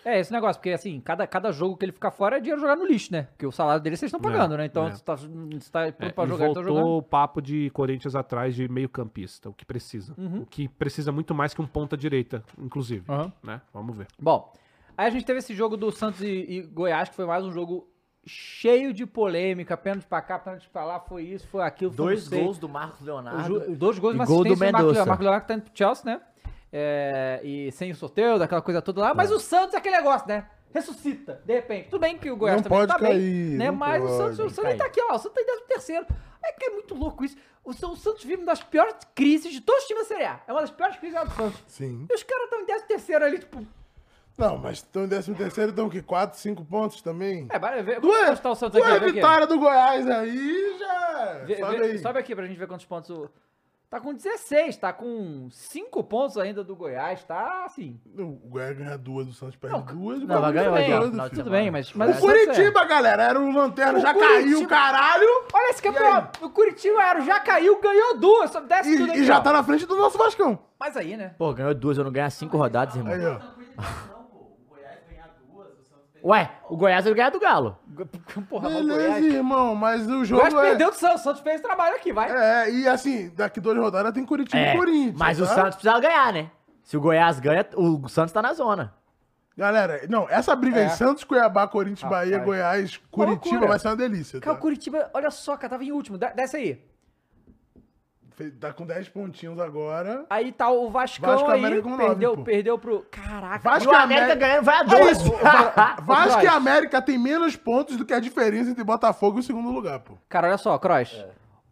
S1: É, esse negócio, porque assim, cada, cada jogo que ele ficar fora é dinheiro jogar no lixo, né? Porque o salário dele vocês estão pagando, né? Então,
S3: é.
S1: se tá, se tá
S3: É,
S1: pronto pra
S3: e
S1: jogar, então
S3: voltou
S1: jogando.
S3: o papo de Corinthians atrás de meio campista, o que precisa. O que precisa muito mais que um ponta direita, inclusive.
S1: Uhum. Aham.
S3: Né? Vamos ver.
S1: Bom, aí a gente teve esse jogo do Santos e, e Goiás, que foi mais um jogo cheio de polêmica, pênalti pra cá, pênalti pra lá, foi isso, foi aquilo, foi um
S4: Dois
S1: não sei.
S4: gols do Marcos
S1: O
S4: Leonardo.
S1: ju- Dois gols,
S4: E
S1: uma
S4: gol do
S1: assistência do Marco
S4: Mendonça.
S1: Leonardo. Marco Leonardo que tá indo pro Chelsea, né? É, e sem o sorteio, daquela coisa toda lá. Mas o Santos é aquele negócio, né? Ressuscita, de repente. Tudo bem que o Goiás
S2: Não
S1: também
S2: pode
S1: tá bem,
S2: cair,
S1: né?
S2: não
S1: Mas o
S2: pode.
S1: Santos, o
S2: Tem
S1: Santos tá aqui, ó. O Santos tá em 13 terceiro. É que é muito louco isso. O, Sa- o Santos vive uma das piores crises de todos os times da Série A. É uma das piores crises lá do Santos.
S2: Sim.
S1: E os caras estão em 13 terceiro ali, tipo...
S2: Não, mas estão em 13 terceiro, estão o quê? 4, 5 pontos também?
S1: É, vai ver
S2: Duas,
S1: está o Santos aqui. ó,
S2: duas
S1: vê aqui.
S2: vitórias do Goiás aí, já...
S1: Vê- vê-
S2: sobe
S1: Sobe,
S2: aí.
S1: aqui pra gente ver quantos pontos. o- Tá com 16, tá com 5 pontos ainda do Goiás, tá assim.
S2: O Goiás ganha duas, o Santos perde duas.
S1: Não,
S2: o
S1: vai ganhar
S2: Palmeiras
S1: vai ganhar.
S2: ganha duas,
S4: Não,
S2: filho.
S1: Tudo bem, mas. mas
S2: O
S1: Santos é-
S2: Curitiba, galera, era um lanterna,
S1: O
S2: já caiu
S1: Curitiba-
S2: o caralho
S1: Olha esse campeão! O Curitiba era, já caiu, ganhou duas, só desce tudo
S2: e,
S1: aqui,
S2: e já
S1: ó.
S2: tá na frente do nosso Vascão.
S1: Mas aí, né? <laughs>
S4: Pô, ganhou duas, eu não ganhar cinco rodadas, irmão.
S2: Aí, ó.
S1: Tá
S4: Ué, o Goiás vai ganhar do Galo.
S1: Porra, mas o Goiás.
S2: Beleza, irmão, mas o
S1: O
S2: jogo
S1: Goiás
S2: é...
S1: perdeu do Santos, o Santos fez trabalho aqui, vai.
S2: É, e assim, daqui duas rodadas tem Curitiba
S4: É,
S2: e Corinthians.
S4: mas o
S2: tá?
S4: Santos precisava ganhar, né? Se o Goiás ganha, o Santos tá na zona.
S2: Galera, não, essa briga
S1: É.
S2: em Santos, Cuiabá, Corinthians, Bahia,
S1: Rapaz.
S2: Goiás, Curitiba
S1: loucura.
S2: vai ser uma delícia.
S1: Cara,
S2: Tá?
S1: o Curitiba, olha só, cara, tava em último, de- desce aí.
S2: Fe- Tá com 10 pontinhos agora.
S1: Aí tá o Vascão
S2: Vasco
S1: aí,
S2: América com nove,
S1: perdeu,
S2: pô.
S1: perdeu pro... Caraca,
S4: E
S2: Vasco
S4: o
S2: e
S4: América
S2: América.
S4: ganhando vai a
S1: Ah,
S2: É
S4: dois.
S2: isso. Va-
S4: <laughs>
S2: Vasco e
S1: Cross.
S2: América tem menos pontos do que a diferença entre Botafogo e o segundo lugar, pô.
S1: Cara, olha só, Cross.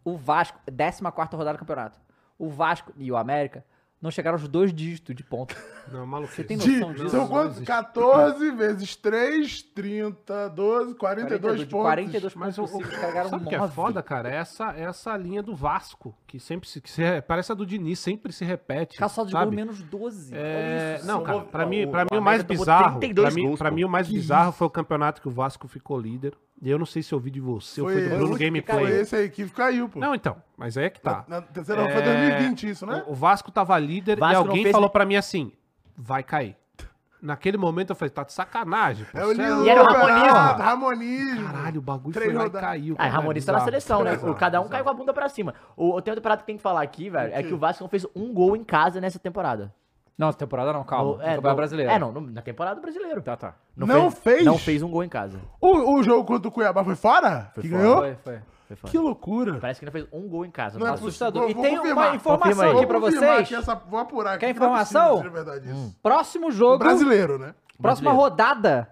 S1: O Vasco, 14 rodada do campeonato. O Vasco e o América não chegaram aos dois dígitos de ponto.
S3: Não, maluco.
S1: Você tem
S2: De-
S1: noção disso?
S2: são quantos? 14 vezes 3, 30, 12, 42
S1: de
S2: pontos.
S1: 42
S3: Mas
S1: pontos
S3: o, o,
S1: possíveis, carregaram
S3: sabe o que é
S1: nove.
S3: foda, cara? É Essa, é essa linha do Vasco, que sempre se, que se re- parece a do Diniz, sempre se repete.
S1: Caçal de
S3: sabe?
S1: gol menos 12.
S3: É, não,
S4: são
S3: cara,
S4: gol-
S3: pra
S4: ó,
S3: mim,
S4: o-
S3: pra
S4: o
S3: mim o mais
S4: América tomou
S3: bizarro,
S4: 32
S3: pra mim,
S4: gols,
S3: pra
S4: pô.
S3: mim o mais bizarro foi o campeonato que o Vasco ficou líder. E eu não sei se eu vi de você, ou foi do
S2: esse
S3: Bruno
S2: que
S3: Gameplay.
S2: Foi esse aí que caiu, pô.
S3: Não, então, mas é que tá.
S2: Na terceira foi 2020 isso, né?
S3: O- O Vasco tava líder
S4: Vasco
S3: e
S4: não
S3: alguém
S4: fez-
S3: falou pra mim assim: vai cair. Naquele momento eu falei: tá de sacanagem. Pô,
S2: É o
S3: cê é
S2: Lilo,
S4: E era o
S2: Bernardo,
S4: Ramonismo.
S2: Ramonismo.
S3: Caralho, o bagulho
S2: Três
S3: foi lá e
S2: rodadas.
S3: caiu.
S4: Ah,
S3: cara,
S4: Ramonista
S3: é
S4: tá na
S3: bizarro.
S4: seleção, né? O
S3: Bizarro,
S4: cada um
S3: bizarro.
S4: caiu com a bunda pra cima. O, tem outra parada que tem que falar aqui, velho. É que o Vasco não fez um gol em casa nessa temporada.
S1: Não, essa temporada não, calma.
S4: No-
S1: é,
S4: é,
S1: campeonato
S4: no-
S1: brasileiro.
S4: É, não, no- na temporada brasileira.
S1: Tá, tá.
S2: Não fez?
S4: Não fez um gol em casa.
S2: O, o jogo contra o Cuiabá foi fora? que ganhou?
S1: Foi, foi.
S4: Foi foda.
S2: Que loucura.
S4: Parece que ainda fez um gol em casa.
S2: Não é
S4: Nossa,
S2: possível.
S1: assustador.
S2: Vou-
S1: E
S2: vou
S1: tem
S2: confirmar.
S1: uma informação
S4: Confirma aí.
S1: aqui pra
S2: Vou confirmar
S1: vocês.
S2: aqui essa- vou apurar aqui.
S1: Quer
S2: não é possível
S1: informação?
S2: ser verdade isso.
S1: Próximo jogo,
S2: Brasileiro, né?
S1: próxima
S4: Brasileiro.
S1: rodada,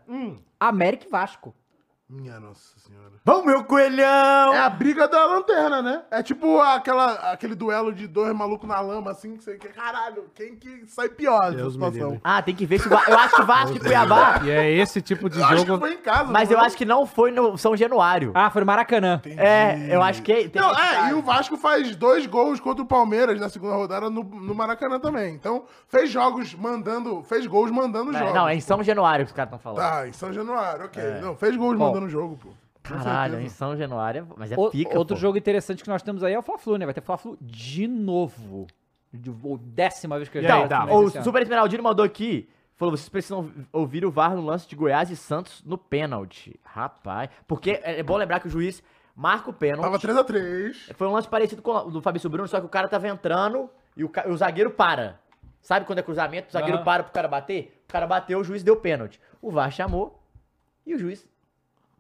S1: América e Vasco.
S2: Minha nossa senhora.
S4: Vamos, meu coelhão!
S2: É a briga da lanterna, né? É tipo aquela, aquele duelo de dois malucos na lama, assim, que você quer, caralho, quem que sai pior dessa
S3: Deus me
S2: situação?
S3: livre.
S4: Ah, tem que ver se o Va- Eu acho que Vasco e Cuiabá.
S9: E é esse tipo de
S2: Eu acho que
S9: jogo.
S2: foi em casa.
S4: Mas eu acho que não foi no São Januário.
S1: Ah, foi no Maracanã.
S4: É, eu acho que. Tem...
S2: Não, é, e o Vasco faz dois gols contra o Palmeiras na segunda rodada no, no Maracanã também. Então, fez jogos mandando, fez gols mandando
S4: É,
S2: jogos.
S4: não, é em São Januário que os caras estão falando.
S2: Tá, em São Januário, ok. Não, fez gols mandando jogo, pô. Com
S4: Caralho, em
S2: certeza.
S4: São Januário. é- Mas é
S1: O-
S4: pica.
S1: outro
S4: pô.
S1: jogo interessante que nós temos aí é o Fla-Flu, né? Vai ter Fla-Flu de novo. De, ou décima vez que eu
S9: E
S1: já
S9: aí, dá,
S4: Então, tá. O Super Esmeraldino mandou aqui. Falou, vocês precisam ouvir o VAR no lance de Goiás e Santos no pênalti. Rapaz. Porque é é bom lembrar que o juiz marca o
S2: Tava
S4: pênalti.
S2: 3x3.
S4: Foi um lance parecido com o do Fabrício Bruno, só que o cara tava entrando e o, ca- o zagueiro para. Sabe quando é cruzamento? O zagueiro
S1: Aham.
S4: para pro cara bater? O cara bateu, o juiz deu pênalti. O VAR chamou e o juiz.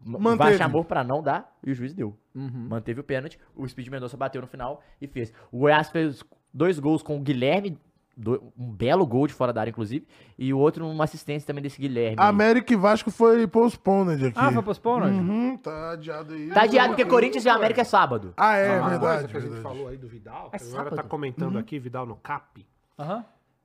S4: O VAR
S2: Manteve.
S4: chamou pra não dar e o juiz deu.
S1: Uhum.
S4: Manteve o pênalti. O Speed Mendonça bateu no final e fez. O Goiás fez dois gols com o Guilherme. do- um belo gol de fora da área, inclusive. E o outro, uma assistência também desse Guilherme.
S2: América e Vasco foi postponed aqui.
S1: Ah, foi postponed?
S2: Uhum, tá adiado aí.
S4: Tá adiado porque Corinthians e América é sábado.
S2: Ah, é,
S3: Uma
S2: verdade.
S3: coisa que a gente
S2: verdade.
S3: falou aí do Vidal, que
S4: É
S3: agora tá
S4: sábado.
S3: comentando aqui, Vidal no CAP.
S1: Aham.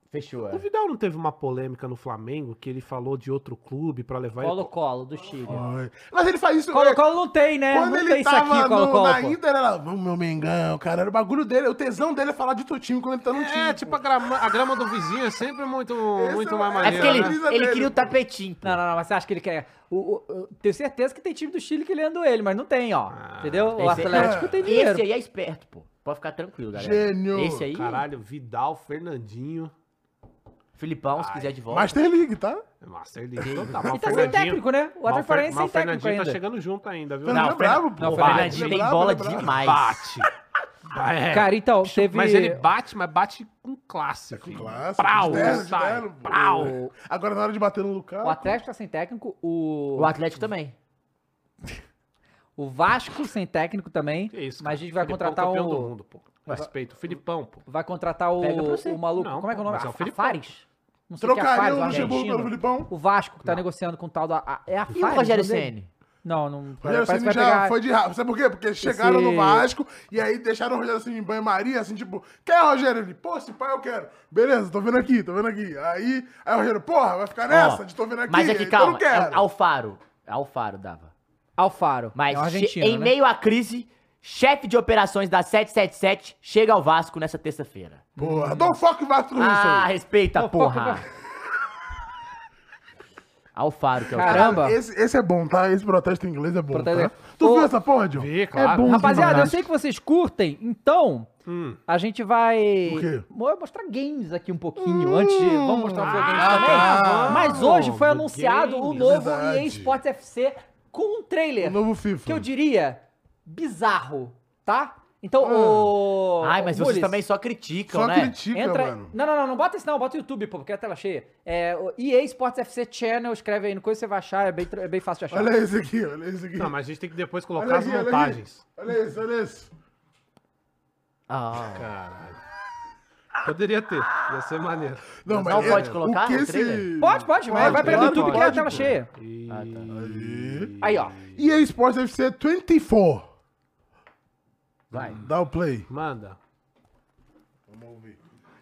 S4: Fechou.
S3: O
S4: É.
S3: Vidal não teve uma polêmica no Flamengo que ele falou de outro clube pra levar ele.
S1: Colo-Colo do Chile.
S2: Foi. Mas ele faz isso. é,
S1: Colo-Colo não tem, né?
S2: Quando
S1: não
S2: ele
S1: tem isso
S2: tava
S1: aqui,
S2: no-
S1: Colo-Colo.
S2: na
S1: é, pô.
S2: Inter, era, vamos meu Mengão, cara. Era o bagulho dele, o tesão dele é falar de teu time quando ele tá no time.
S3: É, tipo a grama, a grama do vizinho é sempre muito, muito
S2: é-
S3: mais
S2: é
S4: É
S3: maneiro.
S4: porque
S2: maneiro,
S3: né?
S2: né?
S4: ele, ele queria o tapetinho. pô.
S1: Não, não, não, mas você acha que ele quer. O, o- o- tenho certeza que tem time do Chile querendo ele, mas não tem, ó.
S3: Ah,
S1: entendeu? O
S4: Esse aí-
S1: Atlético tem dinheiro.
S4: Esse aí é esperto, pô. Pode ficar tranquilo, galera.
S2: Gênio.
S4: Esse aí,
S3: Caralho, Vidal, Fernandinho.
S4: Filipão, se quiser de volta.
S2: Master League, tá?
S3: Master League. Então tá, mas o
S1: E tá sem
S3: Fernandinho.
S1: técnico, né? O
S3: mas
S1: Atlético
S3: Fer-
S1: Paranaense sem
S3: mas o
S1: técnico
S3: Fernandinho
S1: ainda.
S3: tá chegando junto ainda, viu?
S2: Fernandinho é
S4: Não, o Fer-
S2: brabo, pô.
S4: não, o
S2: Bate,
S4: Fernandinho tem
S2: brabo,
S4: bola
S2: brabo.
S4: demais.
S3: Bate. É.
S1: Cara, então, teve.
S3: Mas ele é bate, mas bate com classe.
S2: Com
S3: filho.
S2: classe,
S3: Prau,
S2: de terno, de
S3: sai.
S2: terno, pô.
S3: Prau.
S1: É.
S2: Agora na hora de bater no Lucas.
S1: O Atlético tá sem técnico, o,
S4: O Atlético também.
S1: o Vasco sem técnico também.
S3: Que isso,
S1: mas a
S3: cara.
S1: gente vai
S3: Filipão
S1: contratar
S3: campeão do
S1: o.
S3: mundo, pô. Respeito. O Filipão, pô.
S1: Vai contratar o,
S4: Pega pra você.
S1: o maluco.
S3: Não,
S1: como é que é o nome?
S3: mas é o
S1: Af-
S3: Filipão.
S1: Afares? Não sei o que é
S2: Trocaria
S1: Afares,
S2: o
S1: o
S2: Luxemburgo pelo
S1: argentino.
S2: Filipão.
S1: O Vasco que tá negociando com o tal do. A- É Afares?
S4: E o Rogério
S1: o nome dele?
S4: Ceni?
S1: Não, não.
S2: O Rogério
S1: parece que
S2: Ceni assim, já
S1: vai pegar-
S2: foi de rabo. Sabe por quê? Porque chegaram
S1: Esse-
S2: no Vasco e aí deixaram o Rogério Ceni em banho-maria, assim, tipo, quer Rogério? Ele, pô, se pai eu quero. Beleza, tô vendo aqui, tô vendo aqui. Aí, aí o Rogério, porra, vai ficar nessa
S4: Ó,
S2: de tô vendo aqui.
S4: Mas é que
S2: então eu
S4: calma,
S2: não
S4: é
S2: quero.
S4: Alfaro. É Alfaro dava.
S1: Alfaro.
S4: Mas
S1: é um
S4: che-
S1: argentino,
S4: em
S1: né?
S4: meio à crise, chefe de operações da 777 chega ao Vasco nessa terça-feira.
S2: Porra, dá um foco e Vasco nisso
S4: Ah,
S2: aí.
S4: respeita,
S1: Não,
S4: porra. <laughs> Alfaro, que é o
S1: Caramba.
S2: Esse, esse é bom, tá? Esse protesto em inglês é bom,
S1: Protesto-
S2: tá? Tu
S1: Ô,
S2: viu essa porra, John?
S3: vi,
S2: É
S3: claro.
S4: Hum.
S2: bom
S1: Rapaziada, eu
S2: demais.
S1: sei que vocês curtem, então a gente vai
S2: Hum. O quê?
S1: mo- mostrar games aqui um pouquinho
S4: Hum.
S1: antes de. Vamos mostrar um pouco games
S4: Ah,
S1: também.
S2: tá.
S1: Mas hoje foi
S3: do
S1: anunciado o
S3: games.
S1: novo
S2: Verdade.
S1: EA Sports FC com um trailer
S2: O novo FIFA.
S1: que eu diria bizarro, tá? Então,
S2: Ah.
S1: o.
S4: Ai, mas vocês
S1: Mules,
S4: também só criticam,
S2: Só
S4: né?
S2: critica,
S1: Entra...
S2: mano.
S1: Não, não, não, não bota isso não, bota o YouTube, pô, porque é a tela cheia. É, o EA Sports FC Channel, escreve aí no coisa, você vai achar, é bem, tra- é bem fácil de achar.
S2: Olha esse aqui, olha esse aqui.
S3: Não, assim, mas a gente tem que depois
S2: olha,
S3: colocar as
S2: aqui, olha aqui.
S3: montagens.
S2: Olha esse, olha esse.
S4: Ah,
S3: Caralho. Poderia ter. Ia ser maneiro.
S2: Não,
S4: Não
S2: é-
S4: pode colocar
S2: o que
S4: no
S2: esse...
S4: trailer?
S1: Pode, pode, vai, vai pegar no
S2: pode,
S1: YouTube que é a
S2: pode,
S1: tela
S2: pô.
S1: cheia.
S3: E...
S1: tá. Aí, ó.
S2: EA Sports FC 24.
S4: vai.
S2: Dá o play.
S3: Manda.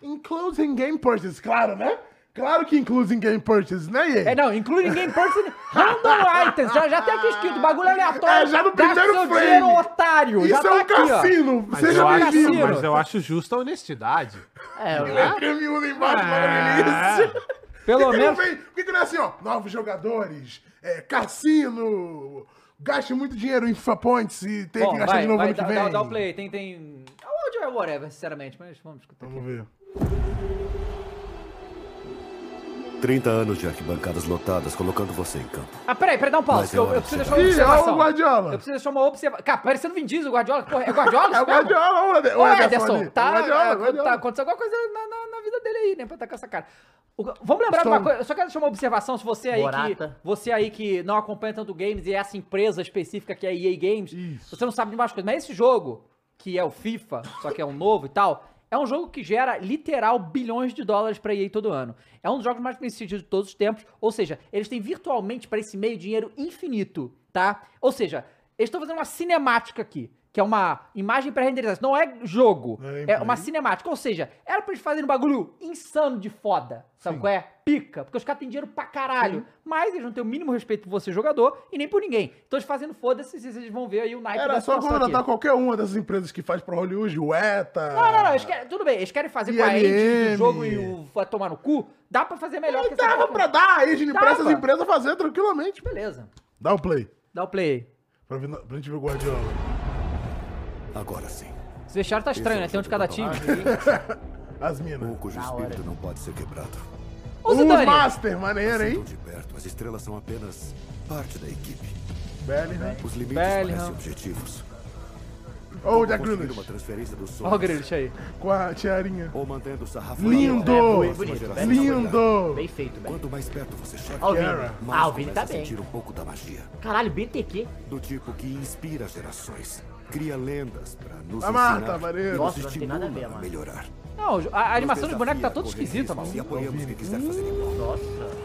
S2: Includes in-game purchase, claro, né? Claro que includes in-game purchase, né, EA?
S1: É, não, including game person,
S2: <laughs>
S1: random items. Já, já tem aqui escrito, bagulho aleatório.
S2: É, já no
S1: Gasta
S2: primeiro
S1: seu
S2: frame.
S1: dinheiro, otário.
S2: Isso
S1: já tá
S2: é um
S1: aqui, ó.
S2: cassino.
S3: Mas,
S2: Seja
S3: eu acho,
S2: bem-vindo.
S1: bem-vindo.
S3: mas eu acho justa a honestidade.
S4: É, eu-
S2: Ele é caminhando embaixo,
S3: Ah.
S2: olha isso.
S1: Pelo
S2: <laughs> Por que que
S1: menos.
S2: não vem- Por que, que não é assim, ó? Novos jogadores, é, cassino, gaste muito dinheiro em FIFA Points e tem
S1: Bom,
S2: que gastar
S1: vai,
S2: de novo
S1: vai,
S2: ano que
S1: dá,
S2: vem.
S1: dá, dá o play. Tem, tem... Onde é whatever, sinceramente, mas vamos escutar.
S2: Vamos ver.
S10: 30 anos de arquibancadas lotadas colocando você em campo.
S1: Ah, peraí, peraí, dá um pause.
S10: Mas
S1: que Eu,
S10: eu
S1: eu
S10: acho
S1: preciso
S10: que-
S1: deixar uma
S2: Ih, olha o
S1: observação. um. Eu
S2: Guardiola.
S1: preciso deixar uma observação. Cara, parecendo o Vin Diesel, o Guardiola. Porra, é Guardiola?
S2: <laughs> É o
S1: isso mesmo?
S2: Guardiola, olha o
S1: Ô,
S2: Ederson.
S1: Ederson,
S2: ali.
S1: tá,
S2: O Guardiola,
S1: é,
S2: o Guardiola.
S1: tá acontecendo alguma coisa na, na- na vida dele aí, né? Pra tá com essa cara. O- vamos lembrar de uma coisa, eu só quero deixar uma observação, se você aí, que,
S4: Morata.
S1: você aí que não acompanha tanto games e é essa empresa específica que é a EA Games, você não sabe de mais coisas, mas esse jogo, que é o FIFA, só que é um novo e tal, é um jogo que gera literal bilhões de dólares pra EA todo ano. É um dos jogos mais conhecidos de todos os tempos, ou seja, eles têm virtualmente pra esse meio dinheiro infinito, tá? Ou seja, eles estão fazendo uma cinemática aqui, que é uma imagem pré-renderizada, não é jogo,
S2: É,
S1: é uma cinemática. Ou seja, era pra eles fazerem um bagulho insano de foda. Sabe qual é? Pica. Porque os caras têm dinheiro pra caralho. Mas eles não têm o mínimo respeito por você, jogador, e nem por ninguém. Então eles fazendo foda-se, vocês vão ver aí o naipe
S2: Era
S1: da
S2: só tá
S1: situação
S2: contratar
S1: tá aqui.
S2: qualquer uma dessas empresas que faz pra Hollywood, o ETA.
S1: Não, não, não. Eles querem, tudo bem, eles querem fazer com a engine do
S2: ILM.
S1: jogo e o vai tomar no cu. Dá pra fazer melhor que essa
S2: Dava
S1: porra.
S2: pra dar a engine pra essas
S1: Dava.
S2: empresas fazer tranquilamente.
S1: Beleza.
S2: Dá o play.
S1: Dá o play aí.
S2: Pra, ver, pra gente ver o Guardiola.
S10: Agora sim.
S1: Esse vestiário tá estranho, né? Tem um de cada time.
S2: As minas.
S10: Um cujo espírito não pode ser quebrado.
S1: Ô,
S2: Os
S1: Zidane,
S2: Master, maneiro,
S10: Sintam
S2: hein?
S10: de perto, as estrelas são apenas parte da equipe.
S2: Bellingham.
S10: Os limites
S1: Bellingham.
S10: parecem objetivos.
S2: Ou o Jack
S10: Construir uma
S2: Grealish.
S10: transferência do
S1: Ó o
S10: sonho
S1: Grealish aí.
S2: Com a tiarinha.
S10: ou mantendo o sarrafo na
S2: Lindo!
S10: mão.
S4: É, foi bonito,
S10: Lindo!
S4: velho.
S2: Lindo!
S4: Bem feito, velho.
S10: Quanto mais perto você chega,
S4: Ó o
S2: Cara.
S4: Vini.
S10: mais
S4: Ah, o Vini
S10: começa
S4: tá
S10: a
S4: bem.
S10: sentir um pouco da magia.
S4: Caralho, BTQ.
S10: Do tipo que inspira gerações. Cria lendas pra nos
S2: A Marta,
S10: ensinar
S2: maneiro.
S10: e
S4: Nossa,
S10: nos
S4: não tem nada a ver,
S10: estimula
S4: mano.
S10: melhorar.
S1: Não, a- a animação
S10: Nos
S1: do boneco
S10: desafia
S1: tá
S10: a
S1: toda
S10: correr
S1: esquisita,
S10: riscos
S1: mano.
S10: E apoiamos quem quiser fazer igual.
S4: Nossa.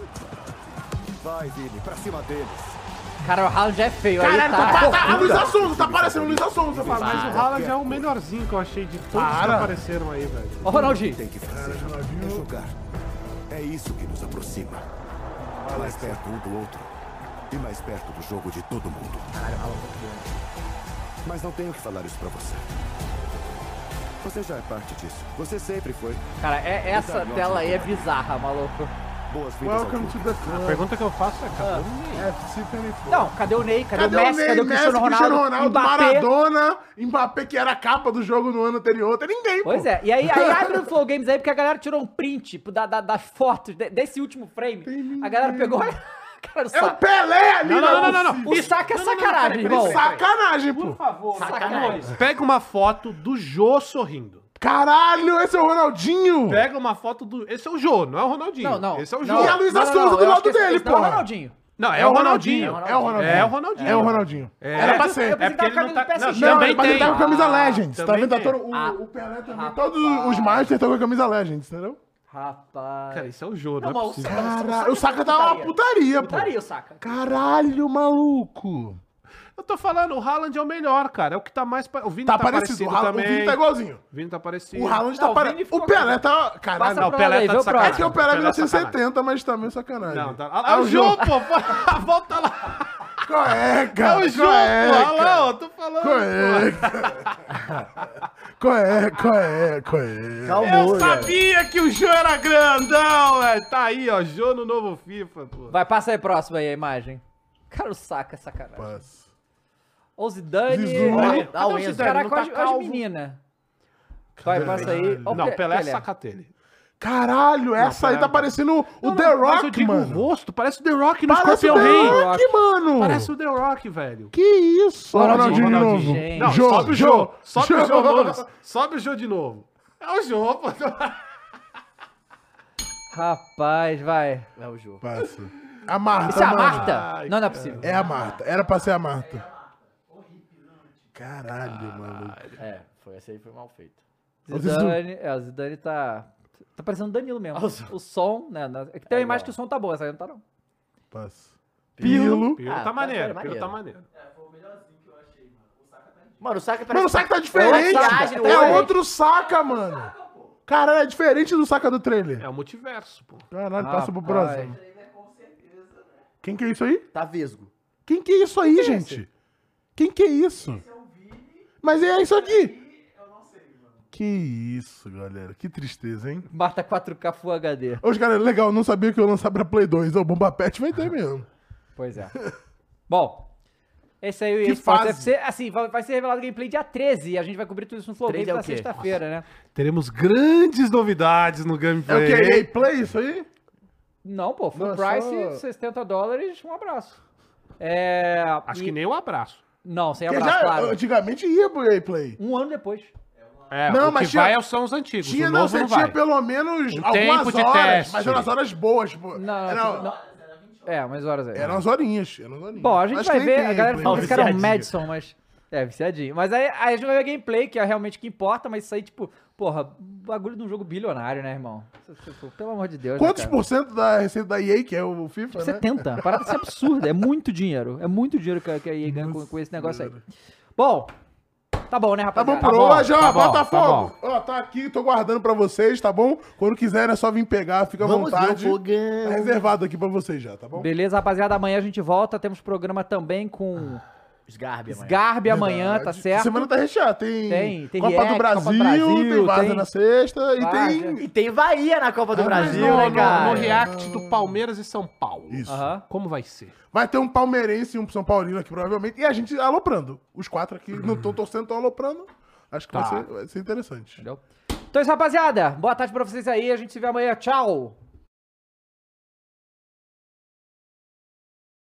S10: Vai, Vini, pra cima deles.
S1: Cara, o Haaland já é feio aí,
S2: Caralho,
S1: tá?
S2: tá, tá, a Luiz Assunza, tá parecendo o Luiz Assunza.
S3: Ah,
S2: Fala,
S3: mas o Haaland é o melhorzinho que eu achei de todos que
S2: Para.
S3: apareceram aí, velho.
S1: Ó o Ronaldinho.
S10: Tem que fazer. É jogar. É isso que nos aproxima. Mais perto um do outro. E mais perto do jogo de todo mundo. Mas não tenho que falar isso pra você. Você já é parte disso. Você sempre foi.
S1: Cara, é, essa tela aí é bizarra, maluco.
S10: Boas-vindas ao
S2: Welcome
S10: clube.
S2: to the
S3: A
S2: club.
S3: pergunta que eu faço é, cara,
S2: FC 24.
S1: Não, Então, cadê o Ney? Cadê,
S2: Cadê
S1: o Messi? cadê o
S2: Messi,
S1: Cristiano Ronaldo?
S2: Cristiano Ronaldo,
S1: Mbappé?
S2: Maradona, Mbappé, que era a capa do jogo no ano anterior. Tem ninguém,
S1: Pois é, e aí, aí abre o Flow Games aí, porque a galera tirou um print tipo, da- da- das fotos de- desse último frame. A galera pegou. <laughs> Cara, o
S2: É o
S1: saco.
S2: Pelé ali,
S3: Não, não, não, não, não.
S2: possível.
S1: O saco é sacanagem, irmão.
S2: Sacanagem, pô.
S3: não. Pega uma foto do Jô sorrindo.
S2: Caralho, esse é o Ronaldinho.
S3: Pega uma foto do. Esse é o Jô, não é o Ronaldinho.
S1: Não, não.
S3: Esse é o Jô.
S1: não,
S2: E a Luísa
S1: não, não,
S2: Sonza
S1: não,
S2: do
S1: eu acho
S2: lado
S1: que esse-
S2: dele,
S1: esse não é o
S2: porra.
S1: Ronaldinho.
S3: Não, é, o Ronaldinho.
S2: É o Ronaldinho.
S3: É o Ronaldinho.
S2: É o Ronaldinho.
S3: É.
S2: Era pra ser.
S1: pensei
S3: É porque
S1: que
S3: ele
S1: tava
S3: não
S1: com a
S3: tá.
S1: camisa do PSG.
S3: Não,
S2: Não,
S3: também
S2: mas ele tá
S3: tem.
S2: com a camisa Legends. Tá
S3: também
S2: vendo? Tá
S3: tem.
S2: todo- o,
S1: Ah,
S2: o Pelé também.
S1: rapaz.
S2: Todos os Masters estão com a camisa Legends, entendeu?
S1: Rapaz.
S3: Cara, isso é o Jô, não,
S1: Não, mas
S3: é
S1: o
S3: possível.
S1: Saka-
S2: Caralho, o Saka tá
S1: é
S2: uma putaria, pô.
S1: Putaria, o saca.
S2: Caralho, maluco.
S3: Eu tô falando, o Haaland é o melhor, cara. É o que tá mais. pa- O Vini
S2: Tá
S3: tá,
S2: parecido.
S3: parecido,
S2: O Haaland- o
S3: também.
S2: Vini tá igualzinho.
S3: Vini tá parecido.
S2: O Haaland
S1: Não,
S2: tá
S1: o Vini
S2: parecido.
S1: ficou
S2: O Pelé tá. Caralho,
S1: Passa
S3: Não,
S1: pro
S3: o Pelé
S1: aí,
S3: tá
S1: vê
S3: de
S1: o próximo.
S3: sacanagem.
S2: É que o Pelé é
S3: Pelé tá sacanagem.
S2: 1970, mas tá meio sacanagem. É
S3: Não, tá. Ah, o Jô, pô. <laughs> Volta lá.
S2: Qual é,
S3: É
S2: cara?
S3: o Jô, pô. Olha lá, eu tô falando.
S2: Qual é, Qual é, qual é, qual é?
S4: Calmou,
S3: Eu sabia que o Jô era grandão, velho. Tá aí, ó. Jô no novo FIFA, pô.
S1: Vai, passa aí próximo aí a imagem. Cara, o saca é sacanagem.
S2: Passa.
S1: Ô, Zidane.
S2: Zizou.
S1: Olha,
S4: Ah, o
S3: Cadê o
S4: Enzo.
S3: Zidane?
S1: Caraca,
S3: Não tá
S1: olha as
S3: calvo.
S1: meninas. Vai, passa aí. Ó o
S3: Não,
S1: Pe-
S3: Pelé é sacatelha.
S2: Caralho, essa aí tá parecendo o The
S3: Mas eu
S2: Rock,
S3: digo o
S2: mano.
S3: rosto, parece o The Rock no
S2: Parece o
S3: Scorpion
S2: The
S3: Rei.
S2: Rock, mano.
S3: Parece o The Rock, velho.
S2: Que isso? Ó,
S1: Ronaldinho,
S2: Ronaldinho de
S1: Ronaldinho,
S2: novo.
S1: gente.
S3: Não,
S2: Jô,
S3: sobe o
S2: Jô,
S3: Jô. Sobe o Jô
S2: Jô.
S3: Nunes. Sobe o Jô de novo. É o Jô, pô.
S1: Rapaz, vai.
S4: É o jogo.
S2: Passa. A Marta.
S1: Isso é a
S2: mano.
S1: Marta? Não, não é possível.
S2: É a Marta. Era pra ser a Marta. Caralho, mano.
S4: É, foi essa aí foi mal feita.
S1: Zidane, é, o Zidane tá. Tá parecendo o Danilo mesmo. O som, né? na- É que tem uma imagem que o som tá bom, essa aí não tá não.
S2: Passa. Pirlo.
S3: Piro
S4: Ah,
S3: tá
S4: tá-
S3: maneiro,
S4: tá
S3: Piro tá
S4: maneiro.
S3: maneiro.
S4: Mano, o é Saka parece...
S2: Mano, o saca tá diferente.
S4: outra imagem,
S2: É
S4: outra-
S2: outro saca, mano. Caralho, é diferente do saca do trailer.
S3: É o multiverso, pô.
S2: Caralho, passa pro
S1: Rapaz.
S2: próximo. Quem que é isso aí?
S4: Tá vesgo.
S2: Quem que é isso aí, gente? Quem que é isso? Mas é isso aqui. Que isso, galera. Que tristeza, hein?
S1: Marta 4K Full HD.
S2: Os caras, legal, não sabia que eu ia lançar pra Play 2. O Bomba Pet vai ter mesmo.
S1: Pois é. <laughs> bom, esse aí
S2: Que
S1: esse pode
S2: fase.
S1: ser- assim, vai, vai ser revelado gameplay dia 13 e a gente vai cobrir tudo isso no Flow
S4: 13
S1: Games
S4: é o
S1: na
S4: quê?
S1: sexta-feira, né?
S3: Teremos grandes novidades no
S2: É o
S3: gameplay.
S2: que? EA Play, isso aí?
S1: Não, pô, full
S2: Não, é
S1: price,
S2: só-
S1: 60 dólares, um abraço. É.
S3: Acho
S1: e-
S3: que nem o abraço.
S1: Não, sem
S2: Porque
S1: abraço,
S2: já, é,
S1: claro.
S2: antigamente ia pro EA Play.
S1: Um ano depois.
S3: É,
S2: Não,
S3: o
S2: mas
S3: que
S2: tinha-
S3: vai é- são os antigos.
S2: Tinha,
S3: o
S2: não,
S3: novo
S2: você
S3: não
S2: tinha
S3: vai.
S2: pelo menos
S3: Um
S2: algumas
S3: tempo de
S2: horas,
S3: teste.
S2: mas eram as horas boas, tipo.
S1: Não,
S2: eram,
S1: não, não. É, umas horas aí.
S2: eram as horinhas, eram as horinhas.
S1: Bom, a gente
S2: Acho
S1: vai
S2: que
S1: ver.
S2: nem
S1: A
S2: tem,
S1: galera
S2: pô.
S1: falou que esse cara é um
S3: Viciadinho.
S1: Madison, mas. É, viciadinho. Mas aí, aí a gente vai ver gameplay, que é realmente o que importa, mas isso aí, tipo, porra, bagulho de um jogo bilionário, né, irmão? Pelo amor de Deus. né,
S2: Quantos
S1: cara?
S2: por cento da receita da EA, que é o FIFA, né?
S1: 70. A Parada isso é absurda. É muito dinheiro. É muito dinheiro que, que a EA ganha com, com esse negócio aí. Bom, tá bom, né,
S2: Tá
S1: rapaziada?
S2: bom por
S3: bom,
S2: hoje, ó,
S3: tá bom,
S2: Botafogo. Ó, tá aqui, tô guardando pra vocês, tá bom? Quando quiser é só vir pegar, fica à vontade. Tá reservado aqui pra vocês já, tá bom?
S1: Beleza, rapaziada. Amanhã a gente volta. Temos programa também com
S4: Esgarbe, mano.
S1: Garbi amanhã, tá
S2: Verdade.
S1: certo?
S2: Semana tá recheada. Tem,
S1: Tem- tem
S2: Copa,
S1: react,
S2: do Brasil,
S1: Copa do Brasil,
S2: tem Vaza
S1: tem-
S2: na sexta e
S1: Várzea.
S2: tem...
S4: E tem Bahia na Copa do
S2: Ah, mas
S4: Brasil,
S2: não,
S4: né,
S3: No-
S4: cara?
S3: No react do Palmeiras e São Paulo.
S2: Isso.
S1: Aham.
S3: Como vai ser?
S2: Vai ter um palmeirense e um São Paulino aqui, provavelmente. E a gente aloprando. Os quatro aqui não estão torcendo, estão aloprando. Acho que
S3: Tá.
S2: vai, ser, vai ser interessante.
S1: Entendeu? Então é isso, rapaziada. Boa tarde pra vocês aí. A gente se vê amanhã. Tchau.